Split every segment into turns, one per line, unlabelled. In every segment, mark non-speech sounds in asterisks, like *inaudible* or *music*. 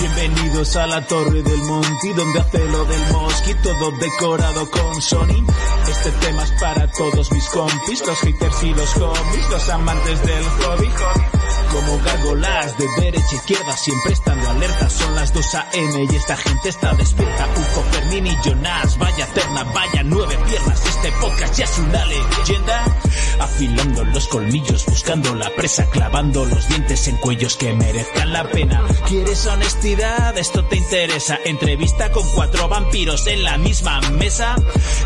Bienvenidos a la torre del Monty, donde hace lo del mosqui, todo decorado con Sony. Este tema es para todos mis compis, los haters y los hobbies, los amantes del hobby. Como gárgolas de derecha e izquierda, siempre estando alerta, son las 2 a.m. y esta gente está despierta. Uco, Fermín y Jonas, vaya terna, vaya nueve piernas, este podcast ya es una leyenda. Afilando los colmillos, buscando la presa, clavando los dientes en cuellos que merezcan la pena. ¿Quieres honestidad? Esto te interesa. Entrevista con cuatro vampiros en la misma mesa.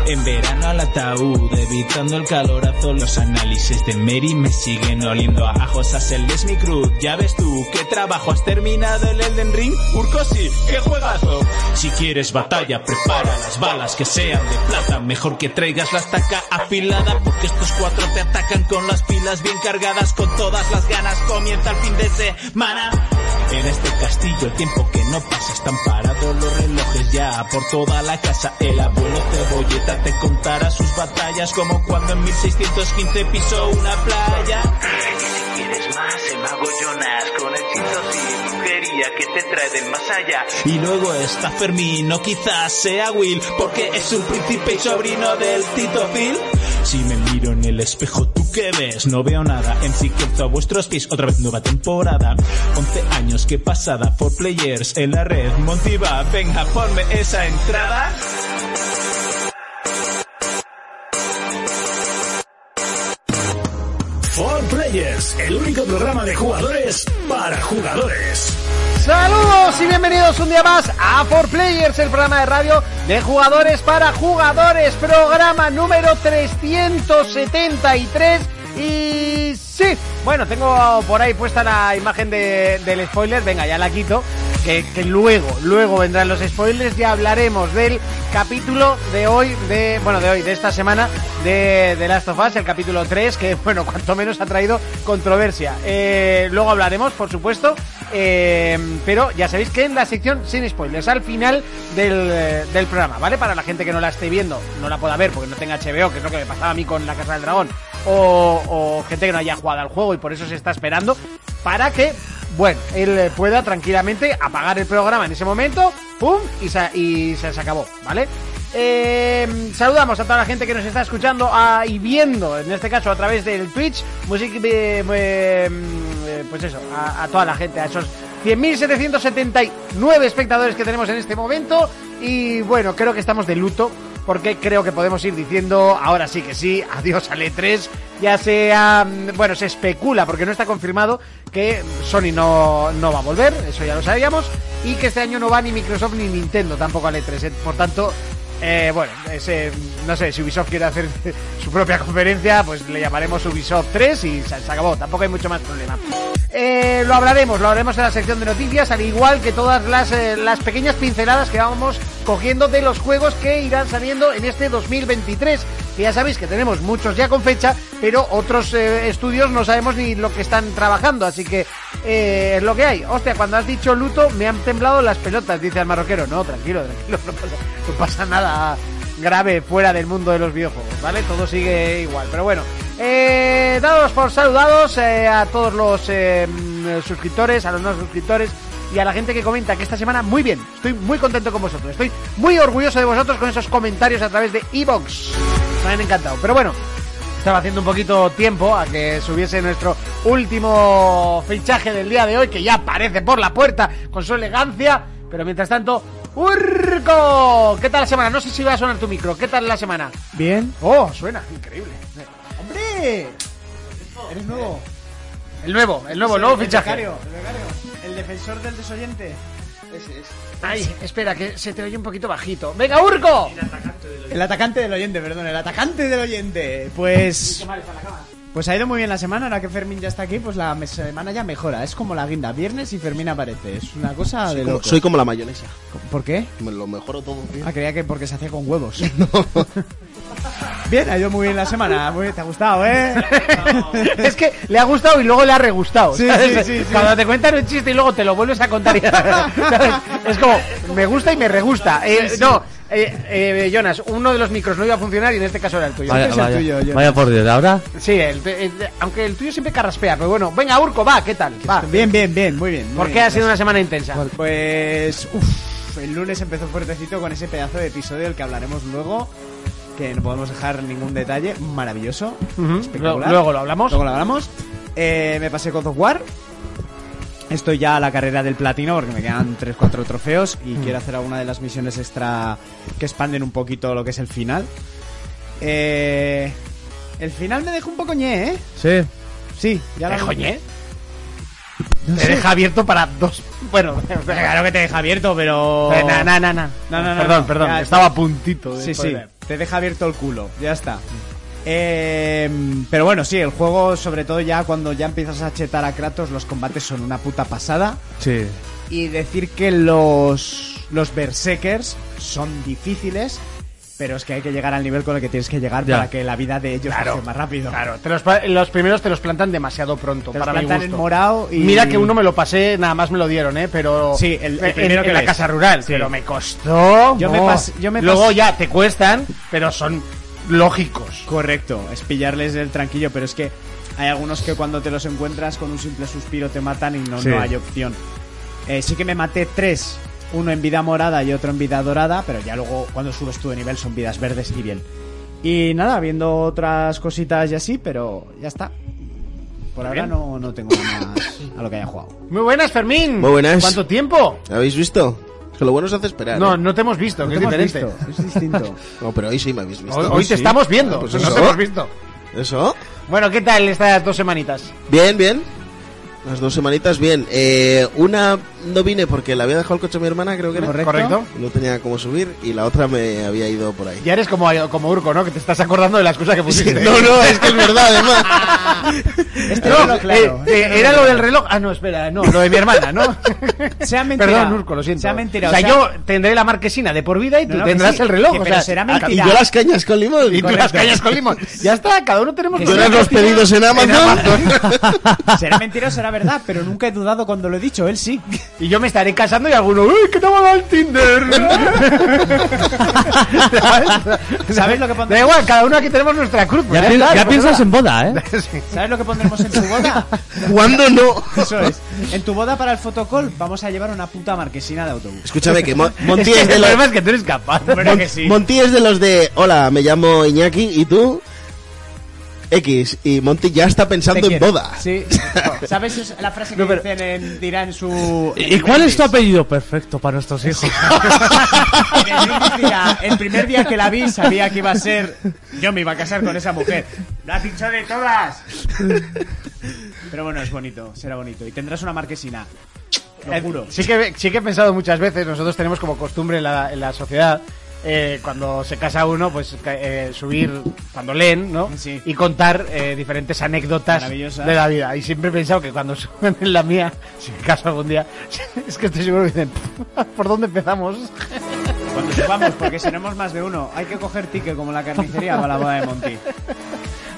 En verano al ataúd, evitando el calorazo, los análisis de Mary me siguen oliendo a ajos. Hassel es mi cruz, ya ves tú qué trabajo has terminado el Elden Ring. Urkosi, qué juegazo. Si quieres batalla, prepara las balas que sean de plata. Mejor que traigas la estaca afilada, porque estos cuatro te atacan con las pilas bien cargadas, con todas las ganas. Comienza el fin de semana. En este castillo el tiempo que no pasa están parados los relojes ya por toda la casa. El abuelo cebolleta te contará sus batallas como cuando en 1615 pisó una playa. Si quieres más, el mago Jonas con hechizos y brujería que te trae del más allá. Y luego está Fermín o quizás sea Will porque es un príncipe y sobrino del Tito Phil. Si me miro en el espejo, ¿tú qué ves? No veo nada. En Ciclopto a vuestros pies, otra vez nueva temporada. 11 años que pasada por players en la red. Montiva, venga, ponme esa entrada.
For Players, el único programa de jugadores para jugadores.
Saludos y bienvenidos un día más a 4Players, el programa de radio de jugadores para jugadores, programa número 373 y sí, bueno, tengo por ahí puesta la imagen de- del spoiler, venga, ya la quito, que, que luego, luego vendrán los spoilers, ya hablaremos del capítulo de hoy, de, bueno, de hoy, de esta semana de, de Last of Us, el capítulo 3, que, *laughs* bueno, cuanto menos ha traído controversia. Eh, luego hablaremos, por supuesto, eh, pero ya sabéis que en la sección sin spoilers, al final del, eh, del programa, ¿vale? Para la gente que no la esté viendo, no la pueda ver porque no tenga HBO, que es lo que me pasaba a mí con La Casa del Dragón, o, o gente que no haya jugado al juego y por eso se está esperando, para que, bueno, él eh, pueda tranquilamente apagar el programa en ese momento, ¡pum! y se, y se, se acabó, ¿vale? Eh, saludamos a toda la gente que nos está escuchando ah, y viendo, en este caso a través del Twitch, music, eh, eh, eh, pues eso, a, a toda la gente, a esos 100.779 espectadores que tenemos en este momento. Y bueno, creo que estamos de luto porque creo que podemos ir diciendo ahora sí que sí, adiós al E3. Ya sea, mm, bueno, se especula porque no está confirmado que Sony no, no va a volver, eso ya lo sabíamos, y que este año no va ni Microsoft ni Nintendo tampoco al E3. eh, Por tanto, eh, bueno, ese, no sé, si Ubisoft quiere hacer *laughs* su propia conferencia, pues le llamaremos Ubisoft 3 y se, se acabó. Tampoco hay mucho más problema. Eh, lo hablaremos, lo hablaremos en la sección de noticias, al igual que todas las, eh, las pequeñas pinceladas que vamos cogiendo de los juegos que irán saliendo en este 2023. Que ya sabéis que tenemos muchos ya con fecha, pero otros eh, estudios no sabemos ni lo que están trabajando, así que eh, es lo que hay. Hostia, cuando has dicho luto me han temblado las pelotas, dice el marroquero. No, tranquilo, tranquilo, no pasa, no pasa nada grave fuera del mundo de los videojuegos, ¿vale? Todo sigue igual, pero bueno. Eh, dados por saludados eh, a todos los eh, mm, suscriptores, a los no suscriptores y a la gente que comenta que esta semana muy bien, estoy muy contento con vosotros, estoy muy orgulloso de vosotros con esos comentarios a través de Evox. Me han encantado, pero bueno, estaba haciendo un poquito tiempo a que subiese nuestro último fichaje del día de hoy, que ya aparece por la puerta con su elegancia. Pero mientras tanto, ¡Urco! ¿Qué tal la semana? No sé si va a sonar tu micro. ¿Qué tal la semana?
Bien.
¡Oh, suena! Increíble. ¡Hombre!
¿Eres nuevo?
El nuevo, el nuevo, el nuevo fichaje.
becario, el becario, el defensor del desoyente.
Ay, espera, que se te oye un poquito bajito. ¡Venga, Urco!
El atacante del oyente, perdón, el atacante del oyente. Pues. Pues ha ido muy bien la semana, ahora que Fermín ya está aquí, pues la me- semana ya mejora. Es como la guinda, viernes y Fermín aparece. Es una cosa de
Como-
loco.
soy como la mayonesa.
¿Por qué?
Me lo mejoro todo. tío.
Ah, creía que porque se hacía
*laughs*
con huevos. bien, ha ido muy bien la semana. Muy- Te ha gustado, ¿eh?
*laughs* Es que le ha gustado y luego le ha regustado.
Sí,
¿sabes?
sí, sí, sí.
Cuando te cuentan un *laughs* chiste y luego te lo vuelves a contar. y- ¿sabes? Es como, me gusta y me regusta. Eh, No, Eh, eh, Jonas, uno de los micros no iba a funcionar y en este caso era el tuyo.
Vaya.
Entonces,
el tuyo, Jonas.
vaya por Dios, ahora.
Sí, el te- el- aunque el tuyo siempre carraspea, pero bueno. Venga, Urco, va, ¿qué tal? Va.
Bien, bien, bien, muy bien. muy
¿Por
bien,
qué ha
gracias.
sido una semana intensa?
Pues, uff, el lunes empezó fuertecito con ese pedazo de episodio del que hablaremos luego, que no podemos dejar ningún detalle, maravilloso,
Ujú.
espectacular.
Luego lo hablamos.
Luego lo hablamos. Eh, me pasé con of War. Estoy ya a la carrera del platino porque me quedan 3-4 trofeos y
Mm.
quiero hacer alguna de las misiones extra que expanden un poquito lo que es el final. Eh, el final me dejó un poco ñe, ¿eh?
Sí.
Sí, ya
¿Te
lo
joñé? Te deja abierto para dos. Bueno, *laughs*
Claro que te deja abierto, pero...
Eh, na, na, na, na.
No, no, no,
Perdón,
no.
perdón.
Ya,
Estaba
ya.
a puntito. eh, de
Sí, sí,
spoiler.
te deja abierto el culo, ya está. Eh, pero bueno, sí, el juego, sobre todo ya cuando ya empiezas a chetar a Kratos, los combates son una puta pasada.
Sí.
Y decir que los, los Berserkers son difíciles, pero es que hay que llegar al nivel con el que tienes que llegar
Ya.
para que la vida de ellos pase más rápido.
Claro, te los, pa- los primeros te los plantan demasiado pronto.
Te los
para mi
plantan en
gusto.
morado y-
Mira que uno me lo pasé, nada más me lo dieron, ¿eh? Pero.
Sí, el- el
en-
primero
en,
que
en la
ves.
casa rural.
Sí.
Pero me costó.
Yo me
mo.
pas- yo me
Luego
pas-
ya te cuestan, pero son lógicos.
Correcto, es pillarles el tranquillo, pero es que hay algunos que cuando te los encuentras con un simple suspiro te matan y no,
Sí.
no hay opción. Eh, sí que me maté tres, uno en vida morada y otro en vida dorada, pero ya luego cuando subes tú de nivel son vidas verdes y bien. Y nada, viendo otras cositas y así, pero ya está. Por ahora no, no tengo nada más a lo que haya jugado.
Muy buenas, Fermín.
Muy buenas.
¿Cuánto tiempo?
¿Habéis visto? Que lo bueno se hace esperar.
No,
¿eh?
no te hemos visto,
No
que
te
es
hemos
diferente.
visto,
*laughs*
es distinto.
No, pero hoy sí me habéis visto.
Hoy, hoy te estamos viendo,
Ah, pues
no
eso.
te hemos visto.
¿Eso?
Bueno, ¿qué tal estas dos semanitas?
Bien, bien. Las dos semanitas, bien. Eh, una no vine porque la había dejado el coche a mi hermana, creo que era.
Correcto.
¿Correcto?
No tenía cómo subir y la otra me había ido por ahí.
Ya eres como, como Urco, ¿no? Que te estás acordando de las cosas que pusiste.
No, no, es que es
*laughs*
verdad, además.
Este
No,
reloj, claro.
eh, eh, era lo del reloj. Ah, no, espera, no, lo de mi hermana,
*laughs*
¿no?
Sea mentira.
Perdón, Urco, lo siento.
Sea mentira.
O sea,
o sea-
yo tendré la marquesina de por vida y tú
No, no, que
tendrás
sí,
el reloj.
que-
o
pero
sea,
será
a-
Y
mentira.
yo las cañas con limón.
Y tú las callas con limón. Ya está, cada uno tenemos *laughs*
Yo eran los pedidos en Amazon.
Será mentira o será verdad, pero nunca he dudado cuando lo he dicho,
*laughs*
él sí.
Y yo me estaré casando y alguno, ¡uy, que te va a dar el
*laughs*
Tinder! *laughs*
¿Sabes lo que pondré?
Da igual, cada uno aquí tenemos nuestra cruz. pues
Ya,
Pues
pi- ya
está, no pasa
piensas en boda,
*laughs*
¿eh?
nada. Sí.
¿Sabes lo que pondremos en tu boda?
¿Cuándo no?
Eso es. En tu boda para el fotocall vamos a llevar una puta marquesina de autobús.
*laughs* Escúchame, que Mon- Monty
Es que
es de
el
los...
problema es que tú eres capaz.
Hombre, que
Mon-
sí.
Monty es de los de... Hola, me llamo Iñaki, ¿y tú? X. Y Monty ya está
Te
pensando en
quiero.
boda.
Sí. ¿Sabes es la frase que dicen en, dirá en su.
¿Y cuál es tu apellido perfecto para nuestros hijos?
En el brindis dirá, el primer día que la vi sabía que iba a ser. Yo me iba a casar con esa mujer. ¡Lo has dicho de todas! Pero bueno, es bonito, será bonito. Y tendrás una marquesina. Lo juro.
Sí que, sí que he pensado muchas veces, nosotros tenemos como costumbre en la, en la sociedad, eh, cuando se casa uno, pues ca- eh, subir, cuando leen, ¿no?
Sí.
Y contar eh, diferentes anécdotas
Maravillosas.
de la vida. Y siempre he pensado que cuando *laughs* suben en la mía, si me caso algún día, *laughs* es que estoy seguro que dicen, *laughs* ¿por dónde empezamos? *laughs*
Cuando subamos, porque seremos más de uno. Hay que coger ticket como la carnicería para la boda de Monty.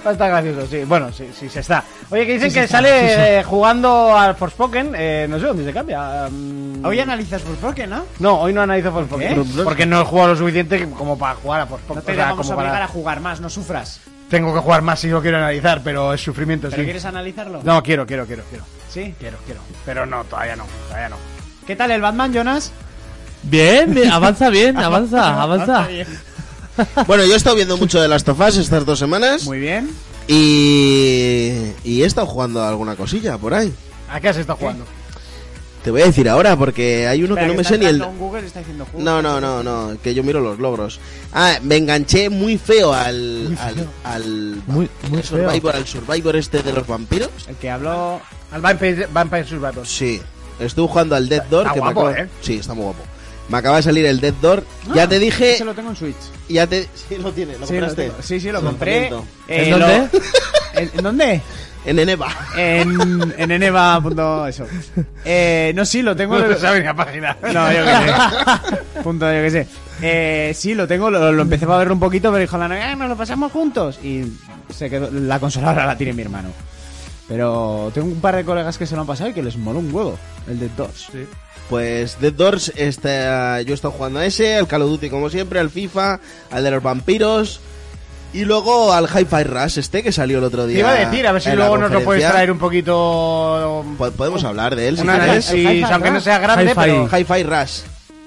Va a estar gracioso, sí. Bueno, sí, sí, se está. Oye, que dicen que sale eh, jugando al Forspoken, eh, no sé dónde se cambia. mm,
Hoy analizas por qué, ¿no?
No, hoy no analizo Forspoken.
¿Por qué?
Porque no he jugado lo suficiente como para jugar a Forspoken.
¿Eh? No te
o sea,
vamos a
como
obligar
para-
a jugar más, no sufras.
Tengo que jugar más si lo quiero analizar, pero es sufrimiento,
¿Pero
sí.
quieres analizarlo?
No, quiero, quiero, quiero, quiero.
¿Sí?
Quiero, quiero. Pero no, todavía no, todavía no.
¿Qué tal el Batman, Jonas?
Bien, bien, avanza bien, avanza, avanza.
Bueno, yo he estado viendo mucho de las tofas estas dos semanas.
Muy bien.
Y... Y he estado jugando a alguna cosilla por ahí.
¿A qué has estado jugando?
Te voy a decir ahora porque hay uno que
Espera,
no me
está
sé ni el...
entrando un Google y está diciendo juego.
No, no, no, no, que yo miro los logros. Ah, me enganché muy feo al. al. al.
Muy- muy
al Survivor, al Survivor este de los vampiros.
El que habló...
Al Vampire, Vampire Survivor.
Sí, estuve jugando al Death Door.
Está
que me
guapo,
acaba-
¿eh?
Sí, está muy guapo. Me acaba de salir el Death Door. ya te dije.
Ah, Ese lo tengo en Switch.
Ya te. Sí, lo tiene, lo
Sí, lo
compraste.
tengo. Eh, sí, sí, lo compré.
Lanzamiento.
Eh,
¿En
lo-
dónde?
*laughs* ¿En, en dónde?
En Eneva.
En, en eneva. punto Eso. Eh, no, sí, lo tengo.
No te sabe ni la página.
No, yo qué sé. Punto, yo qué sé. Eh, sí, lo tengo, lo, lo empecé a ver un poquito, pero dijo la novia, "Ay, nos lo pasamos juntos. Y se quedó, la consola ahora la tiene mi hermano. Pero tengo un par de colegas que se lo han pasado y que les mola un huevo, el de dos.
Pues Dead Doors, está, yo he estado jugando a ese, al Call of Duty como siempre, al FIFA, al de los vampiros. Y luego al Hi-Fi Rush este que salió el otro día.
Te iba a decir, a ver si
en la
luego nos lo puedes
conferencia.
traer un poquito.
Po- Podemos hablar de él si
un
quieres.
análisis,
El hi-fi,
aunque
¿no?
no sea grande,
Hi-fi.
pero.
Hi-Fi Rush.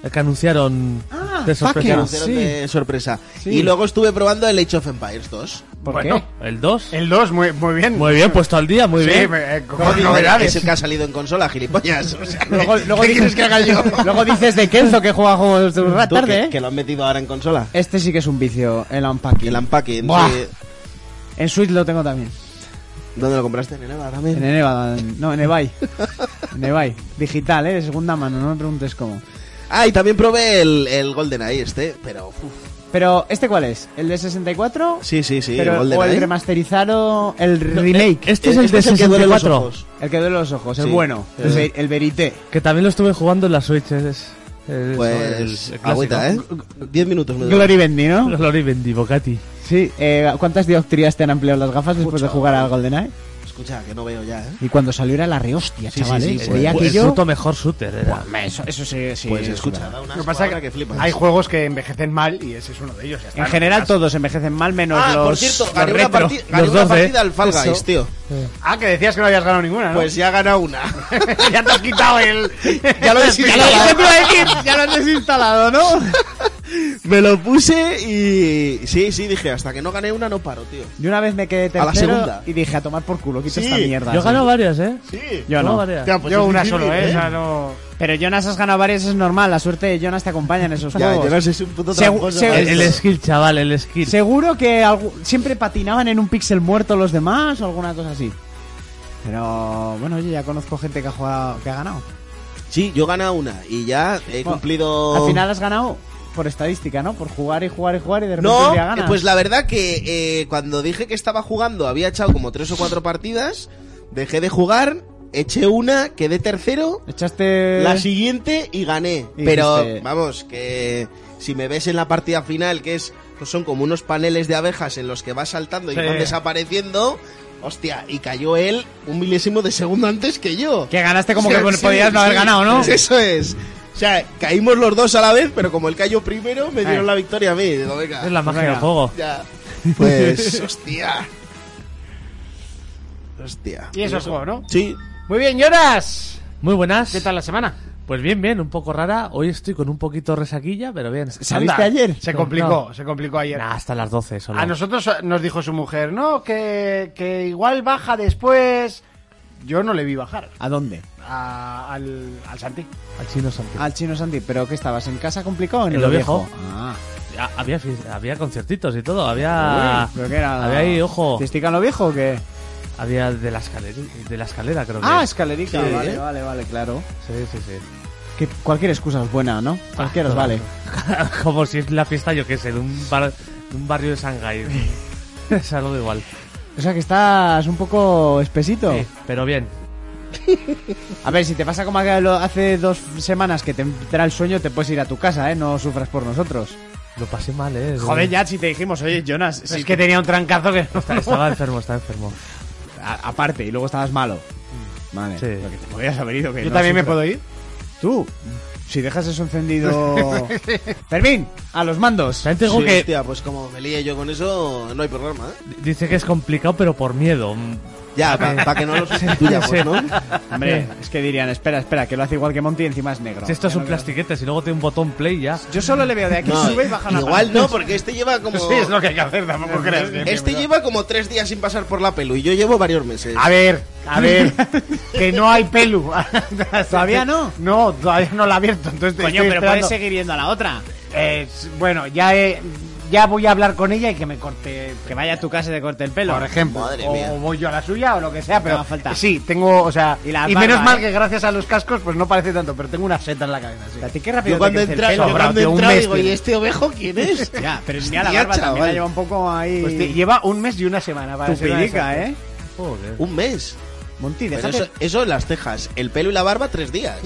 El que anunciaron
Ah,
de
Que
sorpresa.
anunciaron de sorpresa. Y luego estuve probando el Age of Empires 2.
¿Por
Bueno,
¿El 2?
El 2, muy, muy bien.
Muy bien, puesto al día, muy
Sí,
bien.
eh, con
Joder,
novedades.
Es el que ha salido en
*laughs*
consola, gilipollas. O sea,
qué? Luego, luego
¿qué
dices,
quieres que haga yo?
*laughs* luego dices de Kenzo que juega juegos de una
Tú,
tarde,
que,
¿eh?
que lo han metido ahora en consola.
Este sí que es un vicio, el unpacking.
Y el unpacking.
Buah.
sí.
En Switch lo tengo también.
¿Dónde lo compraste? En Eneva también.
En Eneva, no, en Ebay. En Ebay. Digital, ¿eh? De segunda mano, no me preguntes cómo.
Ah, y también probé el, el GoldenEye este, pero... uf.
Pero, ¿este cuál es? ¿El de 64?
Sí, sí, sí,
Pero,
el
o el
GoldenEye.
remasterizado, el
No,
remake.
eh, Este es el de
Este que duele los
64.
ojos.
el que duele los ojos, el
Sí.
bueno. El, ve- el verité.
Que también lo estuve jugando en la Switch. Es, es- es-
Pues...
el- el clásico.
Agüita, ¿eh? Diez minutos. me dura.
Glory
*laughs*
Bendy, ¿no?
Glory Bendy, Bocati.
Sí. eh, ¿Cuántas dioptrías te han ampliado las gafas después de jugar al GoldenEye?
Escucha, que no veo ya, ¿eh?
Y cuando salió era la rehostia,
Sí, sí,
chaval,
sí,
¿eh?
sí.
Se veía
Pues el
aquello-
puto mejor shooter era.
Eso, eso sí, sí.
Pues
sí,
escucha,
sí.
da una
Lo que pasa es
que,
que,
flipas.
hay juegos que envejecen mal y ese es uno de ellos. ya está.
En general todos envejecen mal, menos
Ah,
los,
por cierto,
los
gané una,
retro.
parti- gané
los
una
12,
partida al Fall
eso. Ah.
Guys, tío.
Ah, que decías que no habías ganado ninguna, ¿no?
Pues ya gana una.
*laughs* ya te has quitado
*laughs*
el.
Ya lo he desinstalado.
*laughs* Ya lo-
Ya lo han desinstalado, ¿no?
Me lo puse y... Sí, sí, dije, hasta que no gané una no paro, tío.
Yo una vez me quedé
A
tercero
la segunda.
y dije, a tomar por culo, quita
Sí,
esta mierda.
Yo he
Sí.
ganado varias, ¿eh?
Sí.
Yo
Ganado
no.
varias.
Ya, pues
Yo
es
una
difícil,
solo, ¿eh?
¿eh?
Esa no.
Pero Jonas has ganado varias, es normal. La suerte de Jonas te acompaña en esos
Ya,
juegos.
yo no sé si un puto
Segu-
tramposo.
segu-
El, el skill, chaval, el skill.
Seguro que algu- siempre patinaban en un pixel muerto los demás o alguna cosa así. Pero bueno, yo ya conozco gente que ha jugado, que ha ganado.
Sí, yo he ganado una y ya he
Bueno,
cumplido...
Al final has ganado por estadística, ¿no? Por jugar y jugar y jugar y de repente
No,
un día ganas.
pues la verdad que eh, cuando dije que estaba jugando había echado como tres o cuatro partidas, dejé de jugar, eché una, quedé tercero,
Echaste...
la siguiente y gané.
Eh. Dijiste-
Pero vamos, que si me ves en la partida final, que es pues son como unos paneles de abejas en los que vas saltando y
Sí.
van desapareciendo, hostia, y cayó él un milésimo de segundo antes que yo.
Que ganaste como
O sea,
que
sí,
podías no haber
sí,
ganado, ¿no?
Eso es. O sea, caímos los dos a la vez, pero como él cayó primero, me dieron
Eh.
la victoria a mí. Digo, venga.
Es la magia
Venga.
del juego.
Ya. *laughs* Pues, hostia. Hostia.
Y eso es juego, ¿no?
Sí.
Muy bien, Jonas.
Muy buenas.
¿Qué tal la semana?
Pues bien, bien, un poco rara. Hoy estoy con un poquito resaquilla, pero bien.
¿Saliste
Anda,
ayer?
Se complicó,
No.
se complicó ayer.
Nah, hasta las 12 solo.
A nosotros eh, nos dijo su mujer, no, que, que igual baja después. Yo no le vi bajar
¿A dónde?
a- al, al Santi.
Al chino Santi.
Al chino Santi. ¿Pero qué estabas? ¿En casa complicado o en,
En
lo
lo
viejo?
viejo.
Ah.
Ah, Había, fi- había conciertitos y todo. Había.
¿Pero qué era?
Había ahí, ojo.
¿Fiestica en lo viejo o qué?
Oh. Había de la escalera, de la escalera creo que.
Ah, escalerica.
Sí.
Vale, vale, vale, claro.
Sí, sí, sí.
Que cualquier excusa es buena, ¿no? Cualquiera,
Ah, claro.
vale.
*laughs* Como si es la fiesta, yo qué sé, de un, bar- de un barrio de Shanghái. *laughs* es algo igual.
O sea que estás un poco espesito.
Sí, pero bien.
A ver, si te pasa como aquello hace dos semanas que te entra el sueño, te puedes ir a tu casa, ¿eh? No sufras por nosotros.
Lo pasé mal, eh.
Joder, ya si te dijimos, oye, Jonas, si
es que tenía un trancazo que no
Está- estaba enfermo, estaba enfermo.
a- aparte, y luego estabas malo. Vale,
Mm. Sí.
lo que te podías haber ido. Que
Yo
no
también me
sufras.
puedo ir.
Tú, si dejas eso
*laughs*
encendido... Fermín, a los mandos.
También tengo
Sí,
que.
Hostia, pues como me lié yo con eso, no hay programa, ¿eh?
Dice que es complicado, pero por miedo. Mm,
Ya,
*laughs*
para que no lo sustituyamos, pues, ¿no?
Hombre, es que dirían, espera, espera, que lo hace igual que Monty y encima es negro.
Si esto es
Ya
un
lo veo.
plastiquete, si luego tiene un botón play ya.
Yo solo le veo de aquí,
No,
sube y baja la
igual no, porque este lleva como...
Sí, es lo que hay que hacer, tampoco creas. que-
Este lleva como tres días sin pasar por la pelu y yo llevo varios meses.
Ah,
A ver, a
*laughs*
ver, que no hay pelu. *laughs*
¿Todavía no?
No, todavía no la he abierto. Entonces te
Coño,
estoy
pero puedes
esperando.
seguir yendo a la otra.
Eh, bueno, ya, he- ya voy a hablar con ella y que me corte.
Que vaya a tu casa y te corte el pelo.
Por ejemplo,
Madre
o
mía.
voy yo a la suya o lo que sea, pero
haga falta.
sí, tengo, o sea,
Y
y,
la
menos
barba,
mal
¿eh?
que gracias a los cascos pues no parece tanto, pero tengo una seta en la cabeza, sí.
¿A ti qué
yo
rápido te
cuando
crece
entra,
el
yo
pelo?
cuando
Sobrado, tío, un
entra
mes,
digo,
tío.
¿y este ovejo
*laughs*
quién es?
Ya, pero mira, la
Hostia,
barba también la
chaval.
lleva un poco ahí...
Pues te lleva un mes y una semana para ser
tupidica,
exacto.
¿eh?
Joder.
Un mes.
Monty,
Pero
déjate,
eso, eso en las cejas. El pelo y la barba, tres
*laughs*
días.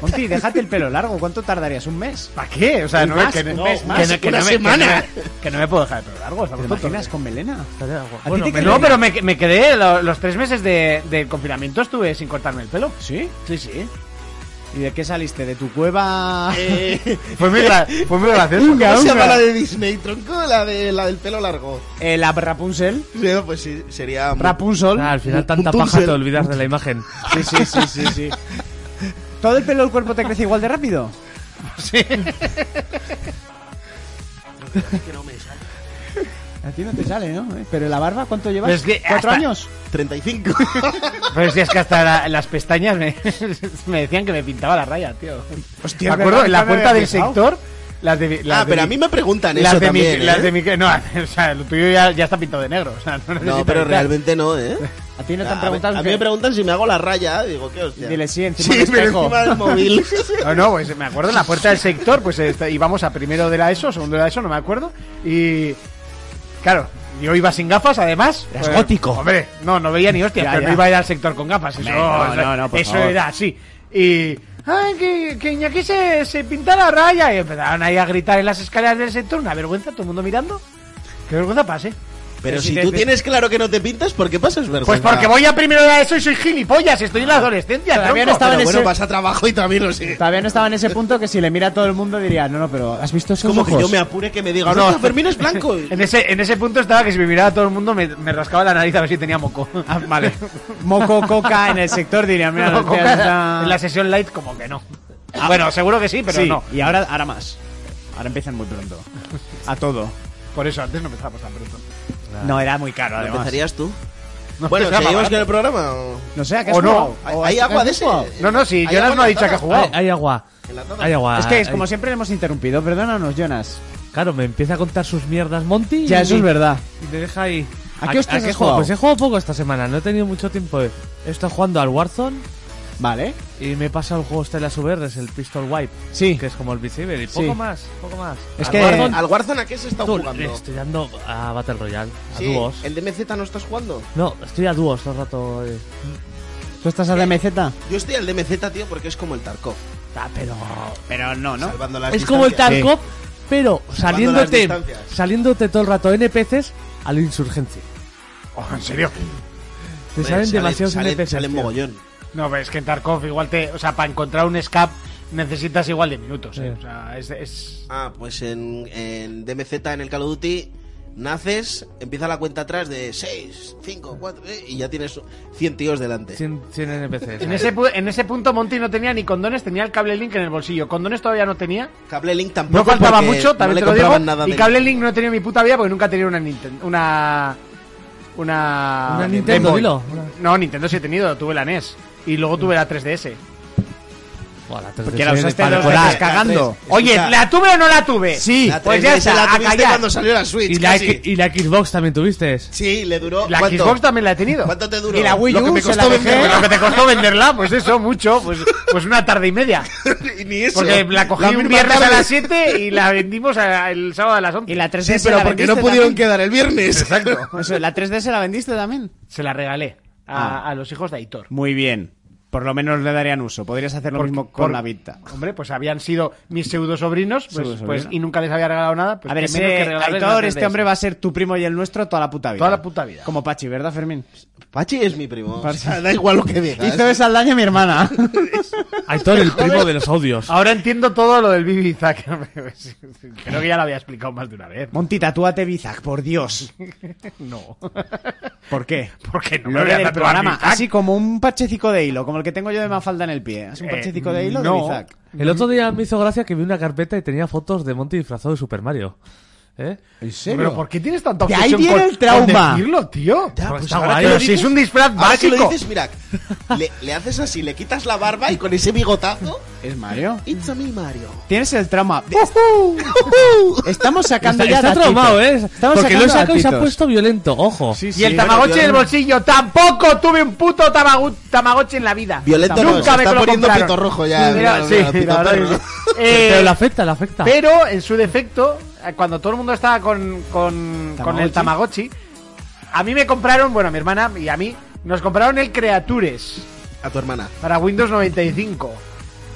Monty, déjate el pelo largo. ¿Cuánto tardarías? ¿Un mes?
¿Para qué? O sea,
Un
no,
más,
que,
un
no,
mes
que
más,
no- que
una
no me-
semana.
Que no, me, que no me puedo dejar el pelo largo,
¿Te
estamos
lo
tontos.
imaginas con melena?
Estaría guapo.
te
Bueno,
queda-
me-
No, pero me, me quedé lo- los tres meses de, del confinamiento estuve sin cortarme el pelo.
¿Sí?
Sí, sí.
¿Y de qué saliste? ¿De tu cueva? *laughs*
Eh,
Fue muy, gra- fue muy gracioso.
¿Cómo se
Unga.
llama
*laughs*
la de Disney, tronco? La, de, la del pelo largo.
Eh, la Rapunzel.
Sí, pues sí, sería...
Rapunzel.
Ah, al final tanta
Un
paja
punzel.
te olvidas de la imagen.
Sí, sí, sí, sí, sí. ¿Todo el pelo del cuerpo te crece igual de rápido? Sí. A ti no te sale, ¿no? Eh, Pero la barba, ¿cuánto llevas?
Es que
¿Cuatro
hasta-
años?
35.
Pero si es que hasta la- las pestañas me, *laughs* me decían que me pintaba la raya, tío.
Hostia,
me acuerdo,
¿verdad?
en la
No me había
puerta del
fijado.
sector, las de... las
ah,
de
pero a
mi-
mí me preguntan
Las
eso
de, mi,
también, ¿eh?
las de mi- No, *laughs* o sea, lo tuyo ya, ya está pintado de negro. o sea, no,
No,
necesitas
pero
pintar.
realmente no, ¿eh?
A ti no te
A
han
ver,
preguntado.
A mí
que-
me preguntan si me hago la raya, digo, ¿qué hostia?
¿eh? Dile sí, encima
Sí,
del
pero
espejo.
encima del móvil.
No, no, pues me acuerdo en la puerta del sector, pues esta- íbamos a primero de la ESO, segundo de la ESO, no me acuerdo. Y. Claro, yo iba sin gafas, además.
Eras gótico.
Hombre, no, no veía ni hostia,
Ya,
pero
ya.
no iba a ir al sector con gafas. Eso,
Hombre, no,
eso-
no, no, por
eso
favor.
era así. Y. ¡Ay, que, que Iñaki se, se pinta la raya! Y empezaron ahí a gritar en las escaleras del sector, una vergüenza, todo el mundo mirando. ¡Qué vergüenza pase!
Pero
si
si
te-
tú
te-
tienes claro que no te pintas, ¿por qué pasas vergüenza?
Pues porque voy a primero de la ESO y soy gilipollas, estoy
Ah.
en la adolescencia,
Todavía no
tronco.
estaba en
Pero bueno,
ese-
vas a trabajo y también lo sigues.
Todavía no estaba en ese punto que si le mira a todo el mundo diría, no, no, pero ¿has visto esos
Como que
ojos?
yo me apure que me diga, no, Fermín es blanco.
En ese, en ese punto estaba que si me miraba todo el mundo me, me rascaba la nariz a ver si tenía moco.
Ah,
*laughs*
vale. Moco coca en el sector diría, mira,
No,
no,
coca,
está-
En la sesión light como que no. bueno, seguro que sí, pero
sí,
no.
Y ahora, ahora más. Ahora empiezan muy pronto. A todo.
Por eso antes no empezábamos tan pronto.
No, era muy caro, además.
¿Empezarías tú?
No,
Bueno,
empezaba barato.
¿seguimos con el programa? o?
No sé, ¿a qué
O
has
no.
jugado?
¿Hay,
¿O
hay
has-
agua
has
de ese?
jugado?
No, no, sí,
Hay
Jonas
agua
no ha
en la
dicho que ha
taza.
jugado.
Hay, hay agua.
En la taza.
Hay agua.
Ah,
Es que es
Hay-
como siempre le hemos interrumpido, perdónanos, Jonas.
Claro, me empieza a contar sus mierdas Monty.
Ya, eso
y-
es verdad.
Y te deja ahí.
¿A qué hostias has
juego?
jugado?
Pues he jugado poco esta semana, no he tenido mucho tiempo. He estado jugando al Warzone
Vale.
y me he pasado el juego este de las VRs, el Pistol Wipe,
Sí.
que es como el Beat Saber, y
Sí.
poco más, poco más.
Es
Al
que-
Warzone,
¿Al Warzone a qué se está
tú,
jugando?
estoy dando a Battle Royale, a
Sí,
dúos.
¿El DMZ no estás jugando?
No, estoy a dúos todo el rato. eh.
¿Tú estás a DMZ?
Yo estoy al DMZ, tío, porque es como el Tarkov.
Ah, pero... Pero no, ¿no?
Salvando las
Es como el
distancias.
Tarkov, pero
las
saliéndote,
distancias.
saliéndote todo el rato NPCs a la insurgencia.
Oh, en serio.
Te
Hombre,
salen demasiados
salen-
NPCs.
Salen
tío.
mogollón.
No, pero es que en Tarkov igual te. O sea, para encontrar un escape necesitas igual de minutos. ¿eh?
Sí.
O sea, es. es-
Ah, pues en, en DMZ, en el Call of Duty, naces, empieza la cuenta atrás de 6, 5, 4, eh, y ya tienes 100 tíos delante.
100, 100 NPCs.
En ese, pu- en ese punto Monty no tenía ni condones, tenía el cable link en el bolsillo. Condones todavía no tenía.
Cable Link tampoco.
No faltaba
porque
mucho,
no le
también te lo
compraban
digo.
nada
y
de-
Cable Link no he tenido en mi puta vida porque nunca he tenido una Nintendo. Una. Una.
Una Nintendo,
Game Boy.
dilo.
No, Nintendo sí he tenido, tuve la NES. Y luego tuve la 3DS.
Buah, la 3D
Porque la
se
usaste
para
dos
colar.
veces cagando.
Escucha,
Oye, ¿la tuve o no la tuve?
Sí.
la
pues ya
3DS
está,
la
a
tuviste
callar.
cuando salió la Switch,
Y la,
casi.
y la Xbox también tuviste.
Sí, le duró...
La
¿cuánto?
Xbox también la he tenido.
¿Cuánto te duró?
Y la Wii
Lo que
U
me
se la
costó
dejé.
vender-
Pero lo que te costó venderla, pues eso, mucho, pues, pues una tarde y
*laughs*
media.
*laughs* Y ni eso.
Porque la cogí un
misma
viernes a
tarde.
las 7 y la vendimos a- el sábado a las 11.
¿Y la 3D
Sí, pero porque este no pudieron quedar el viernes.
*laughs*
Eso, ¿La 3D se la vendiste también?
Se la regalé a,
Ah.
a los hijos de Aitor.
Muy bien. Por lo menos le darían uso. Podrías hacer lo
Por-
mismo
por-
con la Vita.
Hombre, pues habían sido mis pseudo sobrinos pues,
Pseudosobrino.
pues, y nunca les había regalado nada. Pues
a ver,
qué menos
ese
que regalarles una
Aitor, este
3DS.
hombre va a ser tu primo y el nuestro toda la puta vida.
Toda la puta vida.
Como Pachi, ¿verdad, Fermín?
Pachi es mi primo.
Pachi.
O sea, da igual lo que digas.
Hizo esa daño mi *laughs* hermana.
Aitor,
*laughs*
el primo de los audios.
Ahora entiendo todo lo del Bibi Isaac. *laughs* Creo que ya lo había explicado más de una vez.
Monty, tatúate Bizac, por Dios.
*laughs* No.
¿Por qué?
Porque no me
Lo
voy a
del
tatuar
programa.
Bizac.
Así como un pachecico de hilo, como el que tengo yo de mafalda en el pie. Es un
Eh,
pachecico de hilo de
no.
Bizac.
El otro día me hizo gracia que vi una carpeta y tenía fotos de Monty disfrazado de Super Mario. ¿Eh?
¿En serio?
Pero ¿por qué tienes tanta
De
obsesión
ahí viene
con-
el trauma.
con decirlo, tío?
Ya,
Pues
pues
está
ahora
guay.
que lo
Pero si es
dices-
un disfraz
ahora que
básico.
lo dices, mira, le, le haces así, le quitas la barba y con ese bigotazo...
¿Es Mario?
It's a me, Mario.
Tienes el trauma. Estamos sacando
Está,
ya
está
datitos.
traumado, ¿eh?
Estamos
Porque lo
sacando
he sacado y se ha
datitos.
puesto violento, ojo.
Sí, sí.
Y el Tamagotchi
bueno,
en el
yo-
bolsillo. Tampoco tuve un puto tamagu- Tamagotchi en la vida.
Violento no,
Nunca
se
me
está
lo
poniendo
compraron.
pito rojo ya,
Mira,
mira,
sí,
mira, pito
la verdad
perro.
que sí. Eh,
Pero le afecta, le afecta.
Pero en su defecto, eh, cuando todo el mundo estaba con, con, con el Tamagotchi, a mí me compraron, bueno, a mi hermana y a mí, nos compraron el Creatures
A tu hermana.
para Windows 95.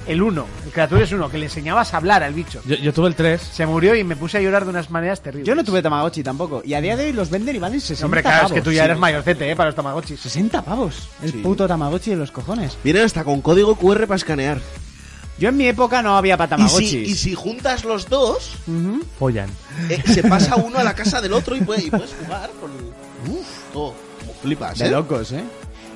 El 1, el Creatures 1, que le enseñabas a hablar al bicho.
Yo, yo tuve el 3.
Se murió y me puse a llorar de unas maneras terribles.
Yo no tuve Tamagotchi tampoco. Y a día de hoy los venden y valen 60
Hombre, claro, es
pavos.
que tú ya
Sí.
eres mayorcete, ¿eh? Para los Tamagotchis.
60 pavos. El
Sí.
puto Tamagotchi de los cojones.
Vienen hasta con código QR para escanear.
Yo en mi época no había
Y si, y
patamagotchis.
si juntas los dos,
Ujú.
Follan.
eh, se pasa uno a la casa del otro y puede- y puedes, jugar con. Uf, todo. Como flipas,
De
¿eh?
locos, ¿eh?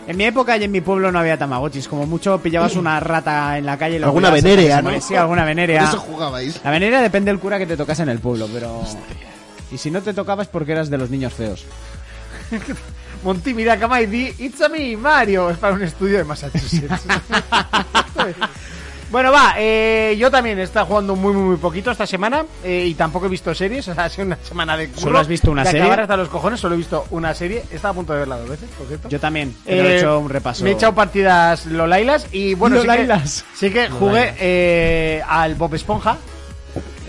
En mi época y en mi pueblo no había tamagotchis. Como mucho pillabas una rata en la calle. y la
Alguna
cuidabas hasta que
venerea,
se
¿no?
moría. Sí, alguna
Por
venerea.
eso jugabais.
La venerea depende del cura que te tocase en el pueblo, pero... Y si no te tocabas porque eras de los niños feos.
Monty Mirakama y di It's a me, Mario. Es para un estudio de
*laughs*
Massachusetts. bueno, va. eh, yo también he estado jugando muy, muy, muy poquito esta semana eh, y tampoco he visto series. *laughs* O sea, ha sido una semana de curro.
¿Solo has visto una
de
serie?
acabar hasta los cojones. Solo he visto una serie. Estaba a punto de verla dos veces, por cierto.
Yo también, pero he
Eh,
hecho un repaso.
Me he echado partidas Lolailas y bueno, sí que-
Lolailas.
Sí que, jugué eh, al Bob Esponja,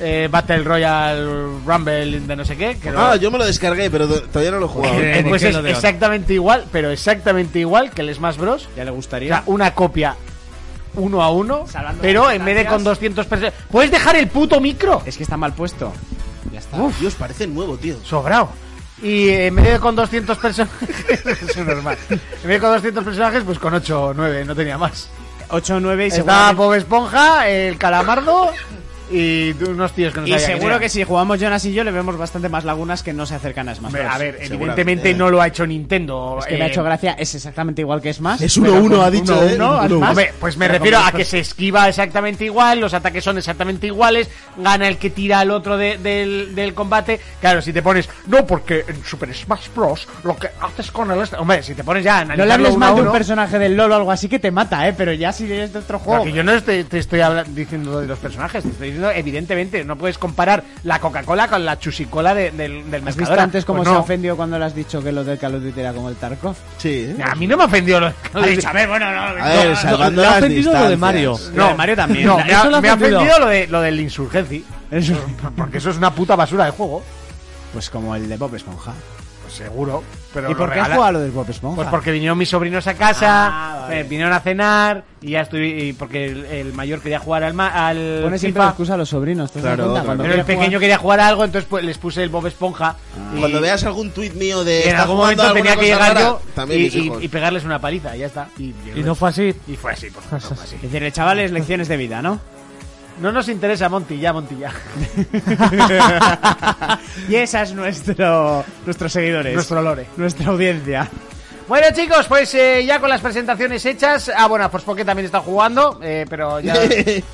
eh, Battle Royale Rumble de no sé qué. que no-
Ah, yo me lo descargué, pero to- todavía no lo he jugado.
Joder.
eh,
¿De
pues
qué
es
lo de hoy?
exactamente igual, pero exactamente igual que el Smash Bros.
Ya le
O
gustaría.
sea, una copia uno a uno,
Salvando
pero
las
en vez de con
distancias.
200 personas. ¿Puedes dejar el puto micro?
Es que está mal puesto. Ya está.
Uf.
Dios, parece nuevo, tío.
Sobrado. Y eh, en vez de con 200 *laughs* personajes, es normal. En vez de con 200 personajes, pues con 8 o 9, no tenía más.
8 9 y
Estaba
seguramente-
Bob Esponja, el Calamardo y unos tíos que no
Y
sabía quién
seguro
eran.
que si jugamos Jonas y yo le vemos bastante más lagunas que no se acercan a Smash
Hombre,
Bros.
A ver,
Seguramente.
evidentemente no lo ha hecho Nintendo.
Es que me ha
eh,
hecho gracia, es exactamente igual que Smash.
Es 1-1, ha dicho.
uno,
¿eh?
uno, al
Uno, uno.
más.
Hombre, pues me
Pero
refiero
como
a que se esquiva exactamente igual, los ataques son exactamente iguales, gana el que tira al otro de- del, del combate. Claro, si te pones, no, porque en Super Smash Bros. lo que haces con el. este-". Hombre, si te pones ya a
No
analizarlo
le hables
uno a
mal de un
uno-
personaje del LOL o algo así que te mata, ¿eh? Pero ya si eres de otro
No,
juego...
que yo no estoy- te estoy habla- diciendo de los personajes, te estoy diciendo, evidentemente, no puedes comparar la Coca-Cola con la chusicola de- del, del
¿Has visto
Mercadona.
antes cómo
Pues
se ha
no.
ofendido cuando le has dicho que lo del Call of Duty era como el Tarkov?
Sí. ¿eh?
*laughs* A mí no me ofendió lo
Ha dicho, a ver, bueno, no...
A ver, salvando
le ha
las
ofendido lo de
distancias.
Mario.
Lo de Mario
*laughs*
también.
No,
Eso
me ha,
lo ha
me ha
ofendido.
ofendido lo, de, lo del Insurgency. Porque eso es una puta basura de juego.
Pues como el de Bob Esponja.
Pues seguro. Pero
¿Y
lo
por qué has
regala-
jugado a lo de Bob Esponja?
Ah,
Pues porque vinieron mis sobrinos a casa,
Ah, vale.
eh, vinieron a cenar y ya estoy. y porque el, el mayor quería jugar al, ma- al
Pones siempre
FIFA,
la excusa a los sobrinos, ¿te das
Claro,
cuenta?
claro.
Cuando
pero el
quieres
pequeño
jugar-
quería jugar a algo, entonces pues, les puse el Bob Esponja. y-
Ah. Cuando veas algún tuit mío de.
y en
"Está
algún
jugando
momento
alguna
tenía que
cosa
llegar
rara",
yo
También mis
y, y-
hijos.
y pegarles una paliza, y ya está. Y,
Y no fue así.
y fue así, por favor, fue así.
Es decir, el chaval es lecciones de vida, ¿no?
No nos interesa Monty, ya, Monty, ya.
y esa es nuestro, nuestros seguidores.
Nuestro lore.
Nuestra audiencia.
Bueno, chicos, pues eh, ya con las presentaciones hechas. Ah, bueno, pues porque también está jugando, eh, pero
*laughs*
ya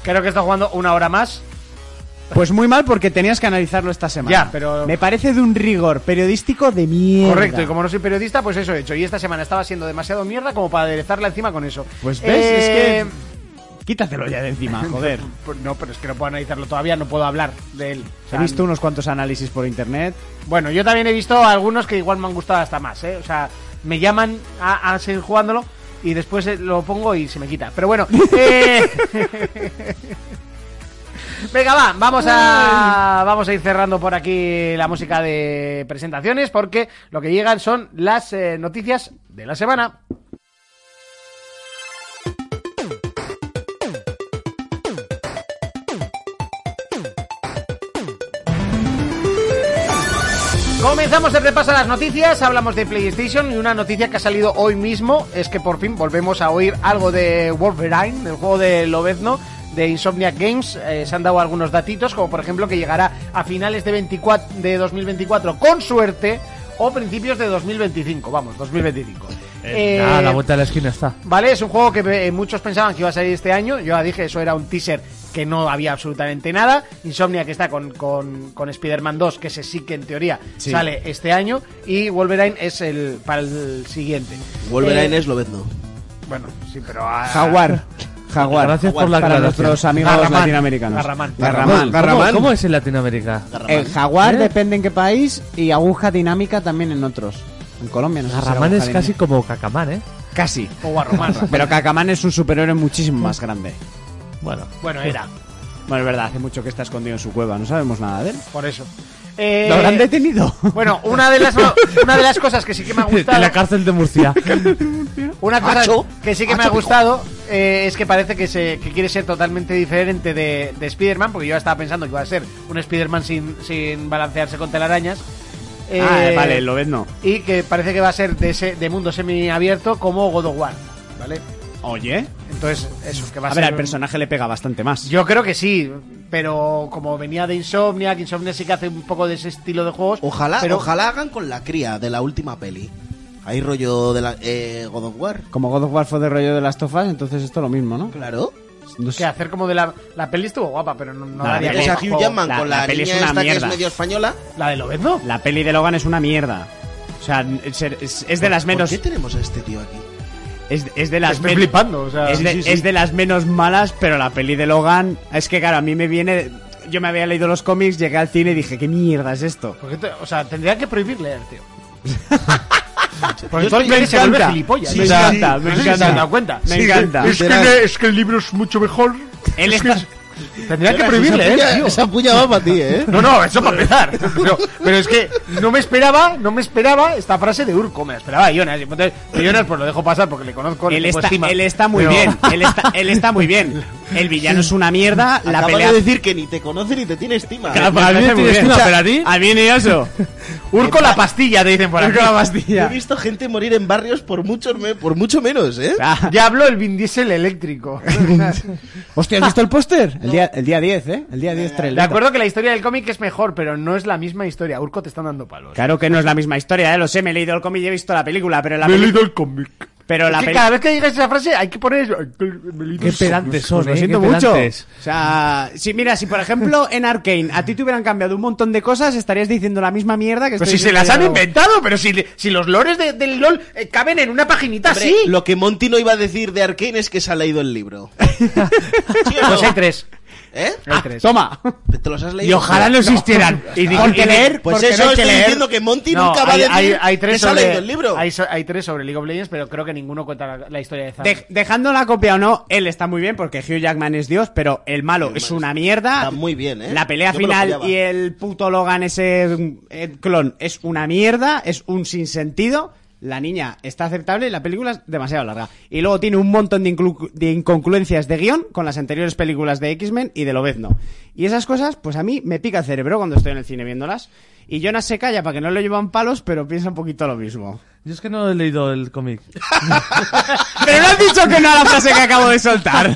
creo que está jugando una hora más.
Pues muy mal porque tenías que analizarlo esta semana.
Ya, pero-
Me parece de un rigor periodístico de mierda.
Correcto, y como no soy periodista, pues eso he hecho. Y esta semana estaba siendo demasiado mierda como para aderezarla encima con eso.
Pues ves,
Eh,
es que... Quítatelo ya
*laughs*
de encima, joder.
pues No, pero es que no puedo analizarlo todavía, no puedo hablar de él. O
He
sea,
visto unos cuantos análisis por internet.
Bueno, yo también he visto algunos que igual me han gustado hasta más, ¿eh? O sea, me llaman a, a seguir jugándolo y después eh, lo pongo y se me quita. Pero bueno, eh, Venga, va, vamos a, vamos a ir cerrando por aquí la música de presentaciones porque lo que llegan son las eh, noticias de la semana. Comenzamos el repaso a las noticias, hablamos de PlayStation y una noticia que ha salido hoy mismo es que por fin volvemos a oír algo de Wolverine, del juego de Lobezno de Insomniac Games. Eh, se han dado algunos datitos, como por ejemplo que llegará a finales de, 24, de 2024 con suerte o principios de 2025, vamos, 2025. Eh,
Nada, a la vuelta de la esquina está.
Vale, es un juego que eh, muchos pensaban que iba a salir este año. Yo ya dije, eso era un teaser que no había absolutamente nada. Insomnia que está con, con, con Spider-Man 2, que ese sí que en teoría
Sí.
sale este año. Y Wolverine es el para el siguiente.
Wolverine
Eh,
es Lobezno.
Bueno, sí, pero. ah,
Jaguar. Jaguar.
Gracias por la
Para
aclaración.
nuestros amigos
Garramán.
latinoamericanos.
Garramán.
Garramán.
Garramán.
¿Cómo, cómo es en Latinoamérica?
El jaguar
¿Eh?
depende en qué país y aguja dinámica también en otros. En Colombia no sé si
Garramán
aguja
es casi
dinámica.
como Cacamán,
*laughs*
¿eh?
Casi.
o Guarromán.
Pero Cacamán es un superhéroe muchísimo más grande.
Bueno.
bueno, era,
Bueno, es verdad, hace mucho que está escondido en su cueva, no sabemos nada de él.
por eso. Eh,
¿Lo habrán detenido?
Bueno, una de, las, una de las cosas que sí que me ha
En la
gustado.
cárcel de Murcia.
Una cosa
Macho.
que sí que me ha
Macho,
gustado eh, es que parece que, se, que quiere ser totalmente diferente de, de Spider-Man, porque yo estaba pensando que iba a ser un Spider-Man sin, sin balancearse con telarañas.
Ah,
Eh,
vale, lo ves no.
Y que parece que va a ser de, ese, de mundo semiabierto como God of War. ¿Vale?
Oye,
Entonces, eso, que va a,
A ver,
ser
al
un-
personaje le pega bastante más.
Yo creo que sí, pero como venía de Insomnia, que Insomnia sí que hace un poco de ese estilo de juegos.
Ojalá,
pero
ojalá hagan con la cría de la última peli. Hay rollo de la eh, God of War.
Como God of War fue de rollo de las tofas, entonces esto lo mismo, ¿no?
Claro.
No
Que
sé.
hacer como de la. La peli estuvo guapa, pero no, no
La
daría
peli
Tienes
como
a
para
es-
Hugh
juego.
Jackman
la-
con
la
la,
peli es
niña
una
esta que
mierda.
es medio española.
La de Lobezno.
La peli de Logan es una mierda. O sea, es, es- es de las menos.
¿Por qué tenemos a este tío aquí?
Es, es de las
Estoy
men-
flipando, o sea,
es, de,
sí, sí.
es de las menos malas, pero la peli de Logan. Es que, claro, a mí me viene. Yo me había leído los cómics, llegué al cine y dije, ¿qué mierda es esto?
Porque te- o sea, tendría que prohibir leer,
*laughs*
tío.
Yo
Porque todo
estoy-
el mundo se vuelve
encanta.
gilipollas.
Sí,
¿no?
me
O sea,
encanta, me
no sé si se
encanta.
han dado cuenta.
Me encanta.
Literal.
el libro es mucho mejor.
Él está-
Tendría que prohibirle,
Esa puya-
¿eh, tío?
Esa puya va para ti, ¿eh?
No, no, eso para empezar. Pero, pero es que no me esperaba, no me esperaba esta frase de Urco, me la esperaba a Jonas. Entonces, yo a Jonas pues lo dejo pasar porque le conozco, le
Él
tengo
está,
estima.
él está muy
Pero-
bien, él está, él está muy *laughs* bien. El villano es una mierda, *laughs* la
Acaba
pelea...
de
*laughs*
decir que ni te conoce ni te tiene estima.
Claro,
Para mí
me parece
no
muy
tienes
bien.
una,
O sea,
pero a ti.
A mí ni eso.
*laughs*
*laughs*
Urco la pastilla, te dicen por aquí.
Urco
Yo
la
He
pastilla.
visto gente morir en barrios por mucho, me- por mucho menos, ¿eh?
*laughs* Ah.
Ya habló el Vin Diesel
*laughs*
eléctrico.
Hostia, ¿has visto el póster? El día, el día 10, ¿eh? El día 10
De
trailer.
acuerdo que la historia del cómic es mejor, pero no es la misma historia. Urco te están dando palos.
Pues Claro que no es la misma historia, ¿eh? Lo sé, me he leído el cómic y he visto la película, pero la película...
el cómic.
Pero la
que
peli-
cada vez que digas esa frase hay que poner... Pues eso. Me he leído
Qué
el cómic.
pedantes son,
Lo
¿eh?
siento
Qué
mucho.
pedantes.
O sea, si mira, si por ejemplo en Arkane a ti te hubieran cambiado un montón de cosas, estarías diciendo la misma mierda que
Pero
estoy
si se
diciendo
las
yo
han
luego.
inventado, pero si, si los lores de- del LOL eh, caben en una paginita
Hombre,
así.
Lo que Monty no iba a decir de Arkane es que se ha leído el
*laughs*
libro. ¿Sí o no?
Pues hay tres.
¿Eh?
Ah, Toma. *laughs*
¿Te los has leído?
Y ojalá no existieran.
*laughs* Y di-
porque
y di-
leer,
Pues
porque
eso
no hay que
estoy
leer.
diciendo que Monty
No,
nunca va
hay,
a decir
hay- hay tres
que se ha
sobre,
leído el libro.
Hay, so- hay tres sobre League of Legends, pero creo que ninguno cuenta la, la historia de Zan.
De- dejando la copia o no, él está muy bien porque Hugh Jackman es Dios, pero el malo es una mierda.
Está muy bien, ¿eh?
La pelea
Yo me lo
final
follaba.
y el puto Logan ese eh, clon es una mierda, es un sinsentido. La niña está aceptable y la película es demasiado larga. Y luego tiene un montón de, inclu- de incongruencias de guión con las anteriores películas de X-Men y de Lobezno. Y esas cosas, pues a mí me pica el cerebro cuando estoy en el cine viéndolas. Y Jonas se calla para que no le llevan palos, pero piensa un poquito lo mismo.
Yo es que no he leído el cómic.
*laughs* Pero no has dicho que no a la frase que acabo de soltar.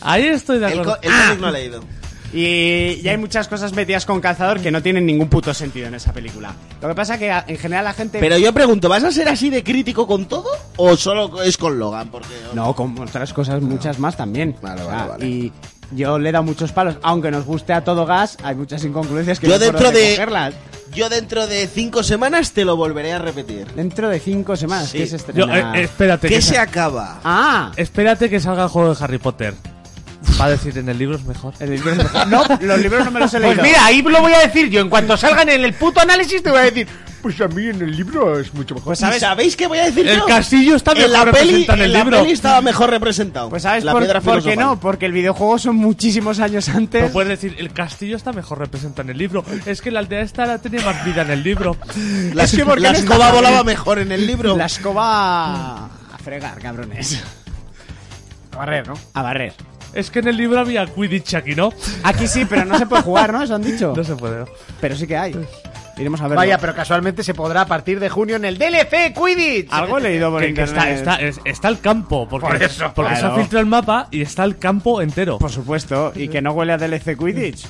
Ahí estoy de
El,
acuerdo.
co- el cómic no ha leído.
*laughs* Y, y hay muchas cosas metidas con calzador que no tienen ningún puto sentido en esa película. Lo que pasa que a- en general la gente...
Pero yo pregunto, ¿vas a ser así de crítico con todo o solo es con Logan? Porque
No, con otras cosas muchas más también.
Vale,
O
vale,
sea,
vale.
Y yo le he dado muchos palos. Aunque nos guste a todo gas, hay muchas incongruencias que
Yo
no por
dentro
dónde
de-
cogerlas.
yo dentro de cinco semanas te lo volveré a repetir.
Dentro de cinco semanas
Sí.
que se
Yo,
estrena...
eh, espérate.
¿Qué
que
se
sa-
acaba?
Ah,
Espérate que salga el juego de Harry Potter. Va a decir en el libro es mejor.
el libro es mejor. No, los libros no me los he leído.
Pues mira, ahí lo voy a decir yo. En cuanto salgan en el puto análisis, te voy a decir. Pues a mí en el libro es mucho mejor.
Pues sabes...
¿Y ¿Sabéis qué voy a decir
El
yo?
castillo está
en
mejor
la peli,
representado en el
la
libro.
peli estaba mejor representado.
Pues sabes
la
por,
piedra
por qué
filosofal. pues,
no, porque el videojuego son muchísimos años antes.
No puedes decir, el castillo está mejor representado en el libro. Es que la aldea esta la tenía más vida en el libro.
La,
Es que ¿por qué
la
no está
escoba
mal?
volaba mejor en el libro.
La escoba a fregar, cabrones.
A barrer, ¿no?
A barrer.
Es que en el libro había Quidditch aquí, ¿no?
Aquí sí, pero no se puede jugar, ¿no? Eso han dicho.
No se puede. ¿no?
Pero sí que hay. Iremos a verlo.
Pues, Vaya, pero casualmente se podrá a partir de junio en el DLC Quidditch.
Algo he leído por
Que- que
internet.
está, está, es- está el campo. Porque,
Por eso.
porque se
Claro. Pues
ha filtrado el mapa y está el campo entero.
Por supuesto. Y que no huele a DLC Quidditch.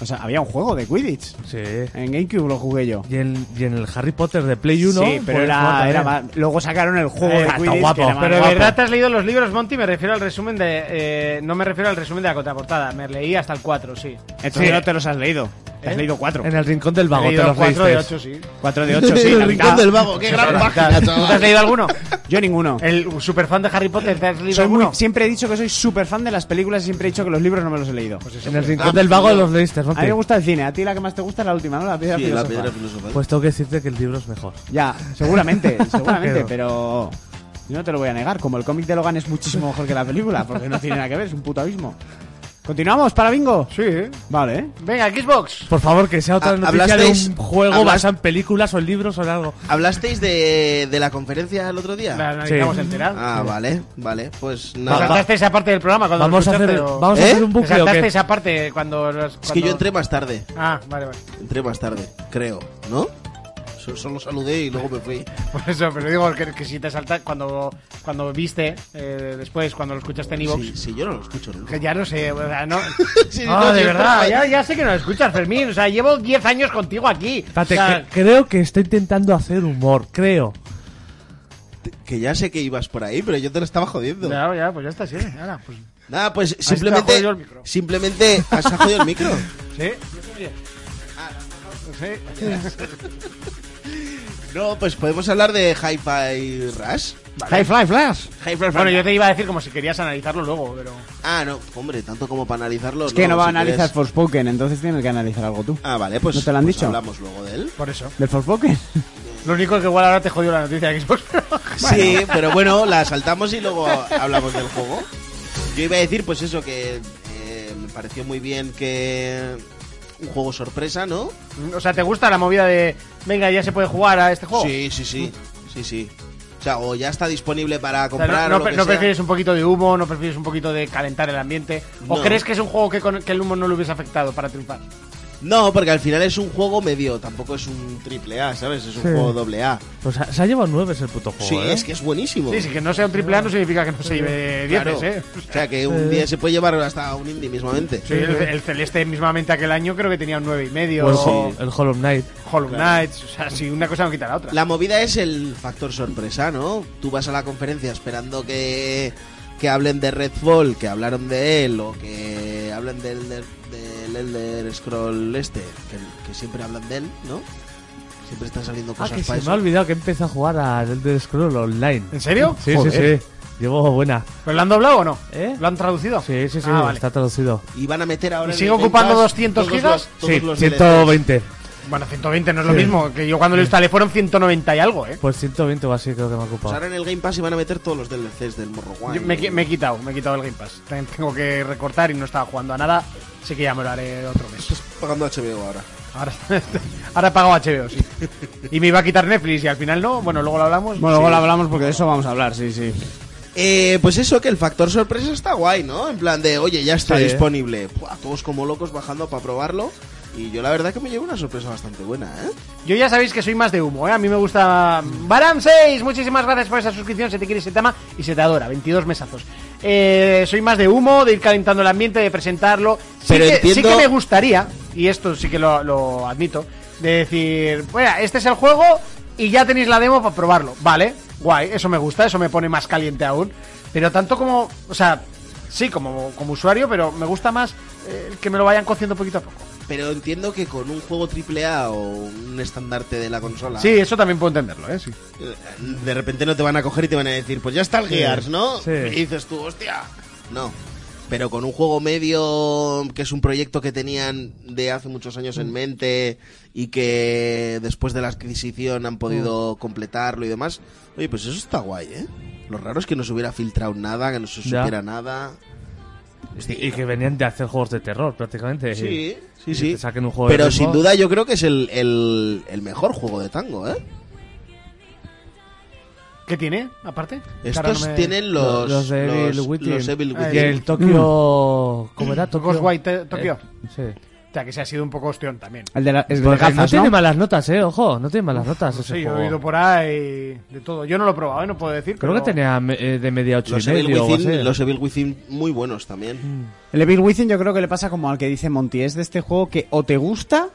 O sea, había un juego de Quidditch.
Sí.
En GameCube lo jugué yo.
Y en, y en el Harry Potter de Play 1.
sí,
Pues
pero
puedes jugar
era,
también.
era más- Luego sacaron el juego de
Está
Quidditch.
guapo.
que era más
Eh, Pero de
guapo.
verdad te has leído los libros, Monty. Me refiero al resumen de. eh, no me refiero al resumen de la contraportada. Me leí hasta el 4, sí.
Entonces
Sí.
no te los has leído. Te has
¿Eh?
leído cuatro.
En el rincón del
Me
vago
he
te
leído
los
4 de
leíste.
8, sí.
Cuatro
*laughs*
de *laughs* ocho, sí.
el
la
rincón
mitad.
del vago, qué gran página,
¿Tú te has
chaval.
leído alguno?
Yo ninguno.
El superfan de Harry Potter, ¿te has leído
Soy muy-
alguno?
siempre he dicho que soy súper fan de las películas y siempre he dicho que los libros no me los he leído.
Pues
En el rincón del vago los leíste, ¿no?
a mí me gusta el cine. A ti la que más te gusta es la última, ¿no? La piedra
Sí, la
filosofal.
piedra filosofal.
Pues tengo que decirte que el libro es mejor.
Ya, seguramente, seguramente,
Pero-
pero yo no te lo voy a negar. Como el cómic de Logan es muchísimo mejor que la película, porque no tiene nada que ver, es un puto abismo. ¿Continuamos para bingo?
Sí, ¿eh?
Vale, ¿eh?
Venga, Xbox.
Por favor, que sea otra
Ah,
noticia
hablasteis-
de un juego
hablas-
basado en películas o en libros o en algo.
¿Hablasteis de, de la conferencia el otro día?
La analizamos
Sí.
entera.
Ah, vale, vale. Pues
Te
nada.
Va-
saltaste esa parte del programa cuando
Vamos
lo
a hacer,
escuchaste, o-
vamos a
¿Eh?
hacer un
Te
bucle o
saltaste
qué.
esa parte cuando... los-
Es que
cuando-
yo entré más tarde.
Ah, vale, vale.
Entré más tarde, creo, ¿no?
So- Solo saludé y luego me fui.
Por eso, pero digo que, que si te saltas cuando, cuando viste, eh, después, cuando lo escuchaste en Evox.
Sí, sí, yo no lo escucho nunca.
Que ya no sé, o sea, *laughs* no.
Sí,
No,
no,
Ah, de
sí,
verdad,
pero-
ya, ya sé que no lo escuchas, Fermín. O sea, llevo 10 años contigo aquí. O
Espérate,
sea,
que- creo que está intentando hacer humor, creo.
Que ya sé que ibas por ahí, pero yo te lo estaba jodiendo.
ya, ya, pues ya está, sí. ahora, pues-
Nada, pues
se ha
simplemente.
jodido el micro.
Simplemente.
*laughs*
¿Has ha jodido el micro?
¿Sí? Sí.
No, pues podemos hablar de Hi-Fi Rush.
High Fly Flash.
Hi-Fi Rush.
Bueno, yo te iba a decir como si querías analizarlo luego, pero.
Ah, no, hombre, tanto como para analizarlo.
Es que no va a
si
analizar
quieres-
Forspoken, entonces tienes que analizar algo tú.
Ah, vale, pues.
¿No te lo han
pues
dicho?
Hablamos luego de él.
Por eso.
¿Del Forspoken? *laughs*
Lo único que igual ahora te jodió la noticia de Xbox. pero-
Sí, pero bueno, la saltamos y luego hablamos del juego. Yo iba a decir, pues eso, que eh, me pareció muy bien que. Un juego sorpresa, ¿no?
*laughs* O sea, ¿te gusta la movida de. Venga, ya se puede jugar a este juego?
Sí, sí, sí. Sí, sí. O sea, o ya está disponible para
Mm. O sea,
comprar.
no, no
o lo
pre-
que
no
sea.
prefieres un poquito de humo, no prefieres un poquito de calentar el ambiente. ¿O
No.
crees que es un juego que, con- que el humo no le hubiese afectado para triunfar?
No, porque al final es un juego medio, tampoco es un triple A, ¿sabes? Es un
Sí.
juego doble A.
Pues se ha llevado nueve el puto juego.
Sí,
¿eh?
es que es buenísimo.
Sí, sí, que no sea un triple A no significa que no se lleve 10,
Claro.
¿eh?
O sea, que un día se puede llevar hasta un indie mismamente.
Sí, el, el celeste mismamente aquel año creo que tenía un 9 y medio.
Pues sí, el Hollow Knight.
Hollow Knight, o sea, si una cosa no quita la otra.
La movida es el factor sorpresa, ¿no? Tú vas a la conferencia esperando que, que hablen de Redfall, que hablaron de él, o que hablen del, del, del Elder Scroll este, que, que siempre hablan de él, ¿no? Siempre están saliendo
Ah,
cosas
que se
para
me ha
eso.
olvidado que empecé a jugar a Elder Scroll Online.
¿En serio?
Sí,
Joder.
sí, sí. Llevo buena.
¿Pero lo han doblado o no?
¿Eh?
¿Lo han traducido?
Sí, sí, sí,
Ah, vale.
está traducido.
Y van a meter ahora.
¿Y
en
sigue
el Game
ocupando
Pass
200
todos
gigas?
los- todos
Sí,
los DLCs.
120.
Bueno, 120 no es lo
Sí.
mismo, que yo cuando lo instalé fueron 190 y algo, ¿eh?
Pues 120 o así creo que me ha ocupado.
Pues ahora en el Game Pass y van a meter todos los DLCs del Morro One.
Yo me, qui- me he quitado, me he quitado el Game Pass. También tengo que recortar y no estaba jugando a nada, así que ya me lo haré otro mes.
pagando HBO ahora.
Ahora, *laughs* ahora he pagado HBO, sí. Y me iba a quitar Netflix y al final no, bueno, luego lo hablamos.
Bueno, luego
Sí.
lo hablamos porque de eso vamos a hablar, sí, sí.
Eh, pues eso, que el factor sorpresa está guay, ¿no? En plan de, oye, ya está
Sí.
disponible. Buah, todos como locos bajando para probarlo. Y yo la verdad que me llevo una sorpresa bastante buena, ¿eh?
Yo ya sabéis que soy más de humo, ¿eh? A mí me gusta... mm, Baram 6, muchísimas gracias por esa suscripción, se te quiere, se te ama y se te adora, 22 mesazos. Eh, soy más de humo, de ir calentando el ambiente, de presentarlo. Sí
Pero
que,
entiendo-
sí que me gustaría, y esto sí que lo, lo admito, de decir, bueno, este es el juego y ya tenéis la demo para probarlo. Vale, guay, eso me gusta, eso me pone más caliente aún. Pero tanto como... O sea, sí, como, como usuario, pero me gusta más eh, que me lo vayan cociendo poquito a poco.
Pero entiendo que con un juego AAA o un estandarte de la consola,
Sí, eso también puedo entenderlo, ¿eh? Sí.
eh, de repente no te van a coger y te van a decir, pues ya está el Gears, ¿no?
Sí.
Y dices tú, hostia, no. Pero con un juego medio, que es un proyecto que tenían de hace muchos años
Mm.
en mente y que después de la adquisición han
Mm.
podido completarlo y demás, oye, pues eso está guay, ¿eh? Lo raro es que no se hubiera filtrado nada, que no se
Ya.
supiera nada.
Y que venían de hacer juegos de terror prácticamente.
Sí, sí,
Y
sí.
que saquen un juego de
Pero
ritmo.
sin duda yo creo que es el, el, el mejor juego de tango, ¿eh?
¿Qué tiene, aparte? Claro,
Estos
no me-
tienen los,
los de Evil
los-
Within.
los Evil
Ah,
Y
Within.
el Tokio.
Mm.
¿Cómo era? Tokio.
Ghostwire Tokio.
Eh, sí.
O sea, que se ha sido un poco ostión también.
El de la, es de
Porque
gafas,
no tiene
¿no?
malas notas, eh. Ojo, no tiene malas notas.
No
ese
sé, yo
juego.
he oído por ahí de todo. Yo no lo he probado, ¿eh? no puedo decir.
Creo
pero-
que tenía eh, de media 8
Los
y
Evil,
medio. o así.
Within, los Evil Within muy buenos
Mm.
también.
El Evil Within yo creo que le pasa como al que dice Monty, es de este juego que o te gusta,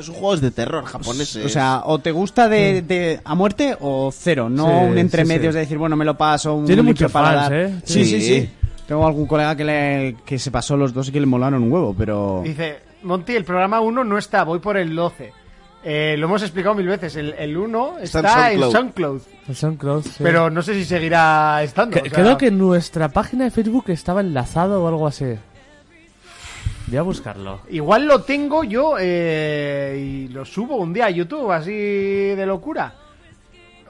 Son juegos de terror japoneses.
o sea, o te gusta de, de- a muerte o cero, no
Sí,
un
sí,
entremedios
sí.
de decir, bueno, me lo paso, un
Tiene
limpio
muchos fans,
paladar.
¿eh?
Sí, sí,
Sí.
sí. Tengo algún colega que, le, que se pasó los dos y que le molaron un huevo, pero...
Dice, Monty, el programa 1 no está, voy por el 12. Eh, lo hemos explicado mil veces, el, el 1
Está
está,
en
en
SoundCloud.
SoundCloud.
El SoundCloud, sí.
Pero no sé si seguirá estando.
Que-
o sea,
Creo que nuestra página de Facebook estaba enlazado o algo así. Voy a buscarlo.
Igual lo tengo yo eh, y lo subo un día a YouTube, así de locura.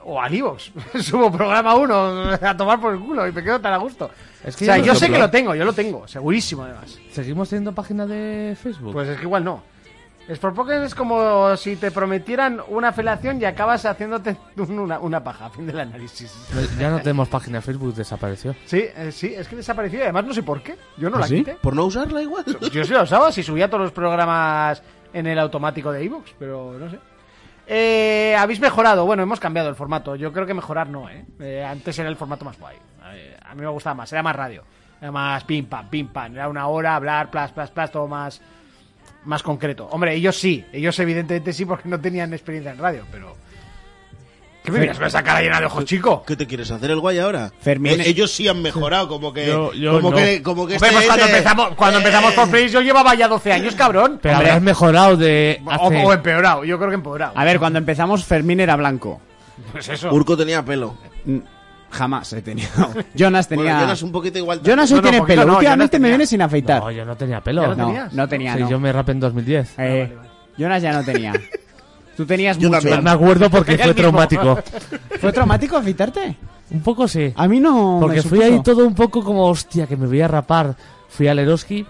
O al Evox. *laughs* Subo programa 1 *laughs* a tomar por el culo y me quedo tan a gusto.
Es que
o sea,
yo,
yo
por
sé que
ejemplo-
lo tengo, yo lo tengo, segurísimo además.
¿Seguimos teniendo página de Facebook?
Pues es que igual no. Spoken es como si te prometieran una felación y acabas haciéndote *laughs* un- una, una paja a fin del análisis.
ya no tenemos página de Facebook, desapareció.
Sí, eh, sí, es que desapareció y además no sé por qué. Yo no
¿Ah,
la
sí?
quité.
Por no usarla igual.
Yo sí la usaba, si subía todos los programas en el automático de iVoox, pero no sé. Eh, Habéis mejorado, bueno, hemos cambiado el formato. Yo creo que mejorar no, ¿eh? Eh, antes era el formato más guay. Eh, A mí me gustaba más, era más radio. Era más pim pam, pim pam. Era una hora, hablar, plas, plas, plas, todo más, más concreto. Hombre, ellos sí, ellos evidentemente sí, porque no tenían experiencia en radio, pero. ¿Qué me miras con esa cara llena de ojos, chico?
¿Qué te quieres hacer el guay ahora?
Fermín-
Eh, ellos sí han mejorado, como que.
Yo- yo
como,
no.
que como que
Hombre,
este
pues cuando
es de-
empezamos, cuando empezamos por Face, yo llevaba ya 12 años, cabrón.
Pero
Hombre,
habrás mejorado de.
o,
hace-
o empeorado, yo creo que empeorado.
A ver, cuando empezamos, Fermín era blanco.
pues eso.
Urco tenía pelo.
Mm, Jamás he tenido. Jonas tenía.
Bueno, Jonas un poquito igual.
Jonas hoy
No, no,
tiene
poquito
pelo.
no,
Últimamente
Jonas
me
tenía.
viene sin afeitar.
No, yo no tenía pelo.
Ya no
no,
tenías?
no tenía,
Sí,
no.
Yo Ah, me rapé en 2010.
Eh, Jonas ya no
*laughs*
tenía. Tú tenías
Yo
mucho.
también.
Me acuerdo porque
Era
fue
el mismo.
traumático.
¿Fue traumático afeitarte?
Un poco sí.
A mí no.
Porque
me
fui
supuso.
ahí todo un poco como, hostia, que me voy a rapar. Fui al Eroski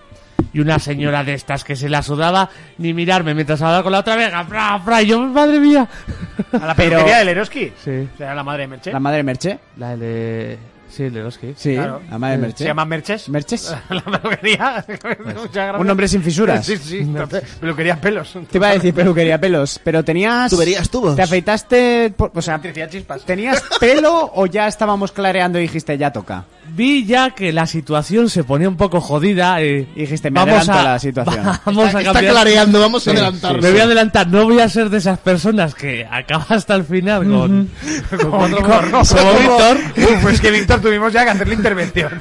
y una señora de estas que se la sudaba ni mirarme mientras hablaba con la otra vega. Fra, fra, y yo, madre mía.
A la peluquería del Eroski.
Sí.
Será la madre de Merche.
¿La madre de Merche?
La L... Sí, el Eroski.
Sí,
Claro.
la madre de Merche.
¿Se llama Merches?
Merches.
*laughs*
Ah.
la peluquería. *laughs* Muchas gracias.
Un hombre sin fisuras.
Sí, sí. Peluquería pelos.
*laughs* Te iba a decir peluquería pelos, pero tenías.
Tuberías, tubos.
¿Te afeitaste? por- o sea,
Electricidad chispas. *laughs*
¿tenías pelo o ya estábamos clareando y dijiste ya toca?
Vi ya que la situación se ponía un poco jodida. eh,
Y dijiste, me adelanto a la situación.
*laughs* Vamos a
Está
cambiar.
clareando, vamos a
Sí,
adelantarnos.
Me voy a adelantar, no voy a ser de esas personas que acaba hasta el final con, *laughs* con cuatro
*laughs*
gorros. como Víctor.
Uf, pues que Víctor tuvimos ya que hacer la intervención.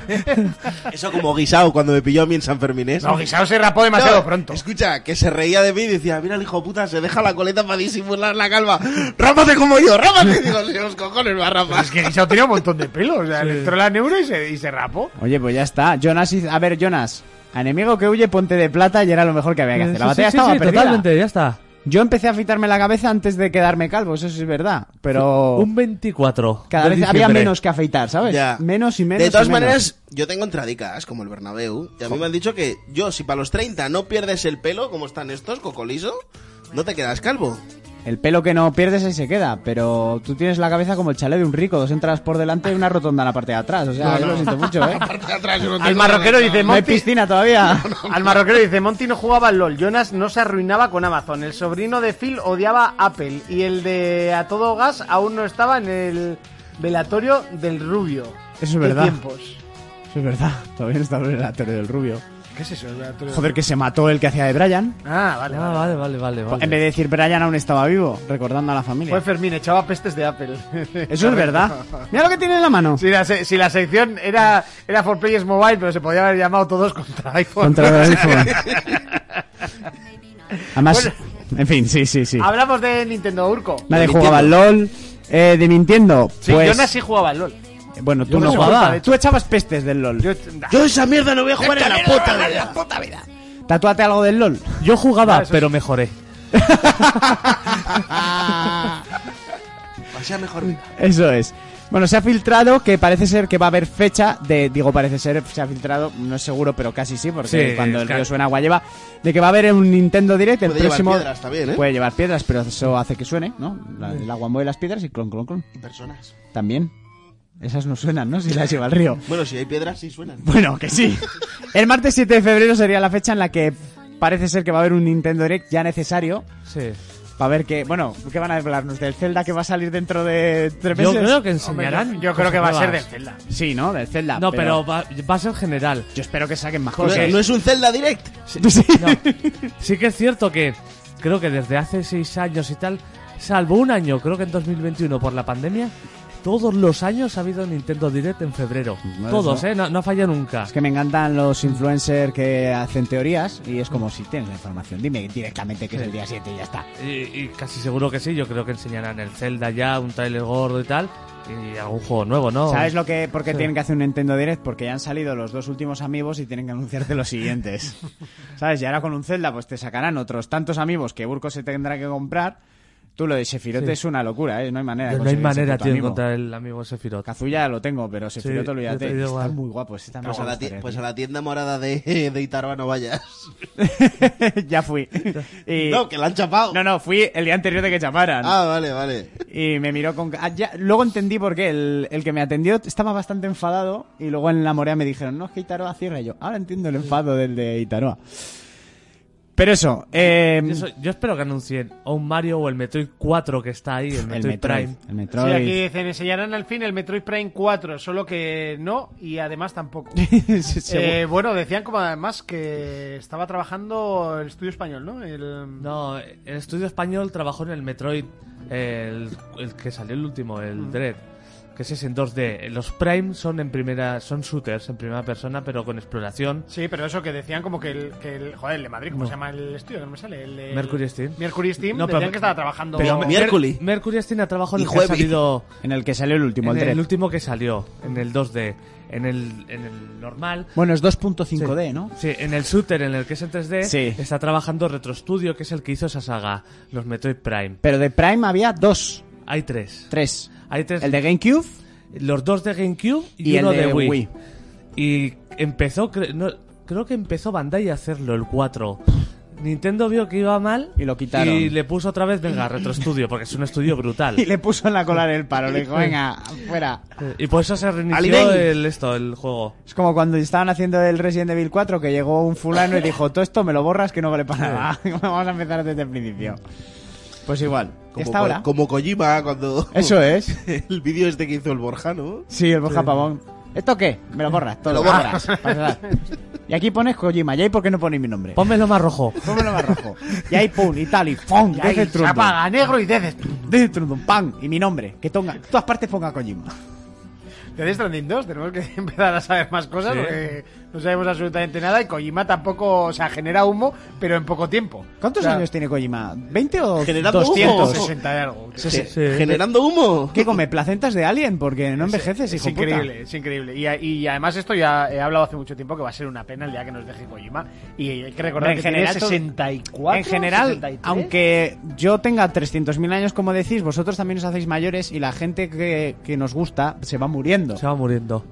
Eso como guisado cuando me pilló a mí en San Fermines.
No, Guisao se rapó demasiado
No,
pronto.
Escucha, que se reía de mí y decía, mira el hijo puta, se deja la coleta para disimular la calva. Rápate como yo, rápate. Digo, si los cojones va a rapar.
Pues Es que Guisao tenía un montón de pelos. O sea, le entró la neuro y se, y se rapó.
Oye, pues ya está. Jonas, hizo- a ver, Jonas, a enemigo que huye, ponte de plata y era lo mejor que había que hacer. La
Sí,
batalla
sí,
estaba
sí,
perdida.
totalmente, ya está.
Yo empecé a afeitarme la cabeza antes de quedarme calvo, eso sí es verdad. Pero
Un 24.
cada
de
vez había
diciembre.
menos que afeitar, ¿sabes?
Ya.
Menos y menos.
De todas
y menos.
maneras, yo tengo entradicas, como el Bernabéu. Y a mí me han dicho que yo, si para los 30 no pierdes el pelo, como están estos, cocoliso, no te quedas calvo.
El pelo que no pierdes ahí se queda, pero tú tienes la cabeza como el chalet de un rico, dos entradas por delante y una rotonda en la parte de atrás. O sea, yo lo siento mucho, ¿eh?
Parte de atrás yo no
Al
tengo
marroquero
nada.
dice
No hay
Monty.
piscina todavía.
Al marroquero dice Monty no jugaba al LOL. Jonas no se arruinaba con Amazon. El sobrino de Phil odiaba Apple. Y el de A Todo Gas aún no estaba en el velatorio del rubio.
es
¿Qué
verdad.
tiempos?
Eso *laughs* es verdad. Todavía no está en la teoría del rubio.
¿Qué es eso?
Joder, que se mató el que hacía de Brian.
Ah, vale,
Ah,
vale.
vale, vale, vale. vale.
Pues, En vez de decir Brian aún estaba vivo, recordando a la
Fue
familia.
Fermín, echaba pestes de Apple.
Eso es verdad. Mira lo que tiene en la mano. *laughs*
Si la, se- si la sección era, era for Players Mobile, pero se podía haber llamado todos contra *laughs* iPhone.
Contra el iPhone. Además, en fin, sí, sí, sí.
Hablamos de Nintendo Urco.
Nadie
De
jugaba al
Nintendo.
LOL. Eh, de Nintendo,
Sí,
pues.
yo nací jugaba al LOL.
Bueno, tú
Yo
no
no
jugabas.
jugaba, de
Tú echabas pestes del LOL.
Yo,
Yo esa mierda no voy a jugar en la puta vida.
Tatúate algo del LOL.
Yo jugaba,
Ah, eso
pero mejoré.
Ah. O sea, mejor vida.
*laughs* Eso es. Bueno, se ha filtrado que parece ser que va a haber fecha de. Digo, parece ser, se ha filtrado, no es seguro, pero casi sí, porque
Sí,
cuando
es
el
que-
río suena agua lleva. De que va a haber un Nintendo Direct el
Puede llevar
próximo.
piedras también, ¿eh?
Puede llevar piedras, pero eso hace que suene, ¿no? La- el agua mueve las piedras y clon, clon, clon.
Y personas.
También. Esas no suenan, ¿no? Si las lleva el río.
Bueno, si hay piedras, sí suenan.
Bueno, que sí. El martes 7 de febrero sería la fecha en la que parece ser que va a haber un Nintendo Direct ya necesario.
Sí.
Para ver qué. Bueno, ¿qué van a hablarnos? ¿Del Zelda que va a salir dentro de tres
Yo
meses?
creo
hombre,
que enseñarán.
yo- yo creo que va a ser de
cosas nuevas.
Zelda.
Sí, ¿no? Del Zelda.
No, pero va, va a ser general.
Yo espero que saquen más
No,
cosas.
no es un Zelda Direct.
*laughs*
Sí.
No. Sí que es cierto que creo que desde hace seis años y tal, salvo un año, creo que en 2021 por la pandemia, todos los años ha habido Nintendo Direct en febrero.
No,
todos,
no.
¿eh? No, no ha fallado nunca.
Es que me encantan los influencers que hacen teorías y es como si tienes la información. Dime directamente que es el día 7 y ya está.
Y, y casi seguro que sí, yo creo que enseñarán el Zelda ya, un tráiler gordo y tal, y algún juego nuevo, ¿no?
¿Sabes lo que por qué tienen que hacer un Nintendo Direct? Porque ya han salido los dos últimos amigos y tienen que anunciarte los
*laughs*
siguientes. ¿Sabes? Y ahora con un Zelda pues te sacarán otros tantos amigos que Burko se tendrá que comprar. Tú lo de Sefirote
Sí.
es una locura, ¿eh? No hay manera. de
No hay
conseguir ese
manera,
puto
tío, de
amigo.
encontrar el amigo Sephiroth.
Kazuya lo tengo, pero Sefirote
yo te
olvídate.
digo
Están
igual.
muy guapos. están
Pues a,
muy
la
guapos,
tie-
tío.
pues a la tienda morada de, de Itaroa no vayas.
*laughs* ya
*laughs*
fui. Y-
No, que la han chapado.
No, no, fui el día anterior de que llamaran.
Ah, vale, vale.
Y me miró con... ca- ah, ya, luego entendí por qué. El, el que me atendió estaba bastante enfadado y luego en la morea me dijeron, no, es que Itaroa cierra. Y yo, ahora entiendo el enfado del de Itaroa. Pero eso, eh,
Yo, soy- yo espero que anuncien o un Mario o el Metroid 4 que está ahí, el Metroid,
el Metroid.
Prime.
El Metroid.
Sí, aquí dicen, enseñarán al fin el Metroid Prime 4, solo que no y además
*laughs*
tampoco.
*laughs* Sí, sí,
Eh, bueno, decían como además que estaba trabajando el estudio español, ¿no? El-
No, el estudio español trabajó en el Metroid, eh, el, el que salió el último, el
Mm.
Dread, que ese es en 2D. Los Prime son en primera, son shooters en primera persona, pero con exploración.
Sí, pero eso que decían como que el, que el- joder, el de Madrid, ¿cómo se llama el estudio? Que No me sale. El, el-
Mercury Steam.
Mercury Steam,
No, pero-
decían que estaba trabajando.
Pero miércoles.
Mercury Steam ha trabajado en el
Y
que ha
jueves.
*laughs*
salido
En el que salió el último, el
en el
3.
último que salió, en el 2D, en el, en el normal.
Bueno, es 2.5D, ¿no?
Sí, en el shooter, en el que es en 3D,
Sí.
está trabajando Retro Studio, que es el que hizo esa saga, los Metroid Prime.
Pero de Prime había dos,
Hay tres.
tres.
Hay tres.
El de GameCube
Los dos de GameCube y,
y, el
uno
de, Wii.
Y empezó, cre- no, creo que empezó Bandai a hacerlo, el 4. Nintendo vio que iba mal
Y lo quitaron.
Y le puso otra vez, venga, Retro Studio, porque es un estudio
*laughs*
brutal.
Y le puso en la cola el paro, le dijo, venga, fuera.
Y por eso se reinició
Aliden.
el, esto, el juego.
Es como cuando estaban haciendo el Resident Evil 4 que llegó un fulano y dijo, todo esto me lo borras que no vale para nada. *laughs* Vamos a empezar desde el principio. Pues igual.
Como,
Esta
Ko-
hora.
como Kojima cuando...
*laughs* Eso es.
El vídeo este que hizo el Borja, ¿no?
Sí, el Borja Pavón. ¿Esto qué? Me lo borras. Todo.
lo borras.
Ahora, pasará. y aquí pones Kojima. ¿Y ahí por qué no ponéis mi nombre?
Pónmelo más rojo.
Pónmelo más rojo. Y ahí pum, y tal, y ¡pum!
Y ahí
Desde el
se
trundum.
apaga negro y deces.
Desde el trundum, ¡pam! Y mi nombre. Que tonga. en todas partes ponga Kojima.
De Death Stranding 2 tenemos que *laughs* empezar a saber más cosas
Sí.
porque no sabemos absolutamente nada y Kojima tampoco, o sea, genera humo, pero en poco tiempo.
¿Cuántos
O sea,
años tiene Kojima? ¿20 o
Generando
200?
humo.
160 y algo.
Ge-
sí, sí.
Generando humo.
¿Qué come? ¿Placentas de alien? Porque no envejeces,
Es
hijo puta.
increíble, es increíble. Y, a- y además esto ya he hablado hace mucho tiempo que va a ser una pena el día que nos deje Kojima. Y hay que recordar
En
que
general,
tiene
todo-
64,
en general,
63.
aunque yo tenga 300.000 años, como decís, vosotros también os hacéis mayores y la gente que, que nos gusta se va muriendo.
Se va muriendo.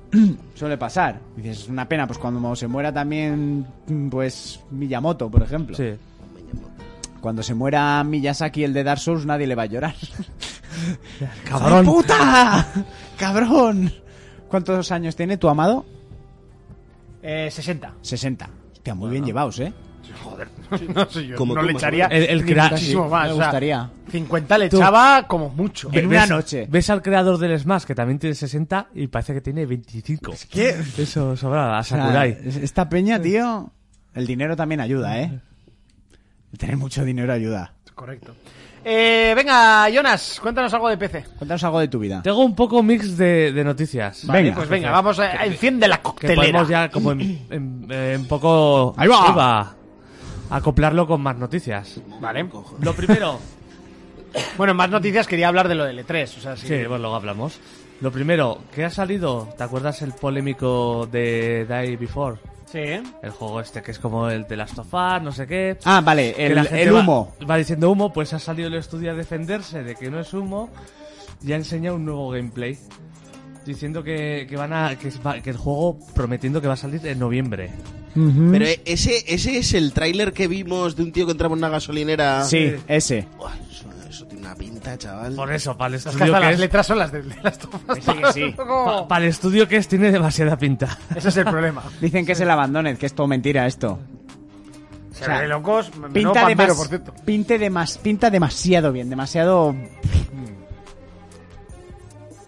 Suele pasar. Dices, es una pena, pues cuando se muera también, pues Miyamoto, por ejemplo.
Sí.
Cuando se muera Miyazaki, el de Dark Souls, nadie le va a
*laughs*
llorar.
Cabrón.
¡Puta! ¡Cabrón! ¿Cuántos años tiene tu amado?
Eh, 60.
60. Hostia, muy bien llevados, ¿eh?
No sé yo,
Como
no
tú,
le
más
echaría
o menos. El- el
ni
cra-
muchísimo
sí,
más.
me
o sea,
gustaría.
50 le
Tú-
echaba como mucho.
En
¿Ves-
una noche.
Ves al creador del Smash, que también tiene 60, y parece que tiene 25.
¿Qué?
Eso sobra a
O sea, eh.
Sakurai.
Esta peña, tío. El dinero también ayuda, ¿eh? Tener mucho dinero ayuda.
Correcto. Eh, venga, Jonas, cuéntanos algo de PC.
Cuéntanos algo de tu vida.
Tengo un poco mix de, de noticias.
Vale,
Pues venga, vamos a enciende la
Que
coctelera.
podemos ya como en, en- eh, en poco...
Ahí va.
iba, acoplarlo con más noticias.
Vale.
Lo *laughs* primero...
Bueno, en más noticias quería hablar de lo del E3, o sea, sí.
sí, bueno, luego hablamos. Lo primero, ¿qué ha salido? ¿Te acuerdas el polémico de Die Before?
Sí, ¿eh?
El juego este que es como el de Last of Us, no sé qué.
Ah, vale,
que
el,
la gente
el
va-
humo.
Va, diciendo humo, pues ha salido el estudio a defenderse de que no es humo y ha enseñado un nuevo gameplay. Diciendo que, que van a. Que, es- va- que el juego prometiendo que va a salir en noviembre.
Mm.
Pero eh, ese, ese es el tráiler que vimos de un tío que entraba en una gasolinera.
Ah,
Sí, ese.
Buah, eso, eso tiene una pinta, chaval.
Por eso, para el
Es que hasta
estudio que
las
es.
letras son las de, de las tomas.
Pues Sí, que
*laughs*
sí. *laughs*
pa- para el estudio que es, tiene demasiada pinta.
Ese es el problema.
Dicen que es el Abandoned, que es todo mentira esto.
Se
sea,
ve de locos, m- menudo
Pinta,
pandero,
demas-
por cierto.
pinte demas- pinta demasiado bien, demasiado...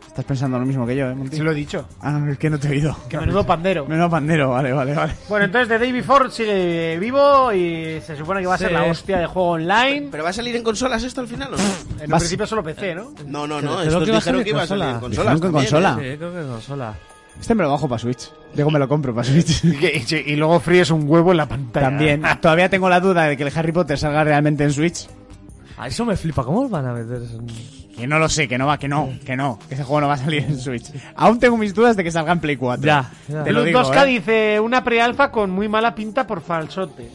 Estás pensando lo mismo que yo, ¿eh, Monty?
Se lo he dicho.
Ah, es que no te he oído.
Que menudo pandero.
Menos pandero, vale, vale, vale.
Bueno, entonces The Day Before sigue vivo y se supone que va a ser
Sí.
la hostia de juego online.
¿Pero va a salir en consolas esto al final o no?
En
Vas-
principio solo PC, ¿no?
No, no, no. Estos
Creo- creo que va a
dijeron
salir
que iba a salir en
consola.
consolas.
Dijeron que en
también, ¿eh?
consola. *laughs* Ah.
Sí, creo que no sola.
Este me lo bajo para Switch. Digo, me lo compro para Switch.
Y, que- y luego fríes un huevo en la pantalla.
También, todavía tengo la duda de que el Harry Potter salga realmente en Switch.
A Ah, eso me flipa. ¿Cómo van a meter eso? en-
Que no lo sé, que no va, que no, que no, que ese juego no va a salir en Switch. Aún tengo mis dudas de que salga en Play 4.
Ya, ya.
Te lo
Luz
digo,
2K
¿eh?
dice una pre-alfa con muy mala pinta por falsote.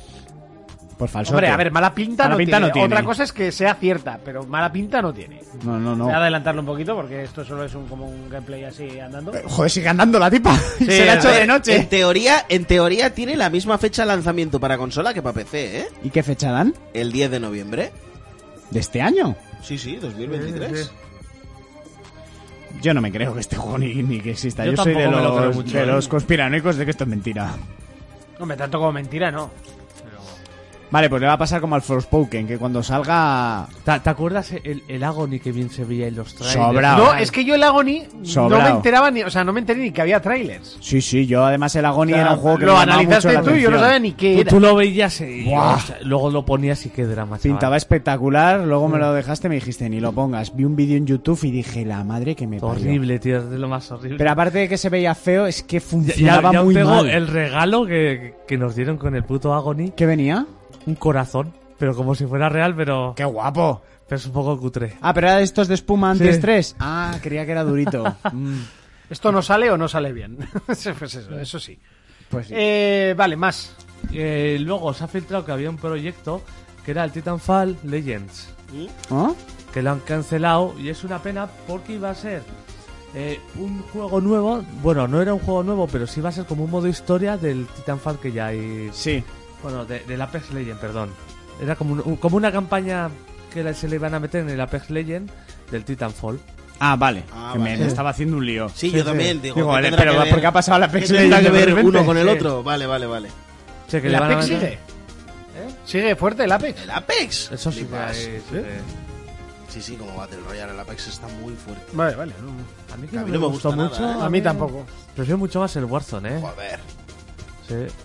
Por falso.
Hombre, a ver, mala pinta,
Mala
no,
pinta
tiene.
no tiene.
Otra cosa es que sea cierta, pero mala pinta no tiene.
No, no, no.
Voy a adelantarlo un poquito porque esto solo es un, como un gameplay así andando.
Joder, sigue andando la tipa. *laughs* Se la ha
a
hecho
A ver, este-
de noche.
En teoría, en teoría tiene la misma fecha de lanzamiento para consola que para PC, ¿eh?
¿Y qué fecha dan?
El 10 de noviembre.
¿De este año?
Sí, sí, 2023.
Sí, sí.
Yo no me creo que este juego ni, ni que exista. Yo,
Yo
soy de
tampoco me lo creo
los,
mucho,
de
¿eh?
los conspiranoicos de que esto es mentira.
Hombre, tanto como mentira, no.
Vale, pues le va a pasar como al Forspoken, que cuando salga...
¿Te, te acuerdas el, el Agony que bien se veía en los trailers?
Sobrao.
No, es que yo el Agony no
Ah, Sobrao.
me enteraba ni, o sea, no me enteré ni que había trailers.
Sí, sí, yo además el Agony
O sea,
era un juego que
lo
me llamaba
analizaste
mucho la
tú y yo no
atención.
sabía ni qué
Tú,
era.
tú lo veías y
Buah.
hostia, luego lo ponías y qué drama. chaval.
Pintaba espectacular, luego me lo dejaste y me dijiste, ni lo pongas. Vi un vídeo en YouTube y dije, la madre que me parió.
Horrible, tío, es de lo más horrible.
Pero aparte de que se veía feo, es que
Ya- ya,
funcionaba
ya
muy
os pego
mal.
el regalo que, que nos dieron con el puto Agony,
¿Qué venía?
un corazón, pero como si fuera real, pero,
¡Qué guapo!
pero es un poco cutre.
Ah, pero era de estos de espuma
Sí.
antiestrés. Ah, creía que era durito. *laughs* Mm,
Esto no sale o no sale bien. *laughs* Eso, pues eso, eso sí.
pues sí.
Eh, vale, más.
Eh, luego se ha filtrado que había un proyecto que era el Titanfall Legends,
¿Oh?
que lo han cancelado y es una pena porque iba a ser eh, un juego nuevo, bueno, no era un juego nuevo, pero sí iba a ser como un modo historia del Titanfall que ya hay...
Sí.
Bueno, de, del Apex Legend, perdón. Era como, un- como una campaña que la- se le iban a meter en el Apex Legend del Titanfall.
Ah, vale.
Ah,
Que me,
vale.
me estaba haciendo un lío.
Sí, yo también. Digo,
Digo,
¿qué
vale,
tendrá
pero
que ver-
¿por qué ha pasado la
¿Qué
Apex
tendrá
Legends
que
de
ver
repente?
uno con el
Sí.
otro? Vale, vale, vale.
O sea, que
¿El
le van a
Apex
meter-
sigue? ¿Eh? ¿Sigue fuerte el Apex?
¿El Apex?
Eso sí que
Flipas.
hay- sí que-
Sí, sí, como Battle Royale, el Apex está muy fuerte.
Vale, vale. no.
A mí, que
Que a
no
mí
me,
no me
gustó
gusta
mucho.
nada, ¿eh?
A mí tampoco.
Prefiero mucho más el Warzone, ¿eh?
Joder.
Sí.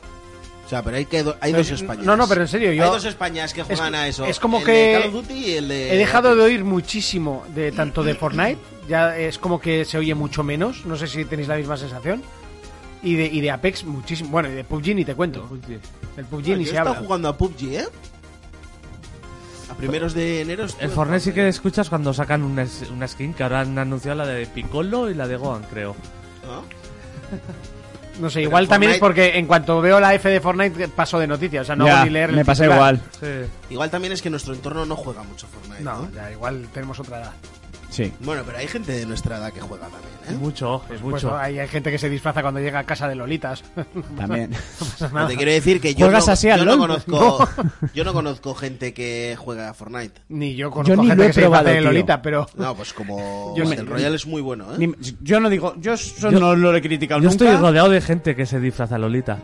O sea, pero hay, que do- hay dos Españas.
No, no, pero en serio, yo-
Hay dos Españas que juegan
Es-
a eso.
es como
el
que
De Call of Duty y el de.
He dejado de oír muchísimo de tanto de Fortnite, ya es como que se oye mucho menos, no sé si tenéis la misma sensación. Y de, y de Apex muchísimo, bueno, y de PUBG ni te cuento. El PUBG
Ah, yo
ni se
he estado
habla.
jugando a PUBG, ¿eh? A primeros de enero. estuve
El Fortnite sí que
jugando.
escuchas cuando sacan una, es- una skin que ahora han anunciado la de Piccolo y la de Gohan, creo.
¿Ah?
No sé, igual también es porque en cuanto veo la F de Fortnite paso de noticias, o sea, no
Ya,
hago ni leer el
me pasa
titular.
igual.
¿Eh?
Sí.
Igual también es que nuestro entorno no juega mucho Fortnite. No.
No, ya igual tenemos otra edad.
Sí.
Bueno, pero hay gente de nuestra edad que juega también, ¿eh?
Mucho,
Pues
es mucho.
no, hay, hay gente que se disfraza cuando llega a casa de Lolitas. *laughs*
También.
Pero te quiero decir que yo, no,
¿Juegas así al
yo, no
LOL?
conozco, *laughs* yo no conozco gente que juega a Fortnite.
ni yo conozco
Yo ni
gente
lo he
que se disfraza
probado,
de
tío.
Lolita, pero
No, pues como
Yo
Battle
me-
Royale es muy bueno, ¿eh?
Ni- yo no digo, yo eso no lo he criticado
Yo
nunca.
estoy rodeado de gente que se disfraza Lolita.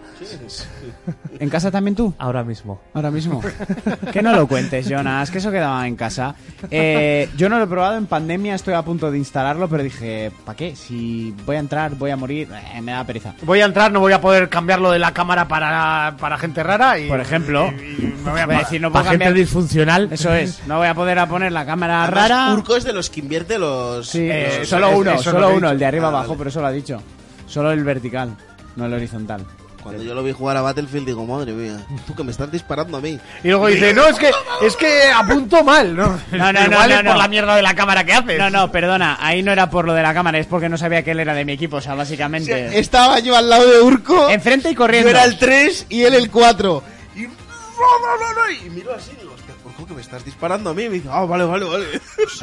¿En casa también tú?
Ahora mismo.
Ahora mismo. *laughs* que no lo cuentes, Jonas, que eso quedaba en casa. Eh, yo no lo he probado en pandemia, estoy a punto de instalarlo, pero dije, ¿para qué? Si voy a entrar, voy a morir, eh, me da pereza.
*laughs* voy a entrar, no voy a poder cambiarlo de la cámara para, para gente rara y
Por ejemplo,
y- y me voy a
*laughs* Voy a
parar.
decir, no puedo
Para gente
cambiar.
disfuncional.
*laughs* Eso
*laughs*
es, no voy a poder a poner la cámara
Además,
rara.
Urco es de los que invierte los.
Sí,
Eh,
los-
solo
eso-
uno,
eso es lo
solo
que he
uno,
dicho.
el de arriba
Ah,
abajo,
vale.
pero eso lo ha dicho. Solo el vertical, no el horizontal.
Cuando yo lo vi jugar a Battlefield, digo, madre mía, tú que me estás disparando a mí.
Y luego dice, no, es que, es que apunto mal, ¿no? *laughs*
No, no,
Igual
no,
es
no,
por
no.
la mierda de la cámara que haces.
No, no, perdona, ahí no era por lo de la cámara, es porque no sabía que él era de mi equipo, o sea, básicamente.
Estaba yo al lado de Urco.
Enfrente y corriendo.
Yo era el 3 y él el 4. Y. no, no, no, no, Y miro así y digo, hostia, Urco, que me estás disparando a mí. Y me dice, ah, vale, vale, *laughs* vale.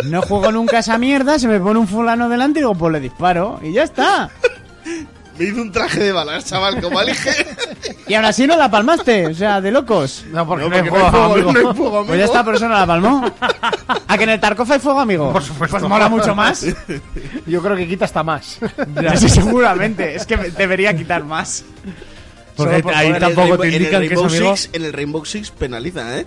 No juego nunca a esa mierda, se me pone un fulano delante y digo, pues le disparo y ya está.
Me hizo un traje de balas, chaval, como Alige.
Y ahora sí no la palmaste, o sea, de locos.
No, porque no,
No,
hay
porque no hay
juego,
fuego,
amigo.
no hay fuego,
Pues ya
amigo.
está, por eso no la palmó. ¿A que en el Tarkov hay fuego, amigo?
Por supuesto.
Pues mola mucho más.
*laughs* Yo creo que quita hasta más. *laughs*
Sí, seguramente. Es que me- debería quitar más.
Porque
Solo por
*laughs*
jugar
ahí
en el
tampoco
Rainbow-
te
en el
indican que es
Rainbow
amigo.
Six- En el Rainbow Six penaliza, ¿eh?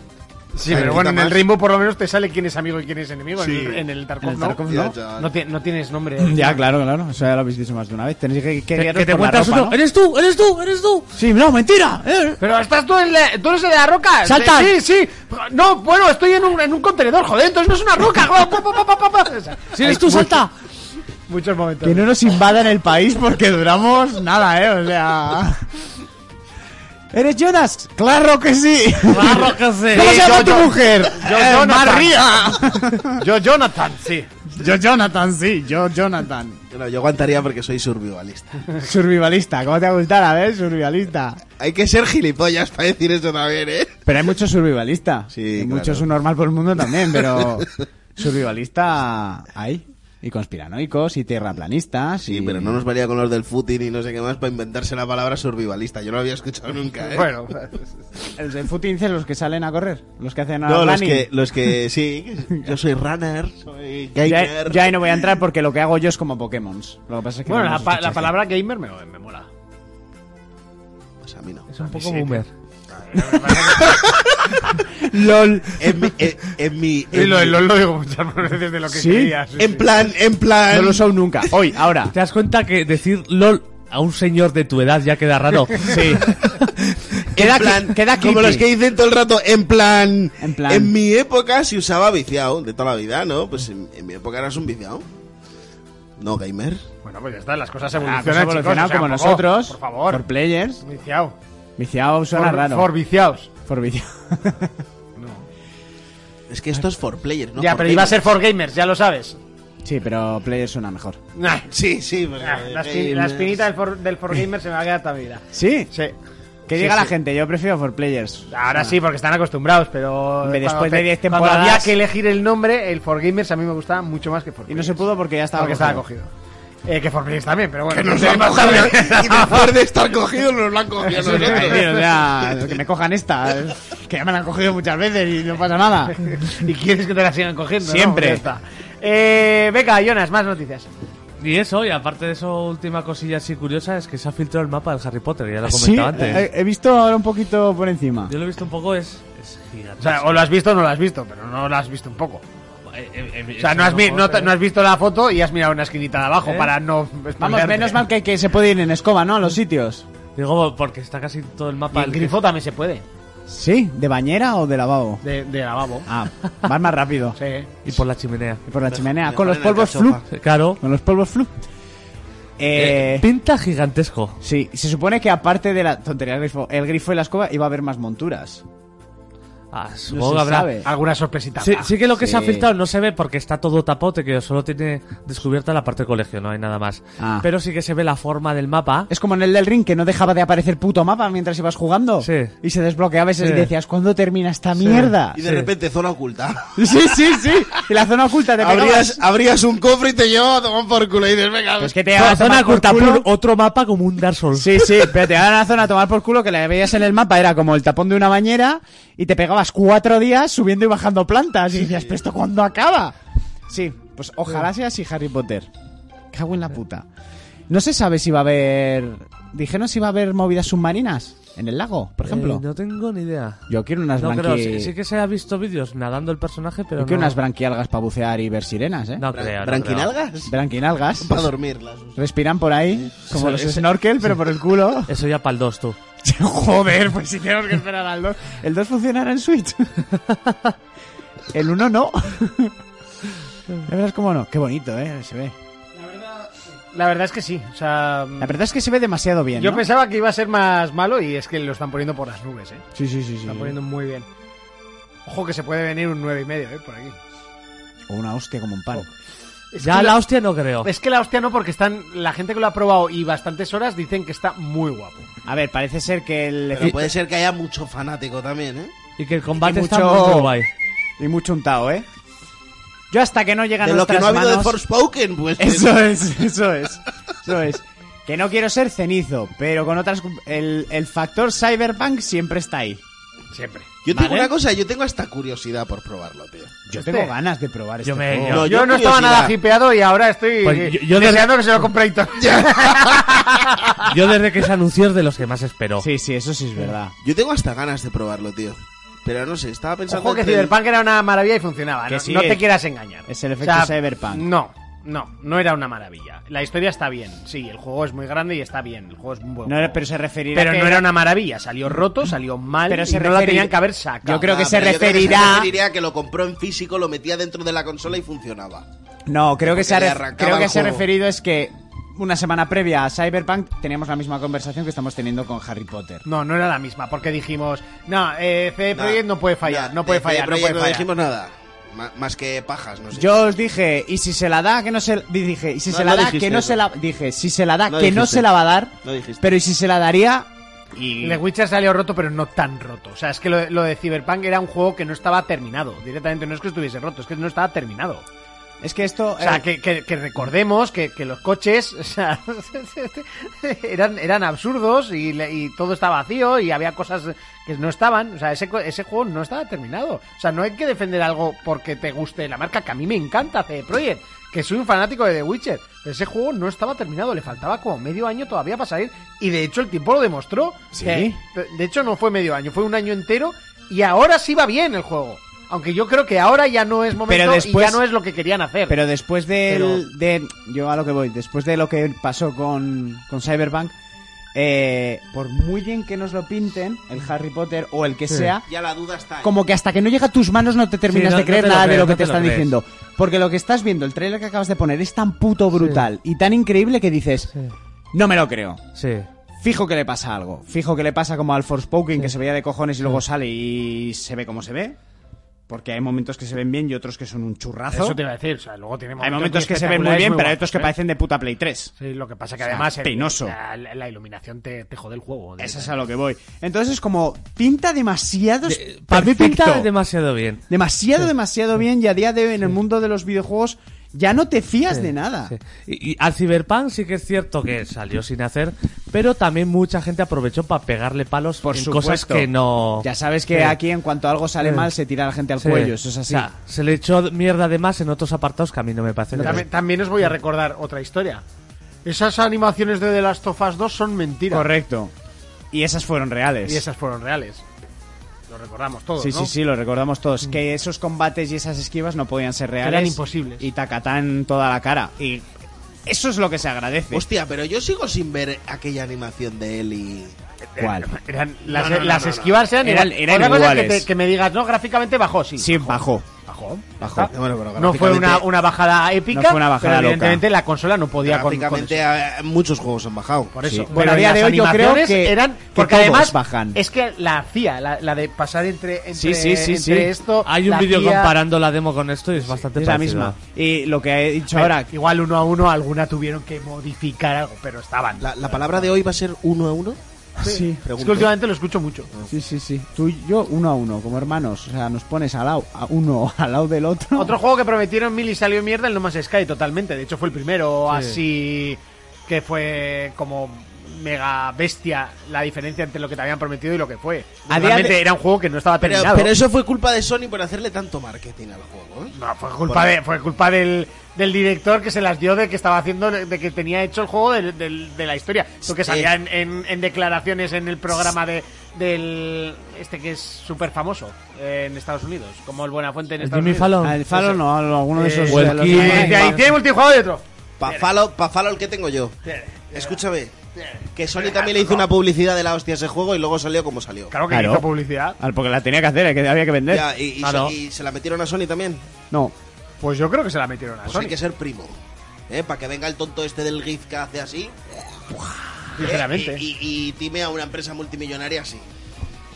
Sí,
Ahí
pero
quita
bueno, en el
más.
Rainbow por lo menos te sale quién es amigo y quién es enemigo. En
Sí.
el- En el Tarkov,
En el
no.
Tarkov
Ya,
no.
chaval.
No, te- no tienes nombre.
Ya, claro, claro. Eso ya lo habéis dicho más de una vez. Tenéis que, que
Que,
guiaros
que te
por la
encuentras
ropa,
uno.
¿no?
¡Eres tú! ¡Eres tú! ¡Eres tú!
Sí, no, mentira. eh.
Pero estás tú en la... ¿Tú eres el de la roca?
¡Salta!
Sí, sí. No, bueno, estoy en un, en un contenedor, joder, entonces no es una roca. Pa, pa, pa, pa, pa, pa. O sea,
Si eres tú, salta.
Muchos momentos.
Que no nos invadan el país porque duramos nada, ¿eh? O sea... *laughs* ¿Eres Jonas? ¡Claro que sí!
¡Claro
*laughs*
que sí!
¿Cómo se llama
yo-
tu
yo-
mujer?
yo-
Eh,
Jonathan.
María.
Yo, Jonathan, sí.
Yo Jonathan, sí, yo Jonathan.
Bueno, yo aguantaría porque soy survivalista.
Survivalista, ¿cómo te va a gustar? A ver, survivalista.
Hay que ser gilipollas para decir eso también, ¿eh?
Pero hay muchos survivalistas.
Sí,
y
claro.
muchos un normal por el mundo también, pero survivalista hay. Y conspiranoicos y tierraplanistas.
Sí,
y-
pero no nos valía con los del footing y no sé qué más para inventarse la palabra survivalista. Yo no lo había escuchado nunca, ¿eh?
Bueno,
¿Los del footing dicen los que salen a correr? ¿Los que hacen a
no, los
running.
que, los que sí. Yo soy runner, soy
Ya,
gamer.
ya ahí no voy a entrar porque lo que hago yo es como Pokémon. Lo que pasa es que
bueno
no
la,
nos
pa-
escucha
la
gente.
palabra gamer me, me mola.
Pues a mí no.
Es un
mí
poco
sí, tío.
boomer.
A LOL. En mi. En, en
*laughs*
mi-
Y
en
lo,
mi-
lo, lo digo muchas *laughs* más veces de lo que
¿Sí?
quería. sí, sí.
en plan, en plan.
No lo son nunca. Hoy, ahora.
¿Te das cuenta que decir LOL a un señor de tu edad ya
*laughs*
queda raro? Sí.
Queda,
en plan,
queda
como
creepy.
los que dicen todo el rato, en plan,
En plan.
mi época se usaba viciado, de toda la vida, ¿no? Pues en, en mi época eras un viciado. No, gamer.
Bueno, pues ya está, las cosas
Ah,
evolucionan.
pues
chicos,
evolucionado
o sea,
como
tampoco,
nosotros.
Por favor.
Por players.
Viciado.
Viciado suena
For-
raro.
for viciados.
For viciado.
Es que esto es for players, ¿no?
ya,
for
pero iba a
gamers.
ser for gamers, ya lo sabes.
sí, pero players suena mejor.
Nah.
Sí, sí. pues, eh, pero-
Ah, La, espi- la espinita del for, del
*laughs*
for gamer se me va a quedar toda mi vida.
Sí.
Sí.
Que
Sí,
diga la
sí.
gente, yo prefiero for players.
Ahora sí, porque están acostumbrados, pero
Hombre, después
cuando
de diez
cuando
temporadas-
había que elegir el nombre, el For Gamers a mí me gustaba mucho más que For
Y no se
Players.
pudo porque ya estaba
porque estaba cogido. Eh, que For Players también, pero bueno.
Que nos
Sí,
lo han
más
cogido,
tarde.
eh, Y después de estar cogido, nos lo han cogido a nosotros.
Ay, tío, o sea, que me cojan esta.
*laughs*
Que ya me la han cogido muchas veces y no pasa nada.
y quieres que te la sigan cogiendo. ¿no?
Siempre.
Ya está. Eh, venga, Jonas, más noticias.
Y eso, y aparte de eso, última cosilla así curiosa es que se ha filtrado el mapa del Harry Potter, ya
Ah,
lo he comentado antes.
Eh,
he, he visto ahora un poquito por encima.
Yo lo he visto un poco, es, es gigante.
O sea, o lo has visto o no lo has visto, pero no lo has visto un poco.
Eh,
O sea, no has, vi- no te- no has visto la foto y has mirado una esquinita de abajo
¿Eh?
para no.
Vamos,
spoilearte.
menos mal que, que se puede ir en escoba, ¿no? A los sitios.
Digo, porque está casi todo el
Y
mapa.
en
el que-
grifo también se puede,
Sí, ¿de bañera o de lavabo?
de, de lavabo.
Ah, vas más *laughs* rápido.
Sí.
y por la chimenea.
Y por la chimenea.
mejor
Con los
en la
polvos
cachofa.
flu.
Claro.
Con los polvos flu. Eh,
Eh, pinta gigantesco.
sí, se supone que aparte de la tontería del grifo, el grifo y la escoba iba a haber más monturas.
Ah,
No
supongo
se
que habrá-
sabe.
Alguna sorpresita.
Sí, sí que lo que se ha
Ah, Sí.
filtrado no se ve porque está todo tapote, que solo tiene descubierta la parte de colegio, no hay nada más.
Ah. Eh,
Pero sí que se ve la forma del mapa.
Es como en el del ring que no dejaba de aparecer puto mapa mientras ibas jugando.
Sí.
Y se desbloqueaba ese
Sí.
y decías, ¿cuándo termina esta mierda?
Y de
Sí.
repente, zona oculta.
Sí, sí, sí. Y la zona oculta *laughs* te
Abrías,
pegabas.
abrías un cofre y te llevaba a tomar por culo. Y dices, venga,
Pues *laughs* que te
Toda
llevaban a
zona
tomar por
oculta,
culo.
plur, otro mapa como un Dark Souls.
Sí, sí, pero te daban a la zona a tomar por culo que la veías en el mapa, era como el tapón de una bañera y te pegabas cuatro días subiendo y bajando plantas y decías, ¿pero esto cuándo acaba? Sí, pues ojalá sea así Harry Potter. Cago en la puta. No se sabe si va a haber... Dijeron si va a haber movidas submarinas en el lago, por ejemplo.
Eh, no tengo ni idea.
Yo quiero unas
No
branqui-
creo, sí, sí que se ha visto vídeos nadando el personaje, pero
Yo quiero
no,
unas branquialgas para bucear y ver sirenas, ¿eh?
pues
no creo. no creo.
¿Branquinalgas?
Branquinalgas.
Para dormirlas.
Respiran por ahí, como
Eso-
los
ese-
snorkel, pero por el culo.
Eso ya para el 2, tú.
*laughs* Joder, pues si tenemos que esperar al 2. ¿El 2 funcionará en Switch? *laughs* El 1 no. *laughs* La verdad es como no. Qué bonito, ¿eh? Se ve.
La verdad es que sí. O sea,
La verdad es que se ve demasiado bien,
yo
¿no?
pensaba que iba a ser más malo y es que lo están poniendo por las nubes, ¿eh?
Sí, sí, sí. sí.
Están poniendo muy bien. Ojo que se puede venir un 9 y medio, ¿eh? Por aquí.
O una hostia como un pan.
Oh.
Es
ya
que
la hostia no creo.
Pues,
Es que la hostia no, porque están la gente que lo ha probado y bastantes horas dicen que está muy guapo.
A ver, parece ser que el...
Pero puede ser que haya mucho fanático también, ¿eh?
Y que el combate
y
está
mucho-
muy guay.
Y mucho untado, ¿eh? Yo hasta que no llegan
De lo que
nuestras
no ha habido de
manos-
Forspoken, pues.
Eso es, eso es, eso es. Que no quiero ser cenizo, pero con otras... El, el factor cyberpunk siempre está ahí.
Siempre.
Yo tengo
Vale.
una cosa, yo tengo hasta curiosidad por probarlo, tío.
Yo
Este-
tengo ganas de probar este
Yo me-
juego.
yo-
Yo,
No,
no estaba
curiosidad.
nada hipeado y ahora estoy
Pues
eh,
yo- yo desde-
deseando que se lo compre Aitor.
Yo desde que se anunció es de los que más espero.
*laughs* Sí, sí, eso sí es verdad.
Yo tengo hasta ganas de probarlo, tío. Pero no sé, estaba pensando.
Ojo que
entre el-
Cyberpunk era una maravilla y funcionaba.
Que
no,
sí,
no te
es-
quieras engañar.
es el efecto Cyberpunk.
No, no, no era una maravilla. La historia está bien, sí, el juego es muy grande y está bien. El juego es un buen
No
juego.
era- pero se referirá
Pero
que
no era una maravilla, salió roto, salió mal,
Pero se
y no la
referir-
tenían que haber sacado.
Yo creo que
Ah,
se
pero yo creo
referirá-
se referiría a que lo compró en físico, lo metía dentro de la consola y funcionaba.
No, creo que
Porque
se ha,
le
ref-
arrancaba
creo que
el
se ha
juego.
referido es que una semana previa a Cyberpunk teníamos la misma conversación que estamos teniendo con Harry Potter.
No, no era la misma, porque dijimos, no, eh, CD Projekt
Nah,
no puede fallar,
nah,
no puede
de
fallar,
CD
no puede
Projekt
fallar.
dijimos nada. Ma- más que pajas, no sé.
Yo os dije, y si se la da, que no se... di- Dije, y si
No,
se
no
la da,
dijiste
que no
eso.
se la... Dije, si se la da,
No
que no
dijiste.
se la va a dar,
No dijiste.
pero y si se la daría...
Y The Witcher salió roto, pero no tan roto. O sea, es que lo, lo de Cyberpunk era un juego que no estaba terminado. Directamente no es que estuviese roto, es que no estaba terminado.
Es que esto...
O sea,
eh,
que, que- que recordemos que, que los coches o sea, *laughs* eran, eran absurdos y, le- y todo estaba vacío y había cosas que no estaban. O sea, ese, co- ese juego no estaba terminado. O sea, no hay que defender algo porque te guste la marca, que a mí me encanta CD Projekt. que soy un fanático de The Witcher. Pero ese juego no estaba terminado, le faltaba como medio año todavía para salir. Y de hecho el tiempo lo demostró.
Sí.
Que- de hecho no fue medio año, fue un año entero. Y ahora sí va bien el juego. Aunque yo creo que ahora ya no es momento
Pero después-
y ya no es lo que querían hacer.
Pero después del- de. Yo a lo que voy, después de lo que pasó con, con Cyberpunk, eh, por muy bien que nos lo pinten, el Harry Potter o el que sea,
Ya la duda está. ahí.
como que hasta que no llega a tus manos no te terminas
no-
de
no
creer
te lo
nada de
crees,
lo que
no
te
te lo
están
crees.
diciendo. Porque lo que estás viendo, el trailer que acabas de poner, es tan puto brutal y tan increíble que dices,
Sí.
no me lo creo.
Sí.
Fijo que le pasa algo. Fijo que le pasa como al Forspoken, que se veía de cojones y luego sale y se ve como se ve. Porque hay momentos que se ven bien y otros que son un churrazo.
Eso te iba a decir, o sea, luego tiene
Hay momentos que se ven muy
espectaculares,
bien, pero hay
guapos,
otros que
¿eh?
parecen de puta Play 3.
Sí, lo que pasa que
O sea,
además el-
penoso.
la, la- la iluminación te, te jode el juego.
Eso es a lo que voy. Entonces, como pinta demasiado.
Para Eh, mí
perfecto.
pinta demasiado bien.
demasiado, demasiado bien. Y a día de hoy, en el mundo de los videojuegos, ya no te fías de nada.
Sí. Y, y al Cyberpunk sí que es cierto que salió sin hacer, pero también mucha gente aprovechó para pegarle palos
Por
en
supuesto.
cosas que no.
Ya sabes que
Sí.
aquí, en cuanto algo sale
Sí.
mal, se tira la gente al
Sí.
cuello. Eso es así.
O sea, se le echó mierda de más en otros apartados que a mí no me parece.
También, también os voy a recordar otra historia. Esas animaciones de The Last of Us 2 son mentiras.
Correcto. Y esas fueron reales.
Y esas fueron reales. Lo recordamos todos,
Sí,
¿no?
sí, sí, lo recordamos todos. Que esos combates y esas esquivas no podían ser reales.
Eran imposibles.
Y tacatán toda la cara. Y eso es lo que se agradece.
Hostia, pero yo sigo sin ver aquella animación de Eli.
¿Cuál?
Eh, Eran- las
No, no, no,
las
no, no.
esquivas eran,
Eran-
igual.
eran
Otra cosa es que,
iguales.
te- que me digas, no, gráficamente bajó, sí.
Sí, bajó.
Bajó. Está.
Bajó.
Ah, Bueno, pero
No fue una,
gráficamente-
una bajada épica,
No fue una bajada
pero
loca.
evidentemente la consola no podía con- con,
Gráficamente eh, muchos juegos han bajado.
Por eso.
Sí. Bueno, a día
las
de hoy yo creo
animaciones
que-
eran
que
porque
todos
además
bajan.
es que la hacía la, la de pasar entre entre,
Sí, sí, sí,
entre
sí.
esto.
Hay un
la
vídeo
hacía-
comparando la demo con esto y es bastante
Es la
parecido.
misma. Y lo que he dicho ahora,
Ahora, igual uno a uno alguna tuvieron que modificar algo, pero estaban.
La, la palabra de hoy va a ser uno a uno.
Sí.
es que
Pregunto.
últimamente lo escucho mucho.
Sí, sí, sí. Tú y yo, uno a uno, como hermanos. O sea, nos pones al lado, a uno al lado del otro.
Otro juego que prometieron mil y salió mierda, el No Man's Sky, totalmente. De hecho, fue el primero así que fue como mega bestia la diferencia entre lo que te habían prometido y lo que fue.
A día
Realmente
de-
era un juego que no estaba
Pero,
terminado.
pero eso fue culpa de Sony por hacerle tanto marketing al juego. ¿eh?
No, fue culpa, de, fue culpa del, del director que se las dio de que estaba haciendo, de que tenía hecho el juego del- del- de, la historia. Lo que
Sí.
salía en, en- en declaraciones en el programa de, del. Este que es súper famoso eh, en Estados Unidos, como el Buenafuente en
El
Estados
Jimmy
Unidos.
Fallon.
Al Fallon o a alguno de esos.
Eh, o
el
de los-
King.
Eh, de ahí tiene multijugador y otro.
Pa' Fallout- pa' Fallout, ¿qué tengo yo? Escúchame. Que Sony también le hizo una publicidad de la hostia a ese juego y luego salió como salió.
Claro que
Claro.
hizo publicidad.
Al- porque la tenía que hacer, eh, que había que vender.
Ya, y, y
Claro.
se, y se la metieron a Sony también.
No.
Pues yo creo que se la metieron a
Pues
Sony.
hay que ser primo. ¿eh? Para que venga el tonto este del GIF que hace así.
Sinceramente.
¿eh? Y, y- y time a una empresa multimillonaria así.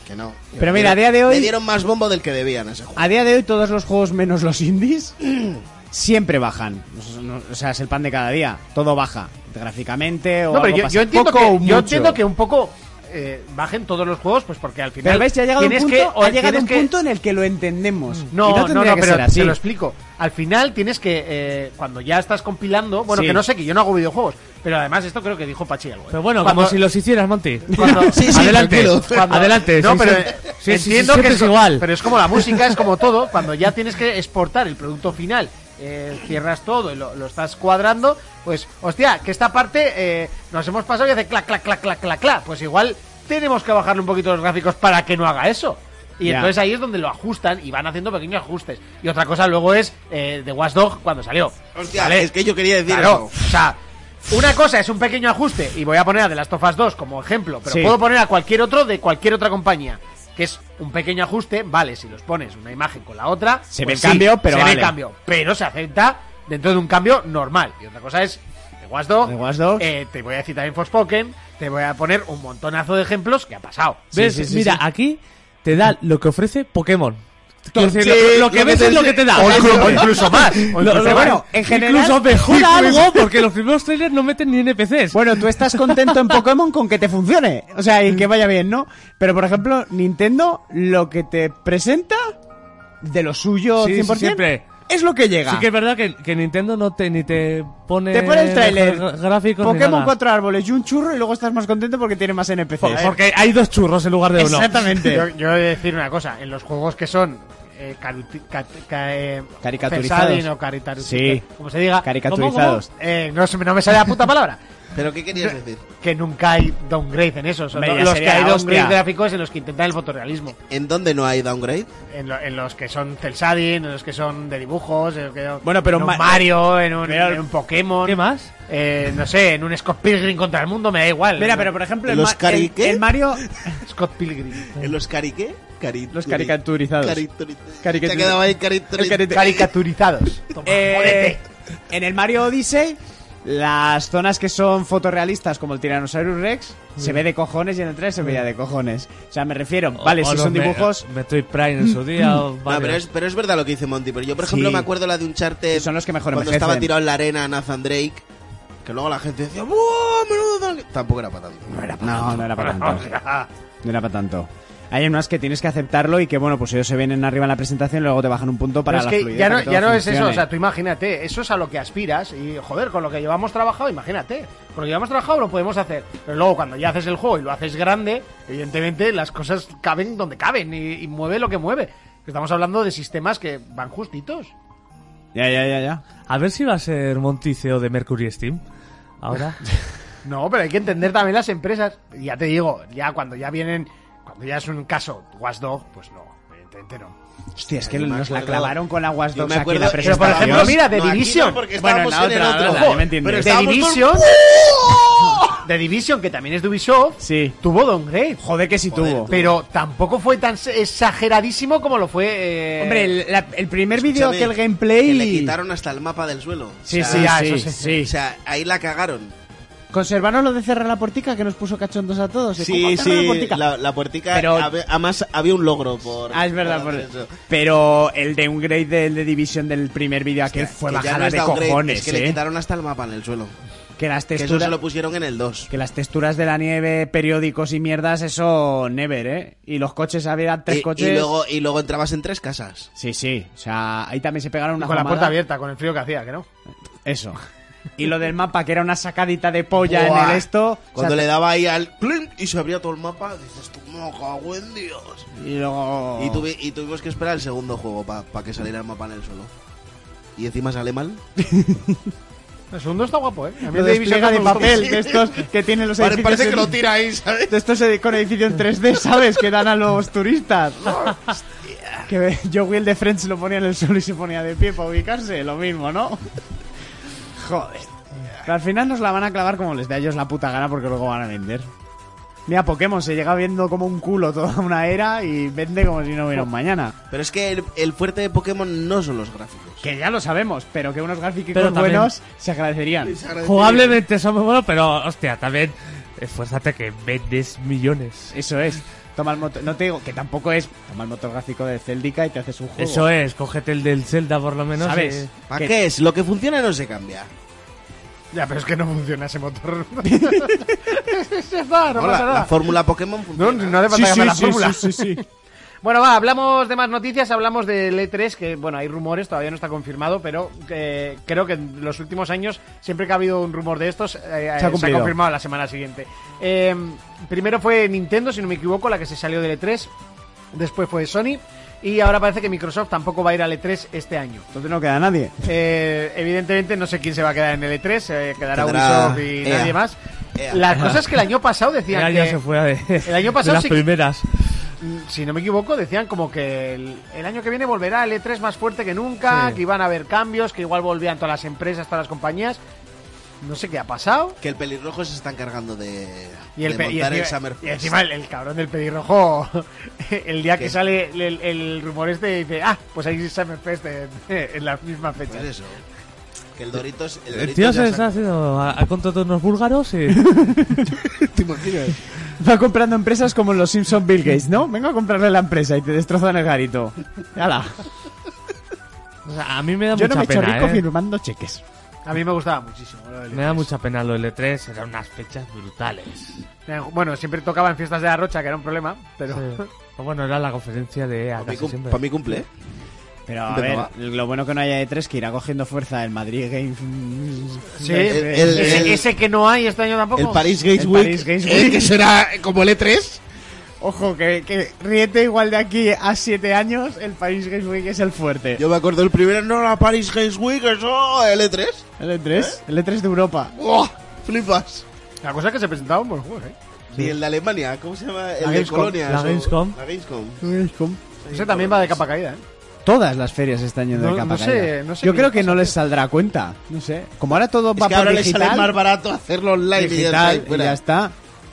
Que no.
Pero mira, a día de
Le
hoy,
dieron más bombo del que debían a ese juego.
a día de hoy todos los juegos menos los indies *clears throat* siempre bajan. No- no- O sea, es el pan de cada día. Todo baja. Gráficamente o
No, pero
algo
yo,
pasa.
yo entiendo
Poco o
que, yo
mucho.
entiendo que un poco eh, bajen todos los juegos, pues porque al final.
Pero ves, ya ha llegado un
tienes
punto,
que- o
ha llegado
tienes
un
que- Mm.
punto en el que lo entendemos. Y
No, no, no,
tendría que ser
pero
así.
te lo explico. Al final tienes que, eh, cuando ya estás compilando, bueno,
Sí.
que no sé, que yo no hago videojuegos, pero además esto creo que dijo Pachi algo. ¿eh?
Pero bueno,
Cuando-
como si los hicieras,
*laughs*
Monty.
cuando-
Sí, sí,
adelante,
tranquilo.
cuando-
adelante.
No,
sí,
pero
sí.
eh,
Sí, sí, sí,
entiendo
siempre
que
es igual.
Pero es como la música, es como todo. Cuando ya tienes que exportar el producto final, eh, cierras todo y lo, lo estás cuadrando, pues, hostia, que esta parte eh, nos hemos pasado y hace clac, clac, clac, clac, clac, clac. Pues igual tenemos que bajarle un poquito los gráficos para que no haga eso. Y
Ya.
entonces ahí es donde lo ajustan y van haciendo pequeños ajustes. Y otra cosa luego es eh, de Watchdog cuando salió.
Hostia,
¿Vale?
es que yo quería decir
Claro,
eso.
o sea, una cosa es un pequeño ajuste, y voy a poner a The Last of Us 2 como ejemplo, pero
Sí.
puedo poner a cualquier otro de cualquier otra compañía, que es un pequeño ajuste, vale, si los pones una imagen con la otra, pues
Se ve el cambio, pero
se ve
vale.
el cambio, pero se acepta dentro de un cambio normal. Y otra cosa es The Watch Dogs,
The Watch Dogs.
eh, te voy a decir también Forspoken, te voy a poner un montonazo de ejemplos que ha pasado.
¿Ves?
sí, sí,
Mira,
sí.
aquí te da lo que ofrece Pokémon. Quiero decir,
Sí,
lo, lo que
lo que
ves
te
es lo
dice-
que te da.
O
*laughs*
incluso- o incluso más, o
Lo-
incluso
lo-
más.
bueno, en general, incluso
*laughs*
mejora algo porque los primeros trailers no meten ni NPCs.
Bueno, tú estás contento en Pokémon con que te funcione. O sea, y que vaya bien, ¿no? Pero, por ejemplo, Nintendo lo que te presenta de lo suyo
Sí, sí,
100%
siempre.
es lo que llega.
Sí que es verdad que, que Nintendo no te, ni te pone...
te pone el tráiler,
gra- Gráficos ni
Pokémon
nada.
cuatro árboles y un churro y luego estás más contento porque tiene más NPCs. *laughs*
Porque hay dos churros en lugar de uno.
Exactamente.
Yo, yo he de decir una cosa, en los juegos que son eh, caruti- cat- ca- eh,
Caricaturizados.
Fersadin o caritar-
Sí.
como se diga.
Caricaturizados.
¿Cómo, cómo? Eh, no, se me- no me sale la puta palabra.
¿Pero qué querías decir?
Que nunca hay downgrade en eso. Son
Hombre, ya
los que
sería
hay
la
downgrade
hostia.
gráficos en los que intentan el fotorrealismo.
¿En dónde no hay downgrade?
En, lo- en los que son Celsadin, en los que son de dibujos, en los que
Bueno, pero
en un
ma-
Mario, en un,
pero-
en un Pokémon.
¿Qué más?
Eh, no sé, en un Scott Pilgrim contra el mundo, me da igual.
Mira, pero por ejemplo, el,
¿Los
Ma- el-
cari- qué? *laughs*
el Mario.
Scott Pilgrim.
¿En los cari qué? Carituri-
Los caricaturizados.
Carituri-
Caricaturi-
Te ha quedado ahí carituri-
El cari-
*laughs*
Caricaturizados. Toma, jódete.
Eh, en el Mario Odyssey, las zonas que son fotorrealistas, como el Tyrannosaurus Rex, se ve de cojones y en el 3 se veía de cojones. O sea, me refiero, vale,
O- o
si
los
son
me-
dibujos,
Metroid Prime
*laughs*
en su día. o
No,
varios.
pero es, pero es verdad lo que dice Monty. Pero yo, por ejemplo,
Sí.
me acuerdo la de un charter
Y son los que mejor
Eh, cuando
envejecen.
estaba tirado en la arena Nathan Drake. Que luego la gente decía, ¡buah! Menudo downgrade". Tampoco era para tanto.
No era para tanto. No, *laughs* era para tanto. No era para tanto. Hay unas que tienes que aceptarlo y que, bueno, pues ellos se vienen arriba en la presentación y luego te bajan un punto
Pero
para
es
la
que
fluidez,
ya
para
no,
que
ya
todo
no es eso,
funcione.
o sea, tú imagínate, eso es a lo que aspiras y joder, con lo que llevamos trabajado, imagínate, con lo que llevamos trabajado lo podemos hacer, pero luego cuando ya haces el juego y lo haces grande, evidentemente las cosas caben donde caben y, y mueve lo que mueve. Estamos hablando de sistemas que van justitos.
Ya, ya, ya, ya.
A ver si va a ser Monticeo de Mercury Steam.
*laughs*
Ahora.
No, pero hay que entender también las empresas. Y Ya te digo, ya cuando ya vienen, cuando ya es un caso Watchdog, pues no, evidentemente no.
Hostia, es que
Yo me
nos la
acuerdo-
clavaron con aguas
Yo
dos
me
aquí en
acuerdo.
Pero,
la
por
presentación.
ejemplo, mira, The
No, aquí no,
Division.
porque
Bueno, en
estábamos
la
en el
otra,
otro.
la-
Ojo,
ya me entiendes.
pero
The
estábamos con-
Division.
¡Oh!
*laughs* The Division, que también es de Ubisoft,
Sí.
tuvo downgrade.
Joder, eh, que sí
Joder,
tuvo.
tú.
Pero tampoco fue tan exageradísimo como lo fue. eh,
Hombre, el, la- el primer vídeo
Escúchame,
que el gameplay...
que le quitaron hasta el mapa del suelo.
Sí,
O sea,
sí,
ya,
sí,
eso
sí.
O sea, ahí la cagaron.
Conservaron lo de cerrar la portica que nos puso cachondos a todos. ¿eh?
Sí,
¿Cómo cerrar
sí,
la portica?
la, la puertica.
Pero-
hab- Además, había un logro por.
Ah, es verdad.
por
por-
hacer eso.
Pero el downgrade del de Division del primer vídeo aquel fue
Que ya
bajada
no es
de
downgrade,
cojones,
Es que
¿eh?
le quitaron hasta el mapa en el suelo.
Que las
Que eso
texturas...
se lo pusieron en el 2.
Que las texturas de la nieve, periódicos y mierdas, eso never, ¿eh? Y los coches, había tres
Y,
coches.
y luego, y luego entrabas en tres casas.
Sí, sí. O sea, ahí también se pegaron una
con la
fumada.
puerta abierta, con el frío que hacía, que no.
Eso. Y lo del mapa, que era una sacadita de polla
Buah.
en el esto.
Cuando
O sea,
le daba ahí al clin y se abría todo el mapa, dices tú, no cago en Dios.
Y luego.
Y, tuvi- y tuvimos que esperar el segundo juego para que saliera el mapa en el suelo. Y encima sale mal.
El segundo está guapo, ¿eh? A mí
Lo
The
de
Division
despliega
me
de
gustó
papel,
mucho.
de estos que tienen los
Pare-
edificios.
parece que
en-
lo tira ahí, ¿sabes?
De estos edi- con edificios en 3D, ¿sabes? Que dan a los turistas. que ve- yo Will de Friends lo ponía en el suelo y se ponía de pie para ubicarse. Lo mismo, ¿no? Joder. Pero al final nos la van a clavar como les dé a ellos la puta gana porque luego van a vender. Mira, Pokémon se llega viendo como un culo toda una era y vende como si no hubiera un mañana.
Pero es que el, el fuerte de Pokémon no son los gráficos.
Que ya lo sabemos, pero que unos gráficos
Pero también-
buenos se agradecerían.
Jugablemente son muy buenos, pero hostia, también esfuérzate que vendes millones.
Eso es. Toma el motor. No te digo que tampoco es. Toma el motor gráfico de Celdica y te haces un juego.
Eso es, cógete el del Zelda por lo menos. eh,
¿Sabes?
y-
¿Para qué es? Lo que funciona no se cambia.
*laughs* Ya, pero es que no funciona ese *laughs* motor. Ya está, no
No,
pasa
la, la
nada.
fórmula Pokémon
No,
funciona.
no hace falta que me la fórmula. Bueno, va, hablamos de más noticias, hablamos del E3, que bueno, hay rumores, todavía no está confirmado, pero eh, creo que en los últimos años, siempre que ha habido un rumor de estos, eh, eh, se, ha
cumplido.
confirmado la semana siguiente. Eh, primero fue Nintendo, si no me equivoco, la que se salió del E3, después fue Sony, y ahora parece que Microsoft tampoco va a ir al E3 este año.
Entonces no queda nadie.
Eh, evidentemente no sé quién se va a quedar en el E3, eh, quedará
Tendrá-
Ubisoft y
Ea.
nadie más.
Ea.
La cosa es que el año pasado
El
decían
año
que,
se fue
*laughs*
*laughs* de,
el año pasado
de las
sí-
primeras.
si no me equivoco, decían como que el, el año que viene volverá el E3 más fuerte que nunca,
Sí.
que iban a haber cambios, que igual volvían todas las empresas, todas las compañías. No sé qué ha pasado.
Que el pelirrojo se está encargando de,
Y, el
de
pe- y
montar el
encima,
Summerfest.
y encima el, el cabrón del pelirrojo, *laughs* el día que
¿Qué?
sale el, el- el rumor este, dice, ah, pues ahí Summerfest en, *laughs* en las mismas fechas.
Pues eso. Que el Doritos... El,
El
Doritos
tío
ya
se
se-
está haciendo. Ha ha contratado unos
*laughs*
búlgaros y.
Va comprando empresas como los Simpson Bill Gates, ¿no? Vengo a comprarle la empresa y te destrozan el garito. Yala.
O sea, a mí me da
Yo no
mucha
me he hecho
pena.
rico
¿eh?
firmando cheques.
A mí me gustaba muchísimo. lo del
Me da
E3.
mucha pena lo L3, eran unas fechas brutales.
Bueno, siempre tocaba en fiestas de la Rocha, que era un problema, pero...
Sí. Pero *laughs* Bueno, era la conferencia de EA
Para mi,
casi
cum-
siempre.
pa' mi cumple, ¿eh?
Pero a
De
ver,
nada.
lo bueno que no haya de tres que irá cogiendo fuerza el Madrid Game.
*laughs* Sí, eh,
El- el-
ese,
el-
ese que no hay este año tampoco.
El Paris Games
El
Week,
Paris Games
eh,
Week.
que será como el E3.
Ojo, que, que riete igual de aquí a 7 años, el Paris Games Week es el fuerte.
Yo me acuerdo el primero, no, la Paris Games Week, eso, L3.
El E3,
¿Eh?
el E3 de Europa.
¡Buah! Flipas.
La cosa es que se presentaba un buen juego, ¿eh?
Y el de Alemania, ¿cómo se llama? El
La
de
Gamescom.
Colonia.
La
eso.
Gamescom.
La Gamescom.
Ese también va de capa caída, ¿eh?
Todas las ferias están yendo
No-
de capa
no sé-
caída.
no sé
Yo
qué
creo
les
que
pasa
no
a
les saldrá cuenta. No sé. Como ahora todo
Es
va
que
por
ahora le
digital,
sale más barato hacerlo online y ya
digital,
está. fuera.
y ya está.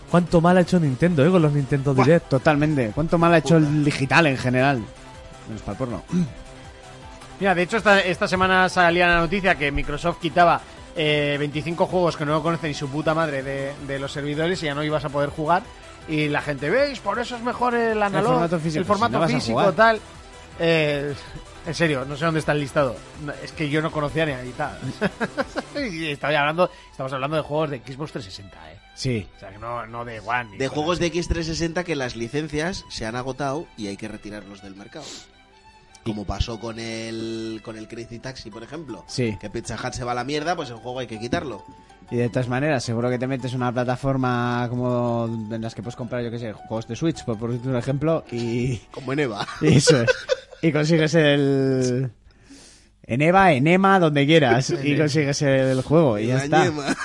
Cuánto mal ha hecho Nintendo, ¿eh? Con los Nintendo
Buah,
Direct.
totalmente. ¿Cuánto mal ha hecho el digital en general? Menos para el porno.
Mira, de hecho, esta, esta semana salía la noticia que Microsoft quitaba eh, 25 juegos que no conocen ni su puta madre de, de los servidores y ya no ibas a poder jugar. Y la gente, ¿veis? Por eso es mejor el analógico.
formato físico,
El
si no
formato
vas a
físico,
jugar.
tal. Eh, en serio, no sé dónde está el listado. No, Es que yo no conocía ni a tal. *laughs* y estaba hablando, estamos hablando de juegos de Xbox 360, ¿eh?
Sí.
O sea, que no, no de One. ni
De
cosas
juegos
así.
de X360 que las licencias se han agotado y hay que retirarlos del mercado. Como pasó con el, con el Crazy Taxi, por ejemplo.
Sí.
Que Pizza Hut se va a la mierda, pues el juego hay que quitarlo.
Y de todas maneras, seguro que te metes en una plataforma como en las que puedes comprar, yo qué sé, juegos de Switch, por por un ejemplo, y,
Como en Eva.
y eso es. Y consigues el. En EVA, en EMA, donde quieras. Y consigues el juego, y ya
La
está.
ñema.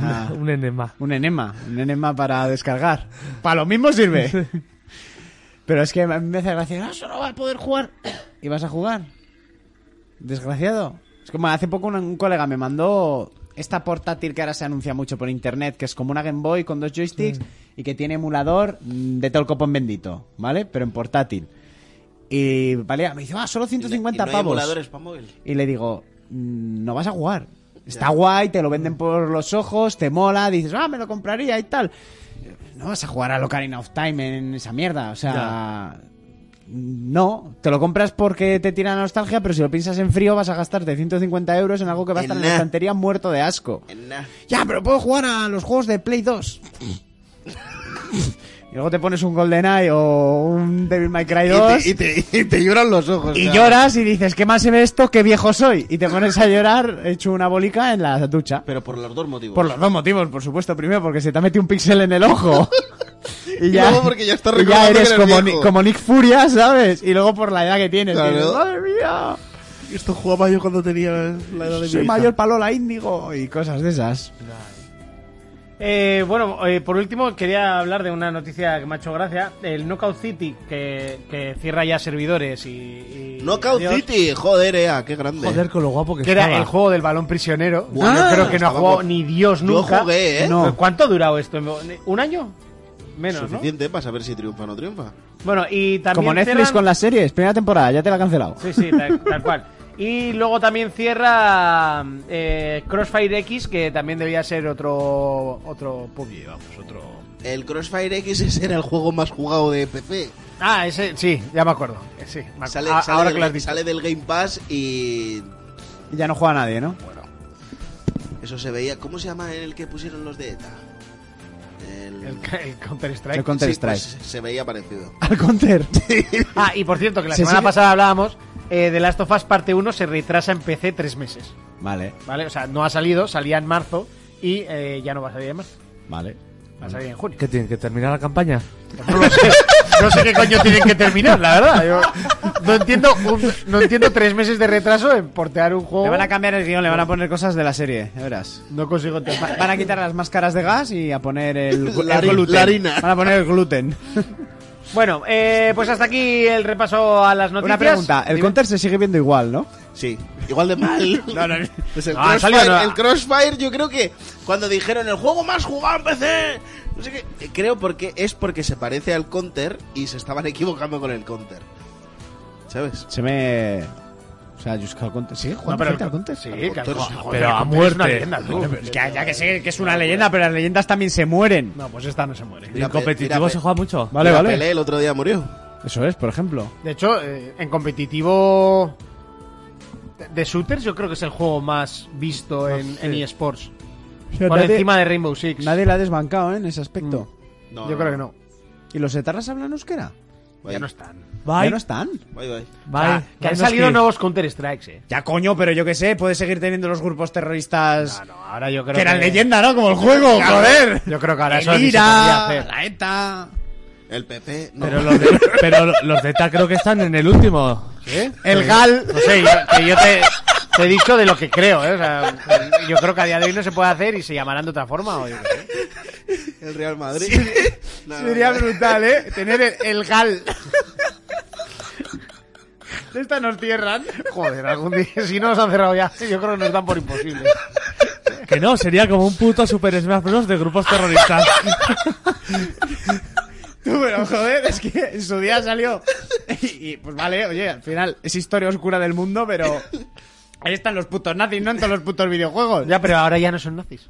Ah.
*laughs* Un enema.
Un enema, un enema para descargar. Para lo mismo
*laughs*
sirve. Pero es que a mí me hace gracia, "Ah, solo vas a poder jugar. ¿Y vas a jugar? Desgraciado. Es como hace poco un, un colega me mandó esta portátil que ahora se anuncia mucho por internet, que es como una Game Boy con dos joysticks y que tiene emulador mm, de todo el copón bendito, ¿vale? Pero en portátil. Y vale, me dice, ah, solo
Y
150
no hay
pavos.
emuladores pa' móvil.
Y le digo, "Mm, no vas a jugar. Está guay, te lo venden por los ojos, te mola, dices, ah, me lo compraría y tal. No vas a jugar a Locarina of Time en esa mierda, o sea... No, te lo compras porque te tira nostalgia, pero si lo piensas en frío vas a gastarte 150 euros en algo que va
En
a estar en la
nada.
estantería muerto de asco.
En na-
Ya, pero puedo jugar a los juegos de Play
*laughs*
2. y luego te pones un GoldenEye o un Devil May Cry 2
Y, te, y te- y te lloran los ojos.
y
o sea.
lloras y dices, ¿qué más se ve esto? ¿Qué viejo soy? Y te pones a llorar hecho una bolica en la ducha.
Pero pues por los dos motivos.
Por los dos motivos, por supuesto. Primero, porque se te ha metido un píxel en el
*laughs*
ojo. Y
luego porque ya estás
y
recordando
eres
que eres
como,
viejo.
Ni- como Nick Furia, ¿sabes? Y luego por la edad que tienes.
Claro.
Y dices, ¡Madre mía!
Esto jugaba yo cuando tenía la edad
Soy mayor palola índigo y cosas de esas.
Eh, bueno, eh, por último quería hablar de una noticia que me ha hecho gracia. El Knockout City, que, que cierra ya servidores y... y-
Knockout
adiós.
City, joder, Ea, qué grande.
Joder, con lo guapo que,
Que era
estaba.
el juego del balón prisionero.
Buah,
Yo creo que no
estaba
ha jugado
guapo.
ni Dios
Yo
nunca.
jugué, ¿eh?
No.
¿Cuánto ha durado esto? ¿Un año? Menos, ¿no?
Suficiente para saber si triunfa o no triunfa.
Bueno, y también
como Netflix
cierran-
con las series. Primera temporada, ya te la ha cancelado.
Sí, sí, tal, tal cual. Y luego también cierra eh, Crossfire X, que también debía ser otro otro PUBG, vamos, otro...
El Crossfire X ese era el juego más jugado de PC.
Ah, ese, sí, ya me acuerdo. Eh, Sí, me acu-
Sale,
a-
sale
ahora que
del,
lo has dicho.
sale del Game Pass y
Y ya no juega nadie, ¿no?
eso se veía. ¿Cómo se llama el que pusieron los de ETA? El,
El, Counter
El
Strike.
Counter
Sí, pues,
*laughs* Strike.
se veía
*laughs*
parecido.
*laughs*
Al Counter.
Ah, y por cierto, que la
Se
semana
sigue-
pasada hablábamos eh, de Last of Us parte 1 se retrasa en PC tres meses.
vale,
¿Vale? O sea, no ha salido, salía en marzo y eh, ya no va a salir en marzo.
vale.
Va a salir en junio.
¿Qué tiene? ¿Que terminar la campaña?
No lo sé. No sé qué coño tienen que terminar, la verdad. Yo no entiendo, un- no entiendo tres meses de retraso en portear un
Le
juego.
van a cambiar el guión, le van a poner cosas de la serie, ya verás.
No consigo entender.
Va- Van a quitar las máscaras de gas y a
*laughs*
poner el, el
La hari-
gluten.
la harina.
Van a poner el gluten.
Bueno, eh, pues hasta aquí el repaso a las noticias.
Una pregunta, el
Dime.
counter se sigue viendo igual, ¿no?
Sí, igual de
*laughs*
mal. *laughs* Pues el,
No,
Ah,
ha
crossfire,
salido, no.
el Crossfire, yo creo que cuando dijeron el juego más jugado en PC, no sé qué, eh, creo porque es porque se parece al Counter y se estaban *laughs* equivocando con el Counter. ¿Sabes?
Se me... O sea, yo es que al counter... ¿Sigue jugando
No, pero
gente
el-
al counter?
Sí, que al-
Pero
joder,
a
el Counter es una
muerte.
leyenda, tú.
Es que ya que sé que es una leyenda, pero las leyendas también se mueren.
No, pues esta no se muere.
Mira,
¿En competitivo
mira,
se juega mucho?
Vale,
Mira,
vale.
Pelé el otro día murió.
Eso es, por ejemplo.
De hecho, eh, en competitivo de shooters, yo creo que es el juego más visto en, en eSports. Por
nadie,
encima de Rainbow Six.
nadie la ha desbancado, ¿eh? En ese aspecto.
No,
yo creo que no.
¿Y los etarras hablan euskera?
Bye,
Ya no están.
Ya
Bye,
no están.
bye, bye.
O
bye.
sea, que han salido nuevos Counter Strikes, eh.
Ya coño, pero yo qué sé, puedes seguir teniendo los grupos terroristas...
No, no, ahora yo creo
que eran leyenda, ¿no? Como el juego, joder.
Yo creo que ahora
El
eso ni se
IRA,
podría hacer.
la ETA.
El PP no.
Pero los de, pero los de TAC creo que están en el último. Eh,
¿Qué?
El GAL.
No sé, yo, que yo te, te he dicho de lo que creo, ¿eh? O sea, yo creo que a día de hoy no se puede hacer y se llamarán de otra forma. o yo qué sé.
*laughs* El Real Madrid. No, no,
Sería
no.
brutal, ¿eh? Tener el, el GAL. De esta nos cierran.
Joder, algún día, si no nos han cerrado ya, yo creo que nos dan por imposible.
Que no, sería como un puto Super Smash Bros. de grupos terroristas.
Tú, *laughs* pero joder, es que en su día salió. Y, y, pues vale, oye, al final es historia oscura del mundo, pero. Ahí están los putos nazis, no en todos los putos videojuegos.
Ya, pero ahora ya no son nazis.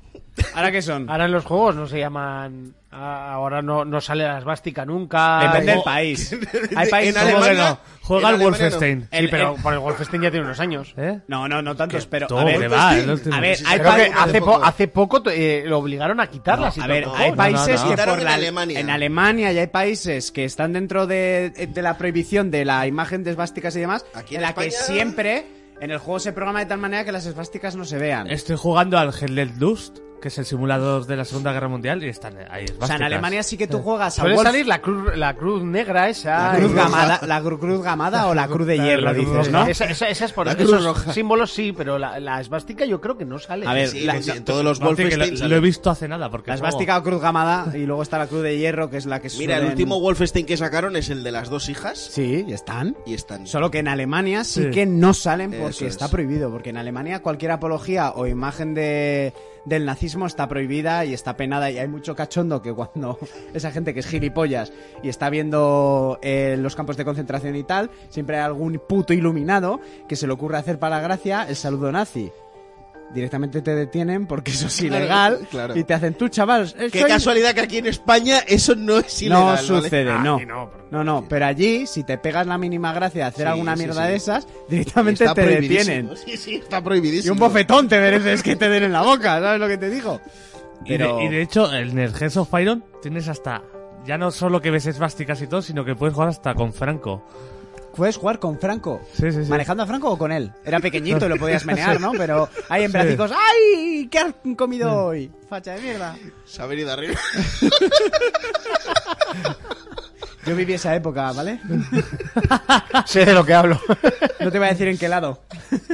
¿Ahora qué son?
Ahora en los juegos no se llaman. ah, Ahora no, no sale la esvástica nunca.
Depende del
O-
*laughs*
país. Hay
En
países
Juega
Alemania-
que no. Juega
en
al
Alemania no.
Wolfenstein.
Sí, pero por el Wolfenstein ya tiene unos años.
¿Eh?
No, no, no tantos, pero.
Todo
a ver,
que va, el último.
a ver,
Sí, sí,
hay
Creo que
países.
pa-
hace,
hace
po-
poco.
hace poco eh, lo obligaron a quitarla. si
A ver,
tampoco.
hay
no,
países
no,
no.
que por
Quitaron en
la-
Alemania.
En Alemania y hay países que están dentro de, de la prohibición de la imagen de esvásticas y demás,
Aquí
en,
en
la que
España-
siempre en el juego se programa de tal manera que las esvásticas no se vean.
Estoy jugando al Helled Lust, que es el simulador de la Segunda Guerra Mundial, y están ahí.
o sea, en Alemania sí que tú juegas a
Suele
Wolf-
salir la cruz, la cruz negra esa.
la cruz
y-
gamada, la cru- cruz gamada o la cruz de hierro,
La cruz
dices,
roja.
¿no?
Esa, esa- esa es por
La cruz
esos
roja.
símbolos sí, pero la, la esvástica yo creo que no sale.
A ver,
Sí,
la-
pues sí, en todos los Wolfenstein.
lo,
sale.
he visto hace nada, porque
La
juego.
esvástica o cruz gamada y luego está la cruz de hierro que es la que
Mira, el
suelen-
último Wolfenstein que sacaron es el de las dos hijas
Sí, ya están.
y están.
Solo que en Alemania sí,
Sí.
que no salen porque
Eso es.
está prohibido. Porque en Alemania cualquier apología o imagen de, del nazismo está prohibida y está penada. Y hay mucho cachondo que cuando *laughs* esa gente que es gilipollas y está viendo eh, los campos de concentración y tal, siempre hay algún puto iluminado que se le ocurre hacer para la gracia el saludo nazi. Directamente te detienen porque eso es ilegal
claro.
y te hacen tú, chaval. eh,
Qué
soy-".
casualidad que aquí en España eso no es
no
ilegal. ¿vale?
sucede,
Ah,
no.
aquí no, pero-
No, no, pero allí, si te pegas la mínima gracia de hacer
Sí,
alguna
sí,
mierda
sí.
de esas, directamente
Está
te
prohibidísimo.
detienen.
Sí, sí, está prohibidísimo.
Y un bofetón te mereces que te den en la boca, ¿sabes lo que te digo?
Y, de- y de, hecho, en el Hearts of Iron tienes hasta. Ya no solo que ves esvásticas y todo, sino que puedes jugar hasta con Franco.
puedes jugar con Franco.
Sí, sí, sí.
¿Manejando a Franco o con él? Era pequeñito y lo podías menear, ¿no? Pero ahí en
Sí.
bracicos, ¡ay! ¿Qué has comido hoy? Facha de mierda.
Se ha venido arriba.
Yo viví esa época, ¿vale?
Sé de lo que *laughs* hablo.
No te voy a decir en qué lado.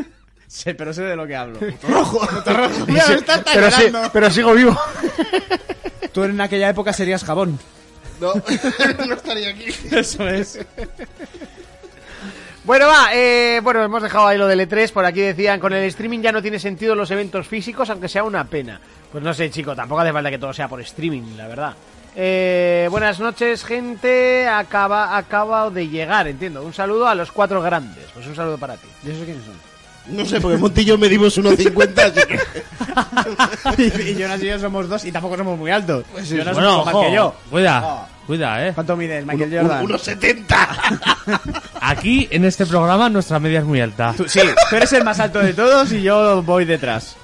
*laughs* sé, pero sé de lo que hablo. rojo! rojo! Mira, me está hasta
pero, sí-
llorando.
pero sigo vivo.
Tú en aquella época serías jabón.
No, *laughs* no estaría aquí.
Eso es.
Bueno, va, eh, bueno, hemos dejado ahí lo del E3, por aquí decían, con el streaming ya no tiene sentido los eventos físicos, aunque sea una pena. Pues no sé, chico, tampoco hace falta que todo sea por streaming, la verdad. Eh, buenas noches, gente, acaba, acaba de llegar, entiendo. Un saludo a los cuatro grandes, pues un saludo para ti.
¿Y esos quiénes son?
No sé, porque Montillo medimos 1,50, así que...
*laughs* y y Jonas y yo somos dos y tampoco somos muy altos.
Pues
Jonas es mucho más
ojo,
que yo.
Cuida, cuida, eh.
¿Cuánto mides, Michael
Un-
Jordan?
1,70.
Aquí, en este programa, nuestra media es muy alta.
*laughs* Tú- sí, tú eres el más alto de todos y yo voy detrás.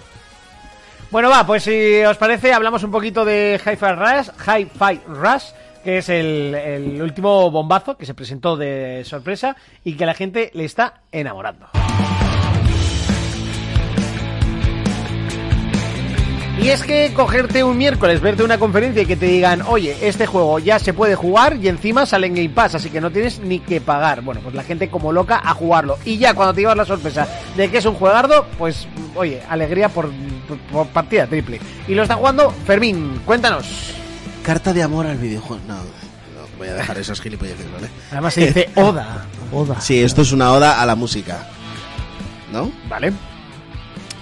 Bueno, va, pues si os parece, hablamos un poquito de Hi-Fi Rush, Hi-Fi Rush que es el, el último bombazo que se presentó de sorpresa y que la gente le está enamorando. Y es que cogerte un miércoles, verte una conferencia y que te digan, oye, este juego ya se puede jugar y encima sale en Game Pass, así que no tienes ni que pagar. Bueno, pues la gente como loca a jugarlo. Y ya cuando te llevas la sorpresa de que es un juegardo, pues, oye, alegría por, por- por partida triple. Y lo está jugando Fermín, cuéntanos.
Carta de amor al videojuego. No, no, voy a dejar esos gilipolleces, ¿vale?
Además se dice Oda. Oda.
Sí, esto es una oda a la música. ¿No?
Vale.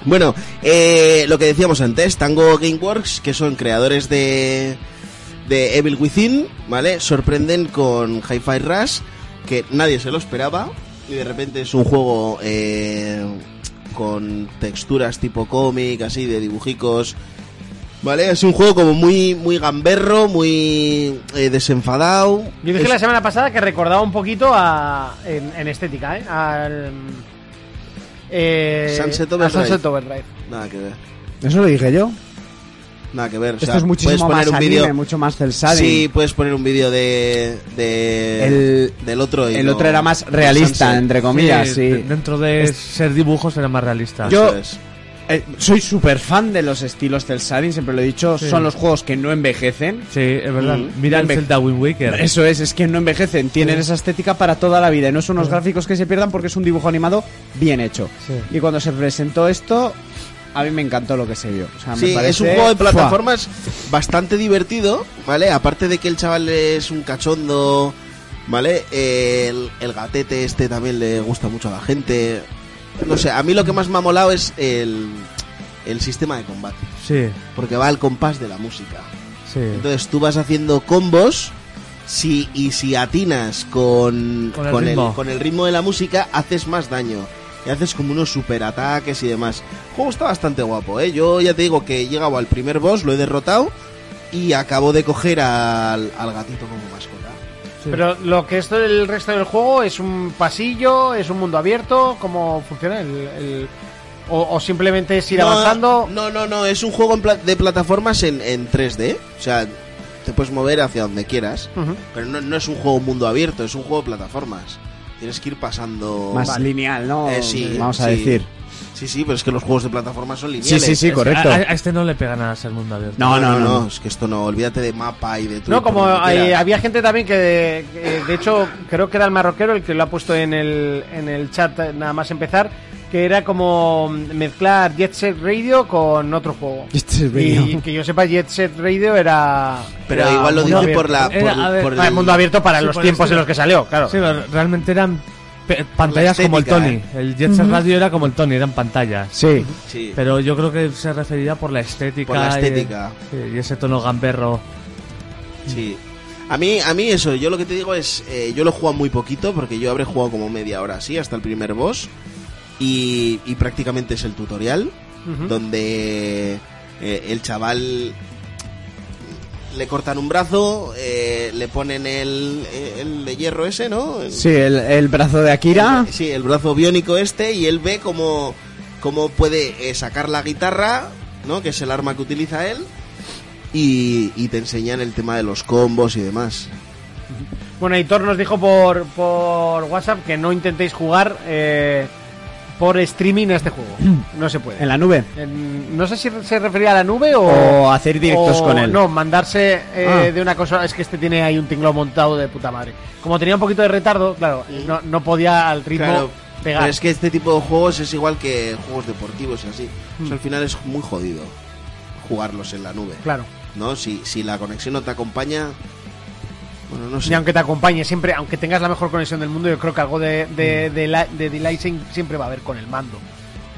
Bueno, eh, lo que decíamos antes, Tango Gameworks, que son creadores de, de Evil Within, ¿vale? Sorprenden con Hi-Fi Rush, que nadie se lo esperaba, y de repente es un juego eh, con texturas tipo cómic, así, de dibujicos, ¿vale? Es un juego como muy, muy gamberro, muy eh, desenfadado.
Yo dije
Es-
la semana pasada que recordaba un poquito a, en, en estética, ¿eh? Al, eh,
Sunset
a
Overdrive.
Sunset Overdrive.
Nada que ver.
Eso lo dije yo.
Nada que ver. o sea,
Esto es muchísimo
puedes
más
poner un
anime,
vídeo-
mucho más cel
Sí, puedes poner un vídeo de, de-
El-
del otro. y
El
no-
otro era más realista,
Sunset.
entre comillas,
de-
sí.
Dentro de ser dibujos era más realista.
Yo-
Eso es.
eh, soy súper fan de los estilos Cell-Shading, siempre lo he dicho. Son los juegos que no envejecen.
Sí, es verdad.
Mm.
Mira el
Dame-
Zelda Wind Waker.
Eso es, es que no envejecen, tienen esa estética para toda la vida y no son unos gráficos que se pierdan porque es un dibujo animado bien hecho.
Sí.
Y cuando se presentó esto, a mí me encantó lo que se vio. O sea, Ah, me
Sí, es
parece-
un juego de
¡Fua!
plataformas bastante divertido, ¿vale? Aparte de que el chaval es un cachondo, ¿vale? Eh, el, el gatete este también le gusta mucho a la gente. No sé, a mí lo que más me ha molado es el, el sistema de combate,
Sí,
porque va al compás de la música.
sí.
Entonces tú vas haciendo combos si, y si atinas con,
Con el ritmo.
con el ritmo de la música, haces más daño. Y haces como unos superataques y demás. El juego está bastante guapo, ¿eh? Yo ya te digo que he llegado al primer boss, lo he derrotado y acabo de coger al, al gatito como mascota.
sí.
Pero lo que es todo el resto del juego es un pasillo, es un mundo abierto, ¿cómo funciona? El, el- o, o simplemente es ir
No,
avanzando.
No, no, no, es un juego en pla- de plataformas en, en 3D. O sea, te puedes mover hacia donde quieras.
Ujú.
Pero no, no es un juego mundo abierto, es un juego de plataformas. Tienes que ir pasando...
Más lineal, ¿no?
Eh, sí,
Vamos a
sí.
decir.
Sí, sí, pero es que los juegos de plataforma son
Sí,
lineales.
sí, sí, correcto.
A,
Ah,
a este no le pega nada ser mundo abierto.
No, no, no.
Es que esto no, olvídate de mapa y de todo.
No, como
por donde
eh,
quiera.
había gente también que, que, de hecho, creo que era el marroquero el que lo ha puesto en el, en el chat eh, nada más empezar, que era como mezclar Jet Set Radio con otro juego.
*laughs* Jet Set Radio.
Y que yo sepa, Jet Set Radio era...
Pero
era
igual lo
mundo
dice por
abierto.
la. Por,
Era, a ver,
por
Ah, el mundo abierto para
Sí,
los
por el
tiempos en
estilo.
los que salió, claro.
Sí, pero realmente eran pe- pantallas
La estética,
como el Tony.
¿eh?
El Jet Set Radio era como el Tony, eran pantallas.
Sí.
Sí.
Pero yo creo que se refería por la estética.
Por la
y-
estética.
sí, Y, ese tono gamberro.
Sí. A mí, a mí eso, yo lo que te digo es, eh, yo lo he jugado muy poquito porque yo habré jugado como media hora así, hasta el primer boss. Y, y prácticamente es el tutorial, donde eh, el chaval le cortan un brazo, eh, le ponen el, el de hierro ese, ¿no? El-
Sí, el, el brazo de Akira.
El- Sí, el brazo biónico este y él ve cómo, cómo puede eh, sacar la guitarra, ¿no? Que es el arma que utiliza él. Y, y te enseñan el tema de los combos y demás.
Bueno, Hitor nos dijo por, por WhatsApp que no intentéis jugar eh, por streaming a este juego.
Mm.
No se puede.
En la nube.
En- no sé si se refería a la nube o...
O hacer directos
o-
con él.
No, mandarse eh,
Ah.
de una cosa... Es que este tiene ahí un tinglado montado de puta madre. Como tenía un poquito de retardo, claro, no, no podía al ritmo pegar.
Pero es que este tipo de juegos es igual que juegos deportivos y así. O sea, al final es muy jodido jugarlos en la nube.
Mm. Claro.
¿No? Si, si la conexión no te acompaña. Bueno, no sé.
Y aunque te acompañe siempre, aunque tengas la mejor conexión del mundo, yo creo que algo de, de, de, la- de delay sin- siempre va a haber con el mando.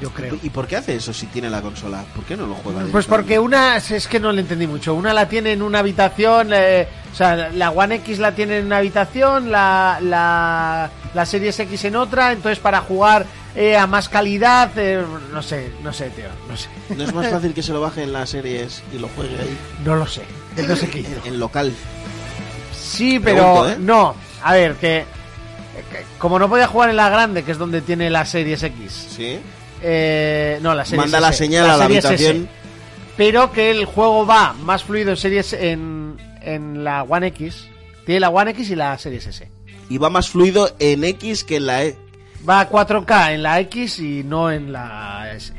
Yo creo.
¿Y por qué hace eso si tiene la consola? ¿Por qué no lo juega?
Pues
directamente?
porque una, es que no le entendí mucho, una la tiene en una habitación, eh, o sea, la One X la tiene en una habitación, la, la, la Series X en otra, entonces para jugar eh, a más calidad, eh, no sé, no sé, tío, no sé,
¿No es más fácil que se lo baje en las series y lo juegue ahí?
no lo sé, no sé qué hizo.
*laughs* En, en local.
Sí,
Pregunto,
pero
¿eh?
no, a ver, que, que como no podía jugar en la grande, que es donde tiene la Series X,
Sí.
Eh, no, la serie
Manda la señal a la habitación.
pero que el juego va más fluido en series en, en la One X. Tiene la One X y la Series S.
Y va más fluido en X que en la E.
Va a 4K en la X y no en la S.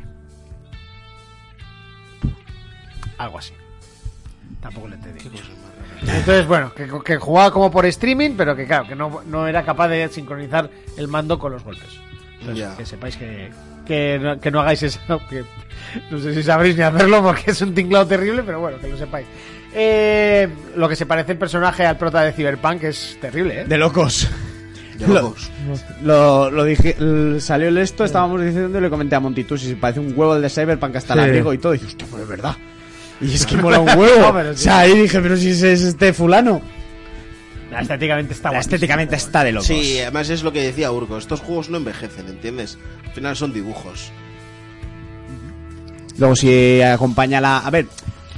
Algo así. Tampoco le entendí. Entonces, bueno, que, que jugaba como por streaming, pero que claro, que no, no era capaz de sincronizar el mando con los golpes. Entonces,
Ya.
que sepáis que, que, no, que no hagáis eso. *laughs* Que, no sé si sabréis ni hacerlo porque es un tinglado terrible, pero bueno, que lo sepáis. Eh, lo que se parece el personaje al prota de Cyberpunk es terrible, ¿eh?
De locos.
De
Lo-
locos.
Lo, lo dije, l- salió el esto, estábamos diciendo y le comenté a Montitus si parece un huevo el de Cyberpunk hasta el
Sí.
abrigo y todo. Y dije, hostia, pues es verdad.
*laughs*
Y es que mola un huevo.
No, pero sí.
O sea, ahí dije, pero si ese es este fulano.
Estéticamente está guapísimo.
Estéticamente está de locos.
Sí, eh. además es lo que decía Urco. Estos juegos no envejecen, ¿entiendes? Al final son dibujos.
Luego si acompaña la... A ver,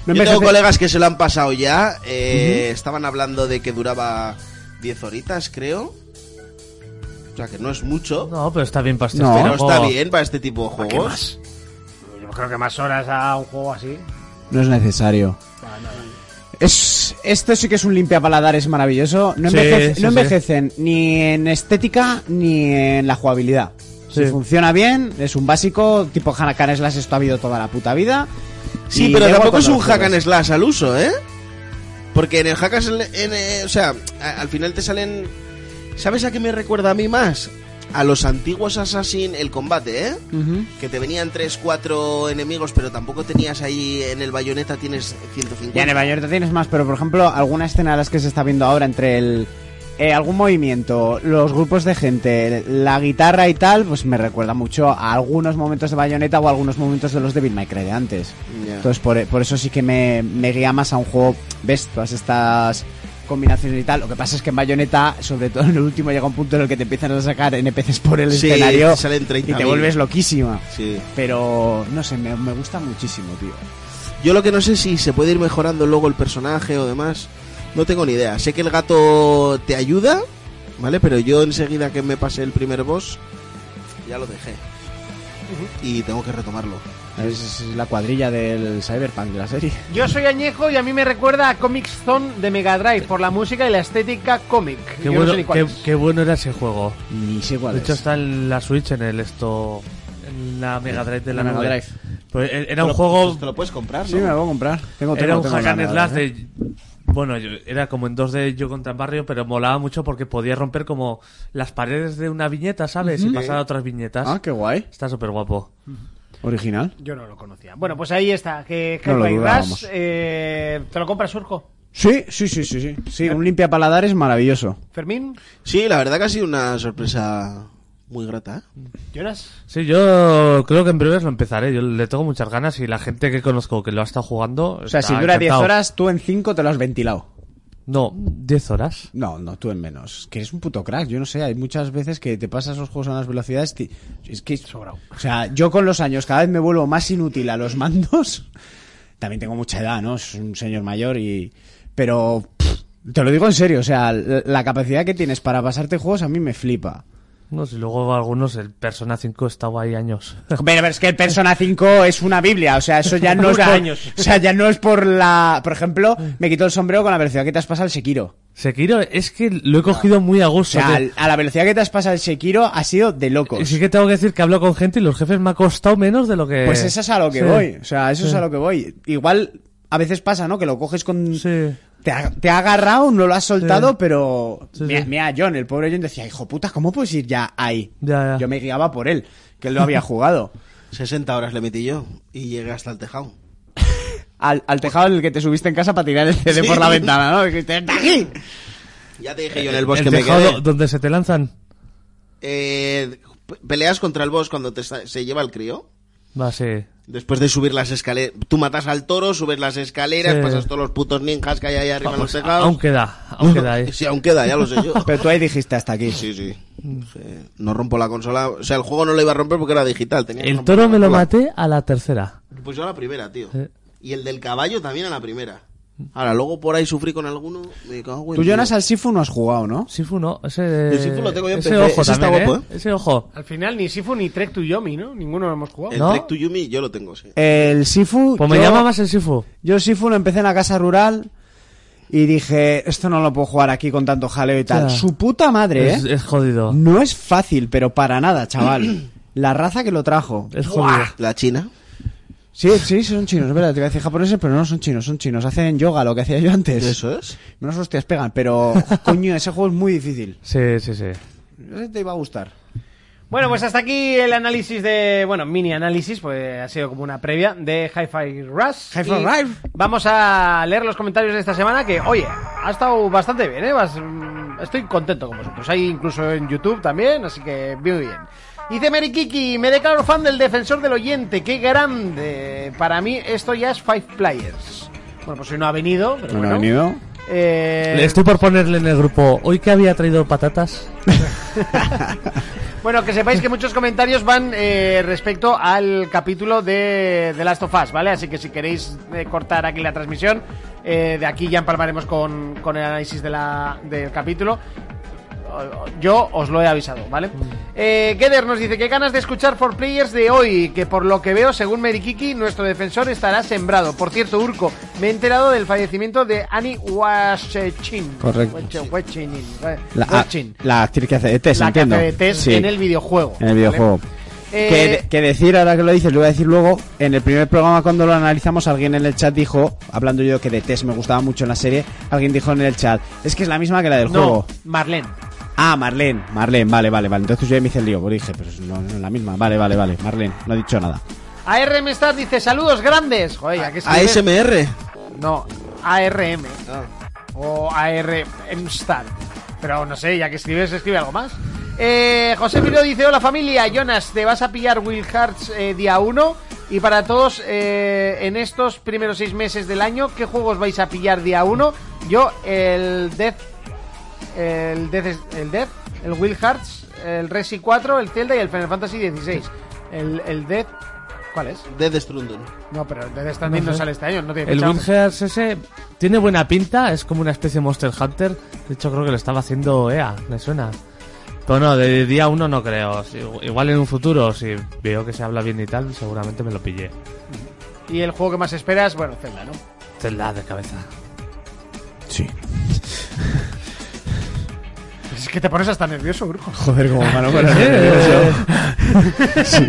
no
Yo tengo
envejece-
colegas que se lo han pasado ya. eh, Estaban hablando de que duraba 10 horitas, creo. O sea, que no es mucho.
No, pero está bien para este
No.
tipo de
Pero está
juego.
bien para este tipo de juegos.
Yo creo que más horas a un juego así.
No es necesario. Es, esto sí que es un limpia paladares maravilloso. No,
Sí,
envejece-
sí,
no
sí.
envejecen ni en estética ni en la jugabilidad. Si funciona bien, es un básico, tipo Hack and Slash, esto ha habido toda la puta vida.
Sí,
Y
pero
llego
tampoco
con
es un
los
hack and
juegos.
slash al uso, ¿eh? Porque en el hack and slash, en, eh, o sea, a- al final te salen... ¿Sabes a qué me recuerda a mí más? A los antiguos Assassin el combate, ¿eh?
Ujú.
Que te venían 3, 4 enemigos, pero tampoco tenías ahí en el bayoneta tienes 150.
Ya en el Bayonetta tienes más, pero por ejemplo, alguna escena de las que se está viendo ahora entre el. eh, algún movimiento, los grupos de gente, la guitarra y tal, pues me recuerda mucho a algunos momentos de Bayonetta o a algunos momentos de los Devil May Cry de antes.
Ya.
Entonces, por, por eso sí que me, me guía más a un juego, ves, todas estas combinaciones y tal. Lo que pasa es que en Bayonetta, sobre todo en el último, llega un punto en el que te empiezan a sacar NPCs por el
Sí,
escenario
salen
y
30
te vuelves loquísima.
Sí.
Pero, no sé, me, me gusta muchísimo, tío.
Yo lo que no sé si se puede ir mejorando luego el personaje o demás, no tengo ni idea. Sé que el gato te ayuda, ¿vale? Pero yo enseguida que me pasé el primer boss, ya lo dejé. Y tengo que retomarlo.
Es la cuadrilla del Cyberpunk de la serie.
Yo soy añejo y a mí me recuerda a Comic Zone de Mega Drive por la música y la estética cómic.
Qué
Yo no
bueno,
sé ni cuál
qué,
es.
qué bueno era ese juego.
Ni sé cuál
De hecho,
es.
está en la Switch, en el esto. En la Mega Drive de la,
La Mega
nube.
Drive.
Pues, eh, era un juego.
Te lo puedes comprar,
Sí, me lo voy a comprar. Tengo,
Era
tengo-
un
tengo
hack
la
and
Mega
slash
Drive, ¿eh?
de. Bueno, yo- era como en 2D yo contra el barrio, pero molaba mucho porque podía romper como las paredes de una viñeta, ¿sabes? Y pasar a otras viñetas.
Ah, qué guay.
Está súper guapo.
Original.
Yo no lo conocía. Bueno, pues ahí está. Que
No lo
Hi-Fi
dudaba,
Rush,
vamos.
eh, ¿Te lo compras, Surco?
Sí, sí, sí, sí, sí. Sí, un limpia paladar es maravilloso.
¿Fermín?
Sí, la verdad que ha sido una sorpresa muy grata. ¿eh?
¿Jonas?
Sí, yo creo que en breves lo empezaré. Yo le tengo muchas ganas y la gente que conozco que lo ha estado jugando.
O sea, si dura 10 horas, tú en 5 te lo has ventilado.
No, 10 horas.
No, no, tú en menos. Que eres un puto crack, yo no sé. Hay muchas veces que te pasas los juegos a unas velocidades. ti- Es que. O sea, yo con los años cada vez me vuelvo más inútil a los mandos. También tengo mucha edad, ¿no? Soy un señor mayor y. Pero. pff, te lo digo en serio, o sea, l- la capacidad que tienes para pasarte juegos a mí me flipa.
No, si luego algunos, el Persona 5 estaba ahí años.
Pero, pero es que el Persona 5 es una biblia, o sea, eso ya no es por,
Dura años.
O sea, ya no es por la... Por ejemplo, me quito el sombrero con la velocidad que te has pasado el Sekiro.
Sekiro es que lo he cogido muy a
O
gusto.
sea,
tío.
al- a la velocidad que te has pasado el Sekiro ha sido de locos.
Sí que tengo que decir que hablo con gente y los jefes me ha costado menos de lo que...
Pues eso es a lo que
Eh, Sí.
voy, o sea, eso es
Sí.
a lo que voy. Igual a veces pasa, ¿no? Que lo coges con...
Sí.
Te ha, te ha agarrado, no lo has soltado,
Sí.
pero...
Sí,
mira,
sí.
mira, John, el pobre John decía, hijo puta, ¿cómo puedes ir ya ahí?
Ya, ya.
Yo me guiaba por él, que él lo
*laughs*
había jugado.
60 horas le metí yo y llegué hasta el tejado.
Al, al tejado en el que te subiste en casa para tirar el CD por la ventana, ¿no? Dijiste, "¡Está
*laughs*
aquí!
Ya te dije yo en el boss
Eh, el
Pues que me
tejado
quedé.
donde se te lanzan.
Eh, pe- peleas contra el boss cuando te sa- se lleva el crío.
Va, sí.
Después de subir las escaleras, tú matas al toro, subes las escaleras,
Sí.
pasas todos los putos ninjas que hay ahí arriba en los tejados.
Aún queda, aún queda ahí.
Sí, aún queda, ya lo sé yo.
*laughs*
Pero tú ahí dijiste hasta aquí.
Sí, sí. Sí. No rompo la consola. O sea, el juego no lo iba a romper porque era digital. tenía que
El
romper
toro
la
me lo
consola.
maté a la tercera.
Pues yo a la primera, tío.
Sí.
Y el del caballo también a la primera. Ahora, luego por ahí sufrí con alguno. Me cago en
Tú,
Dios.
Jonas, al Sifu no has jugado, ¿no?
Sifu no, ese...
El Sifu lo tengo yo en
ese
PC,
ojo
ese está
también, ¿eh?
guapo, ¿eh?
Ese ojo.
Al final ni Sifu ni Trek to Yomi, ¿no? Ninguno lo hemos jugado.
El
¿No?
Trek to Yumi yo lo tengo, sí.
El Sifu...
Pues me
yo-
llama más el Sifu.
Yo el Sifu lo empecé en la casa rural y dije, esto no lo puedo jugar aquí con tanto jaleo y tal.
Ya.
Su puta madre, ¿eh?
Es, es jodido.
No es fácil, pero para nada, *clears throat* chaval. La raza que lo trajo.
Es jodido.
La China.
Sí, sí, son chinos, es verdad, te iba a decir japoneses, pero no son chinos, son chinos. Hacen yoga, lo que hacía yo antes.
Eso es.
Menos hostias pegan, pero *laughs* coño, ese juego es muy difícil.
Sí, sí, sí.
Eh.
Ese te iba a gustar.
Bueno, pues hasta aquí el análisis de. Bueno, mini análisis, pues ha sido como una previa de Hi-Fi Rush.
Hi-Fi
Y
Rush.
Vamos a leer los comentarios de esta semana que, oye, ha estado bastante bien, ¿eh? Vas- mm, Estoy contento con vosotros. Hay incluso en YouTube también, así que muy bien. Dice Mary Kiki, me declaro fan del defensor del oyente, qué grande. Para mí esto ya es Five Players. Bueno, pues hoy no ha venido, pero
No
bueno.
ha venido.
Eh,
Le estoy por ponerle en el grupo. Hoy que había traído patatas.
Bueno, que sepáis que muchos comentarios van eh, respecto al capítulo de, de Last of Us, ¿vale? Así que si queréis eh, cortar aquí la transmisión, eh, de aquí ya empalmaremos con, con el análisis de la, del capítulo. yo os lo he avisado,
Mm.
¿vale? Eh, Geder nos dice que ganas de escuchar For Players de hoy, que por lo que veo, según Merikiki, nuestro defensor estará sembrado. Por cierto, Urco, me he enterado del fallecimiento de Annie Washechin.
Correcto.
Wache- Wachinin, eh,
La, a-
Wachin.
Pues la actriz que hace de Tess,
La que
entiendo.
hace de Tess
Sí,
en el videojuego.
en el videojuego.
Eh,
Que, que decir, ahora que lo dices, lo voy a decir luego. En el primer programa, cuando lo analizamos, alguien en el chat dijo, hablando yo que de Tess me gustaba mucho en la serie, alguien dijo en el chat, es que es la misma que la del
No,
juego.
Marlene.
Ah, Marlene, Marlene, vale, vale, vale. Entonces yo ya me hice el lío, porque dije, pues no, no es la misma. Vale, vale, vale, Marlene, no ha dicho nada.
ARM Star dice saludos grandes. Joder, ¿a qué escribe?
ASMR.
No, ARM.
Ah.
o ARM Star. Pero no sé, ya que escribes, escribe algo más. Eh, José Miro dice, hola familia, Jonas, te vas a pillar Will Hearts eh, día 1 y para todos eh, en estos primeros seis meses del año, ¿qué juegos vais a pillar día 1? Yo el Death, el Death, es- el Death, el Will Hearts, el Resi 4, el Zelda y el Final Fantasy 16. El, el Death, ¿cuál es?
Death Stranding.
No, pero el Death Stranding
No
no,
sé.
sale este año, no tiene
El
fecha.
Wind Hearts ese tiene buena pinta, es como una especie de Monster Hunter. De hecho, creo que lo estaba haciendo EA, me suena. Pero no, de día uno no creo. Si- Igual en un futuro, si veo que se habla bien y tal, seguramente me lo pillé.
Y el juego que más esperas, bueno, Zelda, ¿no?
Zelda de cabeza.
Sí.
*laughs* Es que te pones hasta nervioso, Urco.
Joder, como *laughs* mano para Sí.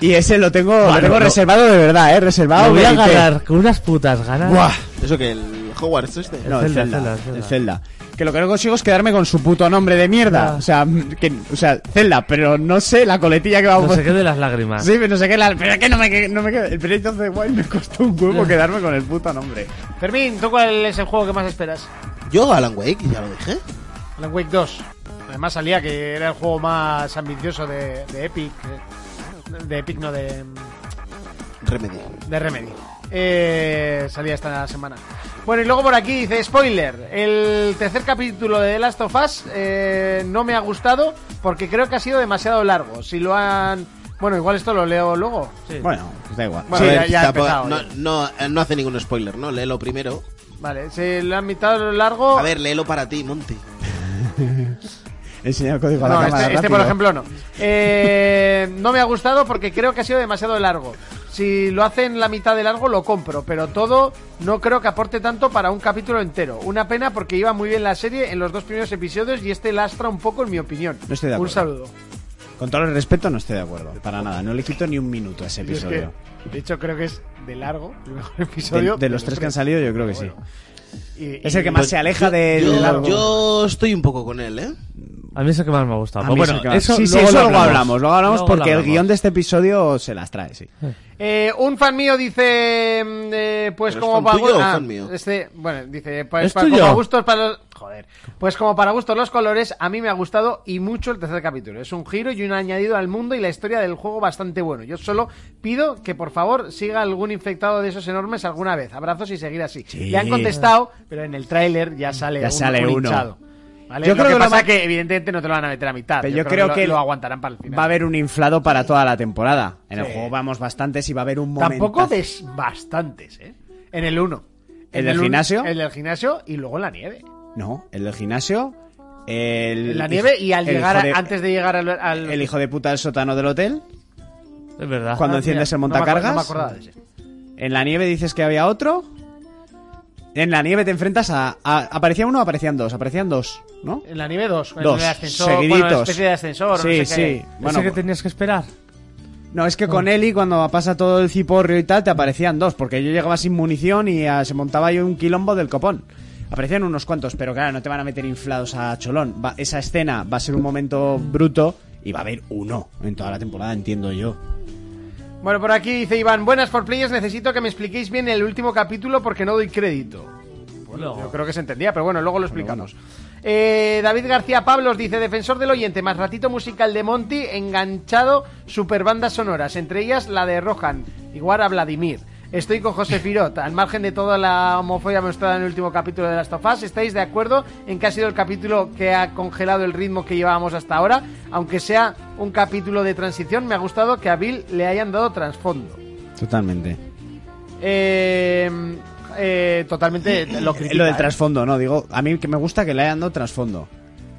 Y ese lo tengo, lo tengo reservado de verdad, eh, reservado.
Lo voy a
verité.
agarrar con unas putas ganas.
Buah.
Eso que el Hogwarts este.
No, el
Zelda,
Zelda,
Zelda,
el
Zelda.
Zelda. Que lo que no consigo es quedarme con su puto nombre de mierda.
Ah.
O sea, que, o sea, Zelda, pero no sé la coletilla que
No
vamos a
sé qué de las lágrimas.
Sí, pero no sé qué la- Pero es que no me, que- no me queda. El Breath of the Wild me costó un huevo quedarme con el puto nombre.
Fermín, ¿tú cuál es el juego que más esperas?
Yo Alan Wake, ya lo dije.
Alan Wake 2. Además salía que era el juego más ambicioso de, de Epic. eh, De Epic, no, de,
Remedy.
de Remedy. Eh, salía esta semana. Bueno, y luego por aquí dice, spoiler, el tercer capítulo de The Last of Us eh, no me ha gustado porque creo que ha sido demasiado largo. Si lo han... Bueno, igual esto lo leo luego.
Bueno, pues da igual.
Bueno,
A ver,
ya- ya ha
tampoco-
empezado,
no,
ya.
no, eh, no hace ningún spoiler, ¿no? Léelo primero.
Vale, se lo han mitad lo largo...
A ver, léelo para ti, Monty.
Enseña el código a la
No,
cámara
este, este,
rápido.
por ejemplo no. Eh, no me ha gustado porque creo que ha sido demasiado largo. Si lo hacen la mitad de largo lo compro, pero todo no creo que aporte tanto para un capítulo entero. Una pena porque iba muy bien la serie en los dos primeros episodios y este lastra un poco en mi opinión.
No estoy de
un
acuerdo.
saludo.
Con todo el respeto, no estoy de acuerdo. Para nada. No le quito ni un minuto a ese
Yo es que,
episodio.
de hecho creo que es de largo el mejor
De,
episodio.
de los tres que han salido, yo creo que sí.
Y-
Es el
y-
que más se aleja del.
Yo,
largo.
yo estoy un poco con él, ¿eh?
A mí es el que más me ha gustado.
A
Pero
mí es
bueno,
el que más-
eso,
sí, sí,
luego
eso
lo
luego hablamos. Luego hablamos
Luego lo
porque el
hablamos.
guión de este episodio se las trae, sí.
Eh, un fan mío dice, mm, eh, pues
¿Pero es
como
fan
para
tuyo
gu-
o
ah,
fan mío?
Este, bueno, dice, pues
¿Es
para,
tuyo?
como a gustos para los, joder, pues como para gustos los colores, a mí me ha gustado y mucho el tercer capítulo. Es un giro y un añadido al mundo y la historia del juego bastante bueno. Yo solo pido que por favor siga algún infectado de esos enormes alguna vez. Abrazos y seguir así.
Sí.
Le han contestado, pero en el tráiler ya sale,
Ya
un-
sale
un
uno.
hinchado. ¿Vale? lo
Yo creo
que
que lo
pasa
va-
es que evidentemente no te lo van a meter a mitad.
Pero yo creo que
lo, lo aguantarán para el final.
Va a haber un inflado para toda la temporada. En
Sí.
el juego vamos bastantes y va a haber un momento.
Tampoco des bastantes, ¿eh? En el 1.
¿El del gimnasio?
El del gimnasio y luego en la nieve.
No, el del gimnasio. El,
En la nieve y al
el
llegar,
hijo
a-
de-
antes de llegar al... al-
El hijo de puta del sótano del hotel.
Es verdad.
Cuando
Ah,
enciendes
mira,
el
no me acuerdo-
montacargas.
No me acordaba de ese.
En la nieve dices que había otro. En la nieve te enfrentas a. a- ¿Aparecía uno o aparecían dos? Aparecían dos, ¿no?
En la nieve 2.
Dos,
En el ascensor.
seguiditos.
Bueno, una especie de ascensor.
Sí,
no sé
sí.
Qué.
Bueno, pues-
¿Ese que tenías que esperar?
no, es que con Eli, cuando pasa todo el ciporrio y tal, te aparecían dos, porque yo llegaba sin munición y ah, se montaba yo un quilombo del copón. Aparecían unos cuantos, pero claro, no te van a meter inflados a cholón. Va- esa escena va a ser un momento bruto y va a haber uno en toda la temporada, entiendo yo.
Bueno, por aquí dice Iván, buenas for players, necesito que me expliquéis bien el último capítulo porque no doy crédito.
No.
Yo creo que se entendía, pero bueno, luego lo explicamos. Eh, David García Pablos dice, defensor del oyente, más ratito musical de Monty, enganchado, super bandas sonoras, entre ellas la de Rohan, igual a Vladimir. Estoy con José Firot. Al margen de toda la homofobia mostrada en el último capítulo de Las Tofás, ¿estáis de acuerdo en que ha sido el capítulo que ha congelado el ritmo que llevábamos hasta ahora? Aunque sea un capítulo de transición, me ha gustado que a Bill le hayan dado trasfondo.
Totalmente.
Eh, eh, totalmente lo critica,
Lo del
¿eh?
trasfondo, no, digo, a mí que me gusta que le hayan dado trasfondo.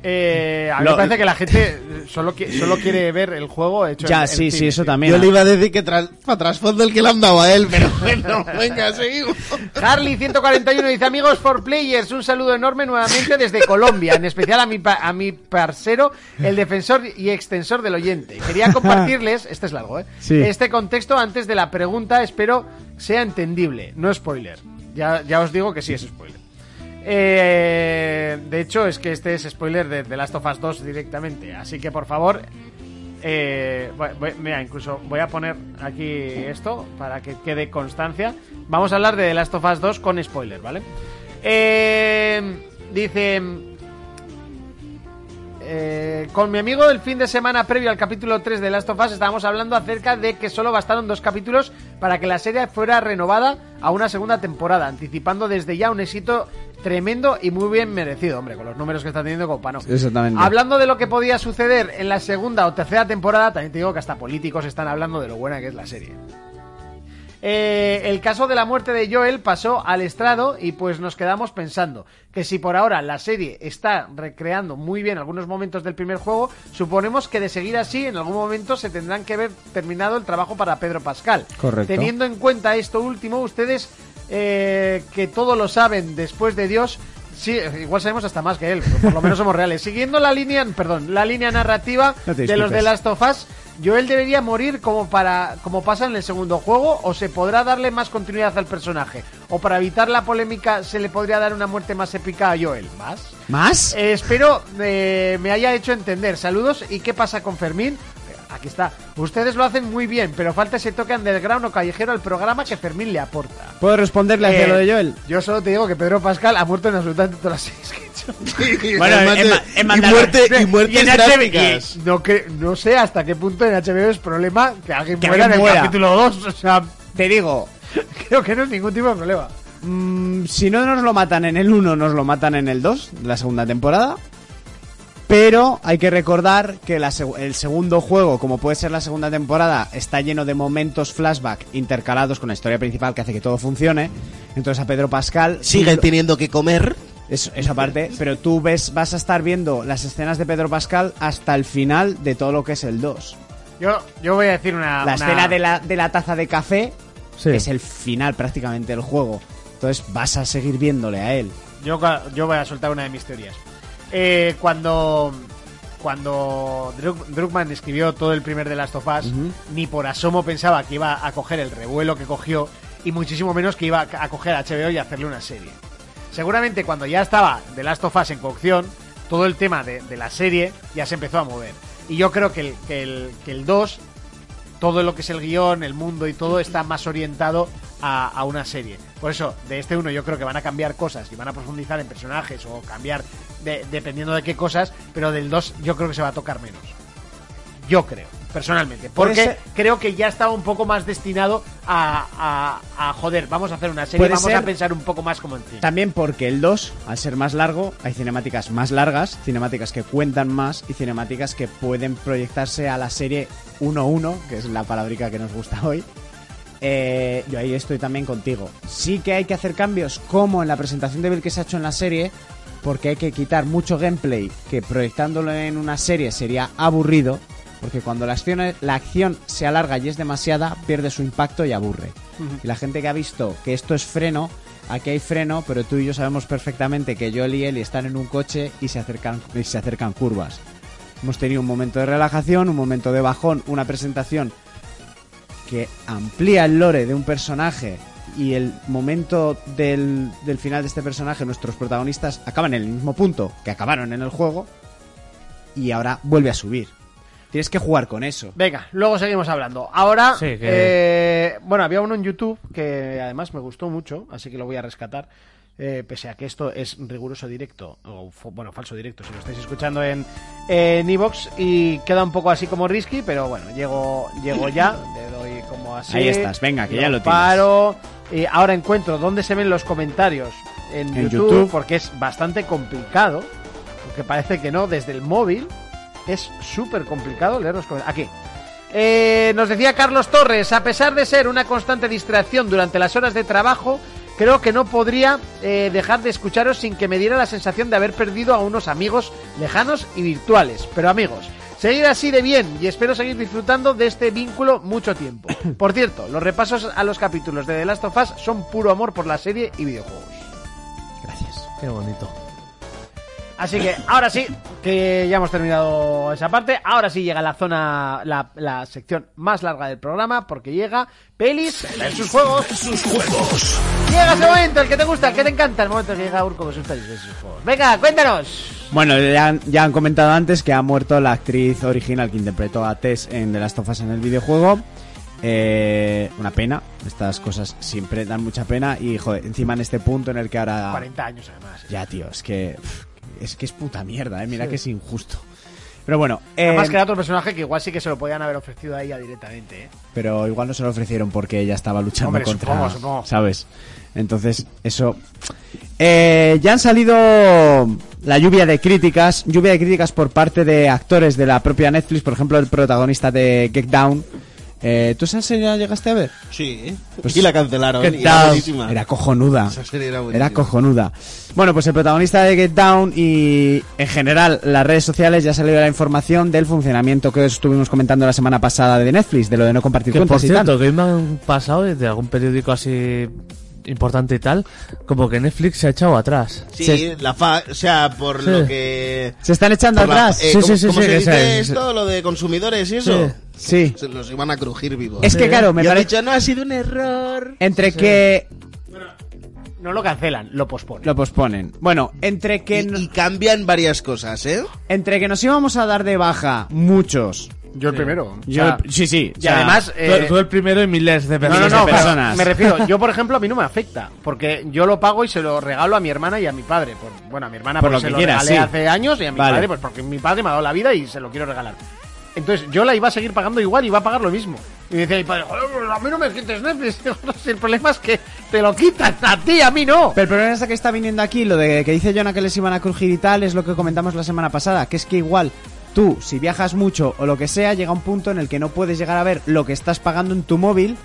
Eh, a mí me
Lo-
parece que la gente eh, solo, qui- solo quiere ver el juego hecho en-
Ya,
en
sí, sí,
cine,
eso
tío.
también.
Yo le iba a decir que tras, para trasfondo el que le han dado a él, pero *laughs* bueno, venga, seguimos.
Harley141 dice, amigos for players, un saludo enorme nuevamente desde Colombia, en especial a mi, pa- a mi parcero, el defensor y extensor del oyente. Quería compartirles,
*laughs*
este es largo, ¿eh?
Sí.
este contexto antes de la pregunta, espero sea entendible, no spoiler. Ya, ya os digo que sí es spoiler. Eh, de hecho, es que este es spoiler de The Last of Us 2 directamente, así que por favor... eh, voy- voy- mira, incluso voy a poner aquí esto para que quede constancia. Vamos a hablar de The Last of Us 2 con spoiler, ¿vale? Eh, dice... Eh, con mi amigo el fin de semana previo al capítulo 3 de Last of Us estábamos hablando acerca de que solo bastaron dos capítulos para que la serie fuera renovada a una segunda temporada, anticipando desde ya un éxito tremendo y muy bien merecido, hombre, con los números que está teniendo como para no.
Exactamente.
Hablando de lo que podía suceder en la segunda o tercera temporada, también te digo que hasta políticos están hablando de lo buena que es la serie. Eh, el caso de la muerte de Joel pasó al estrado y pues nos quedamos pensando que si por ahora la serie está recreando muy bien algunos momentos del primer juego, suponemos que de seguir así en algún momento se tendrán que ver terminado el trabajo para Pedro Pascal.
Correcto.
Teniendo en cuenta esto último, ustedes eh, que todo lo saben después de Dios, sí, igual sabemos hasta más que él, pero por lo menos somos reales. Siguiendo la línea, perdón, la línea narrativa
No te
de los de
disculpes.
la Last of Us, Joel debería morir como para como pasa en el segundo juego o se podrá darle más continuidad al personaje o para evitar la polémica se le podría dar una muerte más épica a Joel. Más.
¿Más?
Eh, espero eh, me haya hecho entender. Saludos y qué pasa con Fermín. Eh, Aquí está. Ustedes lo hacen muy bien, pero falta ese toque underground o callejero al programa que Fermín le aporta.
¿Puedo responderle a
Eh,
lo de Joel?
Yo solo te digo que Pedro Pascal ha muerto en absolutamente todas las series que he hecho.
Bueno,
Además
en
de-
Ma- en
y
Mandalor-
muerte, y
en
muertes
HBO,
drásticas.
Y no, que, no sé hasta qué punto en HBO es problema que alguien
Que
muera en
alguien
el
muera.
capítulo 2. O sea, *laughs*
Te digo,
creo que no es ningún tipo de problema.
mm, si no nos lo matan en el 1, nos lo matan en el 2, de la segunda temporada. Pero hay que recordar que la seg- el segundo juego, como puede ser la segunda temporada, está lleno de momentos flashback intercalados con la historia principal que hace que todo funcione. Entonces a Pedro Pascal...
Sigue teniendo que comer.
Eso, esa parte, pero tú ves, vas a estar viendo las escenas de Pedro Pascal hasta el final de todo lo que es el 2.
Yo, yo voy a decir una.
La
una-
escena de la, de la taza de café
Sí.
es el final prácticamente del juego. Entonces vas a seguir viéndole a él.
Yo, cua- yo voy a soltar una de mis teorías. Eh, cuando. Cuando Drug- Druckmann escribió todo el primer de Last of Us, ni por asomo pensaba que iba a coger el revuelo que cogió, y muchísimo menos que iba a coger a HBO y hacerle una serie. Seguramente cuando ya estaba The Last of Us en cocción, todo el tema de, de la serie ya se empezó a mover. Y yo creo que el, que el, que el 2 todo lo que es el guión, el mundo y todo está más orientado a, a una serie. Por eso, de este uno yo creo que van a cambiar cosas y van a profundizar en personajes o cambiar de- dependiendo de qué cosas, pero del 2 yo creo que se va a tocar menos. Yo creo, personalmente.
Puede
Porque
ser-
creo que ya estaba un poco más destinado a, a- a, joder, vamos a hacer una serie,
Puede
vamos a
ser-
pensar un poco más como en cine.
También porque el 2, al ser más largo, hay cinemáticas más largas, cinemáticas que cuentan más y cinemáticas que pueden proyectarse a la serie 1-1, que es la palabrica que nos gusta hoy. Eh, yo ahí estoy también contigo. Sí que hay que hacer cambios, como en la presentación de Bill que se ha hecho en la serie, porque hay que quitar mucho gameplay que proyectándolo en una serie sería aburrido, porque cuando la acción, la acción se alarga y es demasiada, pierde su impacto y aburre. Y la gente que ha visto que esto es freno, aquí hay freno, pero tú y yo sabemos perfectamente que Joel y Ellie están en un coche y se acercan, y se acercan curvas. Hemos tenido un momento de relajación, un momento de bajón, una presentación que amplía el lore de un personaje y el momento del, del final de este personaje, nuestros protagonistas acaban en el mismo punto que acabaron en el juego y ahora vuelve a subir. Tienes que jugar con eso.
Venga, luego seguimos hablando. Ahora,
Sí, que-
eh, bueno, había uno en YouTube que además me gustó mucho, así que lo voy a rescatar. eh, pese a que esto es riguroso directo, o fo- bueno, falso directo, si lo estáis escuchando en en iVoox, y queda un poco así como risky, pero bueno, llego, llego ya, le doy como así.
Ahí estás, venga, que ya lo tienes.
paro, y ahora encuentro dónde se ven los comentarios en,
En
YouTube,
YouTube.
porque es bastante complicado, porque parece que no, desde el móvil es súper complicado leer los comentarios. Aquí. Eh, nos decía Carlos Torres, a pesar de ser una constante distracción durante las horas de trabajo, Creo que no podría eh, dejar de escucharos sin que me diera la sensación de haber perdido a unos amigos lejanos y virtuales, pero amigos. Seguir así de bien y espero seguir disfrutando de este vínculo mucho
*coughs*
tiempo. Por cierto, los repasos a los capítulos de The Last of Us son puro amor por la serie y videojuegos.
Gracias. Qué bonito.
Así que ahora sí, que ya hemos terminado esa parte, ahora sí llega la zona, la, la sección más larga del programa, porque llega pelis versus juegos.
Sus juegos.
Llega ese momento, el que te gusta, el que te encanta, el momento en que llega pues Urco con sus pelis versus juegos. Venga, cuéntanos.
Bueno, ya han, ya han comentado antes que ha muerto la actriz original que interpretó a Tess en The Last of Us en el videojuego. Eh, una pena, estas cosas siempre dan mucha pena y joder, encima en este punto en el que ahora...
40 años además. ¿eh?
Ya, tío, es que. pff, Es que es puta mierda, eh. Mira que es injusto. Pero bueno, eh,
Además que era otro personaje que igual sí que se lo podían haber ofrecido a ella directamente, ¿eh?
pero igual no se lo ofrecieron porque ella estaba luchando
Hombre,
contra.
supongo, supongo.
¿Sabes? Entonces, eso. Eh, ya han salido la lluvia de críticas. Lluvia de críticas por parte de actores de la propia Netflix. Por ejemplo, el protagonista de Get Down. Eh, ¿Tú esa serie la llegaste a ver?
Sí.
Pues-
y la cancelaron.
Get
y era
Down.
buenísima.
Era cojonuda.
Esa serie era buenísima.
Era cojonuda. Bueno, pues el protagonista de Get Down y en general las redes sociales ya salió la información del funcionamiento que estuvimos comentando la semana pasada de Netflix, de lo de no compartir
Que por
cuentas y tal.
cierto, que hoy me han pasado de algún periódico así importante y tal, como que Netflix se ha echado atrás.
Sí,
Sí.
la fa... O sea, por
Sí.
lo que...
Se están echando
por la-
atrás.
eh,
Sí,
¿cómo,
sí, sí,
cómo
sí,
se
esa
dice
es.
esto? Lo de consumidores y eso.
Sí.
Se los iban a crujir vivos.
Es que claro, me
Yo he
parece
dicho, no, ha sido un error.
entre que
No lo cancelan, lo posponen.
lo posponen. Bueno, entre que
Y,
no-
y cambian varias cosas, ¿eh?
entre que nos íbamos a dar de baja muchos.
Yo el primero.
Yo, sí, sí.
y además, eh,
tú, tú el primero y miles de
No,
personas.
no, no,
de
claro,
personas. *laughs*
me refiero, yo por ejemplo a mí no me afecta, porque yo lo pago y se lo regalo a mi hermana y a mi padre. Por- bueno, a mi hermana
Por
porque
lo
se
que
lo
quieras,
regalé
sí.
hace años y a mi
Vale.
padre pues porque mi padre me ha dado la vida y se lo quiero regalar. Entonces yo la iba a seguir pagando igual y iba a pagar lo mismo. Y me decía mi padre, "Joder, pues a mí no me quites Netflix, *laughs* el problema es que te lo quitan a ti, a mí no.
Pero el problema es que está viniendo aquí, lo de que dice Jonah que les iban a crujir y tal, es lo que comentamos la semana pasada, que es que igual tú, si viajas mucho o lo que sea, llega un punto en el que no puedes llegar a ver lo que estás pagando en tu móvil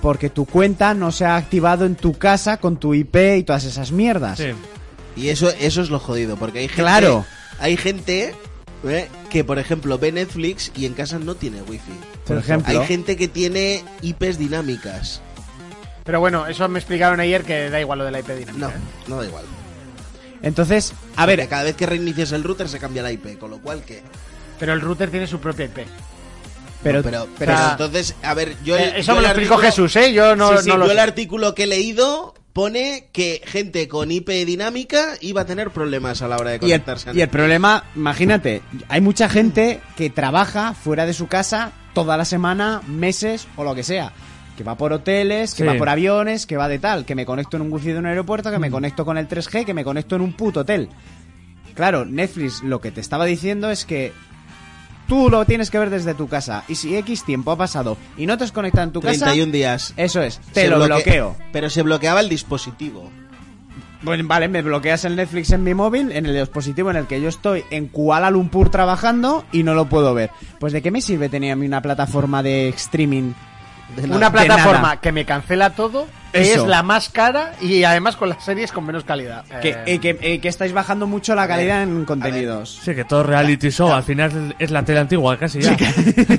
porque tu cuenta no se ha activado en tu casa con tu IP y todas esas mierdas.
Sí.
Y eso, eso es lo jodido, porque hay gente...
Claro.
Hay gente ¿eh? que, por ejemplo, ve Netflix y en casa no tiene wifi.
Por ejemplo,
Hay gente que tiene IPs dinámicas.
Pero bueno, eso me explicaron ayer que da igual lo de la IP dinámica.
No,
¿eh?
no da igual.
entonces, a
Porque
ver,
cada vez que reinicias el router se cambia la IP, con lo cual que...
Pero el router tiene su propia IP.
pero,
No, pero,
pero-
pero entonces, a ver, yo... el-
Eh, eso
yo
me
el
lo explicó
artículo-
Jesús, ¿eh? Yo no,
Sí, sí,
no lo
yo el
sé.
artículo que he leído pone que gente con IP dinámica iba a tener problemas a la hora de
y el,
conectarse. a
y el problema, imagínate, hay mucha gente que trabaja fuera de su casa toda la semana, meses o lo que sea. Que va por hoteles, que
Sí.
va por aviones, que va de tal. Que me conecto en un wifi de un aeropuerto, que me conecto con el 3G, que me conecto en un puto hotel. Claro, Netflix lo que te estaba diciendo es que tú lo tienes que ver desde tu casa. Y si X tiempo ha pasado y no te has conectado en tu casa,
31 días.
eso es, te
Se
lo
bloque-
bloqueo.
Pero se bloqueaba el dispositivo.
Bueno, vale, me bloqueas el Netflix en mi móvil, en el dispositivo en el que yo estoy en Kuala Lumpur trabajando y no lo puedo ver. Pues de qué me sirve tener a mí una plataforma de streaming.
De
Una
nada.
pla-
plataforma
nada.
que me cancela todo, que
Eso.
es la más cara y además con las series con menos calidad.
Que,
Eh,
eh, que- eh, que estáis bajando mucho la calidad en contenidos.
Sí, que todo reality show, al final es la tele antigua casi ya.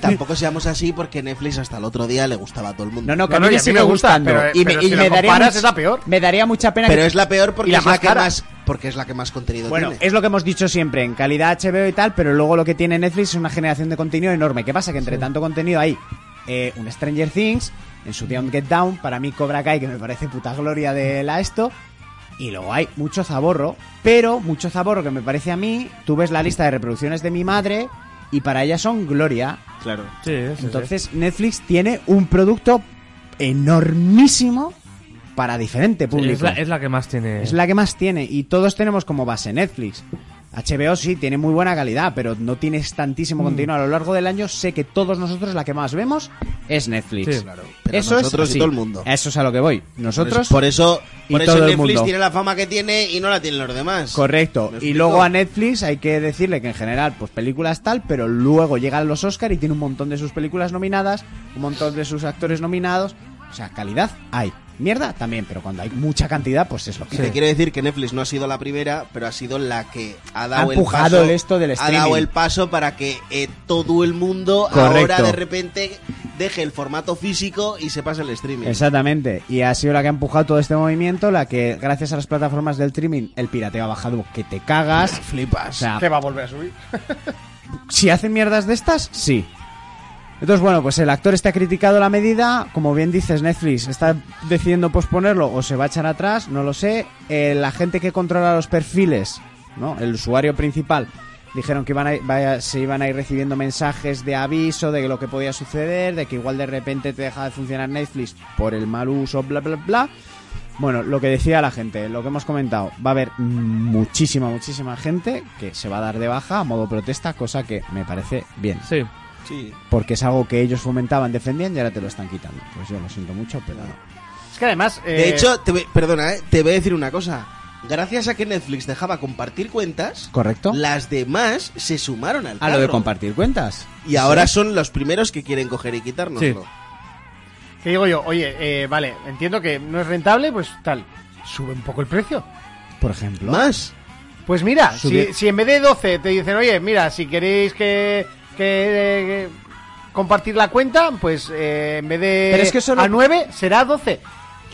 Tampoco seamos así porque Netflix hasta el otro día le gustaba a todo el mundo.
No, no, que
No, no,
a
y
mí me
a mí
sigue
me gusta,
gustando.
pero, eh,
y me,
pero
y
si
me
la
daría
comparas
much-
es la peor.
Me daría mucha pena
Pero
que-
es la peor porque
Y la
es la
más
que
cara.
más porque es la que más contenido
Bueno,
tiene.
es lo que hemos dicho siempre, en calidad HBO y tal, pero luego lo que tiene Netflix es una generación de contenido enorme. ¿Qué pasa? Que entre tanto contenido hay eh, un Stranger Things, en su día un Get Down, para mí Cobra Kai, que me parece puta gloria de la esto, y luego hay mucho zaborro, pero mucho zaborro que me parece a mí, tú ves la lista de reproducciones de mi madre y para ella son gloria.
Claro.
Sí, sí, sí.
Entonces Netflix tiene un producto enormísimo para diferente
Sí,
público.
es, la, es la que más tiene.
Es la que más tiene y todos tenemos como base Netflix. HBO sí, tiene muy buena calidad, pero no tienes
Mm.
tantísimo contenido a lo largo del año. Sé que todos nosotros la que más vemos es Netflix.
Sí, claro.
Pero
eso
nosotros
es
y
así.
todo el mundo.
Eso es a lo que voy. Nosotros,
Por eso,
y
por
todo
eso
el
Netflix
mundo.
tiene la fama que tiene y no la tienen los demás.
correcto.
¿Me
Y
explico?
luego a Netflix hay que decirle que en general, pues películas tal, pero luego llegan los Oscar y tiene un montón de sus películas nominadas, un montón de sus actores nominados. O sea, calidad hay. Mierda también, pero cuando hay mucha cantidad, pues es lo que
Te
hay.
quiero decir que Netflix no ha sido la primera, pero ha sido la que ha dado
Ha empujado
el paso,
esto del
ha dado
streaming.
el paso para que eh, todo el mundo ahora
Correcto.
de repente deje el formato físico y se pase al streaming.
Exactamente. Y ha sido la que ha empujado todo este movimiento, la que gracias a las plataformas del streaming el pirateo ha bajado que te cagas.
Flipas.
O sea,
Que va a volver a subir.
si hacen mierdas de estas, sí. Entonces, bueno, pues el actor está criticado la medida. Como bien dices, Netflix está decidiendo posponerlo o se va a echar atrás, no lo sé. Eh, la gente que controla los perfiles, ¿no? El usuario principal, dijeron que iban a, vaya- se iban a ir recibiendo mensajes de aviso de lo que podía suceder, de que igual de repente te deja de funcionar Netflix por el mal uso, bla, bla, bla. Bueno, lo que decía la gente, lo que hemos comentado, va a haber muchísima, muchísima gente que se va a dar de baja a modo protesta, cosa que me parece bien
Sí.
porque es algo que ellos fomentaban, defendían y ahora te lo están quitando. Pues yo lo siento mucho, pero no.
Es que además.
De
eh,
hecho, te, voy- perdona, eh, te voy a decir una cosa. Gracias a que Netflix dejaba compartir cuentas,
¿Correcto?
las demás se sumaron al
A Ah, lo de
carro.
compartir cuentas.
Y ahora son los primeros que quieren coger y quitarnos.
Que digo yo, oye, eh, vale, entiendo que no es rentable, pues tal. Sube un poco el precio.
Por ejemplo.
Más.
Pues mira, si,
Subir-
si en vez de 12 te dicen, oye, mira, si queréis que, que, eh, compartir la cuenta, pues eh, en vez de
Pero es que eso no-
a 9 será 12.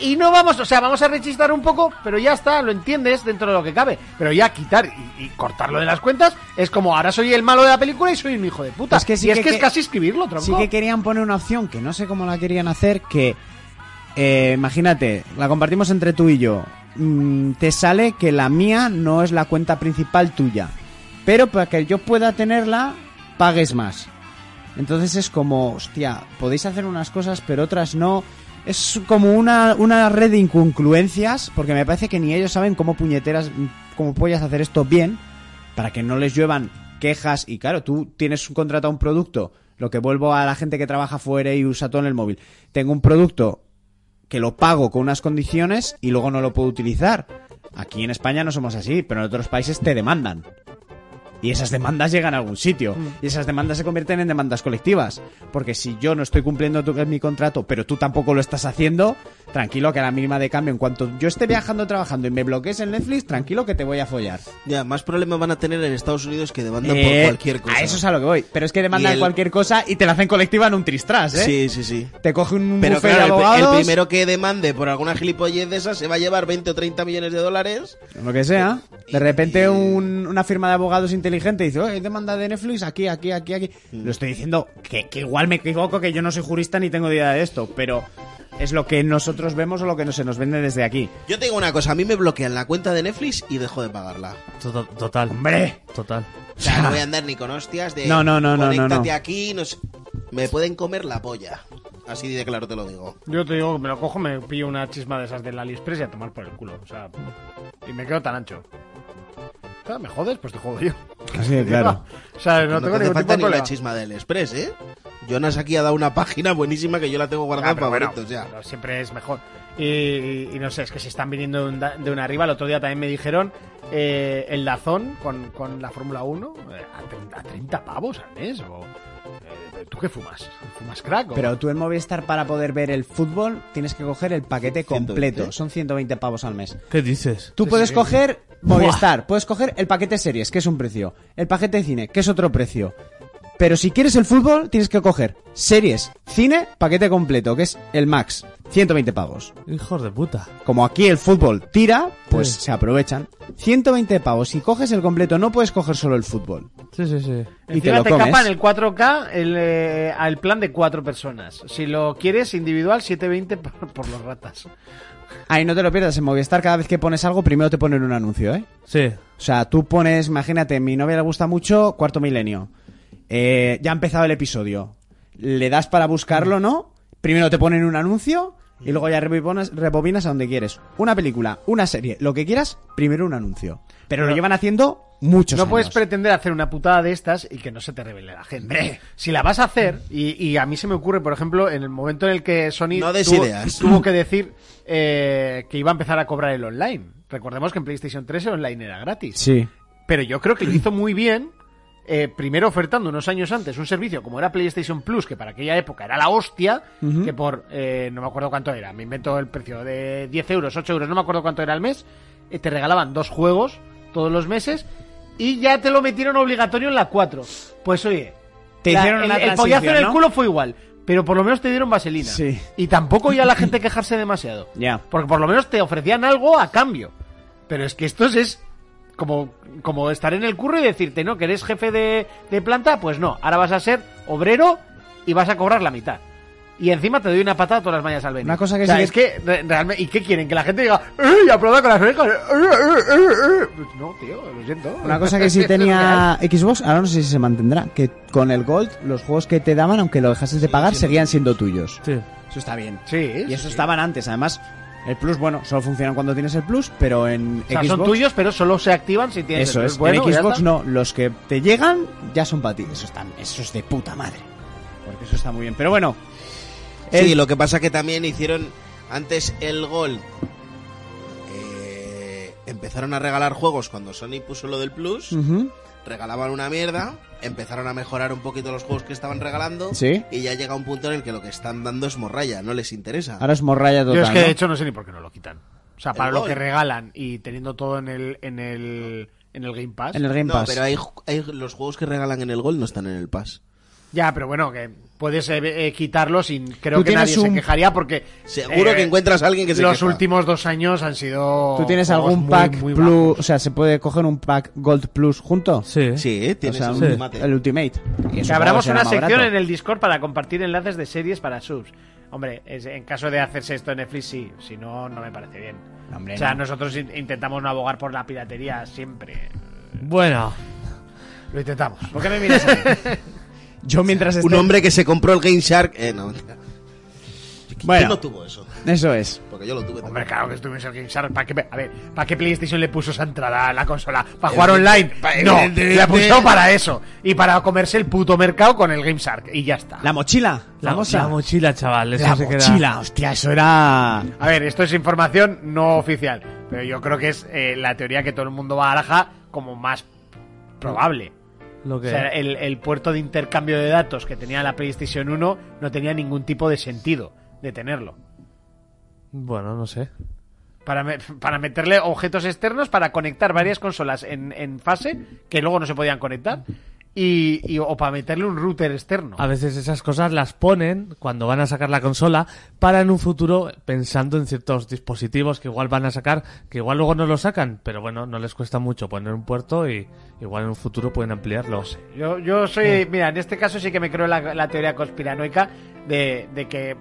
Y no vamos, o sea, vamos a rechistar un poco, pero ya está, lo entiendes dentro de lo que cabe. Pero ya quitar y, y cortarlo de las cuentas es como ahora soy el malo de la película y soy un hijo de puta.
Es que sí
y es
que-
que, es
que-
casi escribirlo, tronco.
Sí que querían poner una opción que no sé cómo la querían hacer, que eh, imagínate, la compartimos entre tú y yo. Mm, te sale que la mía no es la cuenta principal tuya, pero para que yo pueda tenerla, pagues más. Entonces es como, hostia, podéis hacer unas cosas pero otras no. Es como una, una red de inconcluencias, porque me parece que ni ellos saben cómo puñeteras, cómo pollas hacer esto bien, para que no les lluevan quejas. Y claro, tú tienes un contrato a un producto, lo que vuelvo a la gente que trabaja fuera y usa todo en el móvil. Tengo un producto que lo pago con unas condiciones y luego no lo puedo utilizar. Aquí en España no somos así, pero en otros países te demandan. Y esas demandas llegan a algún sitio. Y esas demandas se convierten en demandas colectivas. Porque si yo no estoy cumpliendo tu- mi contrato, pero tú tampoco lo estás haciendo, tranquilo que a la mínima de cambio, en cuanto yo esté viajando, trabajando y me bloquees en Netflix, tranquilo que te voy a follar.
Ya, más problemas van a tener en Estados Unidos que demandan por
Eh,
cualquier cosa.
A eso es a lo que voy. Pero es que demandan
Y el-
cualquier cosa y te la hacen colectiva en un tristras, ¿eh?
Sí, sí, sí.
Te coge un
Pero
bufete
claro, el
de
pri- el,
abogados,
primero que demande por alguna gilipollez de esas se va a llevar 20 o 30 millones de dólares.
lo que sea.
Y-
De repente un- una firma de abogados inteligente dice, oye, demanda de Netflix aquí, aquí, aquí, aquí.
Mm.
Lo estoy diciendo que, que igual me equivoco, que yo no soy jurista ni tengo idea de esto, pero es lo que nosotros vemos o lo que no se nos vende desde aquí.
Yo tengo una cosa, a mí me bloquean la cuenta de Netflix y dejo de pagarla.
To- tota-, Total.
¡Hombre!
Total.
O sea, no voy a
*laughs*
andar ni con hostias de
No, no, no, no, no,
conéctate
no.
aquí, no sé. Me pueden comer la polla. Así de claro te lo digo.
Yo te digo que me lo cojo, me pillo una chisma de esas del AliExpress y a tomar por el culo. O sea, y me quedo tan ancho. Claro, me jodes, pues te jodo yo.
Así de *laughs* claro.
*laughs* O sea, no,
No,
tengo
te hace
ningún tipo
falta
de
ni la
problema.
chisma del Express, ¿eh? Jonas aquí ha dado una página buenísima que yo la tengo guardada
Ah,
en
pero bueno,
favoritos ya.
pero siempre es mejor. Y, y- y no sé, es que se están viniendo de un da- de una arriba. El otro día también me dijeron eh, el Dazón con, con la Fórmula 1 eh, a, 30, a 30 pavos al mes. O, eh, ¿Tú qué fumas? ¿Fumas crack? o-
Pero tú en Movistar para poder ver el fútbol tienes que coger el paquete
120.
completo. Son 120 pavos al mes.
¿Qué dices?
Tú puedes coger Movistar, puedes coger el paquete series, que es un precio, el paquete cine, que es otro precio. Pero si quieres el fútbol, tienes que coger series, cine, paquete completo, que es el max, 120 pavos.
Hijos de puta.
Como aquí el fútbol tira, pues
Sí.
se aprovechan. 120 pavos, si coges el completo, no puedes coger solo el fútbol.
Sí, sí, sí.
Y te
Encima
lo
te,
comes.
capan el 4K el, eh, al plan de cuatro personas. Si lo quieres individual, 720 por, por los ratas.
Ahí no te lo pierdas, en Movistar cada vez que pones algo, primero te ponen un anuncio, ¿eh?
Sí.
O sea, tú pones, imagínate, mi novia le gusta mucho Cuarto Milenio. Eh, ya ha empezado el episodio. Le das para buscarlo, ¿no? Primero te ponen un anuncio y luego ya rebobinas, rebobinas a donde quieres. Una película, una serie, lo que quieras, primero un anuncio. Pero lo llevan haciendo muchos
no
años.
puedes pretender hacer una putada de estas y que no se te revele la gente. Si la vas a hacer, y, y a mí se me ocurre, por ejemplo, en el momento en el que Sony
No des
tuvo,
ideas.
tuvo que decir eh, que iba a empezar a cobrar el online. Recordemos que en PlayStation 3 el online era gratis.
Sí.
Pero yo creo que lo hizo muy bien eh, primero ofertando unos años antes un servicio como era PlayStation Plus, que para aquella época era la hostia, que por, eh, no me acuerdo cuánto era, me invento el precio de 10 euros, 8 euros, no me acuerdo cuánto era al mes, eh, te regalaban dos juegos todos los meses y ya te lo metieron obligatorio en la 4. Pues oye,
Te hicieron
el,
una
el pollazo en
transición,
el
¿no?
culo fue igual. Pero por lo menos te dieron vaselina.
Sí.
Y tampoco ya la
*clears throat*
gente quejarse demasiado.
Ya.
Porque por lo menos te ofrecían algo a cambio. Pero es que esto es como, como estar en el curro y decirte, ¿no? Que eres jefe de, de planta, pues no. Ahora vas a ser obrero y vas a cobrar la mitad. Y encima te doy una patada todas las mañanas al venir.
Una cosa que
O sea,
sí que-
es que re- realmente... ¿Y qué quieren? Que la gente diga, ¡Ey, aplauda con las orejas! ¡Eh, eh, eh, eh! Pues no, tío, lo siento.
Una
*laughs*
cosa que sí
Es lo que hay.
tenía Xbox, ahora no sé si se mantendrá, que con el Gold los juegos que te daban, aunque lo dejases de pagar, seguían siendo tuyos.
Sí.
Eso está bien.
Sí,
Y eso
sí.
estaban antes, además. El Plus, bueno, solo funcionan cuando tienes el Plus, pero en
O sea,
Xbox...
son tuyos, pero solo se activan si tienes
Eso
el-
es,
bueno,
en
ya
Xbox
está.
no, los que te llegan ya son para ti. Eso, está, eso es de puta madre. Porque eso está muy bien. Pero bueno,
Sí,
el-
lo que pasa que también hicieron antes el gol. Eh, empezaron a regalar juegos cuando Sony puso lo del Plus. Regalaban una mierda. Empezaron a mejorar un poquito los juegos que estaban regalando.
Sí.
Y ya llega un punto en el que lo que están dando es morralla. No les interesa.
ahora es morralla total.
Yo es que de
¿no?
hecho no sé ni por qué no lo quitan. O sea,
El
para lo
Gold.
que regalan y teniendo todo en el en el en el Game Pass.
En el Game
no,
Pass.
pero hay, ju- hay- los juegos que regalan en el gol no están en el Pass.
Ya, pero bueno, que puedes eh, eh, quitarlo sin creo
Tú
que
tienes
nadie
un-
se quejaría porque
Seguro
eh,
que encuentras a alguien que se
los
queja.
últimos dos años han sido
¿Tú tienes
juegos
algún
muy,
pack
muy
Plus?
bajos.
O sea, ¿se puede coger un pack Gold Plus junto?
Sí.
Sí, ¿eh?
O
tienes
sea,
el
un-
ultimate.
el Ultimate. Y
Que
supongo
abramos
será
una
más
sección
barato.
en el Discord para compartir enlaces de series para subs. Hombre, es- en caso de hacerse esto en Netflix, sí. Si no, no me parece bien.
No, hombre,
o sea,
no.
nosotros in- intentamos no abogar por la piratería siempre.
Bueno,
Lo intentamos.
¿Por qué me miras a mí? Yo mientras
este-
esté...
Un hombre que se compró el Game Shark. Eh, no, mentira. ¿Quién
Bueno,
no tuvo eso?
eso es.
Porque yo lo tuve
Hombre,
también.
claro que estuvimos el Game Shark. ¿Para qué, a ver, ¿para qué PlayStation le puso esa entrada a la consola? ¿Para jugar online?
pa-
No,
evidentemente.
la puso para eso. Y para comerse el puto mercado con el Game Shark. Y ya está.
La mochila.
la,
La, mochila.
la mochila, chaval. Eso
La
se queda-
mochila, hostia, eso era...
A ver, esto es información no oficial. Pero yo creo que es eh, la teoría que todo el mundo baraja como más probable.
Lo que...
O sea, el, el puerto de intercambio de datos que tenía la PlayStation 1 no tenía ningún tipo de sentido de tenerlo.
Bueno, no sé.
Para, me- para meterle objetos externos para conectar varias consolas en, en fase que luego no se podían conectar. Y, y- o para meterle un router externo.
A veces esas cosas las ponen cuando van a sacar la consola para en un futuro pensando en ciertos dispositivos que igual van a sacar, que igual luego no lo sacan, pero bueno, no les cuesta mucho poner un puerto y igual en un futuro pueden ampliarlo.
Yo, yo soy. Mira, en este caso sí que me creo la, la teoría conspiranoica de, de que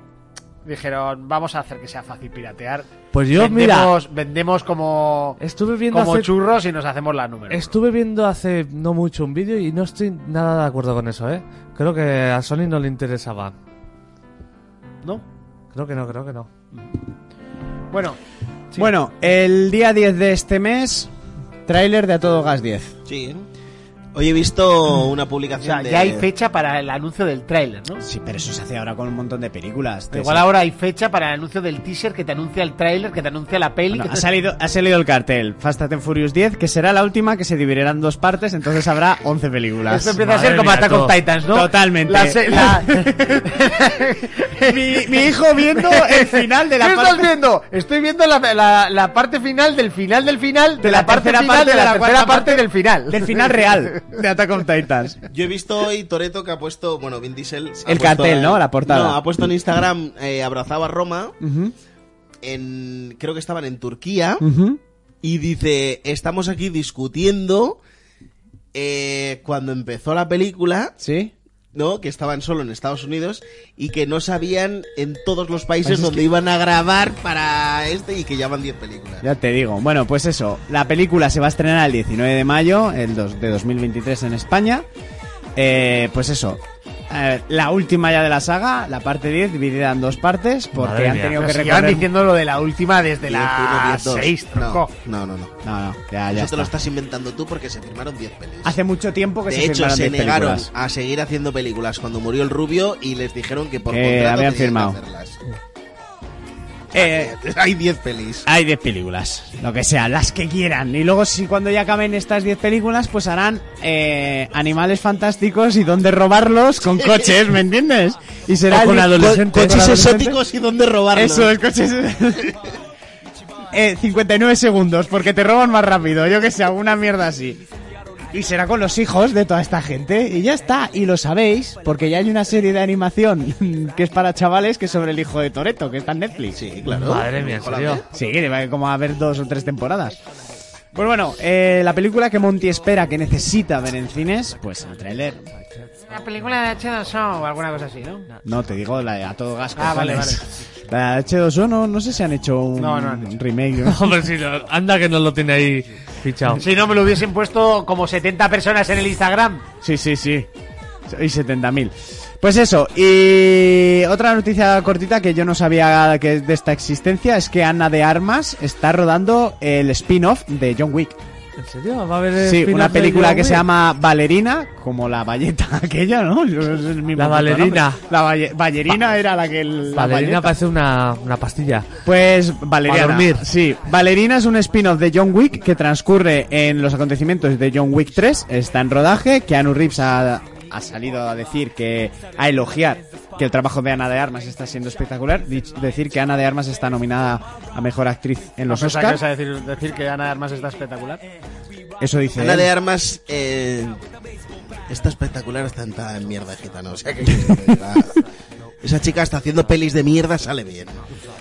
dijeron, vamos a hacer que sea fácil piratear.
Pues yo,
vendemos, vendemos como.
Estuve viendo
como
hace-
churros y nos hacemos la número. uno.
Estuve viendo hace no mucho un vídeo y no estoy nada de acuerdo con eso, ¿eh? Creo que a Sony no le interesaba.
¿No?
Creo que no, creo que no.
Bueno,
Bueno, el día 10 de este mes, tráiler de A Todo Gas 10.
Sí, ¿eh? Hoy he visto una
o
publicación
sea,
de...
ya hay fecha para el anuncio del tráiler, ¿no?
Sí, pero eso se hace ahora con un montón de películas.
Pero Igual ahora hay fecha para el anuncio del teaser que te anuncia el tráiler, que te anuncia la peli.
Bueno,
que
ha,
te-
salido, ha salido el cartel Fast and Furious 10, que será la última, que se dividirá en dos partes, entonces habrá 11 películas.
Esto empieza
Madre
a ser como
mía,
Attack on
todo.
Titans, ¿no?
Totalmente.
La se- la- *laughs*
*laughs* mi, mi hijo viendo el final de
¿Qué
la
estás
parte...
viendo? Estoy viendo la, la- la parte final del final del final de, la, parte
tercera
final de la, tercera
cuarta
parte, del final.
Del final real de Attack on Titans.
Yo he visto hoy Toreto que ha puesto, bueno, Vin Diesel... ha
El
puesto
cartel, ¿no?
en-
La portada.
No, ha puesto en Instagram, eh, abrazaba Roma, en, creo que estaban en Turquía, y dice, estamos aquí discutiendo eh, cuando empezó la película,
¿Sí?
¿no? Que estaban solo en Estados Unidos y que no sabían en todos los países
Pues
donde iban a grabar para este y que ya van 10 películas.
Ya te digo. Bueno, pues eso. La película se va a estrenar el 19 de mayo el dos- de 2023 en España. Eh, pues eso. Eh, la última ya de la saga, la parte 10, dividida en dos partes, porque
Madre
han
mía.
tenido
Pero
que
si llevan
recorrer...
diciendo lo de la última desde
10,
la
1, 10, 2.
6,
no,
tronco.
no, no, no.
No, no, ya, ya
Eso te lo
está.
estás inventando tú porque se firmaron 10 películas.
Hace mucho tiempo que
de
se
hecho,
firmaron
se
10
negaron
películas.
a seguir haciendo películas cuando murió el rubio y les dijeron que por
Que
contrato
Eh, habían
tenían que
firmado.
hacerlas.
Eh,
*laughs* Hay 10 pelis.
hay 10 películas, lo que sea, las que quieran. Y luego, si cuando ya acaben estas 10 películas, pues harán eh, animales fantásticos y dónde robarlos con coches, ¿me entiendes? Y será
O con
el-
adolescentes.
con
Coches
adolescentes.
exóticos y dónde robarlos.
Eso, es coches. *laughs* eh, 59 segundos, porque te roban más rápido, yo que sé, alguna mierda así. Y será con los hijos de toda esta gente, y ya está, y lo sabéis, porque ya hay una serie de animación *laughs* que es para chavales que es sobre el hijo de Toreto, que está en Netflix.
Sí, claro.
Madre mía, en
Ojalá
serio.
vea.
Sí, que va como a haber dos o tres temporadas. Pues bueno, eh, la película que Monty espera que necesita ver en cines, pues el tráiler.
La película de H2O o alguna cosa así, ¿no?
No, te digo la de a todo gas.
Ah, vale,
cojones. La de H2O no, no sé si han hecho un
No, no han hecho. *laughs*
remake. ¿no?
Hombre, si no- anda que no lo tiene ahí fichado.
Si no, me lo hubiesen puesto como 70 personas en el Instagram.
Sí, sí, sí. Y 70.000. Pues eso, y otra noticia cortita que yo no sabía que es de esta existencia es que Ana de Armas está rodando el spin-off de John Wick.
¿En serio? ¿Va a haber
Sí,
spin-off
una
de
película
John
que se
Wick?
llama Ballerina, como la valleta *laughs* aquella, ¿no? Yo- es el mismo
La
puto
Ballerina.
nombre. La balle- ballerina era la que... la
Valerina
balleta.
parece una, una pastilla.
Pues Valeriana.
Pa' dormir.
Sí, Valeriana es un spin-off de John Wick que transcurre en los acontecimientos de John Wick 3. Está en rodaje. Keanu Reeves ha, ha salido a decir que. a elogiar que el trabajo de Ana de Armas está siendo espectacular. Dich- decir que Ana de Armas está nominada a mejor actriz en los
Pues
Oscars.
decir, que Ana Armas está espectacular.
Eso dice.
Ana
él.
de Armas eh, está espectacular, está en toda mierda de gitano. O *laughs* sea que está- esa chica está haciendo pelis de mierda, sale bien.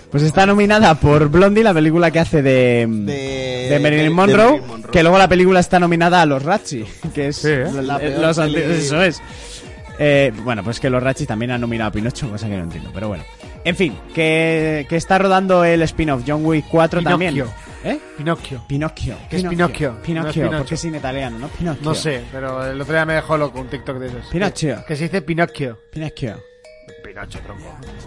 Pues está nominada por Blondie, la película que hace de.
De-
de Marilyn
Eh, de- de
Monroe,
Marilyn Monroe.
Que luego la película está nominada a Los Ratchi. *laughs* Que es.
Sí, ¿eh?
la-
La peor
los anti-
peli.
Eso es. Eh, bueno, pues que los Ratchis también han nominado a Pinocho, cosa que no entiendo, pero bueno. En fin, que, que está rodando el spin-off John Wick 4 también.
Pinocchio.
¿Eh?
Pinocchio.
Pinocchio.
¿Qué es Pinocchio? No es
Pinocchio,
Pinocho.
porque es en italiano, ¿no? Pinocchio.
No sé, pero el otro día me dejó loco un TikTok de esos.
Pinocchio.
Que se dice Pinocchio.
Pinocchio.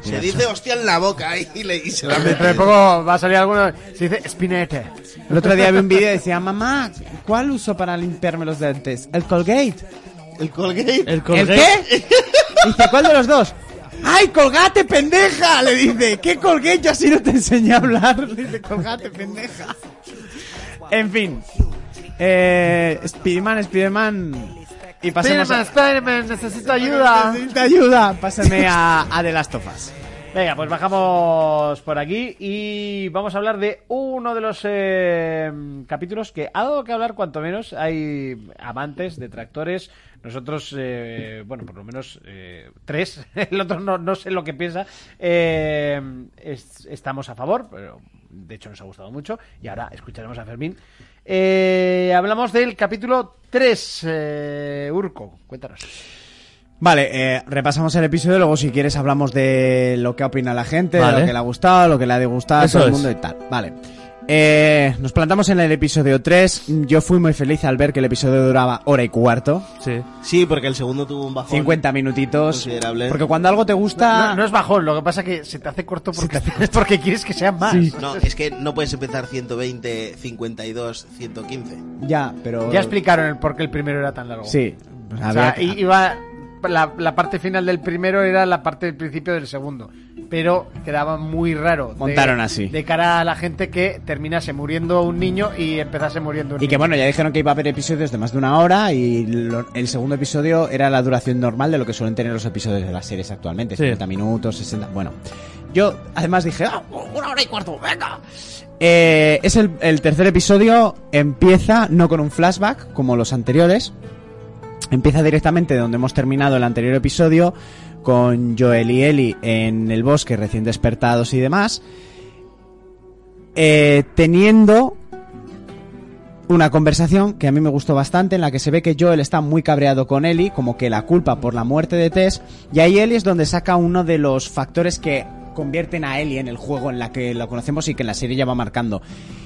Se dice hostia en la boca y, le, y se la mete.
Dentro de poco va a salir alguno. Se dice Spinete.
El otro día vi un vídeo y decía, mamá, ¿cuál uso para limpiarme los dientes? El Colgate.
El Colgate.
El
¿El qué? *laughs* Dice, ¿cuál de los dos? ¡Ay, colgate, pendeja! Le dice, ¿qué colgué? Yo así no te enseñé a hablar. Le dice, colgate, pendeja. En fin. Eh, Spiderman, Spiderman. Y pasemos
Spiderman,
a...
Spiderman, necesito ayuda.
Necesito ayuda. Pásame a, a The Last of Us.
Venga, pues bajamos por aquí y vamos a hablar de uno de los eh, capítulos que ha dado que hablar cuanto menos. Hay amantes, detractores, nosotros, eh, bueno, por lo menos eh, tres, *laughs* el otro no, no sé lo que piensa. Eh, es- estamos a favor, pero de hecho nos ha gustado mucho y ahora escucharemos a Fermín. Eh, hablamos del capítulo 3, Urco, cuéntanos.
Vale, eh, repasamos el episodio, luego si quieres hablamos de lo que opina la gente, de
Vale.
lo que le ha gustado, lo que le ha disgustado a
Eso
todo el
es.
mundo y tal. Vale. Eh, nos plantamos en el episodio 3. Yo fui muy feliz al ver que el episodio duraba hora y cuarto.
Sí.
Sí, porque el segundo tuvo un bajón.
50 minutitos.
Considerable.
Porque cuando algo te gusta...
No, no es bajón, lo que pasa que se te hace corto porque, *laughs* porque quieres que sea más.
No, es que no puedes empezar 120, 52, 115.
Ya, pero...
Ya explicaron el por qué el primero era tan largo.
Sí.
O
había
sea,
que-
i- iba, la, la parte final del primero era la parte del principio del segundo. Pero quedaba muy raro. de-
Montaron así.
De cara a la gente que terminase muriendo un niño y empezase muriendo un
Y que
niño.
bueno, ya dijeron que iba a haber episodios de más de una hora y lo- el segundo episodio era la duración normal de lo que suelen tener los episodios de las series actualmente,
Sí.
50 minutos, 60. Bueno, yo además dije, "Ah, una hora y cuarto, venga. Eh, es el, el tercer episodio, empieza no con un flashback como los anteriores, empieza directamente de donde hemos terminado el anterior episodio, con Joel y Ellie en el bosque recién despertados y demás, eh, teniendo una conversación que a mí me gustó bastante, en la que se ve que Joel está muy cabreado con Ellie, como que la culpa por la muerte de Tess, y ahí Ellie es donde saca uno de los factores que convierten a Ellie en el juego en la que lo conocemos y que en la serie ya va marcando.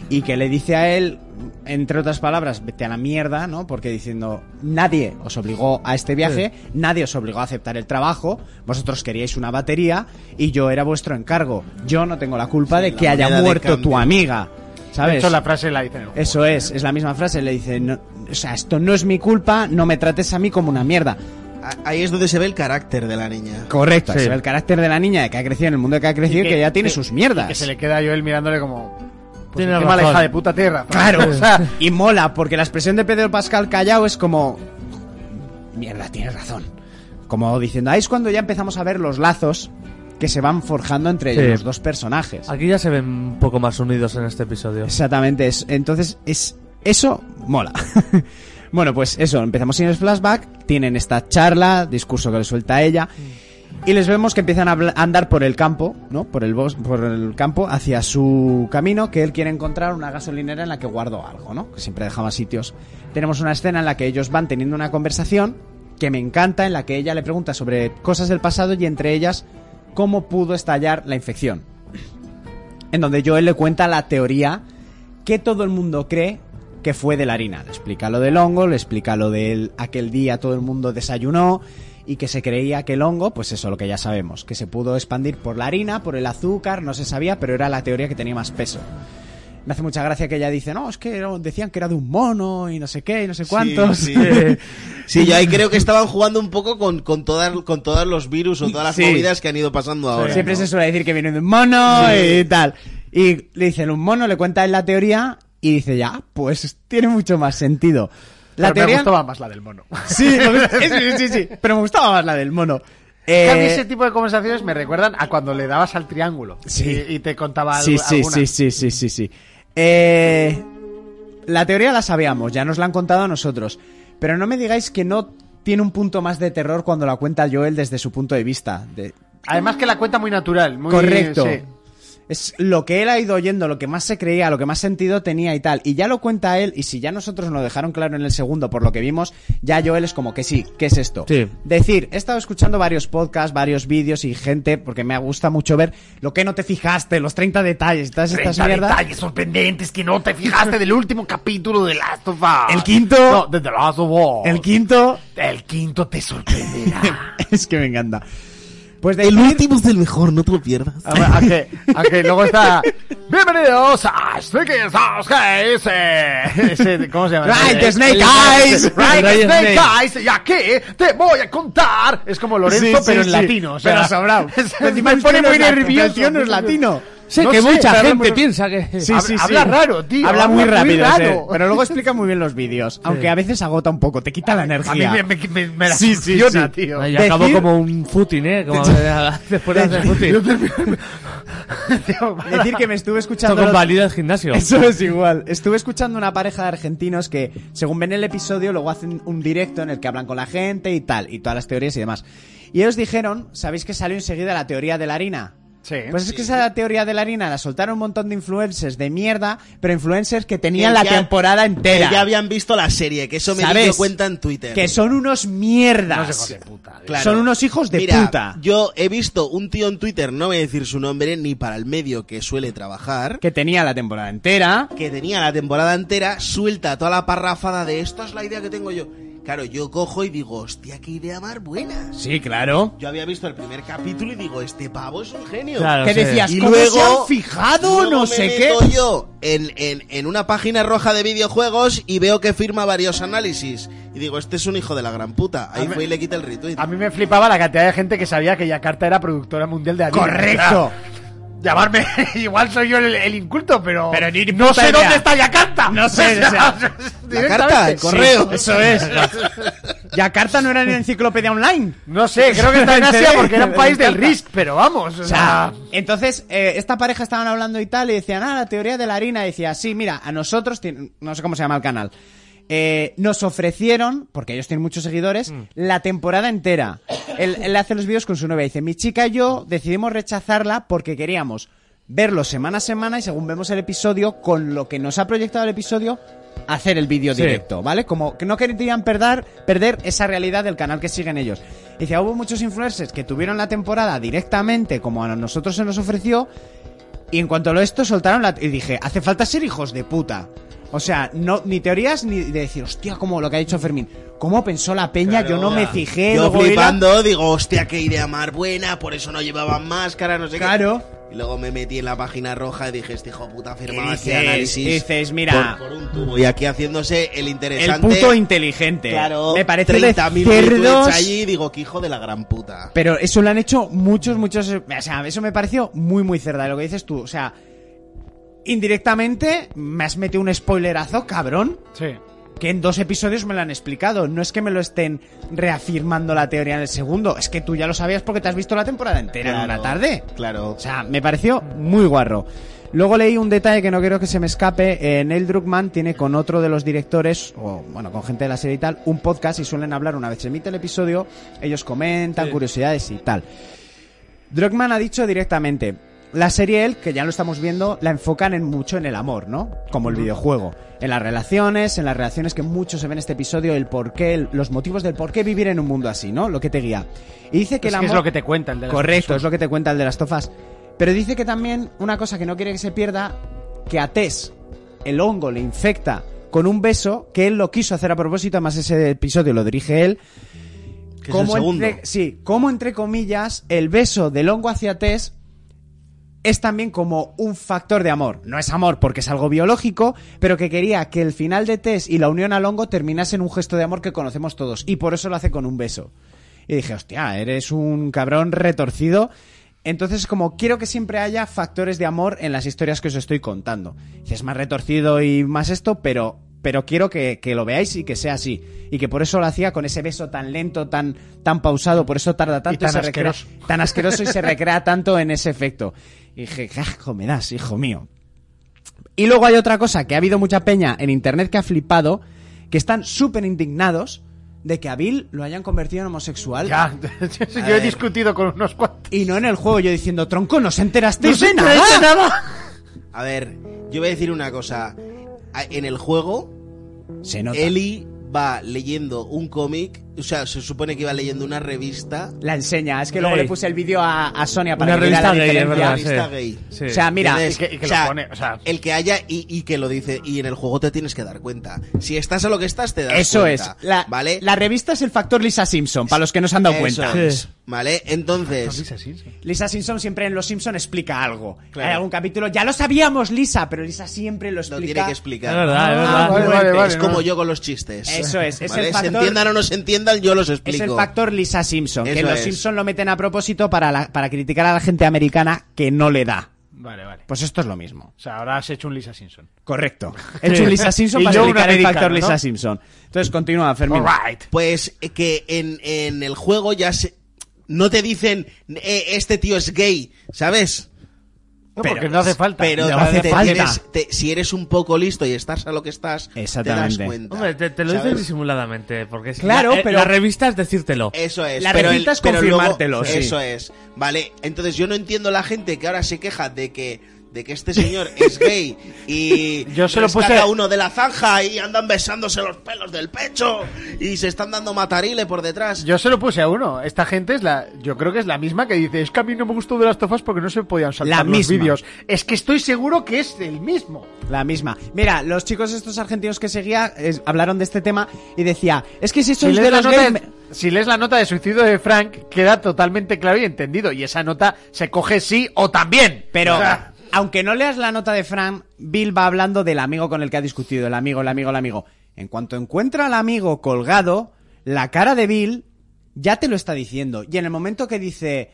Y que le dice a él, entre otras palabras, vete a la mierda, ¿no? Porque diciendo, nadie os obligó a este viaje, nadie os obligó a aceptar el trabajo, vosotros queríais una batería y yo era vuestro encargo. Yo no tengo la culpa
Sí,
de
la
que haya
moneda de
muerto tu
cambio.
amiga. ¿Sabes?
De hecho, la frase la dicen en el juego.
Eso es, es la misma frase. Le dice, no- o sea, esto no es mi culpa, no me trates a mí como una mierda.
a- ahí es donde se ve el carácter de la niña.
Correcto,
Sí.
se ve el carácter de la niña que ha crecido en el mundo que ha crecido y que, ya tiene sus mierdas.
Que se le queda a Joel mirándole como. Pues,
Tiene
qué mala
razón.
hija de puta tierra.
*laughs*
*laughs*
Claro,
O sea,
y mola, porque la expresión de Pedro Pascal Callao es como. Mierda, tienes razón. Como diciendo, ahí es cuando ya empezamos a ver los lazos que se van forjando entre
Sí.
los dos personajes.
Aquí ya se ven un poco más unidos en este episodio.
Exactamente, es- entonces es eso mola. *laughs* bueno, pues eso, empezamos sin el flashback, tienen esta charla, discurso que le suelta ella y les vemos que empiezan a habl- a andar por el campo, ¿no? Por el bos- por el campo hacia su camino que él quiere encontrar una gasolinera en la que guardó algo, ¿no? Que siempre dejaba sitios. Tenemos una escena en la que ellos van teniendo una conversación que me encanta en la que ella le pregunta sobre cosas del pasado y entre ellas cómo pudo estallar la infección en donde Joel le cuenta la teoría que todo el mundo cree que fue de la harina. Le explica lo del hongo, le explica lo del aquel día todo el mundo desayunó y que se creía que el hongo, pues eso lo que ya sabemos, que se pudo expandir por la harina, por el azúcar, no se sabía, pero era la teoría que tenía más peso. Me hace mucha gracia que ella dice, no, es que era- decían que era de un mono y no sé qué y no sé cuántos. *laughs*
Sí, *laughs* sí. Sí, yo ahí creo que estaban jugando un poco con, con, todas, con todos los virus o todas las
Sí.
movidas que han ido pasando ahora.
Siempre
¿no?
se suele decir que viene de un mono y tal. Y le dicen un mono, le cuenta en la teoría y dice ya, pues tiene mucho más sentido. La
pero
teoría.
me gustaba más la del mono.
*laughs* Sí, me gusta- sí, sí, sí, pero me gustaba más la del mono. Eh,
Que a mí ese tipo de conversaciones me recuerdan a cuando le dabas al triángulo
Sí.
y, y te contaba algo.
sí, sí, sí, sí, sí, sí, sí. Eh, la teoría la sabíamos, ya nos la han contado a nosotros. Pero no me digáis que no tiene un punto más de terror cuando la cuenta Joel desde su punto de vista. de-
Además que la cuenta muy natural. Muy,
Correcto.
sí.
Es lo que él ha ido oyendo, lo que más se creía, lo que más sentido tenía y tal. Y ya lo cuenta él, y si ya nosotros nos lo dejaron claro en el segundo, por lo que vimos, ya Joel es como que sí, ¿qué es esto?
Sí.
Decir, he estado escuchando varios podcasts, varios vídeos y gente, porque me gusta mucho ver lo que no te fijaste, los 30 detalles, y todas estas
30
mierdas.
detalles sorprendentes que no te fijaste del último capítulo de Last of Us.
El quinto.
No, de The Last of Us.
El quinto, *laughs*
El quinto te sorprenderá.
es que me encanta. Pues de
El último es el mejor, no te lo pierdas.
a, ver, a que, a que luego está. Bienvenidos a Snake Eyes. eh, ese- ¿Cómo se llama?
Right,
Eh,
Snake
el-
Eyes.
Right,
Right,
Snake
Snake.
Eyes. Y aquí te voy a contar. Es como Lorenzo,
Sí, sí,
pero
sí.
en latino. O sea,
Pero sobrado.
*laughs* Encima me pone muy nervioso.
El tío no es latino.
Sé
No sé,
que mucha
pero
gente
hablamos-
piensa que...
Sí,
Hab-
sí, sí.
habla raro, tío,
Habla muy
habla muy
rápido, sí.
raro.
pero luego explica muy bien los vídeos. Aunque a veces agota un poco, te quita la energía.
A mí me, me, me, me la
Sí, sí,
funciona,
sí.
tío.
Ay,
Decir-
acabó como un futin,
*laughs*
¿eh? Como *laughs* después de hacer futin.
Tío,
Decir que me estuve
Esto
escuchando. los-
convalida el gimnasio.
*laughs* Eso es igual. Estuve escuchando una pareja de argentinos que, según ven el episodio, luego hacen un directo en el que hablan con la gente y tal, y todas las teorías y demás. Y ellos dijeron, ¿sabéis que salió enseguida la teoría de la harina?
Sí.
Pues es que esa teoría de la harina la soltaron un montón de influencers de mierda, pero influencers que tenían
Que
la
ya-
temporada
Que
entera.
ya habían visto la serie, que eso me
¿Sabes?
dio cuenta en Twitter.
Que son unos mierdas.
No sé, hijo de puta.
Claro.
Son unos hijos de
Mira,
puta.
Yo he visto un tío en Twitter, no voy a decir su nombre, ni para el medio que suele trabajar,
Que tenía la temporada entera.
que tenía la temporada entera, suelta toda la parrafada de esta es la idea que tengo yo. Claro, yo cojo y digo, hostia, qué idea más buena.
Sí, claro.
Yo había visto el primer capítulo y digo, este pavo es un genio.
Claro,
Que
sí.
decías,
Y
¿cómo
luego-
se han fijado?
Luego
No
me
sé qué.
meto yo en, en- en una página roja de videojuegos y veo que firma varios análisis. Y digo, este es un hijo de la gran puta. Ahí fue y le quita el retweet.
A mí me flipaba la cantidad de gente que sabía que Yakarta era productora mundial de anime.
Correcto.
Llamarme, *laughs* igual soy yo el, el inculto, pero.
Pero ni
no
puta
sé
idea.
dónde está Yakarta.
No sé,
*laughs*
o sea,
la
directamente.
carta, el correo.
Eso es. Yakarta no era una enciclopedia online.
No sé, creo que está en Asia porque era un país del
Yakarta.
RISC, pero vamos. O
O
sea,
sea, entonces, eh, esta pareja estaban hablando y tal, y decían, ah, la teoría de la harina. Y decía, sí, mira, a nosotros, ti- no sé cómo se llama el canal, eh, nos ofrecieron, porque ellos tienen muchos seguidores, la temporada entera. Él, él hace los vídeos con su novia. Dice, mi chica y yo decidimos rechazarla porque queríamos verlo semana a semana y según vemos el episodio, con lo que nos ha proyectado el episodio, hacer el vídeo
Sí.
directo. ¿vale? Como que no querían perder, perder esa realidad del canal que siguen ellos. Y decía, hubo muchos influencers que tuvieron la temporada directamente, como a nosotros se nos ofreció, y en cuanto a lo esto soltaron la... Y dije, hace falta ser hijos de puta. O sea, no, ni teorías ni de decir, hostia, como lo que ha dicho Fermín. ¿Cómo pensó la peña? Yo no me fijé.
Yo
luego era-
flipando, digo, hostia, qué idea más buena, por eso no llevaban máscara, no sé
Claro.
qué. Y luego me metí en la página roja y dije, este hijo de puta
Y
firmaba este
dices-
análisis
dices, mira,
por, por un tubo. Y aquí haciéndose el
el
interesante.
puto inteligente.
Claro,
me parece de
30.000 retweets
cerdos.
allí digo, que hijo de la gran puta.
Pero eso lo han hecho muchos, muchos. O sea, eso me pareció muy, muy cerda lo que dices tú. O sea, indirectamente me has metido un spoilerazo, cabrón.
Sí.
Que en dos episodios me lo han explicado. No es que me lo estén reafirmando la teoría en el segundo. Es que tú ya lo sabías porque te has visto la temporada entera en una
Claro,
tarde.
Claro.
O sea, me pareció muy guarro. Luego leí un detalle que no quiero que se me escape. Eh, Neil Druckmann tiene con otro de los directores, o bueno, con gente de la serie y tal, un podcast y suelen hablar una vez se emite el episodio, ellos comentan curiosidades y tal. Druckmann ha dicho directamente, la serie él, que ya lo estamos viendo, la enfocan en mucho en el amor, ¿no? Como el videojuego. En las relaciones, en las relaciones que mucho se ve en este episodio, el por qué, el- los motivos del por qué vivir en un mundo así, ¿no? Lo que te guía. Y dice que
Es Pues
el
que
amor...
es lo que te cuenta el de las
Correcto, es
personas.
lo que te cuenta el de las tofas. Pero dice que también una cosa que no quiere que se pierda, que a Tess el hongo le infecta con un beso que él lo quiso hacer a propósito, además ese episodio lo dirige él.
Que es el segundo.
entre, sí, como entre comillas, el beso del hongo hacia Tess es también como un factor de amor. No es amor porque es algo biológico, pero que quería que el final de Tess y la unión al hongo terminase en un gesto de amor que conocemos todos. Y por eso lo hace con un beso. Y dije, hostia, eres un cabrón retorcido. Entonces, como quiero que siempre haya factores de amor en las historias que os estoy contando. Y Es más retorcido y más esto, pero, pero quiero que, que lo veáis y que sea así. Y que por eso lo hacía con ese beso tan lento, tan, tan pausado, por eso tarda tanto
tan
se recrea-
asqueroso.
tan asqueroso y
*laughs*
se recrea tanto en ese efecto. Y dije, "Qué asco me das, hijo mío. Y luego hay otra cosa que ha habido mucha peña en internet que ha flipado, que están súper indignados de que a Bill lo hayan convertido en homosexual.
*laughs* Ya, *laughs* yo he discutido con unos cuantos.
Y no en el juego, yo diciendo, tronco, no se
¡No
enterasteis
se
de nada.
enteraste nada!
A ver, yo voy a decir una cosa. A- En el juego,
Se nota.
Eli va leyendo un cómic, o sea, se supone que iba leyendo una revista.
La enseña, es que luego
Gay.
le puse el vídeo a, a Sonia para
Una
que viera la
revista gay, es
diferencia.
Revista
verdad. sí.
gay.
Sí.
O sea, mira,
¿Entiendes?
y que- y que lo pone, o sea-
el que haya y, y que lo dice, y en el juego te tienes que dar cuenta. Si estás a lo que estás, te das
eso es.
cuenta.
La,
¿Vale?
la revista es el factor Lisa Simpson, para los que no se han dado
Eso
cuenta.
es, ¿Vale? Entonces,
Lisa Simpson siempre en Los Simpson explica algo.
Claro.
Hay algún capítulo, ya lo sabíamos Lisa, pero Lisa siempre lo
no
explica.
tiene que
Es
explicar.
verdad, es verdad.
Ah, vale, vale, vale,
es
no.
como yo con los chistes.
Eso es, es
¿Vale?
el
Se
factor-
entiendan o no se entiendan, yo los
Es
explico.
el factor Lisa Simpson, que
Eso
los
es.
Simpson lo meten a propósito para, la- para criticar a la gente americana que no le da.
Vale, vale.
Pues esto es lo mismo.
O sea, ahora has hecho un Lisa Simpson.
Correcto. He hecho un Lisa
*laughs*
Simpson
Y
para
yo un
explicar el
americano,
factor
¿no?
Lisa Simpson. Entonces continúa, Fermín.
Alright.
Pues eh, que en, en el juego ya se... No te dicen, "Eh, este tío es gay, ¿sabes?
No,
Pero-
porque no hace falta.
Pero
No hace
te
falta.
tienes- te- si eres un poco listo y estás a lo que estás, te
Exactamente.
das cuenta.
Hombre, te, te lo
¿sabes?
dicen disimuladamente, porque si
Claro,
la, eh,
pero-
la revista es decírtelo.
Eso es.
La
pero el-
receta es
pero luego-
confirmártelo, sí.
Eso es. Vale, entonces yo no entiendo la gente que ahora se queja de que de que este señor *laughs* es gay y
Yo se lo puse-
rescata a uno de la zanja y andan besándose los pelos del pecho y se están dando matarile por detrás.
Yo se lo puse a uno. Esta gente es la. Yo creo que es la misma que dice: Es que a mí no me gustó de las tofas porque no se podían saltar
La
los
misma.
vídeos. Es que estoy seguro que es el mismo.
La misma. Mira, los chicos estos argentinos que seguía eh, hablaron de este tema y decía, es que si sois de los gays... me-
si lees la nota de suicidio de Frank, queda totalmente claro y entendido. Y esa nota se coge sí o también.
Pero
O sea,
aunque no leas la nota de Fran, Bill va hablando del amigo con el que ha discutido, el amigo, el amigo, el amigo. En cuanto encuentra al amigo colgado, la cara de Bill ya te lo está diciendo. Y en el momento que dice,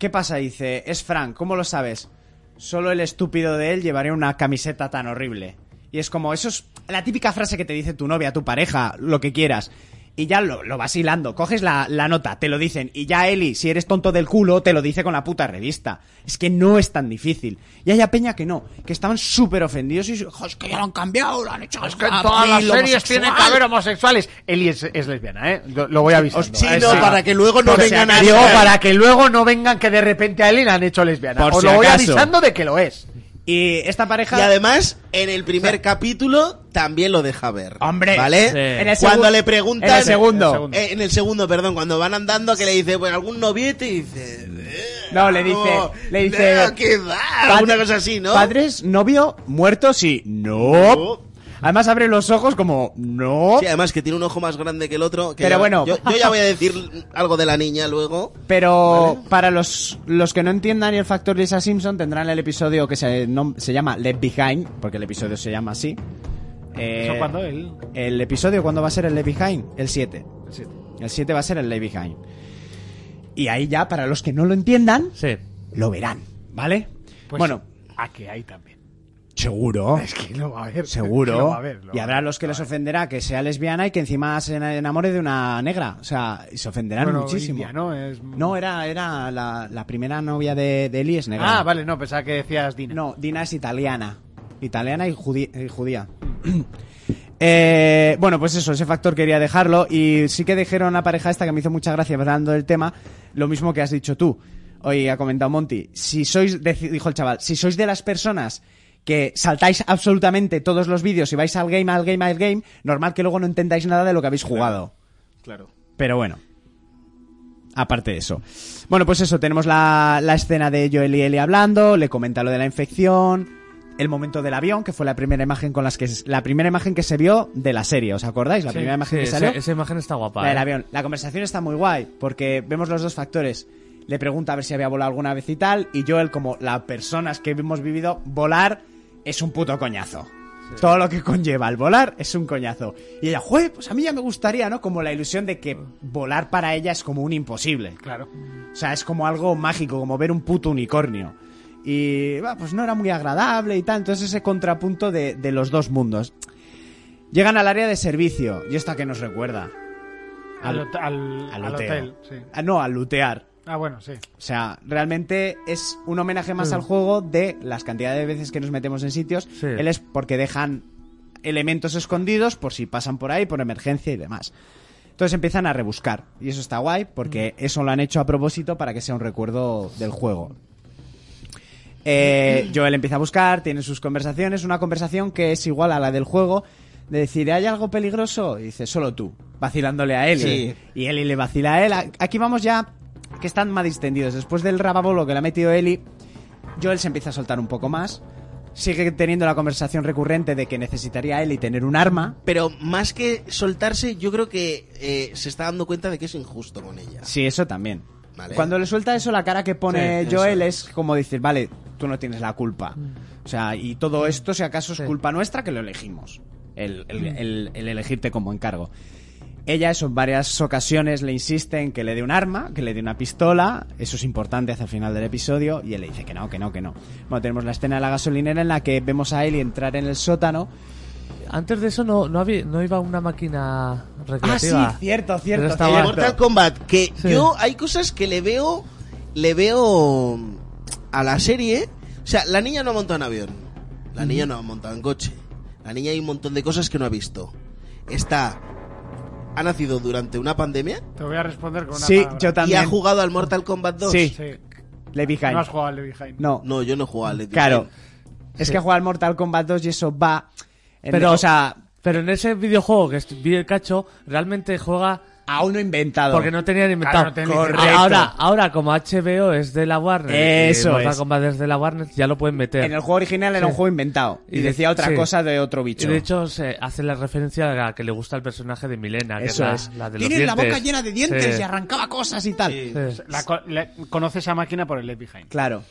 ¿qué pasa? Dice, es Fran, ¿cómo lo sabes? Solo el estúpido de él llevaría una camiseta tan horrible. Y es como, eso es la típica frase que te dice tu novia, tu pareja, lo que quieras. Y ya lo, lo vas hilando, coges la, la nota, te lo dicen. Y ya Eli, si eres tonto del culo, te lo dice con la puta revista. Es que no es tan difícil. Y hay a Peña que no, que estaban súper ofendidos y... "Jo, Es que ya lo han cambiado, lo han hecho...
es que en todas las series tiene que haber homosexuales. Eli es, es lesbiana, ¿eh? Lo, lo voy avisando.
Sí,
Eh,
no, para que luego no
Por si
vengan a
acaso. Digo, para que luego no vengan que de repente a Eli la han hecho lesbiana.
Por
Os
si
lo voy
acaso.
avisando de que lo es.
Y esta pareja...
Y además, en el primer capítulo también lo deja ver.
Hombre,
¿vale?
sí. En
el
cuando
segun-
le preguntan
en el segundo.
Eh, en el segundo, perdón, cuando van andando que le dice, "Pues algún noviete" y dice, "Eh,
No, le dice-
no,
le dice,
"No, ¿qué va?"
Padre-
Alguna cosa así, ¿no?
Padres, novio, muertos y... No. Además abre los ojos como, no.
Sí, además que tiene un ojo más grande que el otro. que
Pero
ya-
bueno.
Yo, yo ya voy a decir algo de la niña luego.
Pero para los, los que no entiendan y el factor Lisa Simpson tendrán el episodio que se, nom- se llama Left Behind, porque el episodio se llama así. Eh,
¿Eso cuándo? El-
El episodio, ¿cuándo va a ser el Left Behind? El 7.
el siete.
El 7 va a ser el Left Behind. Y ahí ya, para los que no lo entiendan,
Sí.
lo verán, ¿vale?
Pues,
bueno,
A que hay también.
seguro.
Es que lo va a ver.
Seguro.
Lo va a ver, lo
y
va a
habrá
ver.
los que les ofenderá que sea lesbiana y que encima se enamore de una negra. O sea, y se ofenderán
Bueno,
muchísimo.
India, ¿no? Es-
No, era, era la, la primera novia de, de Eli es negra.
Ah, vale, no, pensaba que decías Dina.
No, Dina es italiana. Italiana y, judi- y judía. *clears throat* Eh, bueno, pues eso, ese factor quería dejarlo. Y sí que dejaron la pareja esta que me hizo mucha gracia pues, hablando del tema. Lo mismo que has dicho tú. Hoy ha comentado Monty. Si sois, deci- dijo el chaval, si sois de las personas que saltáis absolutamente todos los vídeos y vais al game, al game, al game, normal que luego no entendáis nada de lo que habéis jugado.
Claro.
Pero bueno. Aparte de eso. Bueno, pues eso, tenemos la, la escena de Joel y Ellie hablando, le comenta lo de la infección, el momento del avión, que fue la primera imagen con las que la primera imagen que se vio de la serie, ¿os acordáis? La primera imagen
Sí,
que
esa-
salió.
Esa, imagen está guapa.
la del
¿eh?
avión. La conversación está muy guay, porque vemos los dos factores. Le pregunta a ver si había volado alguna vez y tal, y Joel, como las personas que hemos vivido, volar es un puto coñazo. Todo lo que conlleva el volar es un coñazo. Y ella, jue, pues a mí ya me gustaría, ¿no? Como la ilusión de que volar para ella es como un imposible.
Claro.
O sea, es como algo mágico, como ver un puto unicornio. Y bah, pues no era muy agradable y tal. Entonces ese contrapunto de, de los dos mundos. Llegan al área de servicio. ¿Y esta que nos recuerda?
Al,
Al-
hot- al,
al
al
hotel.
hotel. sí.
Ah, no, al lootear.
Ah, bueno, sí.
O sea, realmente es un homenaje más al juego de las cantidades de veces que nos metemos en sitios.
Sí.
Él es porque dejan elementos escondidos por si pasan por ahí, por emergencia y demás. Entonces empiezan a rebuscar. Y eso está guay porque eso lo han hecho a propósito para que sea un recuerdo del juego. Eh, Joel empieza a buscar, tiene sus conversaciones, una conversación que es igual a la del juego, de decir, ¿hay algo peligroso? Y dice, solo tú, vacilándole a Eli.
Sí.
Y Eli le vacila a él. A- Aquí vamos ya, que están más distendidos. Después del rababolo que le ha metido Eli, Joel se empieza a soltar un poco más. Sigue teniendo la conversación recurrente de que necesitaría a Eli tener un arma.
Pero más que soltarse, yo creo que eh, se está dando cuenta de que es injusto con ella.
Sí, eso también.
Vale.
Cuando le suelta eso, la cara que pone
Sí,
Joel
eso.
es como decir, vale, tú no tienes la culpa. O sea, y todo esto, si acaso, es culpa nuestra que lo elegimos. El, el- el- el elegirte como encargo. Ella eso en varias ocasiones le insiste en que le dé un arma, que le dé una pistola, eso es importante hacia el final del episodio, y él le dice que no, que no, que no. Bueno, tenemos la escena de la gasolinera en la que vemos a Ellie entrar en el sótano.
Antes de eso no, no, había- no iba una máquina recreativa.
Ah, sí, cierto, cierto,
Pero estaba-
El
cierto.
Mortal Kombat, que
Sí.
yo hay cosas que le veo, le veo a la serie. O sea, la niña no ha montado en avión, la niña no ha montado en coche, la niña hay un montón de cosas que no ha visto. Está, ha nacido durante una pandemia
Te voy a responder con una
Sí,
palabra.
y
yo
ha
también.
jugado al Mortal Kombat 2.
Sí.
Sí.
Le
No has jugado al Levi Hyde.
No,
No, yo no he jugado al Dead
Claro.
Space.
Es que juega al Mortal Kombat 2 y eso va. en-
Pero-
o sea,
Pero en ese videojuego que est- vi el cacho, realmente juega
a uno inventado.
porque no tenían inventado.
Claro, no tenían
Correcto.
inventado.
Ahora, ahora como HBO es de la Warner, y
Eso
Mortal
es.
Kombat es de la Warner, ya lo pueden meter.
En el juego original era
Sí.
un juego inventado. Y,
Y de-
decía otra
sí.
cosa de otro
y
bicho.
de hecho se hace la referencia a la que le gusta el personaje de Milena, que
eso
es
es.
la, la de los
Tiene la boca
dientes.
llena de dientes
Sí.
y arrancaba cosas y tal.
Sí.
Sí.
La co- le- conoce esa máquina por el Left Behind.
Claro.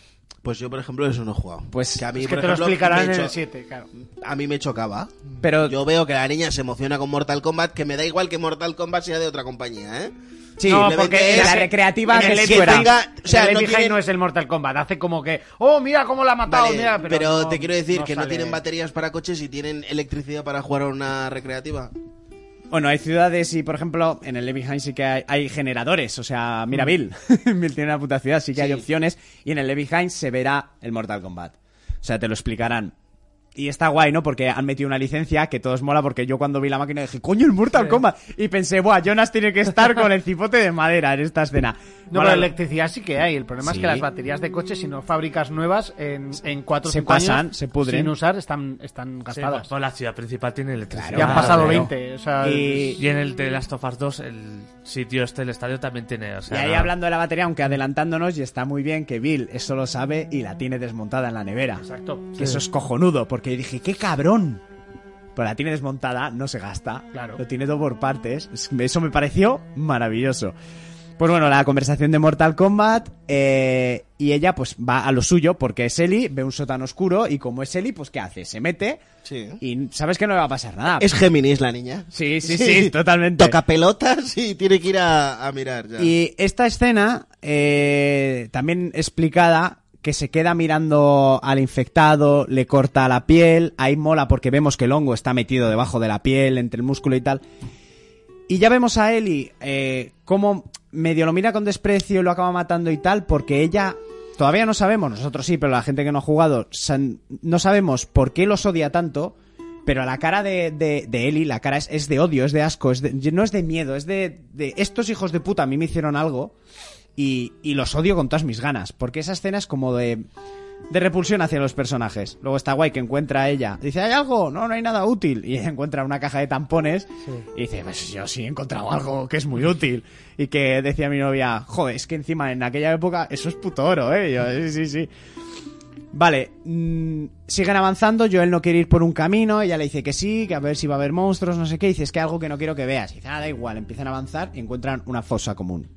Pues yo, por ejemplo, eso no he jugado.
Pues-
Que a mí,
Es que
por
te lo
ejemplo, me
explicarán en
cho-
el 7, claro.
A mí me chocaba.
Pero
Yo veo que la niña se emociona con Mortal Kombat, que me da igual que Mortal Kombat sea de otra compañía, ¿eh?
sí,
No,
le
porque
vende-
en
la
ese-
recreativa
en
que
el
sí
Left
fuera.
Behind-
Venga, o sea,
en el
no
Left Behind
tienen-
no es el Mortal Kombat. Hace como que, oh, mira cómo la ha matado,
Vale,
mira.
pero
Pero, no-
te quiero decir que no
sale-
tienen baterías para coches y tienen electricidad para jugar a una recreativa.
Bueno, hay ciudades y, por ejemplo, en el Levy High sí que hay, hay generadores. O sea, mira Bill. *laughs* Bill tiene una puta ciudad, sí que hay
Sí.
opciones. Y en el Levy High se verá el Mortal Kombat. O sea, te lo explicarán. Y está guay, ¿no? Porque han metido una licencia que todos mola porque yo cuando vi la máquina dije, coño, el Mortal Kombat. Y pensé, buah, Jonas tiene que estar con el cipote de madera en esta escena.
No,
Mola-
pero electricidad sí que hay. El problema
Sí.
es que las baterías de coche, si no fabricas nuevas, en, en 4 o
Se
5
pasan,
años,
se pudren.
sin usar, están, están
Sí,
gastadas.
pues la ciudad principal tiene electricidad.
Claro,
ya han pasado
claro.
20. O sea,
Y-
Y en el de Last of Us 2, el sitio este, el estadio también tiene. O
Y
sea,
ahí hablando de la batería, aunque adelantándonos, y está muy bien que Bill eso lo sabe y la tiene desmontada en la nevera.
Exacto.
Que eso es cojonudo, porque dije, qué cabrón. Pero la tiene desmontada, no se gasta.
Claro.
Lo tiene todo por partes. Es- Eso me pareció maravilloso. Pues bueno, la conversación de Mortal Kombat eh, y ella pues va a lo suyo porque es Eli, ve un sótano oscuro y como es Eli, pues ¿qué hace? Se mete
Sí.
y sabes que no le va a pasar nada.
Es Géminis la niña.
Sí,
*laughs*
sí, sí, totalmente.
Toca pelotas y tiene que ir a, a mirar ya.
Y esta escena eh, también explicada que se queda mirando al infectado, le corta la piel, ahí mola porque vemos que el hongo está metido debajo de la piel, entre el músculo y tal. Y ya vemos a Ellie eh, cómo medio lo mira con desprecio y lo acaba matando y tal, porque ella todavía no sabemos, nosotros sí, pero la gente que no ha jugado, san- no sabemos por qué los odia tanto. Pero la cara de, de, de Ellie, la cara es, es de odio, es de asco, es de- no es de miedo, es de, de estos hijos de puta a mí me hicieron algo y, y los odio con todas mis ganas. Porque esa escena es como de, de repulsión hacia los personajes. Luego está guay que encuentra a ella. Dice, ¿hay algo? No, no hay nada útil. Y ella encuentra una caja de tampones y dice, pues yo sí he encontrado algo que es muy útil. Y que decía mi novia, joder, es que encima en aquella época eso es puto oro, ¿eh? Y yo, sí, sí, sí. Vale, mm, siguen avanzando, Joel no quiere ir por un camino, ella le dice que sí, que a ver si va a haber monstruos, no sé qué, y dice, es que hay algo que no quiero que veas. Y dice, ah, da igual, empiezan a avanzar y encuentran una fosa común.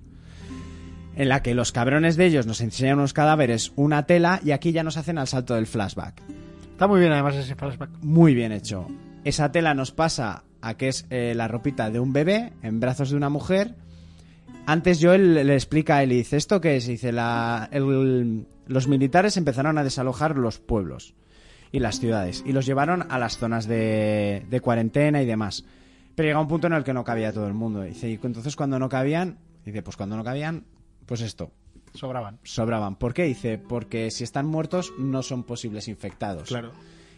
En la que los cabrones de ellos nos enseñan unos cadáveres, una tela, y aquí ya nos hacen al salto del flashback.
Está muy bien además ese flashback.
Muy bien hecho. Esa tela nos pasa a que es eh, la ropita de un bebé en brazos de una mujer. Antes Joel le explica a él y dice, ¿esto qué es? Y dice, la, el- los militares empezaron a desalojar los pueblos y las ciudades y los llevaron a las zonas de, de cuarentena y demás. Pero llega un punto en el que no cabía todo el mundo. Dice, y entonces cuando no cabían, dice, pues cuando no cabían, pues esto,
Sobraban.
sobraban. ¿Por qué? Dice, porque si están muertos no son posibles infectados.
Claro.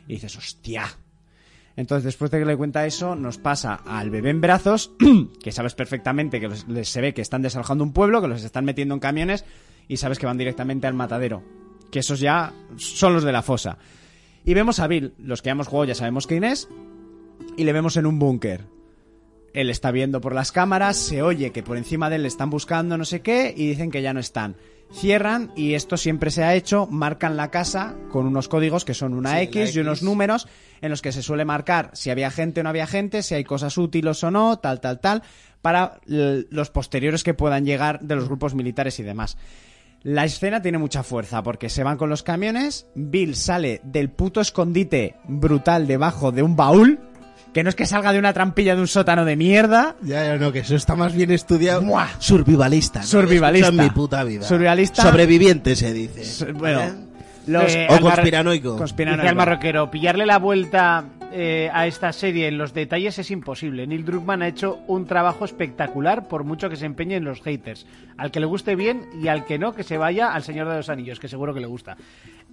Y dices, hostia. Entonces, después de que le cuenta eso, nos pasa al bebé en brazos, *clears throat* que sabes perfectamente que los- les- se ve que están desalojando un pueblo, que los están metiendo en camiones, y sabes que van directamente al matadero. Que esos ya son los de la fosa. Y vemos a Bill, los que ya hemos jugado ya sabemos quién es, y le vemos en un búnker. Él está viendo por las cámaras, se oye que por encima de él le están buscando no sé qué y dicen que ya no están. Cierran y esto siempre se ha hecho, marcan la casa con unos códigos que son una
Sí, la
X y unos
X.
números en los que se suele marcar si había gente o no había gente, si hay cosas útiles o no, tal, tal, tal, para l- los posteriores que puedan llegar de los grupos militares y demás. La escena tiene mucha fuerza porque se van con los camiones, Bill sale del puto escondite brutal debajo de un baúl, que no es que salga de una trampilla de un sótano de mierda,
Ya, ya, no, que eso está más bien estudiado.
¡Buah!
Ah, Survivalista. ¿no?
Survivalista.
Eso en mi puta vida.
Survivalista.
Sobreviviente se dice.
s- bueno,
¿Eh?
los
Eh,
O
al mar-
conspiranoico.
conspiranoicos.
Dice al marroquero, pillarle la vuelta eh, a esta serie en los detalles es imposible. Neil Druckmann ha hecho un trabajo espectacular por mucho que se empeñen los haters. Al que le guste bien y al que no, que se vaya al Señor de los Anillos, que seguro que le gusta.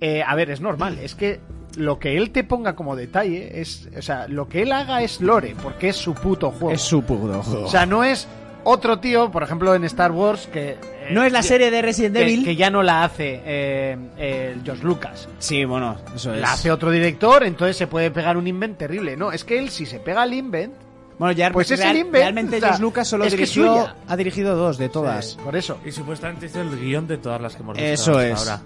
Eh, a ver, es normal, es que lo que él te ponga como detalle es, o sea, lo que él haga es lore, porque es su puto juego.
Es su puto juego.
O sea, no es otro tío, por ejemplo, en Star Wars que... eh,
no es la
que-
serie de Resident
que,
Evil.
que ya no la hace eh, eh, George Lucas.
Sí, bueno, eso es.
La hace otro director, entonces se puede pegar un invent terrible. No, es que él, si se pega al invent.
Bueno, ya
Pues es
real-
el invent,
realmente
o sea,
George Lucas solo
es que es
dirigió,
suya.
ha dirigido dos de todas.
eh, por eso.
Y supuestamente es el guión de todas las que hemos visto
Eso
hasta
es.
ahora.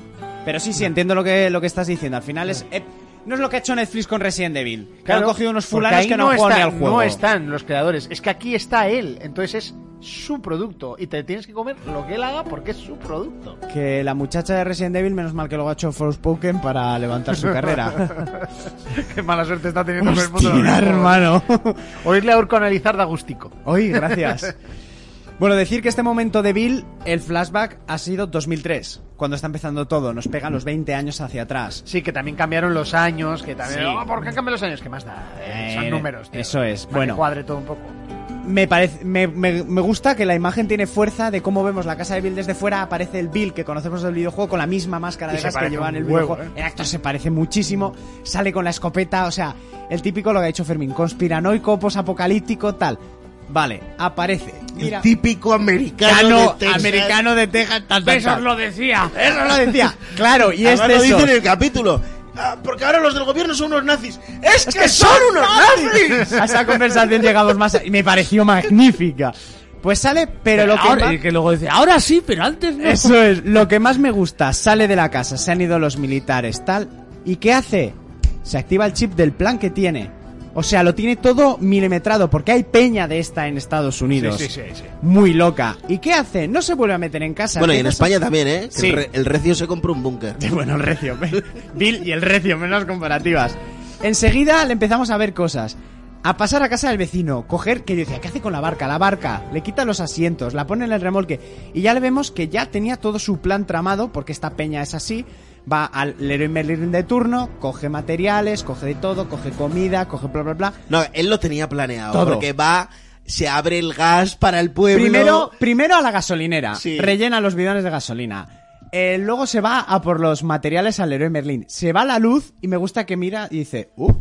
Pero sí, sí, entiendo lo que, lo que estás diciendo. Al final es. eh, no es lo que ha hecho Netflix con Resident Evil. Que han cogido unos
porque
fulanos
ahí
que no, han jugado
está-
ni al juego.
No están los creadores. Es que aquí está él. Entonces es su producto. Y te tienes que comer lo que él haga porque es su
*laughs*
producto.
Que la muchacha de Resident Evil, menos mal que luego ha hecho Forspoken para levantar su carrera.
Qué mala suerte está teniendo *laughs* todo el mundo.
Hostia, hermano. *laughs*
Oírle a Urco analizar da gustico.
Oye, gracias. Bueno, decir que este momento de Bill, el flashback ha sido 2003, cuando está empezando todo. Nos pega los 20 años hacia atrás.
Sí, que también cambiaron los años. Que también.
Sí.
Oh, ¿Por qué cambian los años? ¿Qué más da? Eh, son
Eh,
números. tío.
eso es.
Para que
Bueno.
cuadre todo un poco.
Me, parece, me, me- me gusta que la imagen tiene fuerza de cómo vemos la casa de Bill desde fuera. Aparece el Bill que conocemos del videojuego con la misma máscara
Y
de
se
gas que
parece
lleva en el
un huevo,
videojuego.
¿eh?
El actor se parece muchísimo. Sale con la escopeta, o sea, el típico lo que ha dicho Fermín: conspiranoico, posapocalíptico, tal. Vale, aparece. Mira,
El típico americano.
americano,
de Texas.
americano de Texas, tal, tal,
¡Eso
tal.
os lo decía!
Eso lo
*laughs*
decía. Claro, y
Además
es de
lo
esos.
dicen en el capítulo. Ah, porque ahora los del gobierno son unos nazis. ¡Es que,
que
son unos nazis!
A esa conversación llegamos más. a- Y me pareció magnífica. Pues sale, pero lo que.
Ahora-
ma-
y que luego dice, ahora sí, pero antes no.
Eso es, lo que más me gusta, sale de la casa, se han ido los militares, tal. ¿Y qué hace? Se activa el chip del plan que tiene. O sea, lo tiene todo milimetrado, porque hay peña de esta en Estados Unidos.
Sí, sí, sí, sí.
Muy loca. ¿Y qué hace? No se vuelve a meter en casa.
Bueno, y
¿Qué
en
pasa?
España también, ¿eh? Que
Sí.
El, re- el recio se compró un búnker.
*laughs* Bueno, el recio. Bill y el recio, menos comparativas. Enseguida le empezamos a ver cosas. A pasar a casa del vecino, coger, que yo decía, ¿qué hace con la barca? La barca, le quita los asientos, la pone en el remolque. Y ya le vemos que ya tenía todo su plan tramado, porque esta peña es así. Va al Leroy Merlin de turno, coge materiales, coge de todo, coge comida, coge bla, bla, bla.
No, él lo tenía planeado.
Todo.
Porque va, se abre el gas para el pueblo.
Primero, primero a la gasolinera.
Sí.
Rellena los bidones de gasolina. Eh, luego se va a por los materiales al héroe Merlín. Se va la luz y me gusta que mira y dice, uh,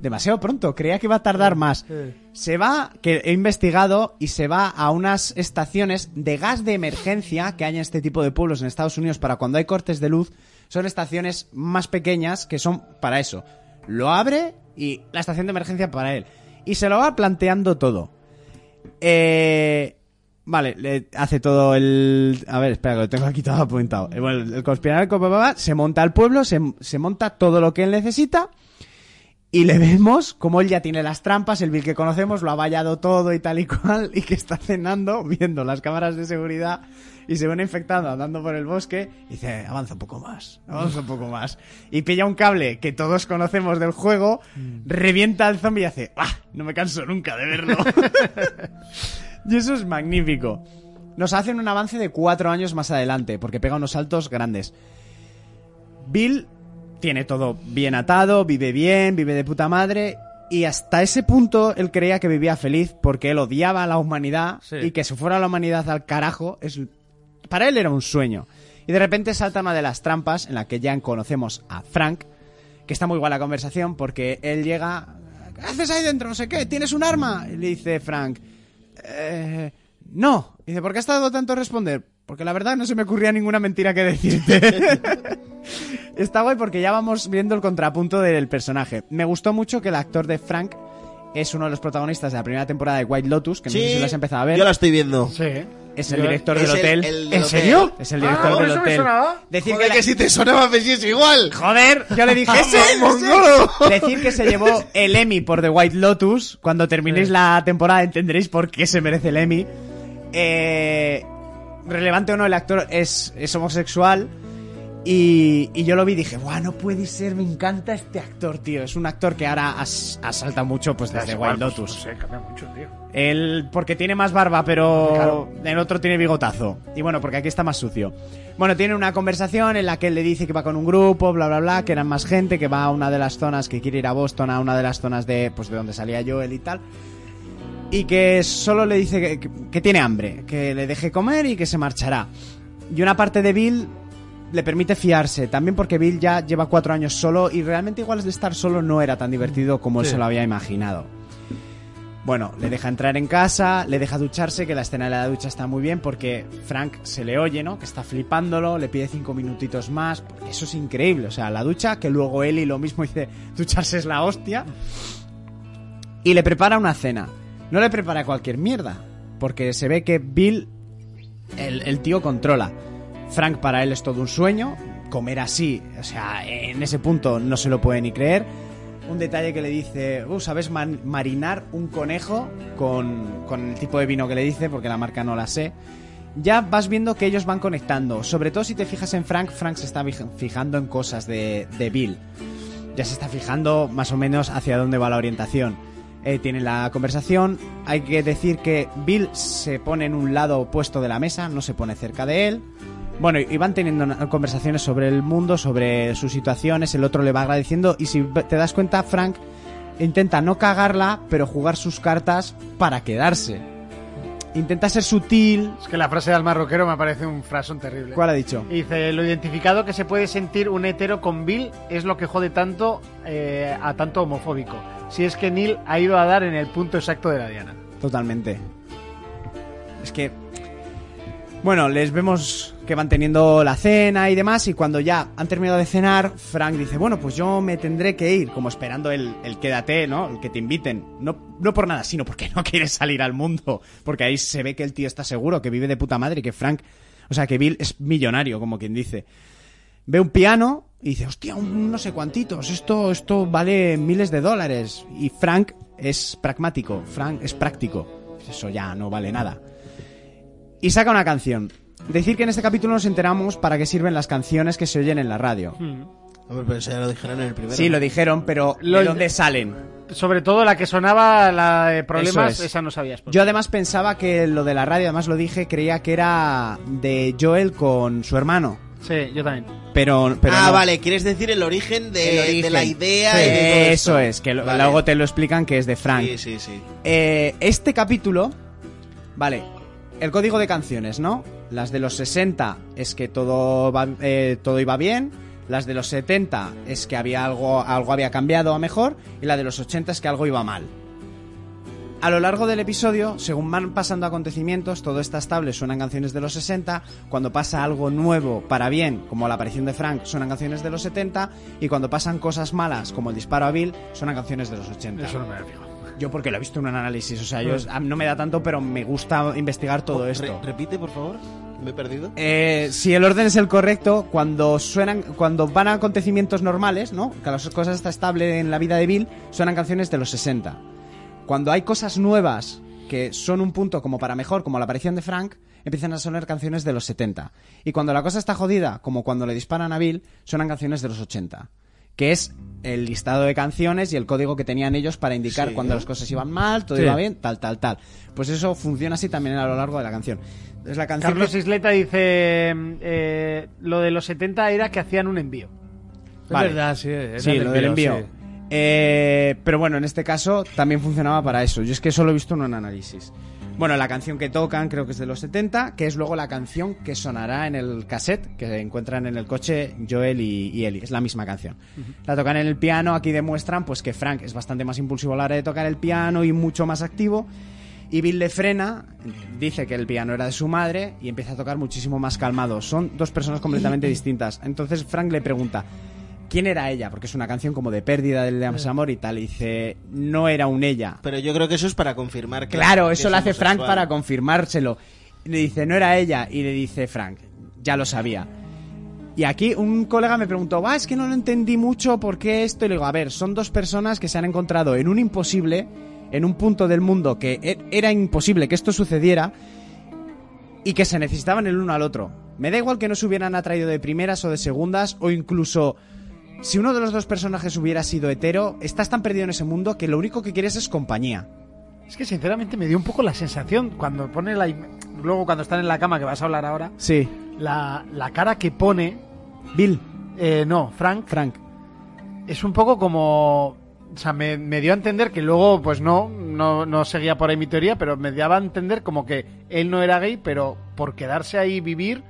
demasiado pronto, creía que iba a tardar más. Se va, que he investigado, y se va a unas estaciones de gas de emergencia que hay en este tipo de pueblos en Estados Unidos para cuando hay cortes de luz. Son estaciones más pequeñas que son para eso. Lo abre y la estación de emergencia para él. Y se lo va planteando todo. Eh, vale, le hace todo el... A ver, espera, que lo tengo aquí todo apuntado. Eh, Bueno, el conspirador co- pa, pa, pa, se monta al pueblo, se, se monta todo lo que él necesita y le vemos como él ya tiene las trampas, el Bill que conocemos lo ha vallado todo y tal y cual y que está cenando viendo las cámaras de seguridad y se ven infectando andando por el bosque y dice, avanza un poco más, avanza un poco más. Y pilla un cable que todos conocemos del juego, revienta al zombie y hace, ¡ah! No me canso nunca de verlo. Y eso es magnífico. Nos hacen un avance de cuatro años más adelante, porque pega unos saltos grandes. Bill tiene todo bien atado, vive bien, vive de puta madre. Y hasta ese punto él creía que vivía feliz porque él odiaba a la humanidad
Sí.
y que si fuera la humanidad al carajo, es, para él era un sueño. Y de repente salta una de las trampas en la que ya conocemos a Frank, que está muy guay la conversación porque él llega. ¿Qué haces ahí dentro? No sé qué, ¿tienes un arma? Y le dice Frank. "Eh, no. Y dice, ¿por qué has dado tanto a responder? Porque la verdad no se me ocurría ninguna mentira que decirte. *laughs* Está guay porque ya vamos viendo el contrapunto del personaje. Me gustó mucho que el actor de Frank es uno de los protagonistas de la primera temporada de White Lotus, que no sé si lo has empezado a ver.
Yo la estoy viendo.
Sí.
Es el director
Es
del
el-
hotel.
el
¿En
hotel.
serio? Es el director
Ah, por
del
eso me
hotel.
sonaba.
Decir
Joder,
que la-
que si te sonaba, pues sí es igual.
Joder, yo le dije
¡Es él, es *laughs* él!
Decir que se llevó el Emmy por The White Lotus. Cuando terminéis la temporada entenderéis por qué se merece el Emmy. Eh, relevante o no, el actor es, es homosexual. Y, y yo lo vi y dije, ¡buah, no puede ser! Me encanta este actor, tío. Es un actor que ahora as- asalta mucho pues desde White Lotus.
No sé, cambia mucho,
*laughs*
tío.
El porque tiene más barba, pero
Claro.
el otro tiene bigotazo. Y bueno, porque aquí está más sucio. Bueno, tiene una conversación en la que él le dice que va con un grupo, bla bla bla, que eran más gente, que va a una de las zonas que quiere ir a Boston, a una de las zonas de pues de donde salía yo él y tal. Y que solo le dice que- que, que tiene hambre, que le deje comer y que se marchará. Y una parte de Bill le permite fiarse, también porque Bill ya lleva cuatro años solo y realmente igual de estar solo no era tan divertido como él se lo había imaginado. Bueno, le deja entrar en casa, le deja ducharse, que la escena de la ducha está muy bien porque Frank se le oye, ¿no? Que está flipándolo, le pide cinco minutitos más, porque eso es increíble, o sea, la ducha, que luego Eli lo mismo *laughs* dice, ducharse es la hostia, y le prepara una cena. No le prepara cualquier mierda, porque se ve que Bill, el, el tío controla. Frank para él es todo un sueño, comer así, o sea, en ese punto no se lo puede ni creer un detalle que le dice, "Uh, ¿sabes man- marinar un conejo con, con el tipo de vino que le dice? Porque la marca no la sé. Ya vas viendo que ellos van conectando. Sobre todo si te fijas en Frank, Frank se está fij- fijando en cosas de, de Bill. Ya se está fijando más o menos hacia dónde va la orientación. Eh, tienen la conversación. Hay que decir que Bill se pone en un lado opuesto de la mesa, no se pone cerca de él. Bueno, y van teniendo una- conversaciones sobre el mundo, sobre sus situaciones, el otro le va agradeciendo y si ve- te das cuenta, Frank intenta no cagarla, pero jugar sus cartas para quedarse. Intenta ser sutil.
Es que la frase del marroquero me parece un frasón terrible.
¿Cuál ha dicho?
Y Dice, lo identificado que se puede sentir un hetero con Bill es lo que jode tanto eh, a tanto homofóbico. Si es que Neil ha ido a dar en el punto exacto de la diana.
Totalmente. Es que. Bueno, les vemos que van teniendo la cena y demás, y cuando ya han terminado de cenar, Frank dice, bueno, pues yo me tendré que ir, como esperando el, el quédate, ¿no? El que te inviten. No, no por nada, sino porque *laughs* no quiere salir al mundo, porque ahí se ve que el tío está seguro, que vive de puta madre, y que Frank, o sea, que Bill es millonario, como quien dice. ve un piano y dice, hostia, un no sé cuantitos, esto, esto vale miles de dólares. Y Frank es pragmático, Frank es práctico. Eso ya no vale nada. Y saca una canción. Decir que en este capítulo nos enteramos para qué sirven las canciones que se oyen en la radio.
Hombre, pero eso ya lo dijeron en el primero. Ah,
Sí, lo dijeron, pero
Lo-
¿de dónde salen?
Sobre todo la que sonaba, la de problemas,
Eso es.
esa no sabías. por
Yo
qué.
además pensaba que lo de la radio, además lo dije, creía que era de Joel con su hermano.
Sí, yo también.
Pero, pero
ah,
no.
vale, quieres decir el origen
El
de,
origen.
de la idea
Sí,
y de todo
eso
esto.
es, que lo-
Vale.
luego te lo explican que es de Frank.
Sí, sí, sí.
Eh, este capítulo, vale, el código de canciones, ¿no? Las de los 60 es que todo, va- eh, todo iba bien, las de los 70 es que había algo, algo había cambiado a mejor y la de los 80 es que algo iba mal. A lo largo del episodio, según van pasando acontecimientos, todas estas tablas suenan canciones de los 60, cuando pasa algo nuevo para bien, como la aparición de Frank, suenan canciones de los 70, y cuando pasan cosas malas, como el disparo a Bill, suenan canciones de los 80.
Eso no me lo digo.
Yo porque lo he visto en un análisis, o sea, yo a mí no me da tanto, pero me gusta investigar todo esto.
Re- repite, por favor. Me he perdido.
Eh, si el orden es el correcto, cuando suenan, cuando van a acontecimientos normales, ¿no? Que las cosas está estable en la vida de Bill, suenan canciones de los 60. Cuando hay cosas nuevas que son un punto como para mejor, como la aparición de Frank, empiezan a sonar canciones de los 70. Y cuando la cosa está jodida, como cuando le disparan a Bill, suenan canciones de los 80. Que es el listado de canciones y el código que tenían ellos para indicar
Sí.
cuando las cosas iban mal, todo
Sí.
iba bien, tal, tal, tal. Pues eso funciona así también a lo largo de la canción. Es la canción
Carlos
que-
Isleta dice: eh, Lo de los 70 era que hacían un envío.
Vale.
Es verdad, sí. era
Sí,
el
lo del
envío,
envío.
sí.
Eh, pero bueno, en este caso también funcionaba para eso. Yo es que solo he visto en un análisis. Bueno, la canción que tocan creo que es de los 70, que es luego la canción que sonará en el cassette que encuentran en el coche Joel y, y Ellie. Es la misma canción. La tocan en el piano, aquí demuestran pues que Frank es bastante más impulsivo a la hora de tocar el piano y mucho más activo. Y Bill le frena, dice que el piano era de su madre y empieza a tocar muchísimo más calmado. Son dos personas completamente distintas. Entonces Frank le pregunta, ¿quién era ella? Porque es una canción como de pérdida del amor y tal. Y dice, no era un ella.
Pero yo creo que eso es para confirmar que.
Claro,
que
eso lo
es
hace Frank
homosexual.
para confirmárselo. Y le dice, no era ella. Y le dice Frank, ya lo sabía. Y aquí un colega me preguntó, va, es que no lo entendí mucho, ¿por qué esto? Y le digo, a ver, son dos personas que se han encontrado en un imposible, en un punto del mundo que e- era imposible que esto sucediera y que se necesitaban el uno al otro. Me da igual que no se hubieran atraído de primeras o de segundas o incluso si uno de los dos personajes hubiera sido hetero, estás tan perdido en ese mundo que lo único que quieres es compañía.
Es que sinceramente me dio un poco la sensación cuando pone la. im- Luego, cuando están en la cama, que vas a hablar ahora,
Sí.
la, la cara que pone.
Bill,
eh, no, Frank.
Frank.
es un poco como. O sea, me, me dio a entender que luego, pues no, no, no seguía por ahí mi teoría, pero me daba a entender como que él no era gay, pero por quedarse ahí y vivir,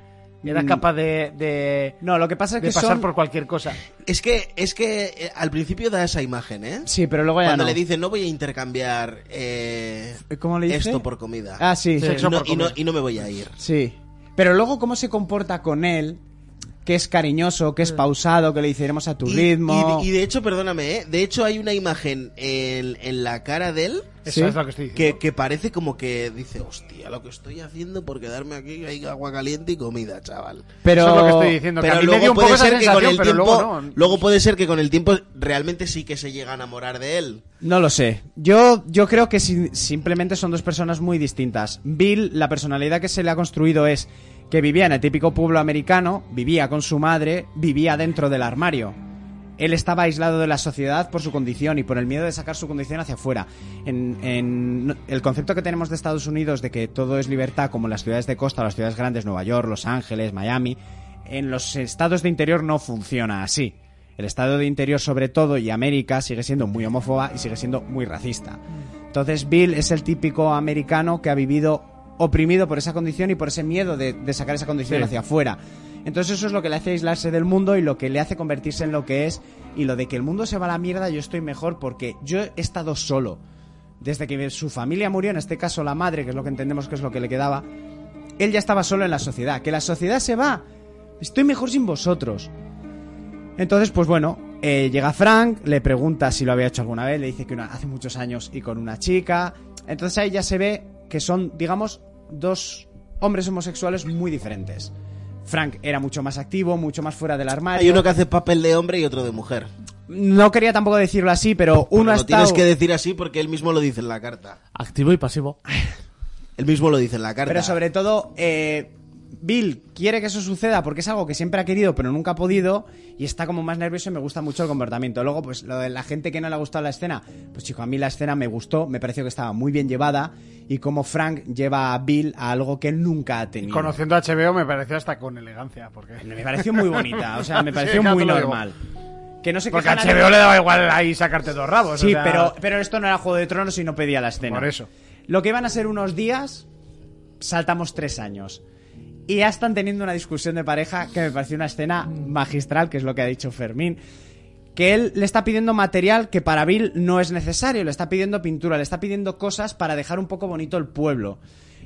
era
Mm.
capaz de, de,
No, lo que pasa es
de
que
pasar
son...
por cualquier cosa.
Es que, es que eh, al principio da esa imagen, ¿eh?
Sí, pero luego ya
Cuando
no.
le dice, no voy a intercambiar eh,
¿Cómo le dice?
esto por comida.
Ah,
Sí.
sí. Sí.
Sexo
No,
por
y, no,
comida.
y no me voy a ir.
Pero luego cómo se comporta con él, que es cariñoso, que es pausado, que le dice iremos a tu
Y-
ritmo.
Y, y de hecho, perdóname, ¿eh? De hecho, hay una imagen en, en la cara de él
Eso
Sí.
es lo que estoy
que,
diciendo.
que parece como que dice, hostia, lo que estoy haciendo por quedarme aquí, hay agua caliente y comida, chaval.
Pero...
Eso es lo que estoy diciendo. que a
Pero
mí me dio
luego
un poco
puede
esa
ser que con
sensación,
el
pero
tiempo,
luego no.
luego puede ser que con el tiempo realmente sí que se llega a enamorar de él.
No lo sé. Yo, yo creo que si- simplemente son dos personas muy distintas. Bill, la personalidad que se le ha construido es que vivía en el típico pueblo americano, vivía con su madre, vivía dentro del armario. Él estaba aislado de la sociedad por su condición y por el miedo de sacar su condición hacia afuera. En, en no- el concepto que tenemos de Estados Unidos de que todo es libertad, como en las ciudades de costa, las ciudades grandes, Nueva York, Los Ángeles, Miami, en los estados de interior no funciona así. El estado de interior, sobre todo, y América sigue siendo muy homófoba y sigue siendo muy racista. Entonces, Bill es el típico americano que ha vivido oprimido por esa condición y por ese miedo de, de sacar esa condición hacia afuera. Entonces, eso es lo que le hace aislarse del mundo y lo que le hace convertirse en lo que es. Y lo de que el mundo se va a la mierda, yo estoy mejor porque yo he estado solo. Desde que su familia murió, en este caso la madre, que es lo que entendemos que es lo que le quedaba, él ya estaba solo en la sociedad. Que la sociedad se va. Estoy mejor sin vosotros. Entonces, pues bueno, eh, llega Frank, le pregunta si lo había hecho alguna vez, le dice que una- hace muchos años y con una chica. Entonces ahí ya se ve que son, digamos, dos hombres homosexuales muy diferentes. Frank era mucho más activo, mucho más fuera del armario.
Hay uno que hace papel de hombre y otro de mujer.
No quería tampoco decirlo así, pero uno
Pero
ha
lo tienes
estado...
que decir así porque él mismo lo dice en la carta.
Activo y pasivo.
Él mismo lo dice en la carta.
Pero sobre todo, eh, Bill quiere que eso suceda porque es algo que siempre ha querido pero nunca ha podido y está como más nervioso y me gusta mucho el comportamiento. Luego, pues lo de la gente que no le ha gustado la escena, pues chico, a mí la escena me gustó, me pareció que estaba muy bien llevada y como Frank lleva a Bill a algo que él nunca ha tenido.
Conociendo a HBO me pareció hasta con elegancia, porque,
Me pareció muy bonita, o sea, me
*laughs* Sí,
pareció
ya te
muy
lo digo.
normal. Que no sé
porque
qué
a HBO le daba igual ahí sacarte dos rabos. o
Sí,
sea,
pero, pero esto no era Juego de Tronos y no pedía la escena.
Por eso.
Lo que iban a ser unos días, saltamos tres años. Y ya están teniendo una discusión de pareja que me pareció una escena magistral, que es lo que ha dicho Fermín. Que él le está pidiendo material que para Bill no es necesario, le está pidiendo pintura, le está pidiendo cosas para dejar un poco bonito el pueblo.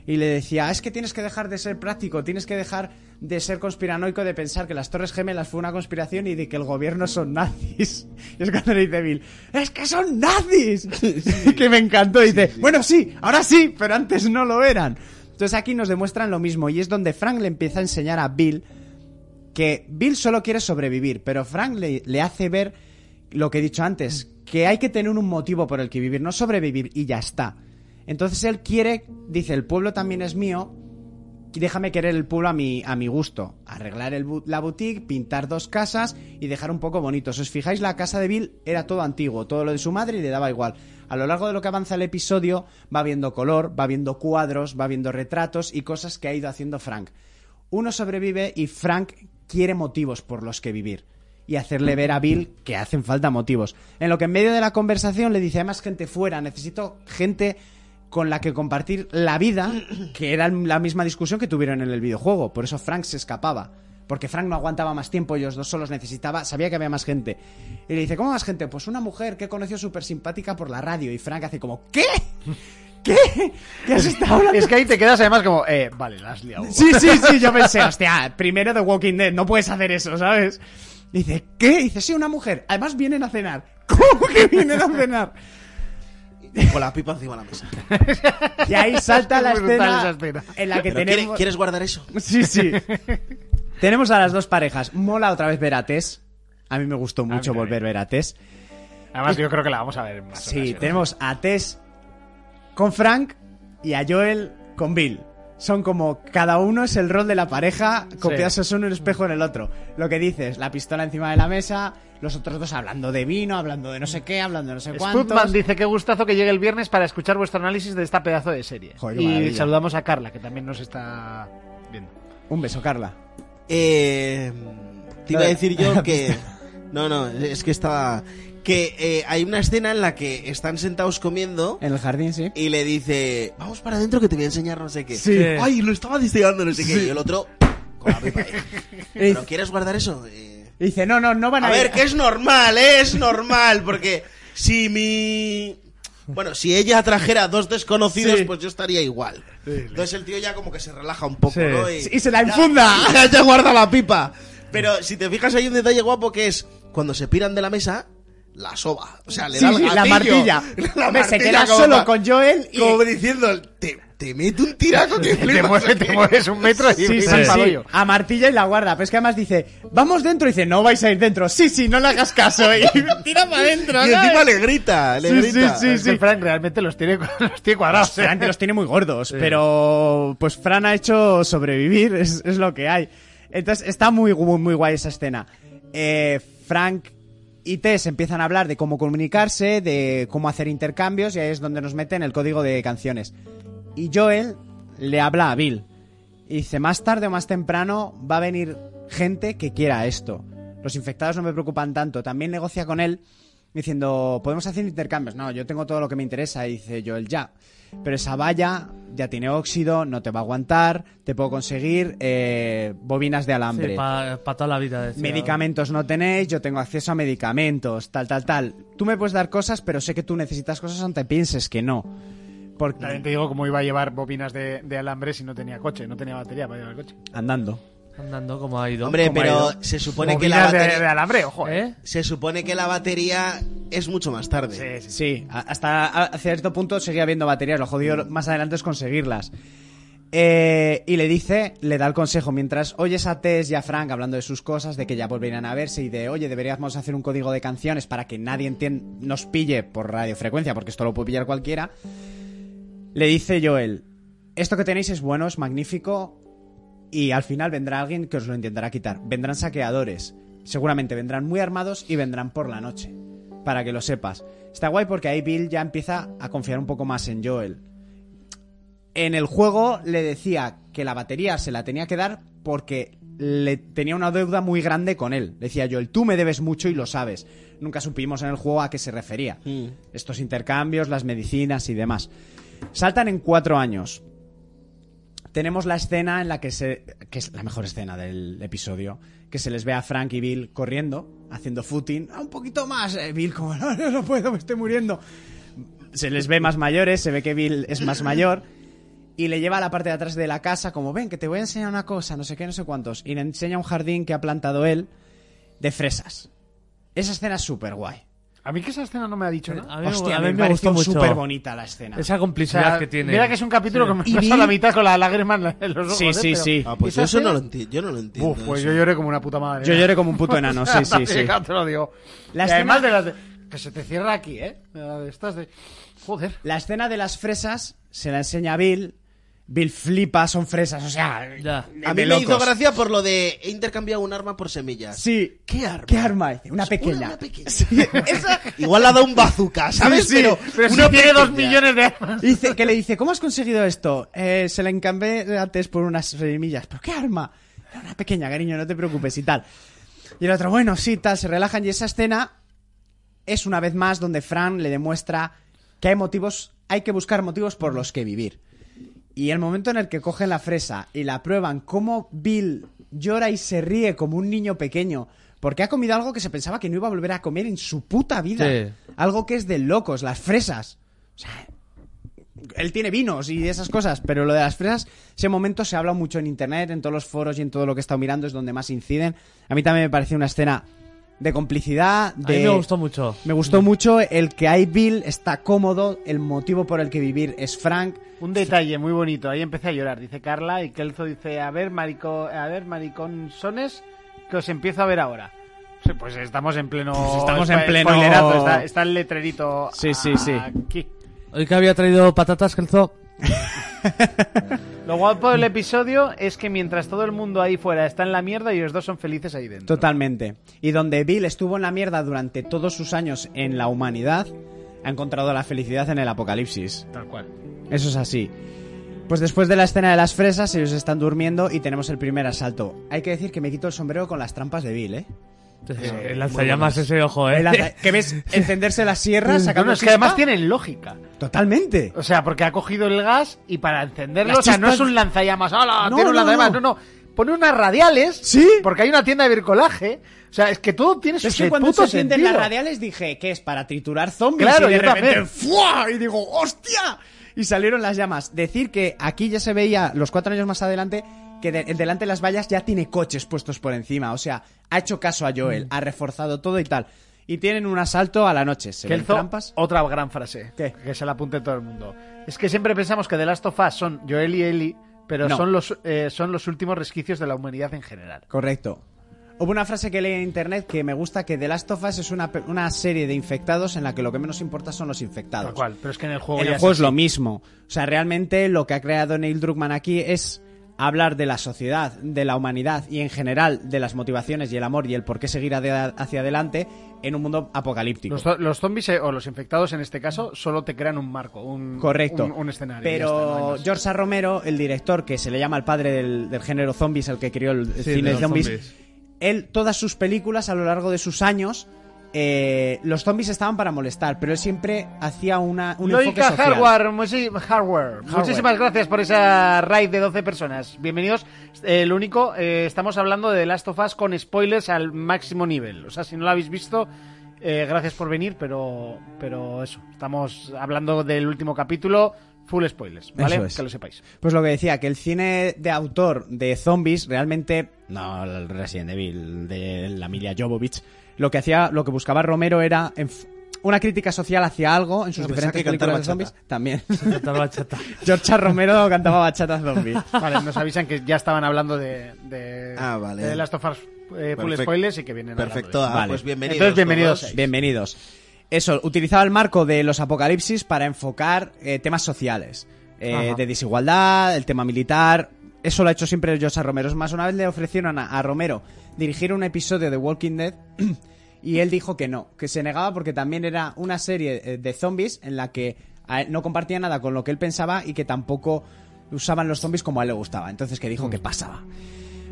Y le decía, "Ah, es que tienes que dejar de ser práctico, tienes que dejar de ser conspiranoico, de pensar que las Torres Gemelas fue una conspiración y de que el gobierno son nazis. *laughs* Y es cuando le dice Bill, es que son *laughs* nazis. que me encantó. Y dice, bueno, sí, ahora sí, pero antes no lo eran. Entonces aquí nos demuestran lo mismo y es donde Frank le empieza a enseñar a Bill que Bill solo quiere sobrevivir, pero Frank le, le hace ver lo que he dicho antes, que hay que tener un motivo por el que vivir, no sobrevivir y ya está. Entonces él quiere, dice, el pueblo también es mío, y déjame querer el pueblo a mi, a mi gusto. Arreglar el bu- la boutique, pintar dos casas y dejar un poco bonito. Si os fijáis, la casa de Bill era todo antiguo, todo lo de su madre y le daba igual. A lo largo de lo que avanza el episodio, va viendo color, va viendo cuadros, va viendo retratos y cosas que ha ido haciendo Frank. Uno sobrevive y Frank quiere motivos por los que vivir. Y hacerle ver a Bill que hacen falta motivos. En lo que en medio de la conversación le dice, hay más gente fuera, necesito gente con la que compartir la vida, que era la misma discusión que tuvieron en el videojuego. Por eso Frank se escapaba. Porque Frank no aguantaba más tiempo, ellos dos solos necesitaba, sabía que había más gente. Y le dice, ¿cómo más gente? Pues una mujer que conoció súper simpática por la radio. Y Frank hace como, ¿qué? ¿Qué? ¿Qué has estado hablando?
Es que ahí te quedas además como, eh, vale, la has liado.
Sí, sí, sí, yo pensé, hostia, primero de Walking Dead, no puedes hacer eso, ¿sabes? Dice, ¿qué? Dice, sí, una mujer. Además vienen a cenar. *laughs* ¿Cómo que vienen a cenar?
Con la pipa encima de la mesa.
Y ahí salta
*laughs*
la
Es brutal
escena,
esa escena.
en la que
Pero ¿quiere-
tenemos...
¿Quieres guardar eso?
Sí, sí. tenemos a las dos parejas. Mola otra vez ver a Tess. A mí me gustó mucho
también.
volver a ver a Tess.
*laughs* Además, yo creo que la vamos a ver más.
Sí, tenemos a Tess con Frank y a Joel con Bill. Son como cada uno es el rol de la pareja, copiados uno en el espejo en el otro. Lo que dices, la pistola encima de la mesa, los otros dos hablando de vino, hablando de no sé qué, hablando de no sé
Sputman
cuántos.
dice que gustazo que llegue el viernes para escuchar vuestro análisis de esta pedazo de serie.
Joder, qué
y
maravilla.
saludamos a Carla, que también nos está viendo.
Un beso, Carla.
Eh, te iba a decir
*laughs*
yo que... No, no, es que estaba... Que eh, hay una escena en la que están sentados comiendo
En el jardín, sí.
y le dice, vamos para adentro que te voy a enseñar no sé qué.
Sí.
Ay, lo estaba diseñando no sé qué. Y el otro, con la
*laughs*
pipa ahí. ¿Pero quieres guardar eso? Eh,
Y dice, no, no, no van a,
A
ir.
ver, que es normal, ¿eh? es normal, porque si mi... Bueno, si ella trajera dos desconocidos,
Sí.
pues yo estaría igual. Entonces el tío ya como que se relaja un poco,
Sí.
¿no? Y,
Y se la infunda.
*laughs* ya, ya guarda la pipa. Pero si te fijas hay un detalle guapo que es cuando se piran de la mesa, la soba. O sea, le
Sí,
da el
sí, la
gatillo.
martilla.
*laughs* La
Hombre, se
martilla
queda
como
solo
pa-
con Joel y...
Como diciendo, te, te mete un tiraco
*laughs*
que
Te
flipas
mueves, te
aquí.
mueves un metro y
Sí, sí,
vas
sí,
al hoyo.
A martilla y la guarda. Pero es que además dice, vamos dentro. Y dice, no vais a ir dentro. Sí, sí, no le hagas caso. Y *laughs* tira para adentro.
Y encima le grita, le grita.
Sí, sí, Frank realmente los tiene, los tiene cuadrados. ¿eh?
Fran que los tiene muy gordos. Pero pues Fran ha hecho sobrevivir. Es, es lo que hay. Entonces está muy, gu- muy guay esa escena. Eh, Frank y Tess empiezan a hablar de cómo comunicarse, de cómo hacer intercambios. Y ahí es donde nos meten el código de canciones. Y Joel le habla a Bill. Y dice, más tarde o más temprano va a venir gente que quiera esto. Los infectados no me preocupan tanto. También negocia con él diciendo, podemos hacer intercambios. No, yo tengo todo lo que me interesa. Y dice Joel, ya. Pero esa valla ya tiene óxido, no te va a aguantar. Te puedo conseguir eh, bobinas de alambre.
para toda la vida. decía.
Medicamentos no tenéis, yo tengo acceso a medicamentos, tal, tal, tal. Tú me puedes dar cosas, pero sé que tú necesitas cosas aunque pienses que no. Porque...
También te digo cómo iba a llevar bobinas de, de alambre si no tenía coche, no tenía batería para llevar el coche.
Andando.
Andando como ha ido.
Hombre,
Como ha
pero
ido.
se supone que la
bobinas de, de
batería,
alambre, ojo. ¿eh?
¿Eh?
se supone que la batería es mucho más tarde.
Sí, sí, sí.
Sí, a- hasta a- a cierto punto seguía habiendo baterías. Lo jodido más adelante es conseguirlas. Eh, y le dice, le da el consejo, mientras oyes a Tess y a Frank hablando de sus cosas, de que ya volverían a verse y de, oye, deberíamos hacer un código de canciones para que nadie entien- nos pille por radiofrecuencia, porque esto lo puede pillar cualquiera, le dice Joel, esto que tenéis es bueno, es magnífico, y al final vendrá alguien que os lo intentará quitar. Vendrán saqueadores, seguramente vendrán muy armados y vendrán por la noche, para que lo sepas. Está guay porque ahí Bill ya empieza a confiar un poco más en Joel. En el juego le decía que la batería se la tenía que dar porque le tenía una deuda muy grande con él. Le Decía Joel, tú me debes mucho y lo sabes. Nunca supimos en el juego a qué se refería. Estos intercambios, las medicinas y demás. Saltan en cuatro años tenemos la escena en la que se. que es la mejor escena del episodio. Que se les ve a Frank y Bill corriendo, haciendo footing. Ah, un poquito más, eh, Bill, como no, no, no puedo, me estoy muriendo. Se les ve más mayores, se ve que Bill es más mayor. Y le lleva a la parte de atrás de la casa, como ven, que te voy a enseñar una cosa, no sé qué, no sé cuántos. Y le enseña un jardín que ha plantado él de fresas. Esa escena es súper guay.
A mí que esa escena no me ha dicho nada.
A mí,
Hostia,
a mí
me,
me gustó mucho
súper bonita la escena.
esa
O
complicidad
sea,
que tiene.
Mira que es un capítulo que me
Y
pasa
vi-
la mitad con la lágrima en la- en los ojos.
Sí,
¿eh?
sí,
Pero-
sí.
Ah, pues
¿Esa
yo eso no
escena?
lo entiendo. Yo no lo entiendo.
Uf, pues
eso.
yo lloré como una puta madre.
Yo lloré como un puto
*laughs*
enano, sí, sí, sí.
Ya te lo digo.
La
y
escena-
además de las de- Que se te cierra aquí, ¿eh? De las de Estas de... Joder.
La escena de las fresas se la enseña a Bill. Bill flipa, son fresas, o sea.
Ya.
de-
A mí
de
me hizo
locos.
gracia por lo de he intercambiado un arma por semillas.
Sí.
¿Qué arma?
¿Qué arma? Dice, Una
Es
pequeña.
una pequeña. *laughs*
Sí, esa-
Igual le ha dado un bazooka, ¿sabes?
Sí, sí,
pero
Pero si
una
tiene dos
pequeña.
millones de armas.
dice, que le dice, ¿cómo has conseguido esto? Eh, se la encambié antes por unas semillas. ¿Pero qué arma? Era una pequeña, cariño, no te preocupes y tal. Y el otro, bueno, sí, tal, se relajan. Y esa escena es una vez más donde Fran le demuestra que hay motivos, hay que buscar motivos por los que vivir. Y el momento en el que cogen la fresa y la prueban, cómo Bill llora y se ríe como un niño pequeño, porque ha comido algo que se pensaba que no iba a volver a comer en su puta vida.
Sí.
Algo que es de locos, las fresas. O sea, él tiene vinos y esas cosas, pero lo de las fresas, ese momento se habla mucho en internet, en todos los foros y en todo lo que he estado mirando, es donde más inciden. A mí también me pareció una escena de complicidad,
A
de...
mí me gustó mucho.
Me
Mm.
gustó mucho el que hay Bill, está cómodo, el motivo por el que vivir es Frank.
Un detalle muy bonito, ahí empecé a llorar, dice Carla, y Kelzo dice, a ver, marico, a ver, mariconsones, que os empiezo a ver ahora. Sí, Pues estamos en pleno...
estamos en
spo-
pleno-
spoilerazo, Está, está el letrerito
Sí, sí, sí.
aquí.
Hoy que había traído patatas, Kelzo.
Lo guapo del episodio es que mientras todo el mundo ahí fuera está en la mierda, ellos dos son felices ahí dentro.
Totalmente. Y donde Bill estuvo en la mierda durante todos sus años en la humanidad, ha encontrado la felicidad en el apocalipsis.
Tal cual.
Eso es así. Pues después de la escena de las fresas, ellos están durmiendo y tenemos el primer asalto. Hay que decir que me quito el sombrero con las trampas
*laughs*
de Bill, ¿eh?
El lanzallamas ese ojo, eh.
El
*laughs*
lanza- que ves encenderse la sierra, sacando
Mm, Bueno, es que además
chispa.
tienen lógica.
Totalmente.
O sea, porque ha cogido el gas y para encenderlo,
Las
o sea, no
chispas-
es un lanzallamas, ¡hala!
No,
tiene un
no,
lanzallamas, no,
no.
no. Pone unas radiales,
¿Sí?
porque hay una tienda de bricolaje. O sea, es que todo tiene su
Es que cuando
puto
se sienten
sentido.
las radiales dije que es para triturar zombies
Claro,
y de
yo
repente
también.
¡fua! y digo ¡hostia! y salieron las llamas. Decir que aquí ya se veía los cuatro años más adelante que de- delante de las vallas ya tiene coches puestos por encima, o sea, ha hecho caso a Joel, ha reforzado todo y tal. Y tienen un asalto a la noche, se ven
Kelzo,
trampas.
otra gran frase
¿Qué?
que se la apunte todo el mundo. Es que siempre pensamos que The Last of Us son Joel y Ellie, pero
No.
son, los, eh, son los últimos resquicios de la humanidad en general.
Correcto. Hubo una frase que leí en internet que me gusta que The Last of Us es una, pe- una serie de infectados en la que lo que menos importa son los infectados.
Tal cual, pero es que en el
Oh,
juego
en
ya
el
es
juego es
así.
lo mismo. O sea, realmente lo que ha creado Neil Druckmann aquí es hablar de la sociedad, de la humanidad y en general de las motivaciones y el amor y el por qué seguir ade- hacia adelante en un mundo apocalíptico.
Los, zo- los zombies eh, o los infectados en este caso solo te crean un marco, un,
Correcto.
un, un escenario.
Pero
ya
este
está, no hay más.
George A. Romero, el director que se le llama el padre del, del género zombies, el que crió el, el
Sí,
cine
de los
zombies,
zombies.
él, todas sus películas a lo largo de sus años, eh, los zombies estaban para molestar, pero él siempre hacía una, un enfoque
Loica
social.
Hardware, musi- hardware. Muchísimas gracias por esa raid de 12 personas. Bienvenidos. Eh, lo único, eh, estamos hablando de The Last of Us con spoilers al máximo nivel. O sea, si no lo habéis visto, eh, gracias por venir, pero, pero eso. Estamos hablando del último capítulo, full spoilers, ¿vale?
Eso es.
Que lo sepáis.
Pues lo que decía, que el cine de autor de zombies realmente, no el Resident Evil de la Emilia Jovovich, lo que hacía, lo que buscaba Romero era enf- una crítica social hacia algo en sus
Ah, pensaba
diferentes
que cantaba
películas de zombies. También. *laughs*
Cantaba bachata.
Georgia Romero cantaba bachatas zombies.
Vale, nos avisan que ya estaban hablando de, de,
Ah, vale.
de Last of Us eh, full
Perfecto.
spoilers y que vienen hablando de
Perfecto,
eso.
ah,
Vale.
pues bienvenidos.
Entonces, bienvenidos.
todos.
Bienvenidos. Eso, utilizaba el marco de los apocalipsis para enfocar eh, temas sociales, eh,
Ajá.
de desigualdad, el tema militar. Eso lo ha hecho siempre José Romero. Es más, una vez le ofrecieron a, a Romero dirigir un episodio de Walking Dead *clears throat* y él dijo que no, que se negaba porque también era una serie eh, de zombies en la que a él no compartía nada con lo que él pensaba y que tampoco usaban los zombies como a él le gustaba. Entonces que dijo que pasaba.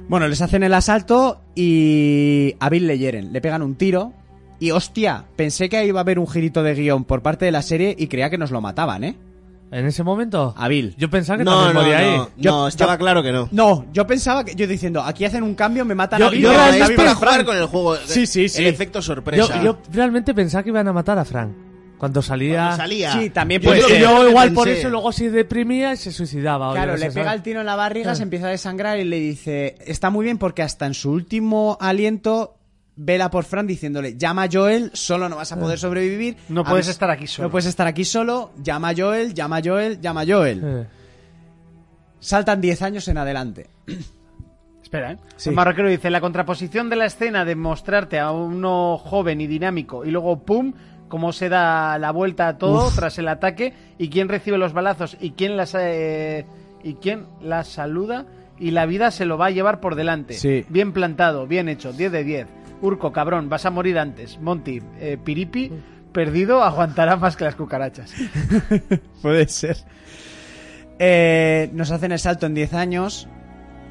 Bueno, les hacen el asalto y a Bill le hieren, le pegan un tiro y hostia, pensé que iba a haber un girito de guión por parte de la serie y creía que nos lo mataban, ¿eh?
¿En ese momento?
A Bill.
Yo pensaba que
No, no,
también
no,
moría ahí.
no,
Yo-
estaba
yo-
claro que no.
No, yo pensaba que yo diciendo, aquí hacen un cambio, me matan a Bill.
yo
me matan
es
a
realmente-
Bill
para
Frank.
jugar con el juego.
Sí, sí, sí.
El efecto
Yo,
sorpresa.
yo realmente pensaba que iban a matar a Frank. Cuando salía...
salía.
Sí, también
Yo
puede
es lo que-
Pues
ser.
yo
que
igual por
pensé.
eso luego se deprimía y se suicidaba. o yo
Claro,
qué
le
sé,
pega el
¿sabes?
tiro en la barriga,
Claro.
se empieza a desangrar y le dice, está muy bien porque hasta en su último aliento vela por Fran diciéndole, llama a Joel, solo no vas a poder sobrevivir.
No
A
puedes
ver-
estar aquí solo.
No puedes estar aquí solo, llama a Joel, llama a Joel, llama a Joel.
Eh.
Saltan 10 años en adelante.
Espera, ¿eh?
Sí.
El Marroquero dice, la contraposición de la escena de mostrarte a uno joven y dinámico y luego ¡pum! cómo se da la vuelta a todo tras el ataque y quién recibe los balazos y quién las eh, y quién las saluda y la vida se lo va a llevar por delante.
Sí.
Bien plantado, bien hecho, 10 de 10. Urco, cabrón, vas a morir antes. Monty, eh, piripi, perdido, aguantará más que las cucarachas.
Puede ser. Eh, nos hacen el salto en 10 años.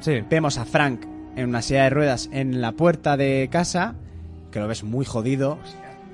Sí.
Vemos a Frank en una silla de ruedas en la puerta de casa, que lo ves muy jodido.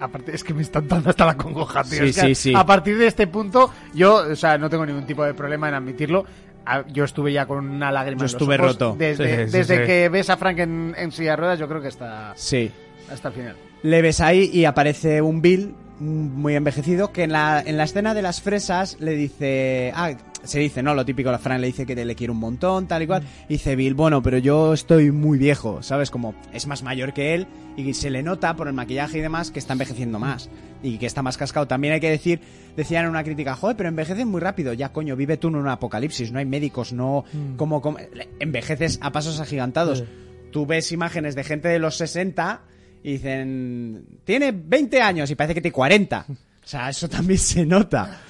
Aparte, es que me están dando hasta la congoja, tío.
Sí,
Es que
sí, sí.
A partir de este punto, yo, o sea, no tengo ningún tipo de problema en admitirlo. A- Yo estuve ya con una lágrima. en
Yo
los
estuve
ojos
roto.
Desde,
Sí, sí,
desde
sí.
que ves a Frank en, en silla de ruedas, yo creo que hasta,
Sí.
hasta el final.
Le ves ahí y aparece un Bill mm, muy envejecido que en la, en la escena de las fresas le dice... Ah, se dice, ¿no? Lo típico, la Frank le dice que te- le quiere un montón, tal y cual. Y dice Bill, bueno, pero yo estoy muy viejo, ¿sabes? Como es más mayor que él y se le nota por el maquillaje y demás que está envejeciendo más y que está más cascado. También hay que decir, decían en una crítica, joder, pero envejeces muy rápido. Ya, coño, vive tú en un apocalipsis, no hay médicos, no... Como, como- envejeces a pasos agigantados. Tú ves imágenes de gente de los 60 y dicen, tiene 20 años y parece que tiene 40. O sea, eso también se nota.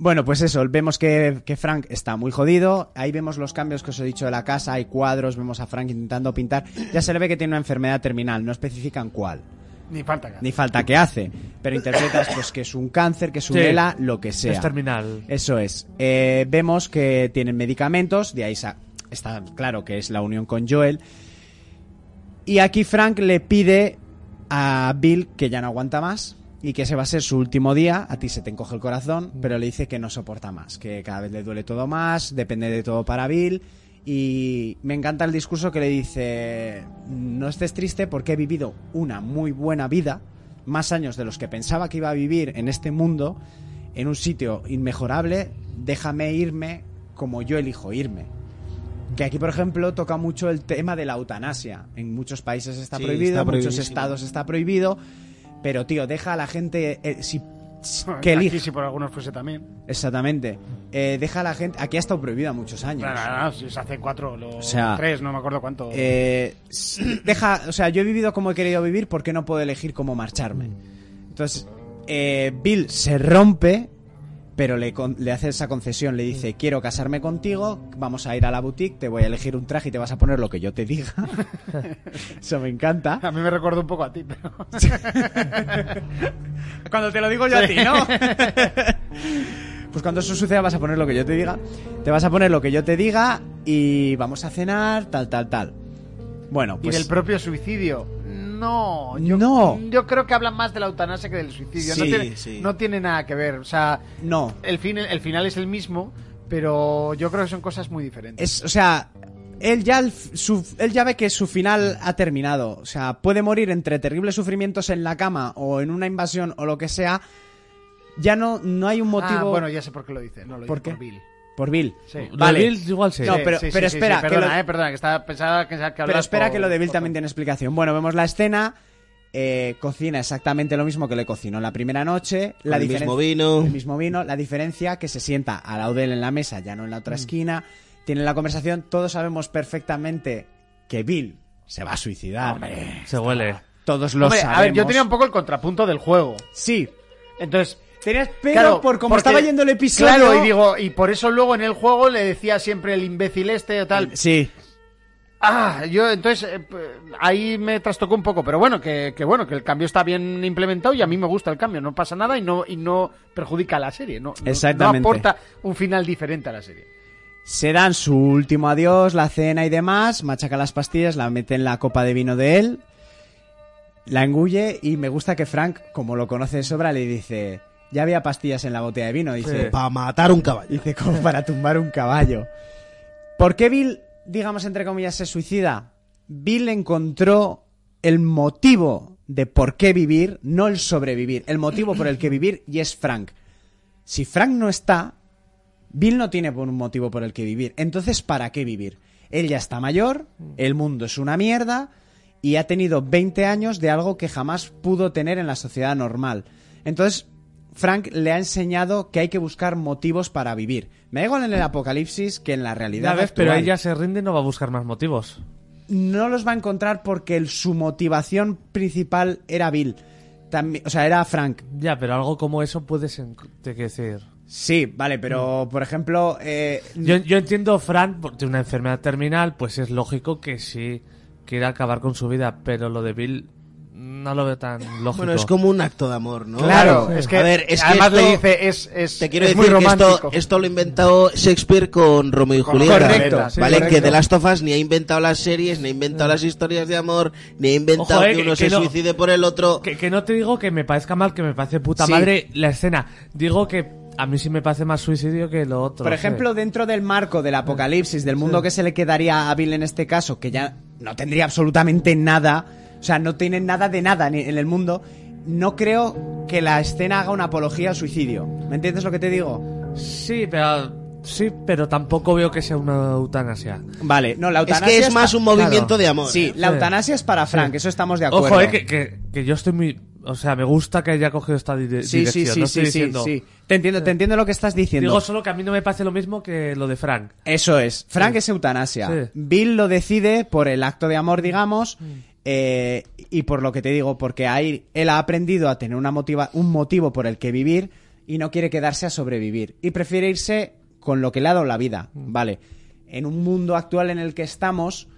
Bueno, pues eso, vemos que, que Frank está muy jodido. Ahí vemos los cambios que os he dicho de la casa, hay cuadros, vemos a Frank intentando pintar. Ya se le ve que tiene una enfermedad terminal, no especifican cuál,
Ni falta. cara.
ni falta que hace, pero interpretas pues que es un cáncer, que es un
Sí.
ELA, lo que sea.
Es terminal.
Eso es. Eh, vemos que tienen medicamentos, de ahí sa- está claro que es la unión con Joel. Y aquí Frank le pide a Bill que ya no aguanta más y que ese va a ser su último día. A ti se te encoge el corazón, pero le dice que no soporta más, que cada vez le duele todo más, depende de todo para Bill. Y me encanta el discurso que le dice, no estés triste porque he vivido una muy buena vida, más años de los que pensaba que iba a vivir en este mundo, en un sitio inmejorable, déjame irme como yo elijo irme. Que aquí, por ejemplo, toca mucho el tema de la eutanasia. En muchos países está
Sí,
prohibido,
está
en muchos
prohibidísimo.
estados está prohibido. Pero, tío, deja a la gente.
*laughs*
eh, si, que
Aquí,
elija.
si por algunos fuese también.
Exactamente. Eh, deja a la gente. Aquí ha estado prohibida muchos años.
No, no, no, si se hace cuatro lo-
O sea,
tres, no me acuerdo cuánto.
Eh, s- deja, o sea, yo he vivido como he querido vivir porque no puedo elegir cómo marcharme. Entonces, eh, Bill se rompe, pero le, con- le hace esa concesión, le dice, quiero casarme contigo, vamos a ir a la boutique, te voy a elegir un traje y te vas a poner lo que yo te diga. *laughs* Eso me encanta.
*laughs* a mí me recordó un poco a ti, pero. *laughs*
Cuando te lo digo yo a ti, ¿no? *laughs* pues cuando eso suceda vas a poner lo que yo te diga. Te vas a poner lo que yo te diga y vamos a cenar, tal, tal, tal. Bueno,
Y
pues...
del propio suicidio. No, yo,
No.
yo creo que hablan más de la eutanasia que del suicidio. no,
Sí,
tiene,
sí.
no tiene nada que ver. O sea,
No.
el, fin, el final es el mismo, pero yo creo que son cosas muy diferentes.
Es, o sea, él ya, el- su- él ya ve que su final ha terminado. O sea, puede morir entre terribles sufrimientos en la cama o en una invasión o lo que sea. Ya no, no hay un motivo
Ah, bueno, ya sé por qué lo dice. No lo dice
¿Por
por,
qué?
Bill.
por Bill.
Sí.
Lo de
Vale.
Bill igual sí.
No,
Sí,
pero-
sí,
pero
sí, sí,
espera,
sí,
que
perdona,
lo-
eh, perdona, que estaba pensaba que, que
Pero
hablabas
espera
por-
que lo de Bill
por-
también tiene explicación. Bueno, vemos la escena. eh, cocina exactamente lo mismo que le cocinó la primera noche. La
el
diferen-
mismo vino.
El mismo vino. La diferencia que se sienta a la Udel en la mesa, ya no en la
Mm.
otra esquina. Tienen la conversación. Todos sabemos perfectamente que Bill se va a suicidar.
Se huele.
Todos lo
Hombre,
sabemos.
a ver, yo tenía un poco el contrapunto del juego.
Sí.
Entonces,
Tenías pero
claro,
por cómo
porque-
estaba yendo el episodio.
Claro, y digo, y por eso luego en el juego le decía siempre el imbécil este o tal.
Sí.
Ah, yo entonces eh, p- ahí me trastocó un poco, pero bueno, que, que bueno, que el cambio está bien implementado y a mí me gusta el cambio, no pasa nada y no y no perjudica a la serie, no, no- no
Exactamente.
aporta un final diferente a la serie.
Se dan su último adiós, la cena y demás, machaca las pastillas, la mete en la copa de vino de él, la engulle y me gusta que Frank, como lo conoce de sobra, le dice, ya había pastillas en la botella de vino, dice,
Para matar un caballo.
dice como para tumbar un caballo. ¿Por qué Bill, digamos entre comillas, se suicida? Bill encontró el motivo de por qué vivir, no el sobrevivir, el motivo por el que vivir y es Frank. Si Frank no está, Bill no tiene por un motivo por el que vivir. Entonces, ¿para qué vivir? Él ya está mayor, el mundo es una mierda y ha tenido 20 años de algo que jamás pudo tener en la sociedad normal. Entonces, Frank le ha enseñado que hay que buscar motivos para vivir. Me da igual en el apocalipsis que en la realidad.
Una vez, pero
actual.
ella se rinde y no va a buscar más motivos.
no los va a encontrar porque el- su motivación principal era Bill. También, o sea, era Frank.
Ya, pero algo como eso puedes enc- te quiero decir.
Sí, vale, pero por ejemplo, eh,
Yo, yo entiendo, Fran, por- tiene una enfermedad terminal, pues es lógico que sí quiera acabar con su vida, pero lo de Bill no lo veo tan lógico.
Bueno, es como un acto de amor, ¿no?
Claro, es que,
A ver, es que
además le
esto-
dice es es,
Te quiero
es
decir
muy
que esto,
romántico.
esto lo ha inventado Shakespeare con Romeo y Julieta.
Correcto, sí,
¿Vale? Que
correcto.
The Last of Us ni ha inventado las series, ni ha inventado las historias de amor, ni ha inventado
Ojo, eh,
que
que-
uno
que
se
no.
suicide por el otro.
Que, que no te digo que me parezca mal, que me parece puta
Sí.
madre la escena. Digo que a mí sí me parece más suicidio que lo otro.
Por
sí.
ejemplo, dentro del marco del apocalipsis, del mundo que se le quedaría a Bill en este caso, que ya no tendría absolutamente nada, o sea, no tiene nada de nada ni- en el mundo, no creo que la escena haga una apología al suicidio. ¿Me entiendes lo que te digo?
Sí, pero, sí, pero tampoco veo que sea una eutanasia.
Vale, no, la
es
eutanasia.
que es
está-
más un movimiento de amor.
Sí, la
¿eh? Sí.
eutanasia es para Frank, eso estamos de acuerdo.
Ojo, eh, que, que- que yo estoy muy... O sea, me gusta que haya cogido esta dire-
Sí, sí, sí,
dirección. no
sí,
estoy
sí,
diciendo-
sí. Te entiendo, te entiendo lo que estás diciendo.
Digo solo que a mí no me parece lo mismo que lo de Frank.
Eso es. Frank es eutanasia.
Sí.
Bill lo decide por el acto de amor, digamos, eh, y por lo que te digo, porque ahí él ha aprendido a tener una motiva un motivo por el que vivir y no quiere quedarse a sobrevivir. Y prefiere irse con lo que le ha dado la vida. Vale. En un mundo actual en el que estamos,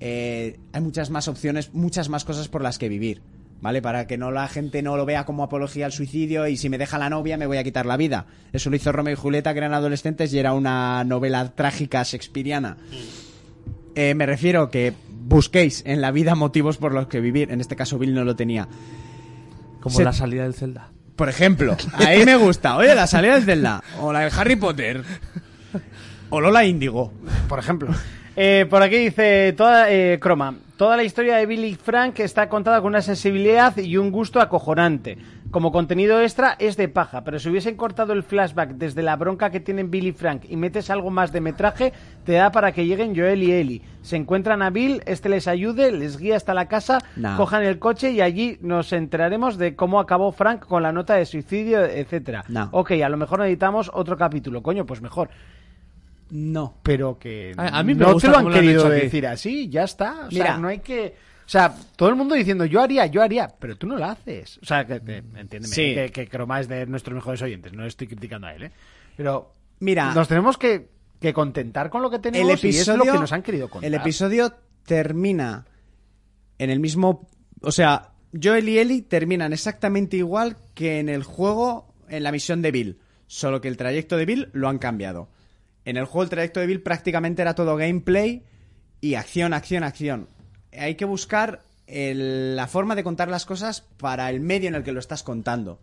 eh, hay muchas más opciones, muchas más cosas por las que vivir. ¿Vale? Para que no la gente no lo vea como apología al suicidio y si me deja la novia me voy a quitar la vida. Eso lo hizo Romeo y Julieta, que eran adolescentes y era una novela trágica shakespeariana. Eh, me refiero que busquéis en la vida motivos por los que vivir. En este caso Bill no lo tenía.
Como
Se- pues
la salida del Zelda.
Por ejemplo, ahí me gusta. Oye, la salida del Zelda. O la del Harry Potter. O Lola Índigo.
por ejemplo. Eh, por aquí dice toda eh, Croma. Toda la historia de Billy Frank está contada con una sensibilidad y un gusto acojonante. Como contenido extra es de paja, pero si hubiesen cortado el flashback desde la bronca que tienen Billy y Frank y metes algo más de metraje, te da para que lleguen Joel y Ellie. Se encuentran a Bill, este les ayude, les guía hasta la casa,
Nah.
cojan el coche y allí nos enteraremos de cómo acabó Frank con la nota de suicidio, etcétera.
Nah.
Ok, a lo mejor necesitamos otro capítulo, coño, pues mejor
No.
pero que
A- a mí me
no
gusta
te lo
cómo
han
lo han
querido
hecho aquí.
decir así, ya está. O sea,
Mira.
no hay que... O sea, todo el mundo diciendo yo haría, yo haría, pero tú no lo haces. O sea, que, que-
Mm,
entiéndeme,
Sí.
que, que Croma es de nuestros mejores oyentes, no estoy criticando a él, ¿eh? Pero
Mira.
nos tenemos que, que contentar con lo que tenemos
el episodio,
y es lo que nos han querido contar.
El episodio termina en el mismo. O sea, Joel y Ellie terminan exactamente igual que en el juego, en la misión de Bill. Solo que el trayecto de Bill lo han cambiado. En el juego, el trayecto de Bill prácticamente era todo gameplay y acción, acción, acción. Hay que buscar el- la forma de contar las cosas para el medio en el que lo estás contando.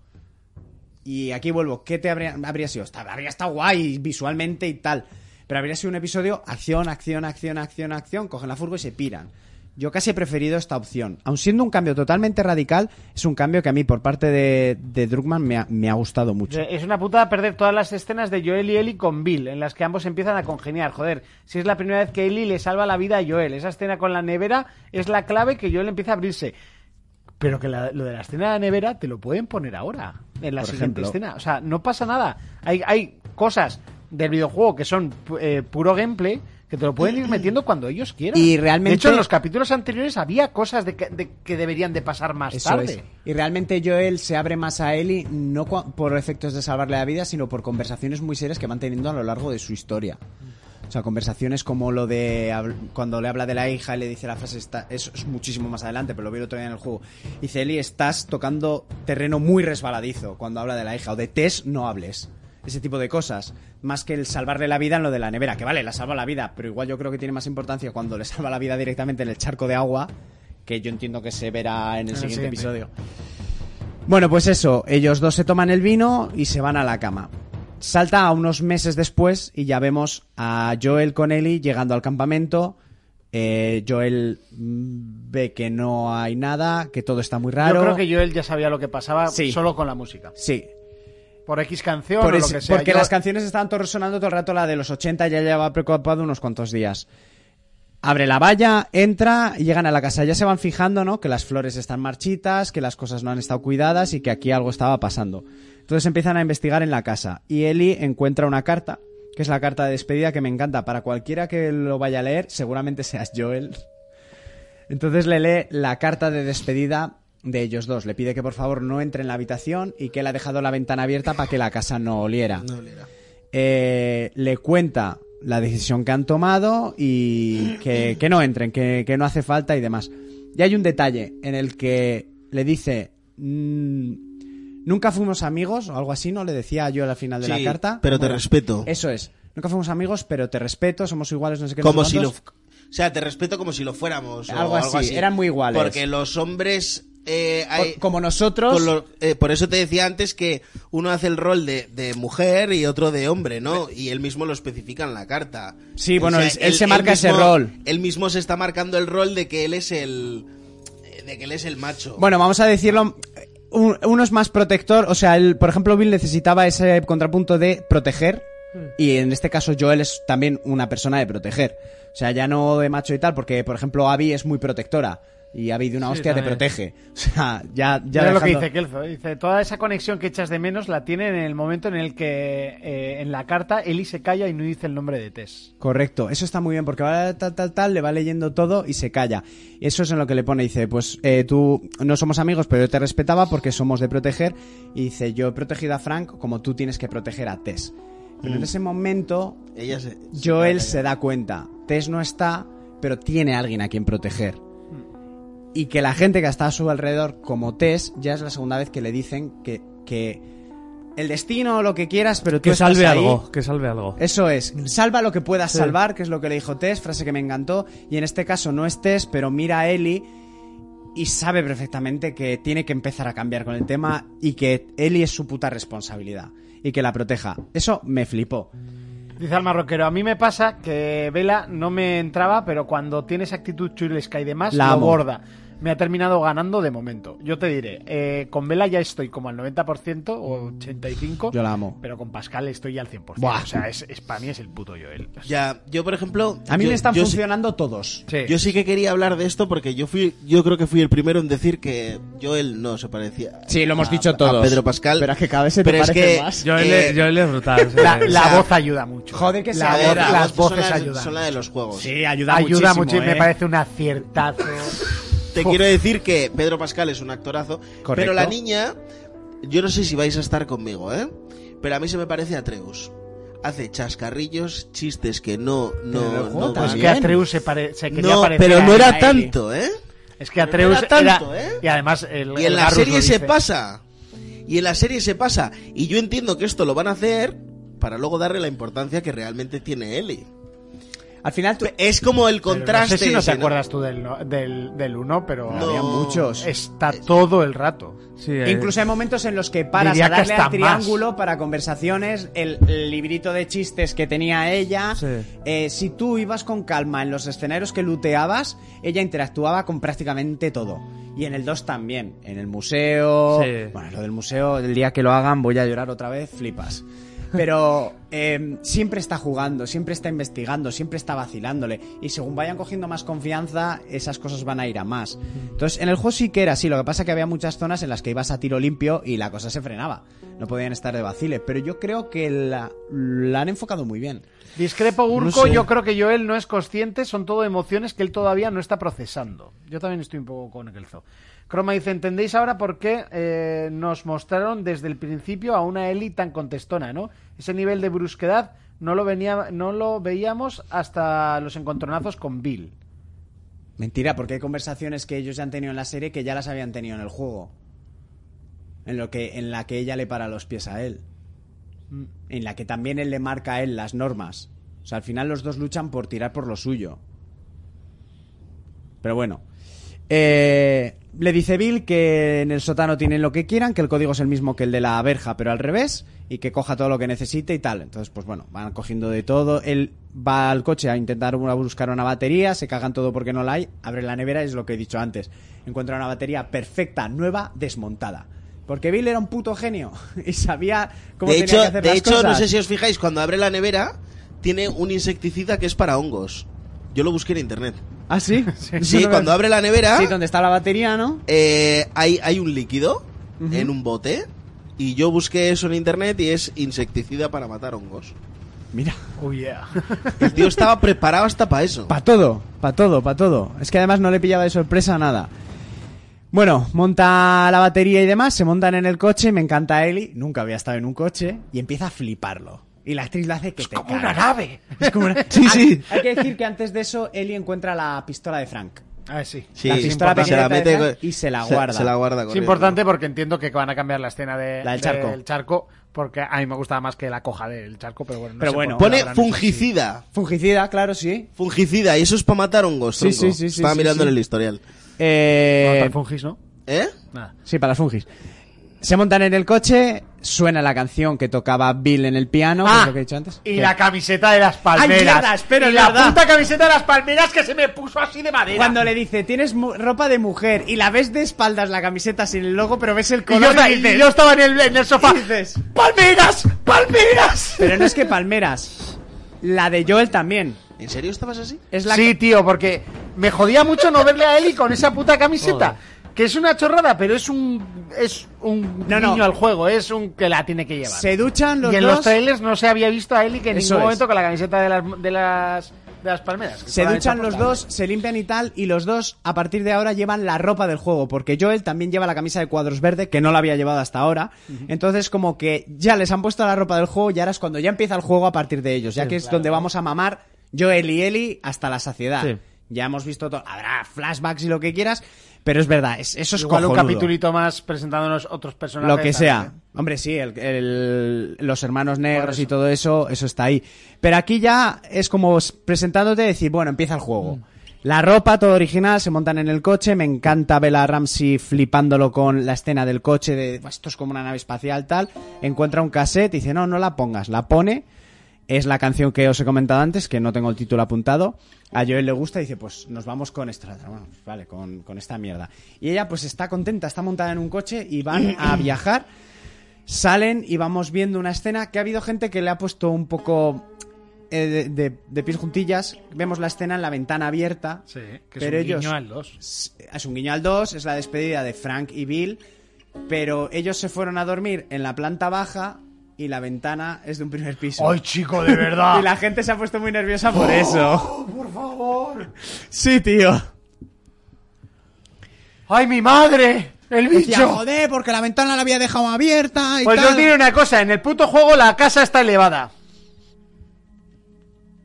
Y aquí vuelvo, ¿qué te habría, habría sido? Está- habría estado guay visualmente y tal. Pero habría sido un episodio acción, acción, acción, acción, acción, cogen la furgo y se piran. Yo casi he preferido esta opción. Aun siendo un cambio totalmente radical, es un cambio que a mí por parte de, de Druckmann me ha, me ha gustado mucho.
Es una putada perder todas las escenas de Joel y Ellie con Bill, en las que ambos empiezan a congeniar. Joder, si es la primera vez que Ellie le salva la vida a Joel, esa escena con la nevera es la clave que Joel empieza a abrirse. Pero que la- lo de la escena de la nevera te lo pueden poner ahora, en la
Por
siguiente
ejemplo.
escena. O sea, no pasa nada. Hay, hay cosas del videojuego que son pu- eh, puro gameplay que te lo pueden ir metiendo cuando ellos quieran.
Y realmente-
De hecho, en los capítulos anteriores había cosas de que, de que deberían de pasar más
Eso
tarde.
es. Y realmente Joel se abre más a Ellie no cua- por efectos de salvarle la vida, sino por conversaciones muy serias que van teniendo a lo largo de su historia. O sea, conversaciones como lo de habl- cuando le habla de la hija y le dice la frase, está, eso es muchísimo más adelante, pero lo vieron todavía en el juego. Dice Ellie, estás tocando terreno muy resbaladizo cuando habla de la hija, o de Tess no hables. Ese tipo de cosas. Más que el salvarle la vida en lo de la nevera, que vale, la salva la vida, pero igual yo creo que tiene más importancia cuando le salva la vida directamente en el charco de agua, que yo entiendo que se verá en el siguiente
siguiente.
episodio. Bueno, pues eso, ellos dos se toman el vino y se van a la cama. Salta a unos meses después y ya vemos a Joel con Ellie llegando al campamento. Eh, Joel mm, ve que no hay nada, que todo está muy raro.
Yo creo que Joel ya sabía lo que pasaba
Sí.
solo con la música.
Sí,
Por X canción
por
o
ese-
lo que sea.
porque
Yo-
las canciones estaban todas resonando todo el rato, la de los 80 ya llevaba preocupado unos cuantos días. Abre la valla, entra y llegan a la casa. Ya se van fijando, ¿no? Que las flores están marchitas, que las cosas no han estado cuidadas y que aquí algo estaba pasando. Entonces empiezan a investigar en la casa y Eli encuentra una carta, que es la carta de despedida que me encanta. Para cualquiera que lo vaya a leer, seguramente seas Joel. Entonces le lee la carta de despedida de ellos dos. Le pide que por favor no entre en la habitación y que él ha dejado la ventana abierta para que la casa no oliera. Eh, le cuenta la decisión que han tomado y que, que no entren, que, que no hace falta y demás. Y hay un detalle en el que le dice... "Mm, Nunca fuimos amigos o algo así, ¿no? Le decía yo al final de
Sí,
la carta.
pero te
Bueno,
respeto.
Eso es. Nunca fuimos amigos, pero te respeto, somos iguales, no sé qué. no sé
como si lo,
cuántos".
o sea, te respeto como si lo fuéramos. o
Algo así, eran muy iguales.
Porque los hombres... eh,
Co-
hay-
Como nosotros...
con lo- eh, por eso te decía antes que uno hace el rol de, de mujer y otro de hombre, ¿no? Y él mismo lo especifica en la carta.
Sí, bueno, él- él se marca ese
mismo-
rol.
Él mismo se está marcando el rol de que él es el... eh, De que él es el macho.
Bueno, vamos a decirlo. un- uno es más protector. O sea, el, por ejemplo, Bill necesitaba ese contrapunto de proteger. Y en este caso, Joel es también una persona de proteger. O sea, ya no de macho y tal, porque, por ejemplo, Abby es muy protectora. Y Abby de una
Sí,
hostia te
también.
protege. *laughs* O sea, ya, ya
Ya es lo que
dejando-
dice Kelzo. ¿eh? Dice, toda esa conexión que echas de menos la tiene en el momento en el que eh, en la carta Eli se calla y no dice el nombre de Tess.
Correcto, eso está muy bien porque va tal, tal, tal, le va leyendo todo y se calla. Eso es en lo que le pone, dice, pues eh, tú no somos amigos, pero yo te respetaba porque somos de proteger. Y dice, yo he protegido a Frank como tú tienes que proteger a Tess. Pero
Mm.
en ese momento,
Ella se-
Joel se da cuenta, Tess no está, pero tiene a alguien a quien proteger.
Mm.
Y que la gente que está a su alrededor, como Tess, ya es la segunda vez que le dicen que, que el destino o lo que quieras, pero tú
Que
estás
salve
pues ahí. Eh,
algo, que salve algo.
Eso es, salva lo que puedas salvar, que es lo que le dijo Tess, frase que me encantó. Y en este caso no es Tess, pero mira a Ellie y sabe perfectamente que tiene que empezar a cambiar con el tema y que Ellie es su puta responsabilidad y que la proteja. Eso me flipó.
Dice al marroquero, a mí me pasa que Vela no me entraba, pero cuando tienes actitud chulesca y demás,
La
la
amo.
borda. Me ha terminado ganando de momento. Yo te diré, eh, con Vela ya estoy como al 90% o 85%.
Yo la amo.
Pero con Pascal estoy al 100%.
Buah.
O sea, es, es- para mí es el puto Joel.
Ya, yo por ejemplo...
A mí
yo-
me están
yo sí-
funcionando todos.
Sí.
Yo sí que quería hablar de esto porque yo fui, yo creo que fui el primero en decir que Joel no se parecía.
Sí, lo hemos
a-
dicho
a
todos.
Pedro Pascal.
Pero es que cada vez se te
Pero es
parece
que,
más.
Joel,
eh,
es- Joel
*laughs*
es brutal. sí.
la la
o sea,
voz ayuda mucho.
joder, que se
La
adora.
voz-
las voces
las voces
son las-
ayudan.
Son la de los juegos.
ayuda,
ayuda
muchísimo,
mucho y me
¿eh?
parece un aciertazo.
Te
Jo.
quiero decir que Pedro Pascal es un actorazo. Pero la
Correcto.
niña, yo no sé si vais a estar conmigo, ¿eh? Pero a mí se me parece Atreus. Hace chascarrillos, chistes que no,
Pero
no,
el juego
no,
Pues
van.
que Atreus se, pare- se quería
No,
parecer
pero
a
no
él.
era tanto, ¿eh?
Es que
Pero no
Atreus
era tanto,
era-
¿eh?
Y además el,
Y en
el
la
Garus lo
serie se
dice.
pasa. Y en la serie se pasa. Y yo entiendo que esto lo van a hacer para luego darle la importancia que realmente tiene Ellie.
Al final tú...
Es como el
Pero
contraste.
No sé si no te
ese,
acuerdas tú del, no- del, del uno, pero
No.
Había muchos.
está todo el rato.
Sí, eh,
Incluso hay momentos en los que paras
Diría
a
que
darle
hasta
al triángulo para conversaciones, el, el librito de chistes que tenía ella.
Sí.
Eh, si tú ibas con calma en los escenarios que luteabas, ella interactuaba con prácticamente todo. Y en el 2 también, en el museo.
Sí.
Bueno, lo del museo, el día que lo hagan voy a llorar otra vez, flipas. Pero *laughs* eh, siempre está jugando, siempre está investigando, siempre está vacilándole. Y según vayan cogiendo más confianza, esas cosas van a ir a más. Entonces, en el juego sí que era así. Lo que pasa es que había muchas zonas en las que ibas a tiro limpio y la cosa se frenaba. No podían estar de vacile. Pero yo creo que la, la han enfocado muy bien.
Discrepo Urco,
sé.
yo creo que Joel no es consciente, son todo emociones que él todavía no está procesando. Yo también estoy un poco con Kelzo. Croma dice, ¿entendéis ahora por qué eh, nos mostraron desde el principio a una Eli tan contestona, no? Ese nivel de brusquedad no lo, venía, no lo veíamos hasta los encontronazos con Bill.
Mentira, porque hay conversaciones que ellos ya han tenido en la serie que ya las habían tenido en el juego. En, lo que, en la que ella le para los pies a él. En la que también él le marca a él las normas. O sea, al final los dos luchan por tirar por lo suyo. Pero bueno. Eh, le dice Bill que en el sótano tienen lo que quieran, que el código es el mismo que el de la verja, pero al revés, y que coja todo lo que necesite y tal. Entonces, pues bueno, van cogiendo de todo. Él va al coche a intentar una- buscar una batería, se cagan todo porque no la hay, abre la nevera, es lo que he dicho antes. Encuentra una batería perfecta, nueva, desmontada. Porque Bill era un puto genio *laughs* y sabía cómo
De
tenía
hecho,
que hacer
de
las
hecho
cosas.
no sé si os fijáis, cuando abre la nevera, tiene un insecticida que es para hongos. Yo lo busqué en
*laughs*
internet.
¿Ah, sí?
Sí, cuando abre la nevera,
Sí, donde está la batería, ¿no?
eh, hay, hay un líquido en un bote. Y yo busqué eso en internet y es insecticida para matar hongos.
Mira.
Oh yeah.
*laughs* El tío estaba preparado hasta para eso.
Pa' todo, pa' todo, pa' todo. Es que además no le pillaba de sorpresa nada. Bueno, monta la batería y demás, se montan en el coche, me encanta Eli, nunca había estado en un coche, y empieza a fliparlo. Y la actriz la hace que te
Como
cagas.
una nave.
Es como una-
Sí, sí.
Hay, hay que decir que antes de eso, Eli encuentra la pistola de Frank.
*laughs* Ah, sí.
Sí,
la pistola
importante.
pequeñita de
mete
Frank
con-
y se la guarda.
Se, la guarda con
Es
él.
importante porque entiendo que van a cambiar la escena de,
La del charco.
del charco, porque a mí me gustaba más que la coja del charco, pero bueno. no
Pero
sé
bueno.
por qué
Pone
la habrán hecho así.
fungicida.
Fungicida, claro, sí.
Fungicida, y eso es para matar hongos.
Sí,
tronco.
sí, sí, sí,
Estaba
sí,
mirando
sí.
en el historial.
No,
Eh,
tan fungis, ¿no?
¿Eh?
Nada.
Sí, para las fungis. Se montan en el coche, suena la canción que tocaba Bill en el piano, que es lo que he dicho antes.
Ah, Y
¿Qué?
la camiseta de las palmeras.
mierda, espera,
y
es
la
verdad.
puta camiseta de las palmeras que se me puso así de madera.
Cuando le dice, tienes mu- ropa de mujer y la ves de espaldas la camiseta sin el logo, pero ves el
y yo,
color y
y
dices-
yo estaba en el, en el sofá.
y dices,
¡Palmeras! ¡Palmeras!
*laughs* Pero no es que Palmeras, la de Joel también.
¿En serio estabas así?
Es la
Sí, tío, porque me jodía mucho no verle a Eli con esa puta camiseta. Que es una chorrada, pero es un. Es un
No, no.
niño al juego, es un que la tiene que
que
llevar.
se duchan los
y en
dos,
los trailers no se había visto a Eli que en
Eso
ningún
es.
momento con la camiseta de las, de las, de las palmeras. que
se
estaba
duchan
hecha
los
puta.
dos, se limpian y tal, y los dos a partir de ahora llevan la ropa del juego, porque Joel también lleva la camisa de cuadros verde, que no la había llevado hasta ahora. Entonces como que ya les han puesto la ropa del juego y ahora es cuando ya empieza el juego a partir de ellos, ya que es donde vamos a mamar Joel y Eli hasta la saciedad.
Sí.
Ya hemos visto todo, habrá flashbacks y lo que quieras, pero es verdad, es- eso es
Igual un
cojonudo.
capitulito más presentándonos otros personajes.
lo que
también,
sea.
¿eh?
Hombre, sí, el- el- los hermanos negros y
eso.
todo eso, eso está ahí. Pero aquí ya es como s- presentándote y decir, bueno, empieza el
Mm.
juego. La ropa, todo original, se montan en el coche. Me encanta ver a Ramsey flipándolo con la escena del coche de "Buah, esto es como una nave espacial, tal. Encuentra un cassette y dice, no, no la pongas, la pone. Es la canción que os he comentado antes, que no tengo el título apuntado. A Joel le gusta y dice, pues nos vamos con esta, bueno, pues, vale, con, con esta mierda. Y ella pues está contenta, está montada en un coche y van a viajar. Salen y vamos viendo una escena que ha habido gente que le ha puesto un poco eh, de, de- de pies juntillas. Vemos la escena en la ventana abierta.
Sí, que
pero
es un
ellos
guiño al dos.
s- es un guiño al 2, es la despedida de Frank y Bill, pero ellos se fueron a dormir en la planta baja y la ventana es de un primer piso.
¡Ay, chico, de
*laughs*
verdad!
Y la gente se ha puesto muy nerviosa por eso. Ah. Oh, ¡Por favor! Sí, tío.
¡Ay, mi madre! ¡El
Decía,
bicho!
joder, porque la ventana la había dejado abierta y
Pues yo
tal.
os diré una cosa, en el puto juego la casa está elevada.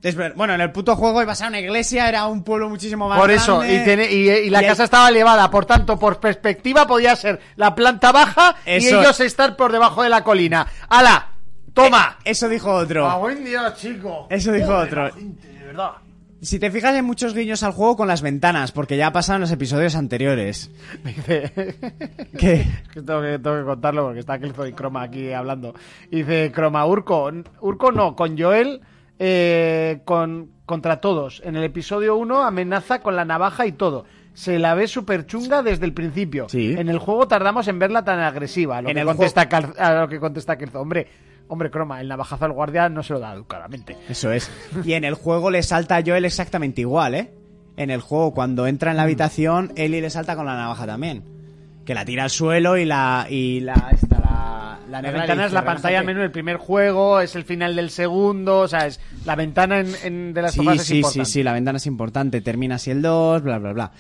Es ver- bueno, en el puto juego ibas a una iglesia, era un pueblo muchísimo más
por eso,
grande.
y, tiene- y- y la
Y el-
casa estaba elevada, por tanto, por perspectiva podía ser la planta baja y
Eso.
ellos estar por debajo de la colina. ¡Hala! ¡Toma!
Eso dijo otro.
¡A buen día, chico!
Eh, Eso dijo
Joder,
otro.
la gente, de verdad. *laughs*
Si te fijas, hay muchos guiños al juego con las ventanas, porque ya pasaron los episodios anteriores.
Me dice...
¿Qué?
que tengo, que tengo que contarlo porque está Kelzo y Croma aquí hablando. Y dice Croma, Urco, Urco no, con Joel eh, con, contra todos. En el episodio 1 amenaza con la navaja y todo. Se la ve súper chunga desde el principio.
Sí.
En el juego tardamos en verla tan agresiva. a Lo
En
que
el
contesta Cal- a lo que contesta Kelzo. Hombre, Hombre, croma, el navajazo al guardia no se lo da educadamente.
Eso es. Y en el juego le salta a Joel exactamente igual, ¿eh? En el juego, cuando entra en
Mm.
la habitación, Ellie le salta con la navaja también. Que la tira al suelo y la. Y la. Esta, la, la
La
negra le
ventana es
dice,
la
"Relájate".
pantalla al menú del primer juego, es el final del segundo, o sea, es la ventana en, en- de las
Sí,
tomas es
sí, sí,
importante.
sí, la ventana es importante. Termina así el 2, bla, bla, bla.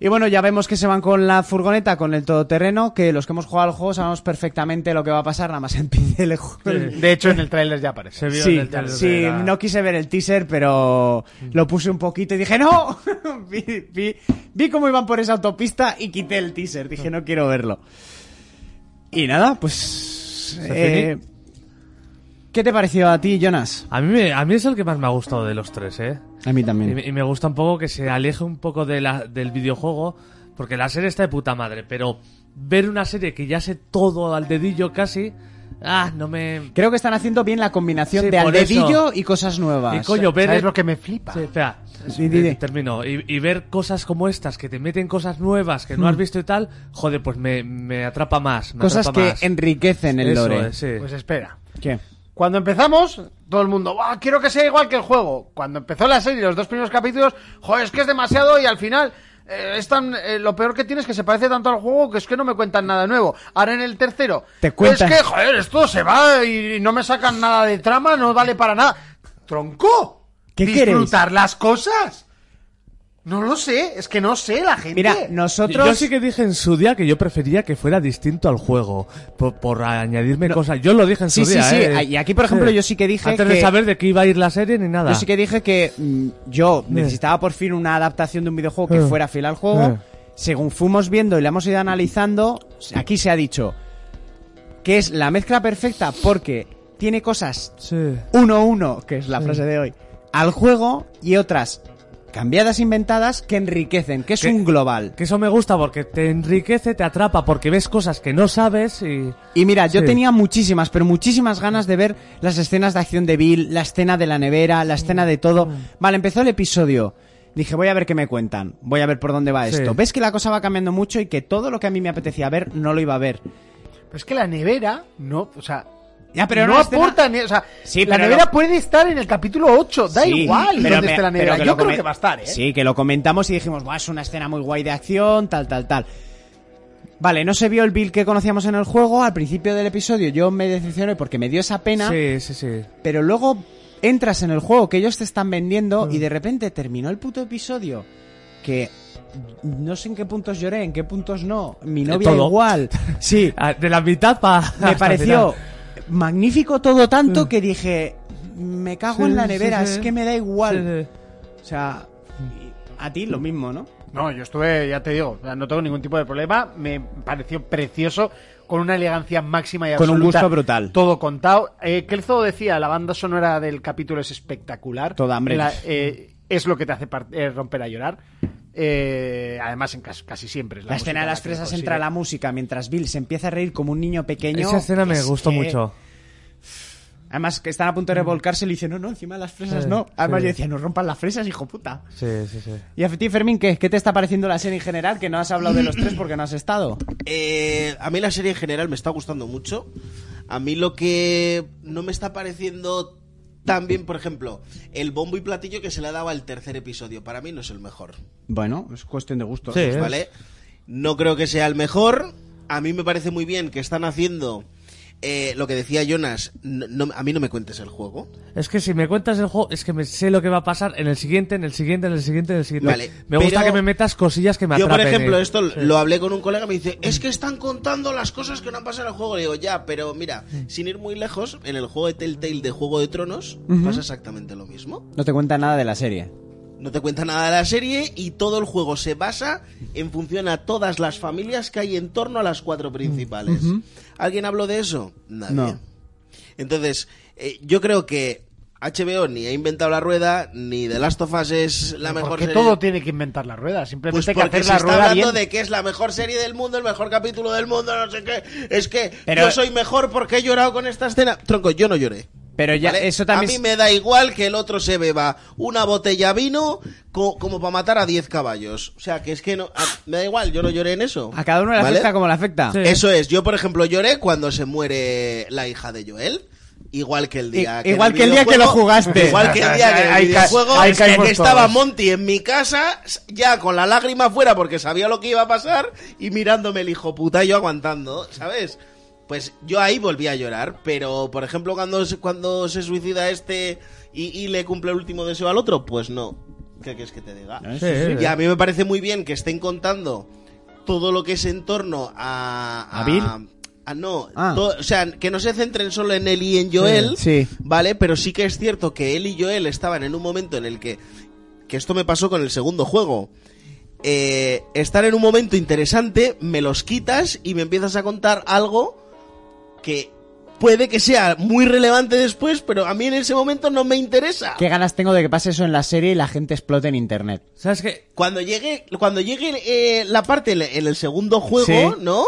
Y bueno, ya vemos que se van con la furgoneta, con el todoterreno, que los que hemos jugado al juego sabemos perfectamente lo que va a pasar, nada más *laughs* empiece el juego.
De hecho, en el tráiler ya aparece.
Se vio en
Sí,
el trailer
sí,
de la-
no quise ver el teaser, pero lo puse un poquito y dije, no, *laughs* vi, vi- vi cómo iban por esa autopista y quité el teaser, dije, no quiero verlo. Y nada, pues... eh, ¿Qué te pareció a ti, Jonas?
A mí, me- a mí es el que más me ha gustado de los tres, ¿eh?
A mí
Y,
también.
me- y me gusta un poco que se aleje un poco de la, del videojuego, porque la serie está de puta madre, pero ver una serie que ya sé todo al dedillo casi, ah, no me...
Creo que están haciendo bien la combinación
Sí,
de al
por eso.
dedillo y cosas nuevas.
Y coño, ver...
¿Sabes lo que me flipa?
Sí, espera, Eh,
Sí, di, di.
termino. Y, y ver cosas como estas, que te meten cosas nuevas que no has visto y tal, joder, pues me, me atrapa más. me
Hmm. Cosas
atrapa
que
más.
enriquecen el
Eso
lore.
es, sí.
Pues espera.
¿Qué?
Cuando empezamos, todo el mundo, "Buah, quiero que sea igual que el juego. Cuando empezó la serie, los dos primeros capítulos, joder, es que es demasiado y al final eh, es tan, eh, lo peor que tiene es que se parece tanto al juego que es que no me cuentan nada nuevo. Ahora en el tercero,
Te cuentan-
es que, joder, esto se va y no me sacan nada de trama, no vale para nada. Tronco,
¿Qué
disfrutar las cosas. No lo sé, es que no sé la gente.
Mira, nosotros...
Yo sí que dije en su día que yo prefería que fuera distinto al juego, por, por añadirme cosas. Yo lo dije en
Sí,
su
sí,
día,
sí.
¿eh?
Y aquí, por ejemplo, yo sí que dije
Antes
que-
de saber de qué iba a ir la serie ni nada.
Yo sí que dije que mm, yo
Eh.
necesitaba por fin una adaptación de un videojuego que
Eh.
fuera fiel al juego.
Eh.
Según fuimos viendo y la hemos ido analizando, aquí se ha dicho que es la mezcla perfecta porque tiene cosas
Sí.
1-1, que es la frase de hoy, al juego y otras cambiadas, inventadas, que enriquecen, que es
Que-
un global.
Que eso me gusta porque te enriquece, te atrapa, porque ves cosas que no sabes y...
Y mira, yo
Sí.
tenía muchísimas, pero muchísimas ganas de ver las escenas de acción de Bill, la escena de la nevera, la escena de todo. Vale, empezó el episodio. Dije, voy a ver qué me cuentan, voy a ver por dónde va
Sí.
esto. Ves que la cosa va cambiando mucho y que todo lo que a mí me apetecía ver no lo iba a ver.
Pero es que la nevera, no, o sea,
Ya,
no
era una escena-
aporta ni, o sea,
Sí,
la
pero
nevera
lo-
puede estar en el capítulo 8, da
Sí,
igual
pero
dónde
me-
esté la
pero
nevera.
que
Yo
lo
creo
come-
que va a estar, ¿eh?
Sí, que lo comentamos y dijimos, Buah, es una escena muy guay de acción, tal, tal, tal. Vale, no se vio el Bill que conocíamos en el juego. Al principio del episodio yo me decepcioné porque me dio esa pena.
Sí, sí, sí.
pero luego entras en el juego que ellos te están vendiendo
Mm.
y de repente terminó el puto episodio que no sé en qué puntos lloré, en qué puntos no. Mi novia
Eh, todo. *laughs*
igual. Sí,
Ah, De la mitad para...
me pareció magnífico todo
Mm.
tanto que dije, me cago en la nevera, es que me da igual. O sea, y a ti lo mismo, ¿no?
No, yo estuve, ya te digo, no tengo ningún tipo de problema. Me pareció precioso, con una elegancia máxima y
Con un
absoluta.
gusto brutal.
Todo contado. Eh, Kelzo decía, la banda sonora del capítulo es espectacular.
Toda hambre.
La- eh, es lo que te hace par- eh, romper a llorar. Eh, además, en cas- casi, siempre. Es
La,
la, música
escena de las
la que
fresas
consigue.
entra la música mientras Bill se empieza a reír como un niño pequeño.
Esa escena me
Es
gustó
que-
mucho. Mm.
Además que están a punto de revolcarse y le dice, no, no, encima de las fresas
Sí,
no. Además
sí.
yo decía, no rompan las fresas, hijo puta.
Sí, sí, sí.
Y a ti, Fermín, ¿qué, ¿qué te está pareciendo la serie en general? Que no has hablado de los tres porque no has estado.
Eh, a mí la serie en general me está gustando mucho. A mí lo que no me está pareciendo tan bien, por ejemplo, el bombo y platillo que se le daba al tercer episodio, para mí no es el mejor.
Bueno, es cuestión de gusto.
Sí.
¿vale? No creo que sea el mejor. A mí me parece muy bien que están haciendo eh, lo que decía Jonas. no- no- a mí no me cuentes el juego.
Es que si me cuentas el juego, es que me sé lo que va a pasar en el siguiente, en el siguiente, en el siguiente, en el siguiente.
Vale,
me gusta
pero-
que me metas cosillas que me
Yo,
atrapen.
por ejemplo,
eh.
esto lo hablé con un colega, me dice, es que están contando las cosas que no han pasado en el juego. Le digo, ya, pero mira, sin ir muy lejos, en el juego de Telltale de Juego de Tronos pasa exactamente lo mismo.
No te cuenta nada de la serie.
No te cuenta nada de la serie y todo el juego se basa en función a todas las familias que hay en torno a las cuatro principales. ¿Alguien habló de eso? Nadie.
No.
Entonces, eh, yo creo que HBO ni ha inventado la rueda, ni The Last of Us es la mejor
Porque
serie.
todo tiene que inventar la rueda.
Pues
Simplemente
este
hay que
porque
hacer
se
la
está
rueda
hablando
bien.
de que es la mejor serie del mundo, el mejor capítulo del mundo, no sé qué. Es que
Pero-
yo soy mejor porque he llorado con esta escena. Tronco, yo no lloré.
Pero ya,
¿vale?
eso también.
A mí
es-
me da igual que el otro se beba una botella vino co- como para matar a 10 caballos. O sea, que es que no. a- me da igual, yo no lloré en eso.
A cada uno le
¿Vale?
afecta como le afecta.
Sí.
Eso es, yo por ejemplo lloré cuando se muere la hija de Joel. Igual que el día.
I- igual que el día que lo
videojuego-
jugaste.
Igual que
*laughs*
el día que en el
Ahí ca-
videojuego
ahí
es que
caímos
estaba
todos.
Monty en mi casa, ya con la lágrima fuera porque sabía lo que iba a pasar y mirándome el hijo puta y yo aguantando, ¿sabes? Pues yo ahí volví a llorar, pero por ejemplo cuando se, cuando se suicida este y, y le cumple el último deseo al otro, pues no. ¿Qué quieres que te diga?
sí.
¿Eh?
Y a mí me parece muy bien que estén contando todo lo que es en torno a.
¿A Bill?
a- no,
Ah.
to- o sea, que no se centren solo en él y en Joel,
Sí, sí.
¿vale? Pero sí que es cierto que él y Joel estaban en un momento en el que. Que esto me pasó con el segundo juego. Eh, estar en un momento interesante, me los quitas y me empiezas a contar algo que puede que sea muy relevante después, pero a mí en ese momento no me interesa.
¿Qué ganas tengo de que pase eso en la serie y la gente explote en internet?
¿Sabes qué?
Cuando llegue, cuando llegue eh, la parte en, en el segundo juego,
Sí.
¿no?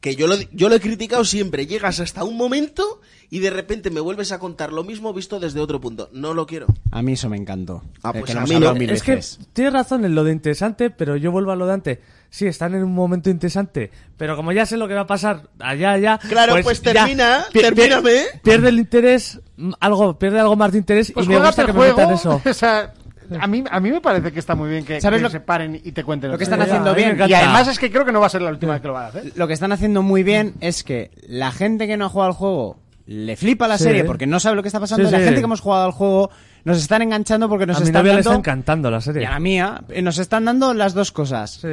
Que yo lo, yo lo he criticado siempre. Llegas hasta un momento y de repente me vuelves a contar lo mismo visto desde otro punto. No lo quiero.
A mí eso me encantó.
Ah,
De
pues
que
a
lo hemos
mí
hablado
no.
mil
Es que
veces.
tienes razón en lo de interesante, pero yo vuelvo a lo de antes. Sí, están en un momento interesante, pero como ya sé lo que va a pasar allá, allá.
Claro, pues
ya,
termina, ¿eh?
pi- pi-
termíname.
Pierde el interés, mm, algo, pierde algo más de interés
Pues
y me gusta
juégate
que
el
me metan
juego. *laughs*
eso.
O sea, a mí, a mí me parece que está muy bien que,
¿Sabes
que
lo-
se paren y te cuenten
lo que
otra
están
vez.
haciendo
a mí me
bien.
encanta.
Y además es que creo que no va a ser la última vez que lo van a
¿Eh?
hacer.
Lo que están haciendo muy bien
Mm.
es que la gente que no ha jugado al juego le flipa la
Sí.
serie porque no sabe lo que está pasando.
Sí,
y la
sí.
gente que hemos jugado al juego nos están enganchando porque nos
a mi
están
novia le está
dando...
encantando la
y
serie.
a la mía, eh, nos están dando las dos cosas.
Sí.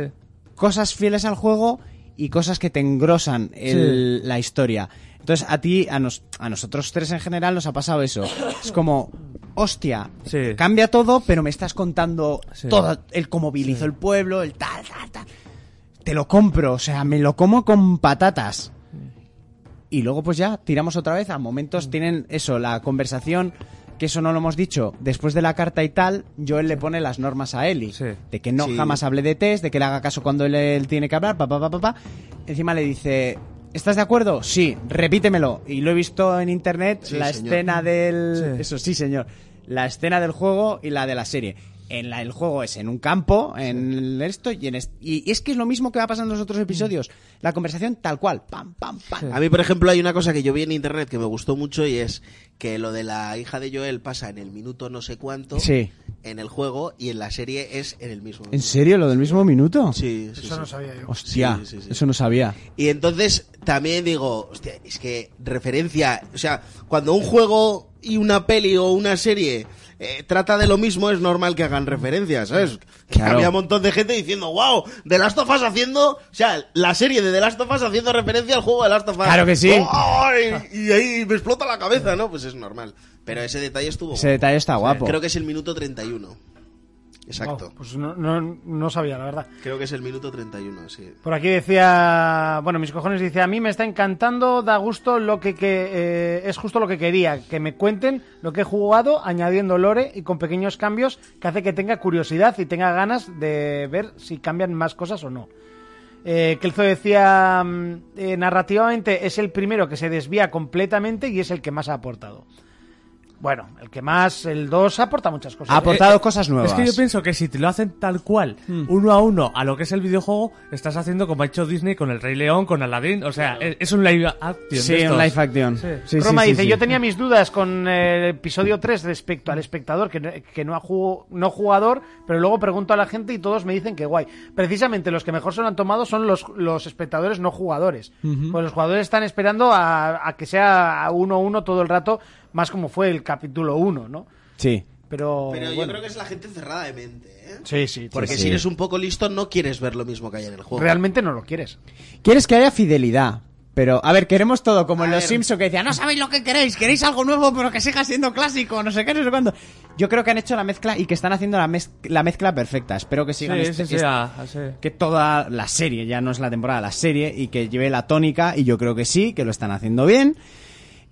cosas fieles al juego y cosas que te engrosan el- la historia. Entonces, a ti, a, nos- a nosotros tres en general, nos ha pasado eso. Es como, hostia,
Sí.
cambia todo, pero me estás contando
Sí.
todo el cómo vilizó el pueblo, el tal, tal, tal. Te lo compro, o sea, me lo como con patatas. Y luego, pues ya, tiramos otra vez. A momentos tienen eso, la conversación, que eso no lo hemos dicho. Después de la carta y tal, Joel le pone las normas a Eli.
Sí.
De que no
Sí.
jamás hable de test, de que le haga caso cuando él, él tiene que hablar, papá, papá, papá. Encima le dice, ¿estás de acuerdo? Sí, repítemelo. Y lo he visto en internet,
Sí,
la
señor.
escena del...
Sí.
Eso sí, señor. La escena del juego y la de la serie. En la, el juego es en un campo, en el esto, y, en est- y, y es que es lo mismo que va pasando en los otros episodios. La conversación tal cual, pam, pam, pam.
A mí, por ejemplo, hay una cosa que yo vi en internet que me gustó mucho y es que lo de la hija de Joel pasa en el minuto no sé cuánto
Sí.
en el juego y en la serie es en el mismo.
¿En serio? ¿Lo del mismo minuto?
Sí, sí, sí.
sabía yo.
Hostia,
Sí, sí, sí.
eso no sabía.
Y entonces también digo, hostia, es que referencia, o sea, cuando un juego y una peli o una serie eh, trata de lo mismo, es normal que hagan referencias, ¿sabes? Que
Claro.
había un montón de gente diciendo, wow, The Last of Us haciendo, o sea, la serie de The Last of Us haciendo referencia al juego de Last of Us.
Claro que sí.
¡Ay! Y ahí me explota la cabeza, ¿no? Pues es normal. Pero ese detalle estuvo...
Ese detalle está guapo.
Creo que es el minuto 31. Exacto.
Wow, pues no, no, no sabía, la verdad.
Creo que es el minuto 31, sí.
Por aquí decía, bueno, mis cojones dice, a mí me está encantando, da gusto lo que, que, eh, es justo lo que quería, que me cuenten lo que he jugado añadiendo lore y con pequeños cambios que hace que tenga curiosidad y tenga ganas de ver si cambian más cosas o no. Eh, Kelzo decía, mm, eh, narrativamente es el primero que se desvía completamente y es el que más ha aportado. Bueno, el que más, el 2 aporta muchas cosas.
Ha aportado
Eh,
cosas nuevas.
Es que yo pienso que si te lo hacen tal cual, uno a uno, a lo que es el videojuego, estás haciendo como ha hecho Disney con el Rey León, con Aladdin. O sea, e, es, es un live action.
Sí,
de estos.
un live action.
Sí.
Sí, sí,
Roma
sí,
dice,
sí.
yo tenía mis dudas con eh, el episodio 3 respecto al espectador, que, no- que no, ha jugo- no jugador, pero luego pregunto a la gente y todos me dicen que guay. Precisamente los que mejor se lo han tomado son los, los espectadores no jugadores. Pues los jugadores están esperando a, a que sea a 1-1 todo el rato, más como fue el capítulo 1, ¿no?
Sí.
Pero,
Pero yo
bueno.
creo que es la gente cerrada de mente, ¿eh?
Sí, sí.
Porque
sí.
si eres un poco listo, no quieres ver lo mismo que hay en el juego.
Realmente no lo quieres.
Quieres que haya fidelidad. Pero, a ver, queremos todo, como en
A
los
ver.
Simpsons que decían, no sabéis lo que queréis, queréis algo nuevo, pero que siga siendo clásico, no sé qué, no sé cuándo. Yo creo que han hecho la mezcla y que están haciendo la, mez- la mezcla perfecta. Espero que
Sí,
sigan
sí,
este-
sí,
este-
a- a- sí.
que toda la serie, ya no es la temporada, la serie, y que lleve la tónica, y yo creo que sí, que lo están haciendo bien.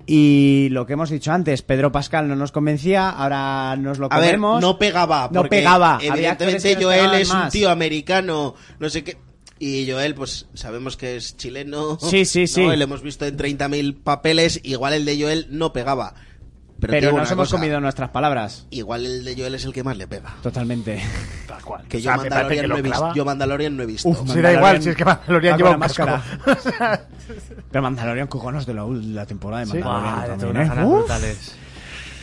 Y lo que hemos dicho antes, Pedro Pascal no nos convencía, ahora nos lo
A ver,
comemos.
no pegaba.
No
porque
pegaba, había actores que
Evidentemente,
nos
Joel
pegaban
es un
más.
tío americano, no sé qué. Y Joel, pues sabemos que es chileno.
Sí, sí, sí.
¿no? Y Lo hemos visto en 30.000 papeles. Igual el de Joel no pegaba.
Pero, te
Pero
digo
nos
una
hemos
cosa,
comido nuestras palabras.
Igual el de Joel es el que más le pega.
Totalmente. *laughs*
Tal cual.
Que
O
yo,
sea, me parece
Mandalorian,
que
no
lo
he
clava.
visto, yo Mandalorian no he visto.
Uf,
Sí, da igual, si es que
Va
Mandalorian
con
lleva
la
un
máscara.
máscara. O sea,
Pero Mandalorian cojones de la, la temporada de
Sí.
Mandalorian.
Buah, tengo
también,
unas
¿eh?
ganas
Uf.
brutales.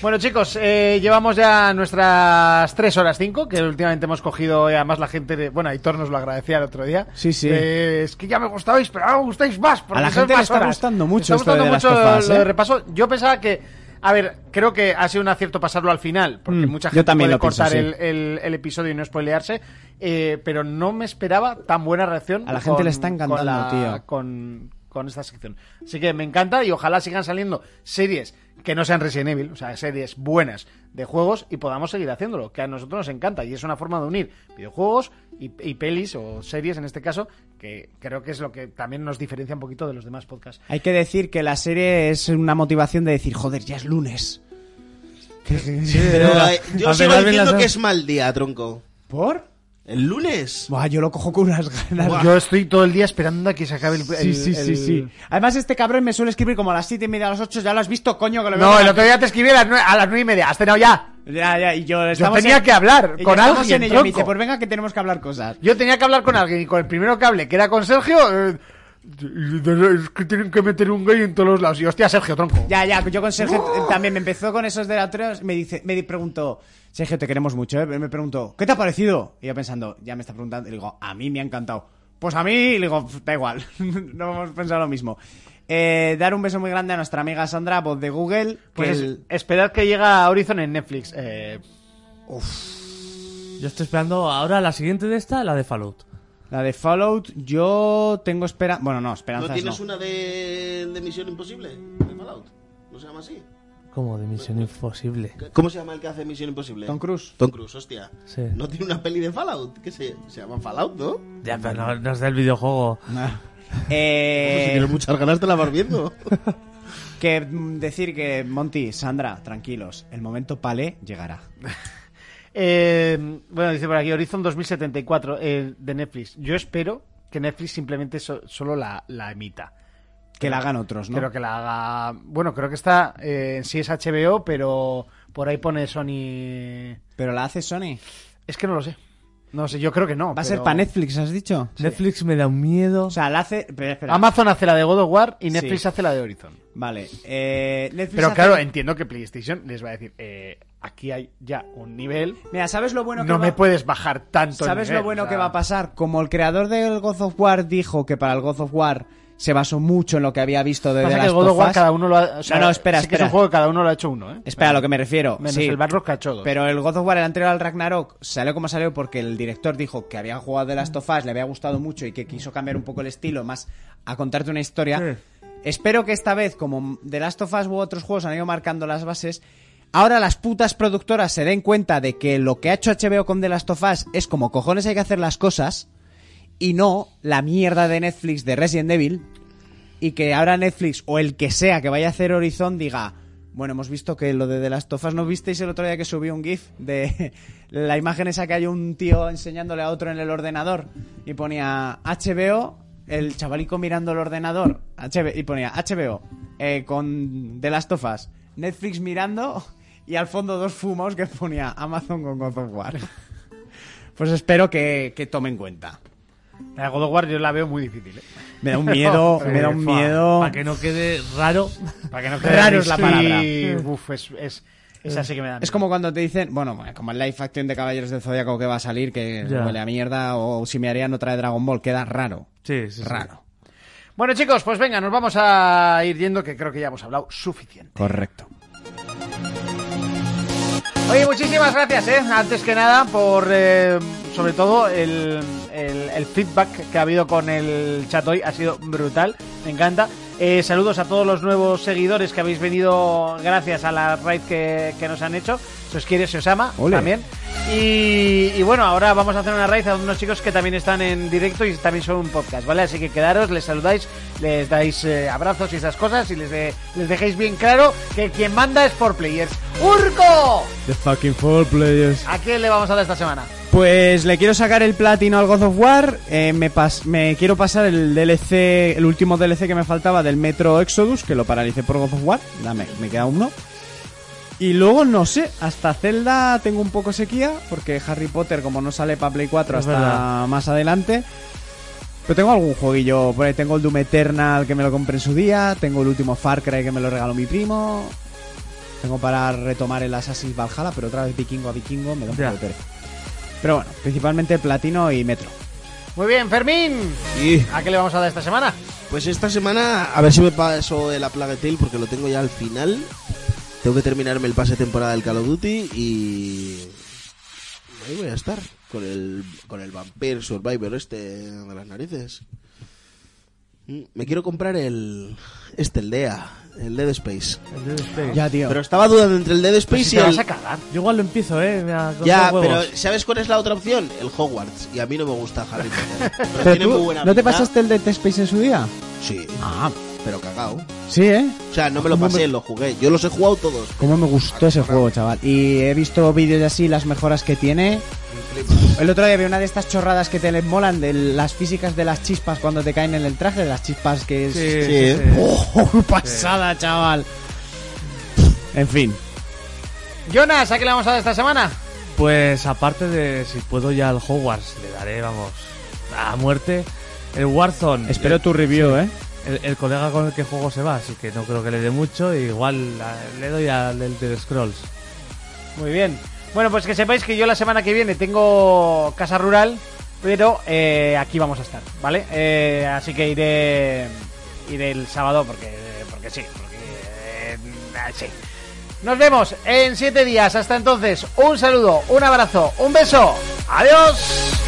Bueno chicos, eh, llevamos ya nuestras 3 horas 5, que últimamente hemos cogido, eh, además la gente, de- bueno, Aitor nos lo agradecía el otro día.
Sí, sí.
Eh, es que ya me gustabais, pero ahora me gustáis más. Porque
A la
son
gente le
más
está
horas.
gustando
Está
mucho esto
gustando
de las
mucho
tofadas,
lo
¿eh?
de repaso. Yo pensaba que, a ver, creo que ha sido un acierto pasarlo al final, porque
Mm,
mucha
yo
gente
también
puede
lo pienso,
cortar
sí.
el, el- el episodio y no spoilearse, eh, pero no me esperaba tan buena reacción.
A la gente le está encantando,
con
tío.
Con, con esta sección. Así que me encanta y ojalá sigan saliendo series que no sean Resident Evil, o sea, series buenas de juegos y podamos seguir haciéndolo, que a nosotros nos encanta y es una forma de unir videojuegos y, y pelis o series en este caso, que creo que es lo que también nos diferencia un poquito de los demás podcasts.
Hay que decir que la serie es una motivación de decir, joder, ya es lunes.
Pero,
Pero,
eh, yo
al
sigo
final ven
diciendo
las-
que es mal día, tronco.
¿Por?
El lunes.
Buah, yo lo cojo con unas ganas.
Yo estoy todo el día esperando a que se acabe el...
Sí,
el-
sí, sí,
el-
sí. Además, este cabrón me suele escribir como a las 7 y media, a las 8, ya lo has visto, coño, que lo veo.
No,
con
el
la-
otro día te escribí a las nue- a las nueve y media, has cenado ya.
Ya, ya, y yo
Yo
estamos
tenía
en-
que hablar
y
con
estamos
alguien,
en ello, me dice,
tronco.
pues venga que tenemos que hablar cosas.
Yo tenía que hablar con alguien y con el primero que hablé, que era con Sergio, eh, es que tienen que meter un gay en todos los lados. Y hostia, Sergio, tronco.
Ya, ya, yo con Sergio eh, también me empezó con esos de la otra, me dice, me di- preguntó, Sergio, te queremos mucho, ¿eh? Me preguntó, ¿qué te ha parecido? Y yo pensando, ya me está preguntando, y le digo, a mí me ha encantado. Pues a mí, y le digo, "Pf, da igual, *laughs* no hemos pensado lo mismo. Eh, dar un beso muy grande a nuestra amiga Sandra, voz de Google, que
Pues
el-
esperad que llega Horizon en Netflix. Eh,
Yo estoy esperando ahora la siguiente de esta, la de Fallout.
la de Fallout, yo tengo esperanza, bueno, no,
¿No
esperanzas no.
tienes una de, de Misión Imposible? ¿De Fallout? ¿No se llama así?
Como de Misión Imposible.
¿Cómo se llama el que hace Misión Imposible? *laughs*
Tom Cruise.
Tom Cruise, hostia.
Sí.
¿No tiene una peli de Fallout? ¿Qué se, se llama Fallout, no?
Ya, pero no, no es del videojuego.
Pues si
Eh,
tienes muchas ganas te la vas viendo.
que mm, decir que, Monty, Sandra, tranquilos, el momento palé llegará.
eh, bueno, dice por aquí Horizon 2074 eh, de Netflix. Yo espero que Netflix simplemente so- solo la, la emita.
Que la hagan otros, ¿no?
Pero que la haga. Bueno, creo que está. eh, en sí es HBO, pero por ahí pone Sony.
Pero la hace Sony.
Es que no lo sé. No sé, yo creo que no.
Va a ser
pero-
para Netflix, has dicho.
Netflix me da un miedo.
O sea, la hace. Espera, espera.
Amazon hace la de God of War y Netflix
Sí.
hace la de Horizon.
Vale. eh, Netflix
Pero
hace-
claro, entiendo que PlayStation les va a decir, eh, aquí hay ya un nivel,
Mira, ¿sabes lo bueno que
no
va-
me puedes bajar tanto. el
¿Sabes
nivel,
lo bueno
o sea,
que va a pasar? Como el creador del God of War dijo que para el God of War se basó mucho en lo que había visto de
Pasa
The
que
Last
God
of
of War
Us.
cada uno lo ha... o sea,
No, no, espera,
sí que es un
espera.
juego que cada uno lo ha hecho uno, ¿eh?
Espera, a lo que me refiero.
Menos
sí.
el Barros Cachodo.
Pero el God of War, el anterior al Ragnarok, salió como salió porque el director dijo que había jugado de Last of Us, le había gustado mucho y que quiso cambiar un poco el estilo más a contarte una historia. Espero que esta vez, como The Last of Us u otros juegos han ido marcando las bases, ahora las putas productoras se den cuenta de que lo que ha hecho HBO con The Last of Us es como cojones hay que hacer las cosas y no la mierda de Netflix de Resident Evil y que ahora Netflix o el que sea que vaya a hacer Horizon diga, bueno, hemos visto que lo de The Last of Us, ¿no visteis el otro día que subió un GIF de *laughs* la imagen esa que hay un tío enseñándole a otro en el ordenador y ponía HBO, el chavalico mirando el ordenador HB y ponía HBO eh, con The Last of Us, Netflix mirando y al fondo dos fumos que ponía Amazon con God of War. *laughs* Pues espero que, que tomen cuenta.
La de God of War yo la veo muy difícil, ¿eh?
Me
*laughs*
da un miedo,
Sí,
me da un
fua,
miedo.
Para que no quede raro.
Para que no
quede Raro es la palabra.
Sí, uf, es, es, esa sí que me da
Es como cuando te dicen, bueno, bueno, como el live action de Caballeros del Zodíaco que va a salir, que
Ya.
huele a mierda, o si me harían otra de Dragon Ball, queda raro.
Sí, sí, sí.
Raro.
Bueno, chicos, pues venga, nos vamos a ir yendo, que creo que ya hemos hablado suficiente.
Correcto.
Oye, muchísimas gracias, ¿eh? Antes que nada, por eh, sobre todo el, el- el feedback que ha habido con el chat hoy. Ha sido brutal, me encanta. Eh, saludos a todos los nuevos seguidores que habéis venido gracias a la raid que, que nos han hecho. Se os quiere, se os ama
Ole.
también. Y, y bueno, ahora vamos a hacer una raid a unos chicos que también están en directo y también son un podcast, ¿vale? Así que quedaros, les saludáis, les dais eh, abrazos y esas cosas y les, de- les dejéis bien claro que quien manda es por players. ¡Urco!
The fucking four players.
¿A quién le vamos a dar esta semana?
Pues le quiero sacar el platino al God of War. eh, me, pas- me quiero pasar el DLC, el último DLC que me faltaba del Metro Exodus, que lo paralicé por God of War. Dame, me queda uno. Y luego, no sé, hasta Zelda tengo un poco sequía, porque Harry Potter, como no sale para Play 4
Es
hasta
verdad.
más adelante. Pero tengo algún jueguillo, por ahí tengo el Doom Eternal que me lo compré en su día, tengo el último Far Cry que me lo regaló mi primo. Tengo para retomar el Assassin's Valhalla, pero otra vez vikingo a vikingo me da un poco
Ya.
de pereza. Pero bueno, principalmente Platino y Metro.
Muy bien, Fermín.
Y,
¿A qué le vamos a dar esta semana?
pues esta semana, a ver si me paso el A Plague Tale porque lo tengo ya al final. Tengo que terminarme el pase de temporada del Call of Duty y. Ahí voy a estar. Con el, con el Vampire Survivor este de las narices. Mm, Me quiero comprar el. Este, el DEA. El Dead Space.
Ya, tío.
Pero estaba dudando entre el Dead Space
Pues Si
y
te
el.
vas a cagar.
Yo igual lo empiezo, eh. Me ha costado
Ya, pero
huevos.
¿sabes cuál es la otra opción? El Hogwarts. Y a mí no me gusta Harry
*laughs*
Potter. Pero,
Pero
tiene
tú,
muy buena
¿No te
pinta.
pasaste el de Dead Space en su día?
Sí,
Ah,
pero cagao.
sí, ¿eh?
O sea, no me lo pasé, lo jugué. Yo los he jugado todos.
Cómo me gustó ese juego, chaval. Y he visto vídeos de así, las mejoras que tiene. El otro día vi una de estas chorradas que te les molan de las físicas de las chispas cuando te caen en el traje, de las chispas que es...
Sí,
Sí,
sí,
¿eh?
sí.
¡Oh, pasada, chaval! En fin.
Jonas, ¿a qué le vamos a dar esta semana?
Pues aparte de si puedo ya al Hogwarts, le daré, vamos, a muerte. El Warzone.
Espero tu review, ¿eh?
El, el colega con el que juego se va, así que no creo que le dé mucho. Igual a- le doy al Elder Scrolls.
Muy bien. Bueno, pues que sepáis que yo la semana que viene tengo casa rural, pero eh, aquí vamos a estar, ¿vale? Eh, así que iré, iré el sábado porque, porque sí, porque eh, ah, sí. Nos vemos en siete días. Hasta entonces, un saludo, un abrazo, un beso. Adiós.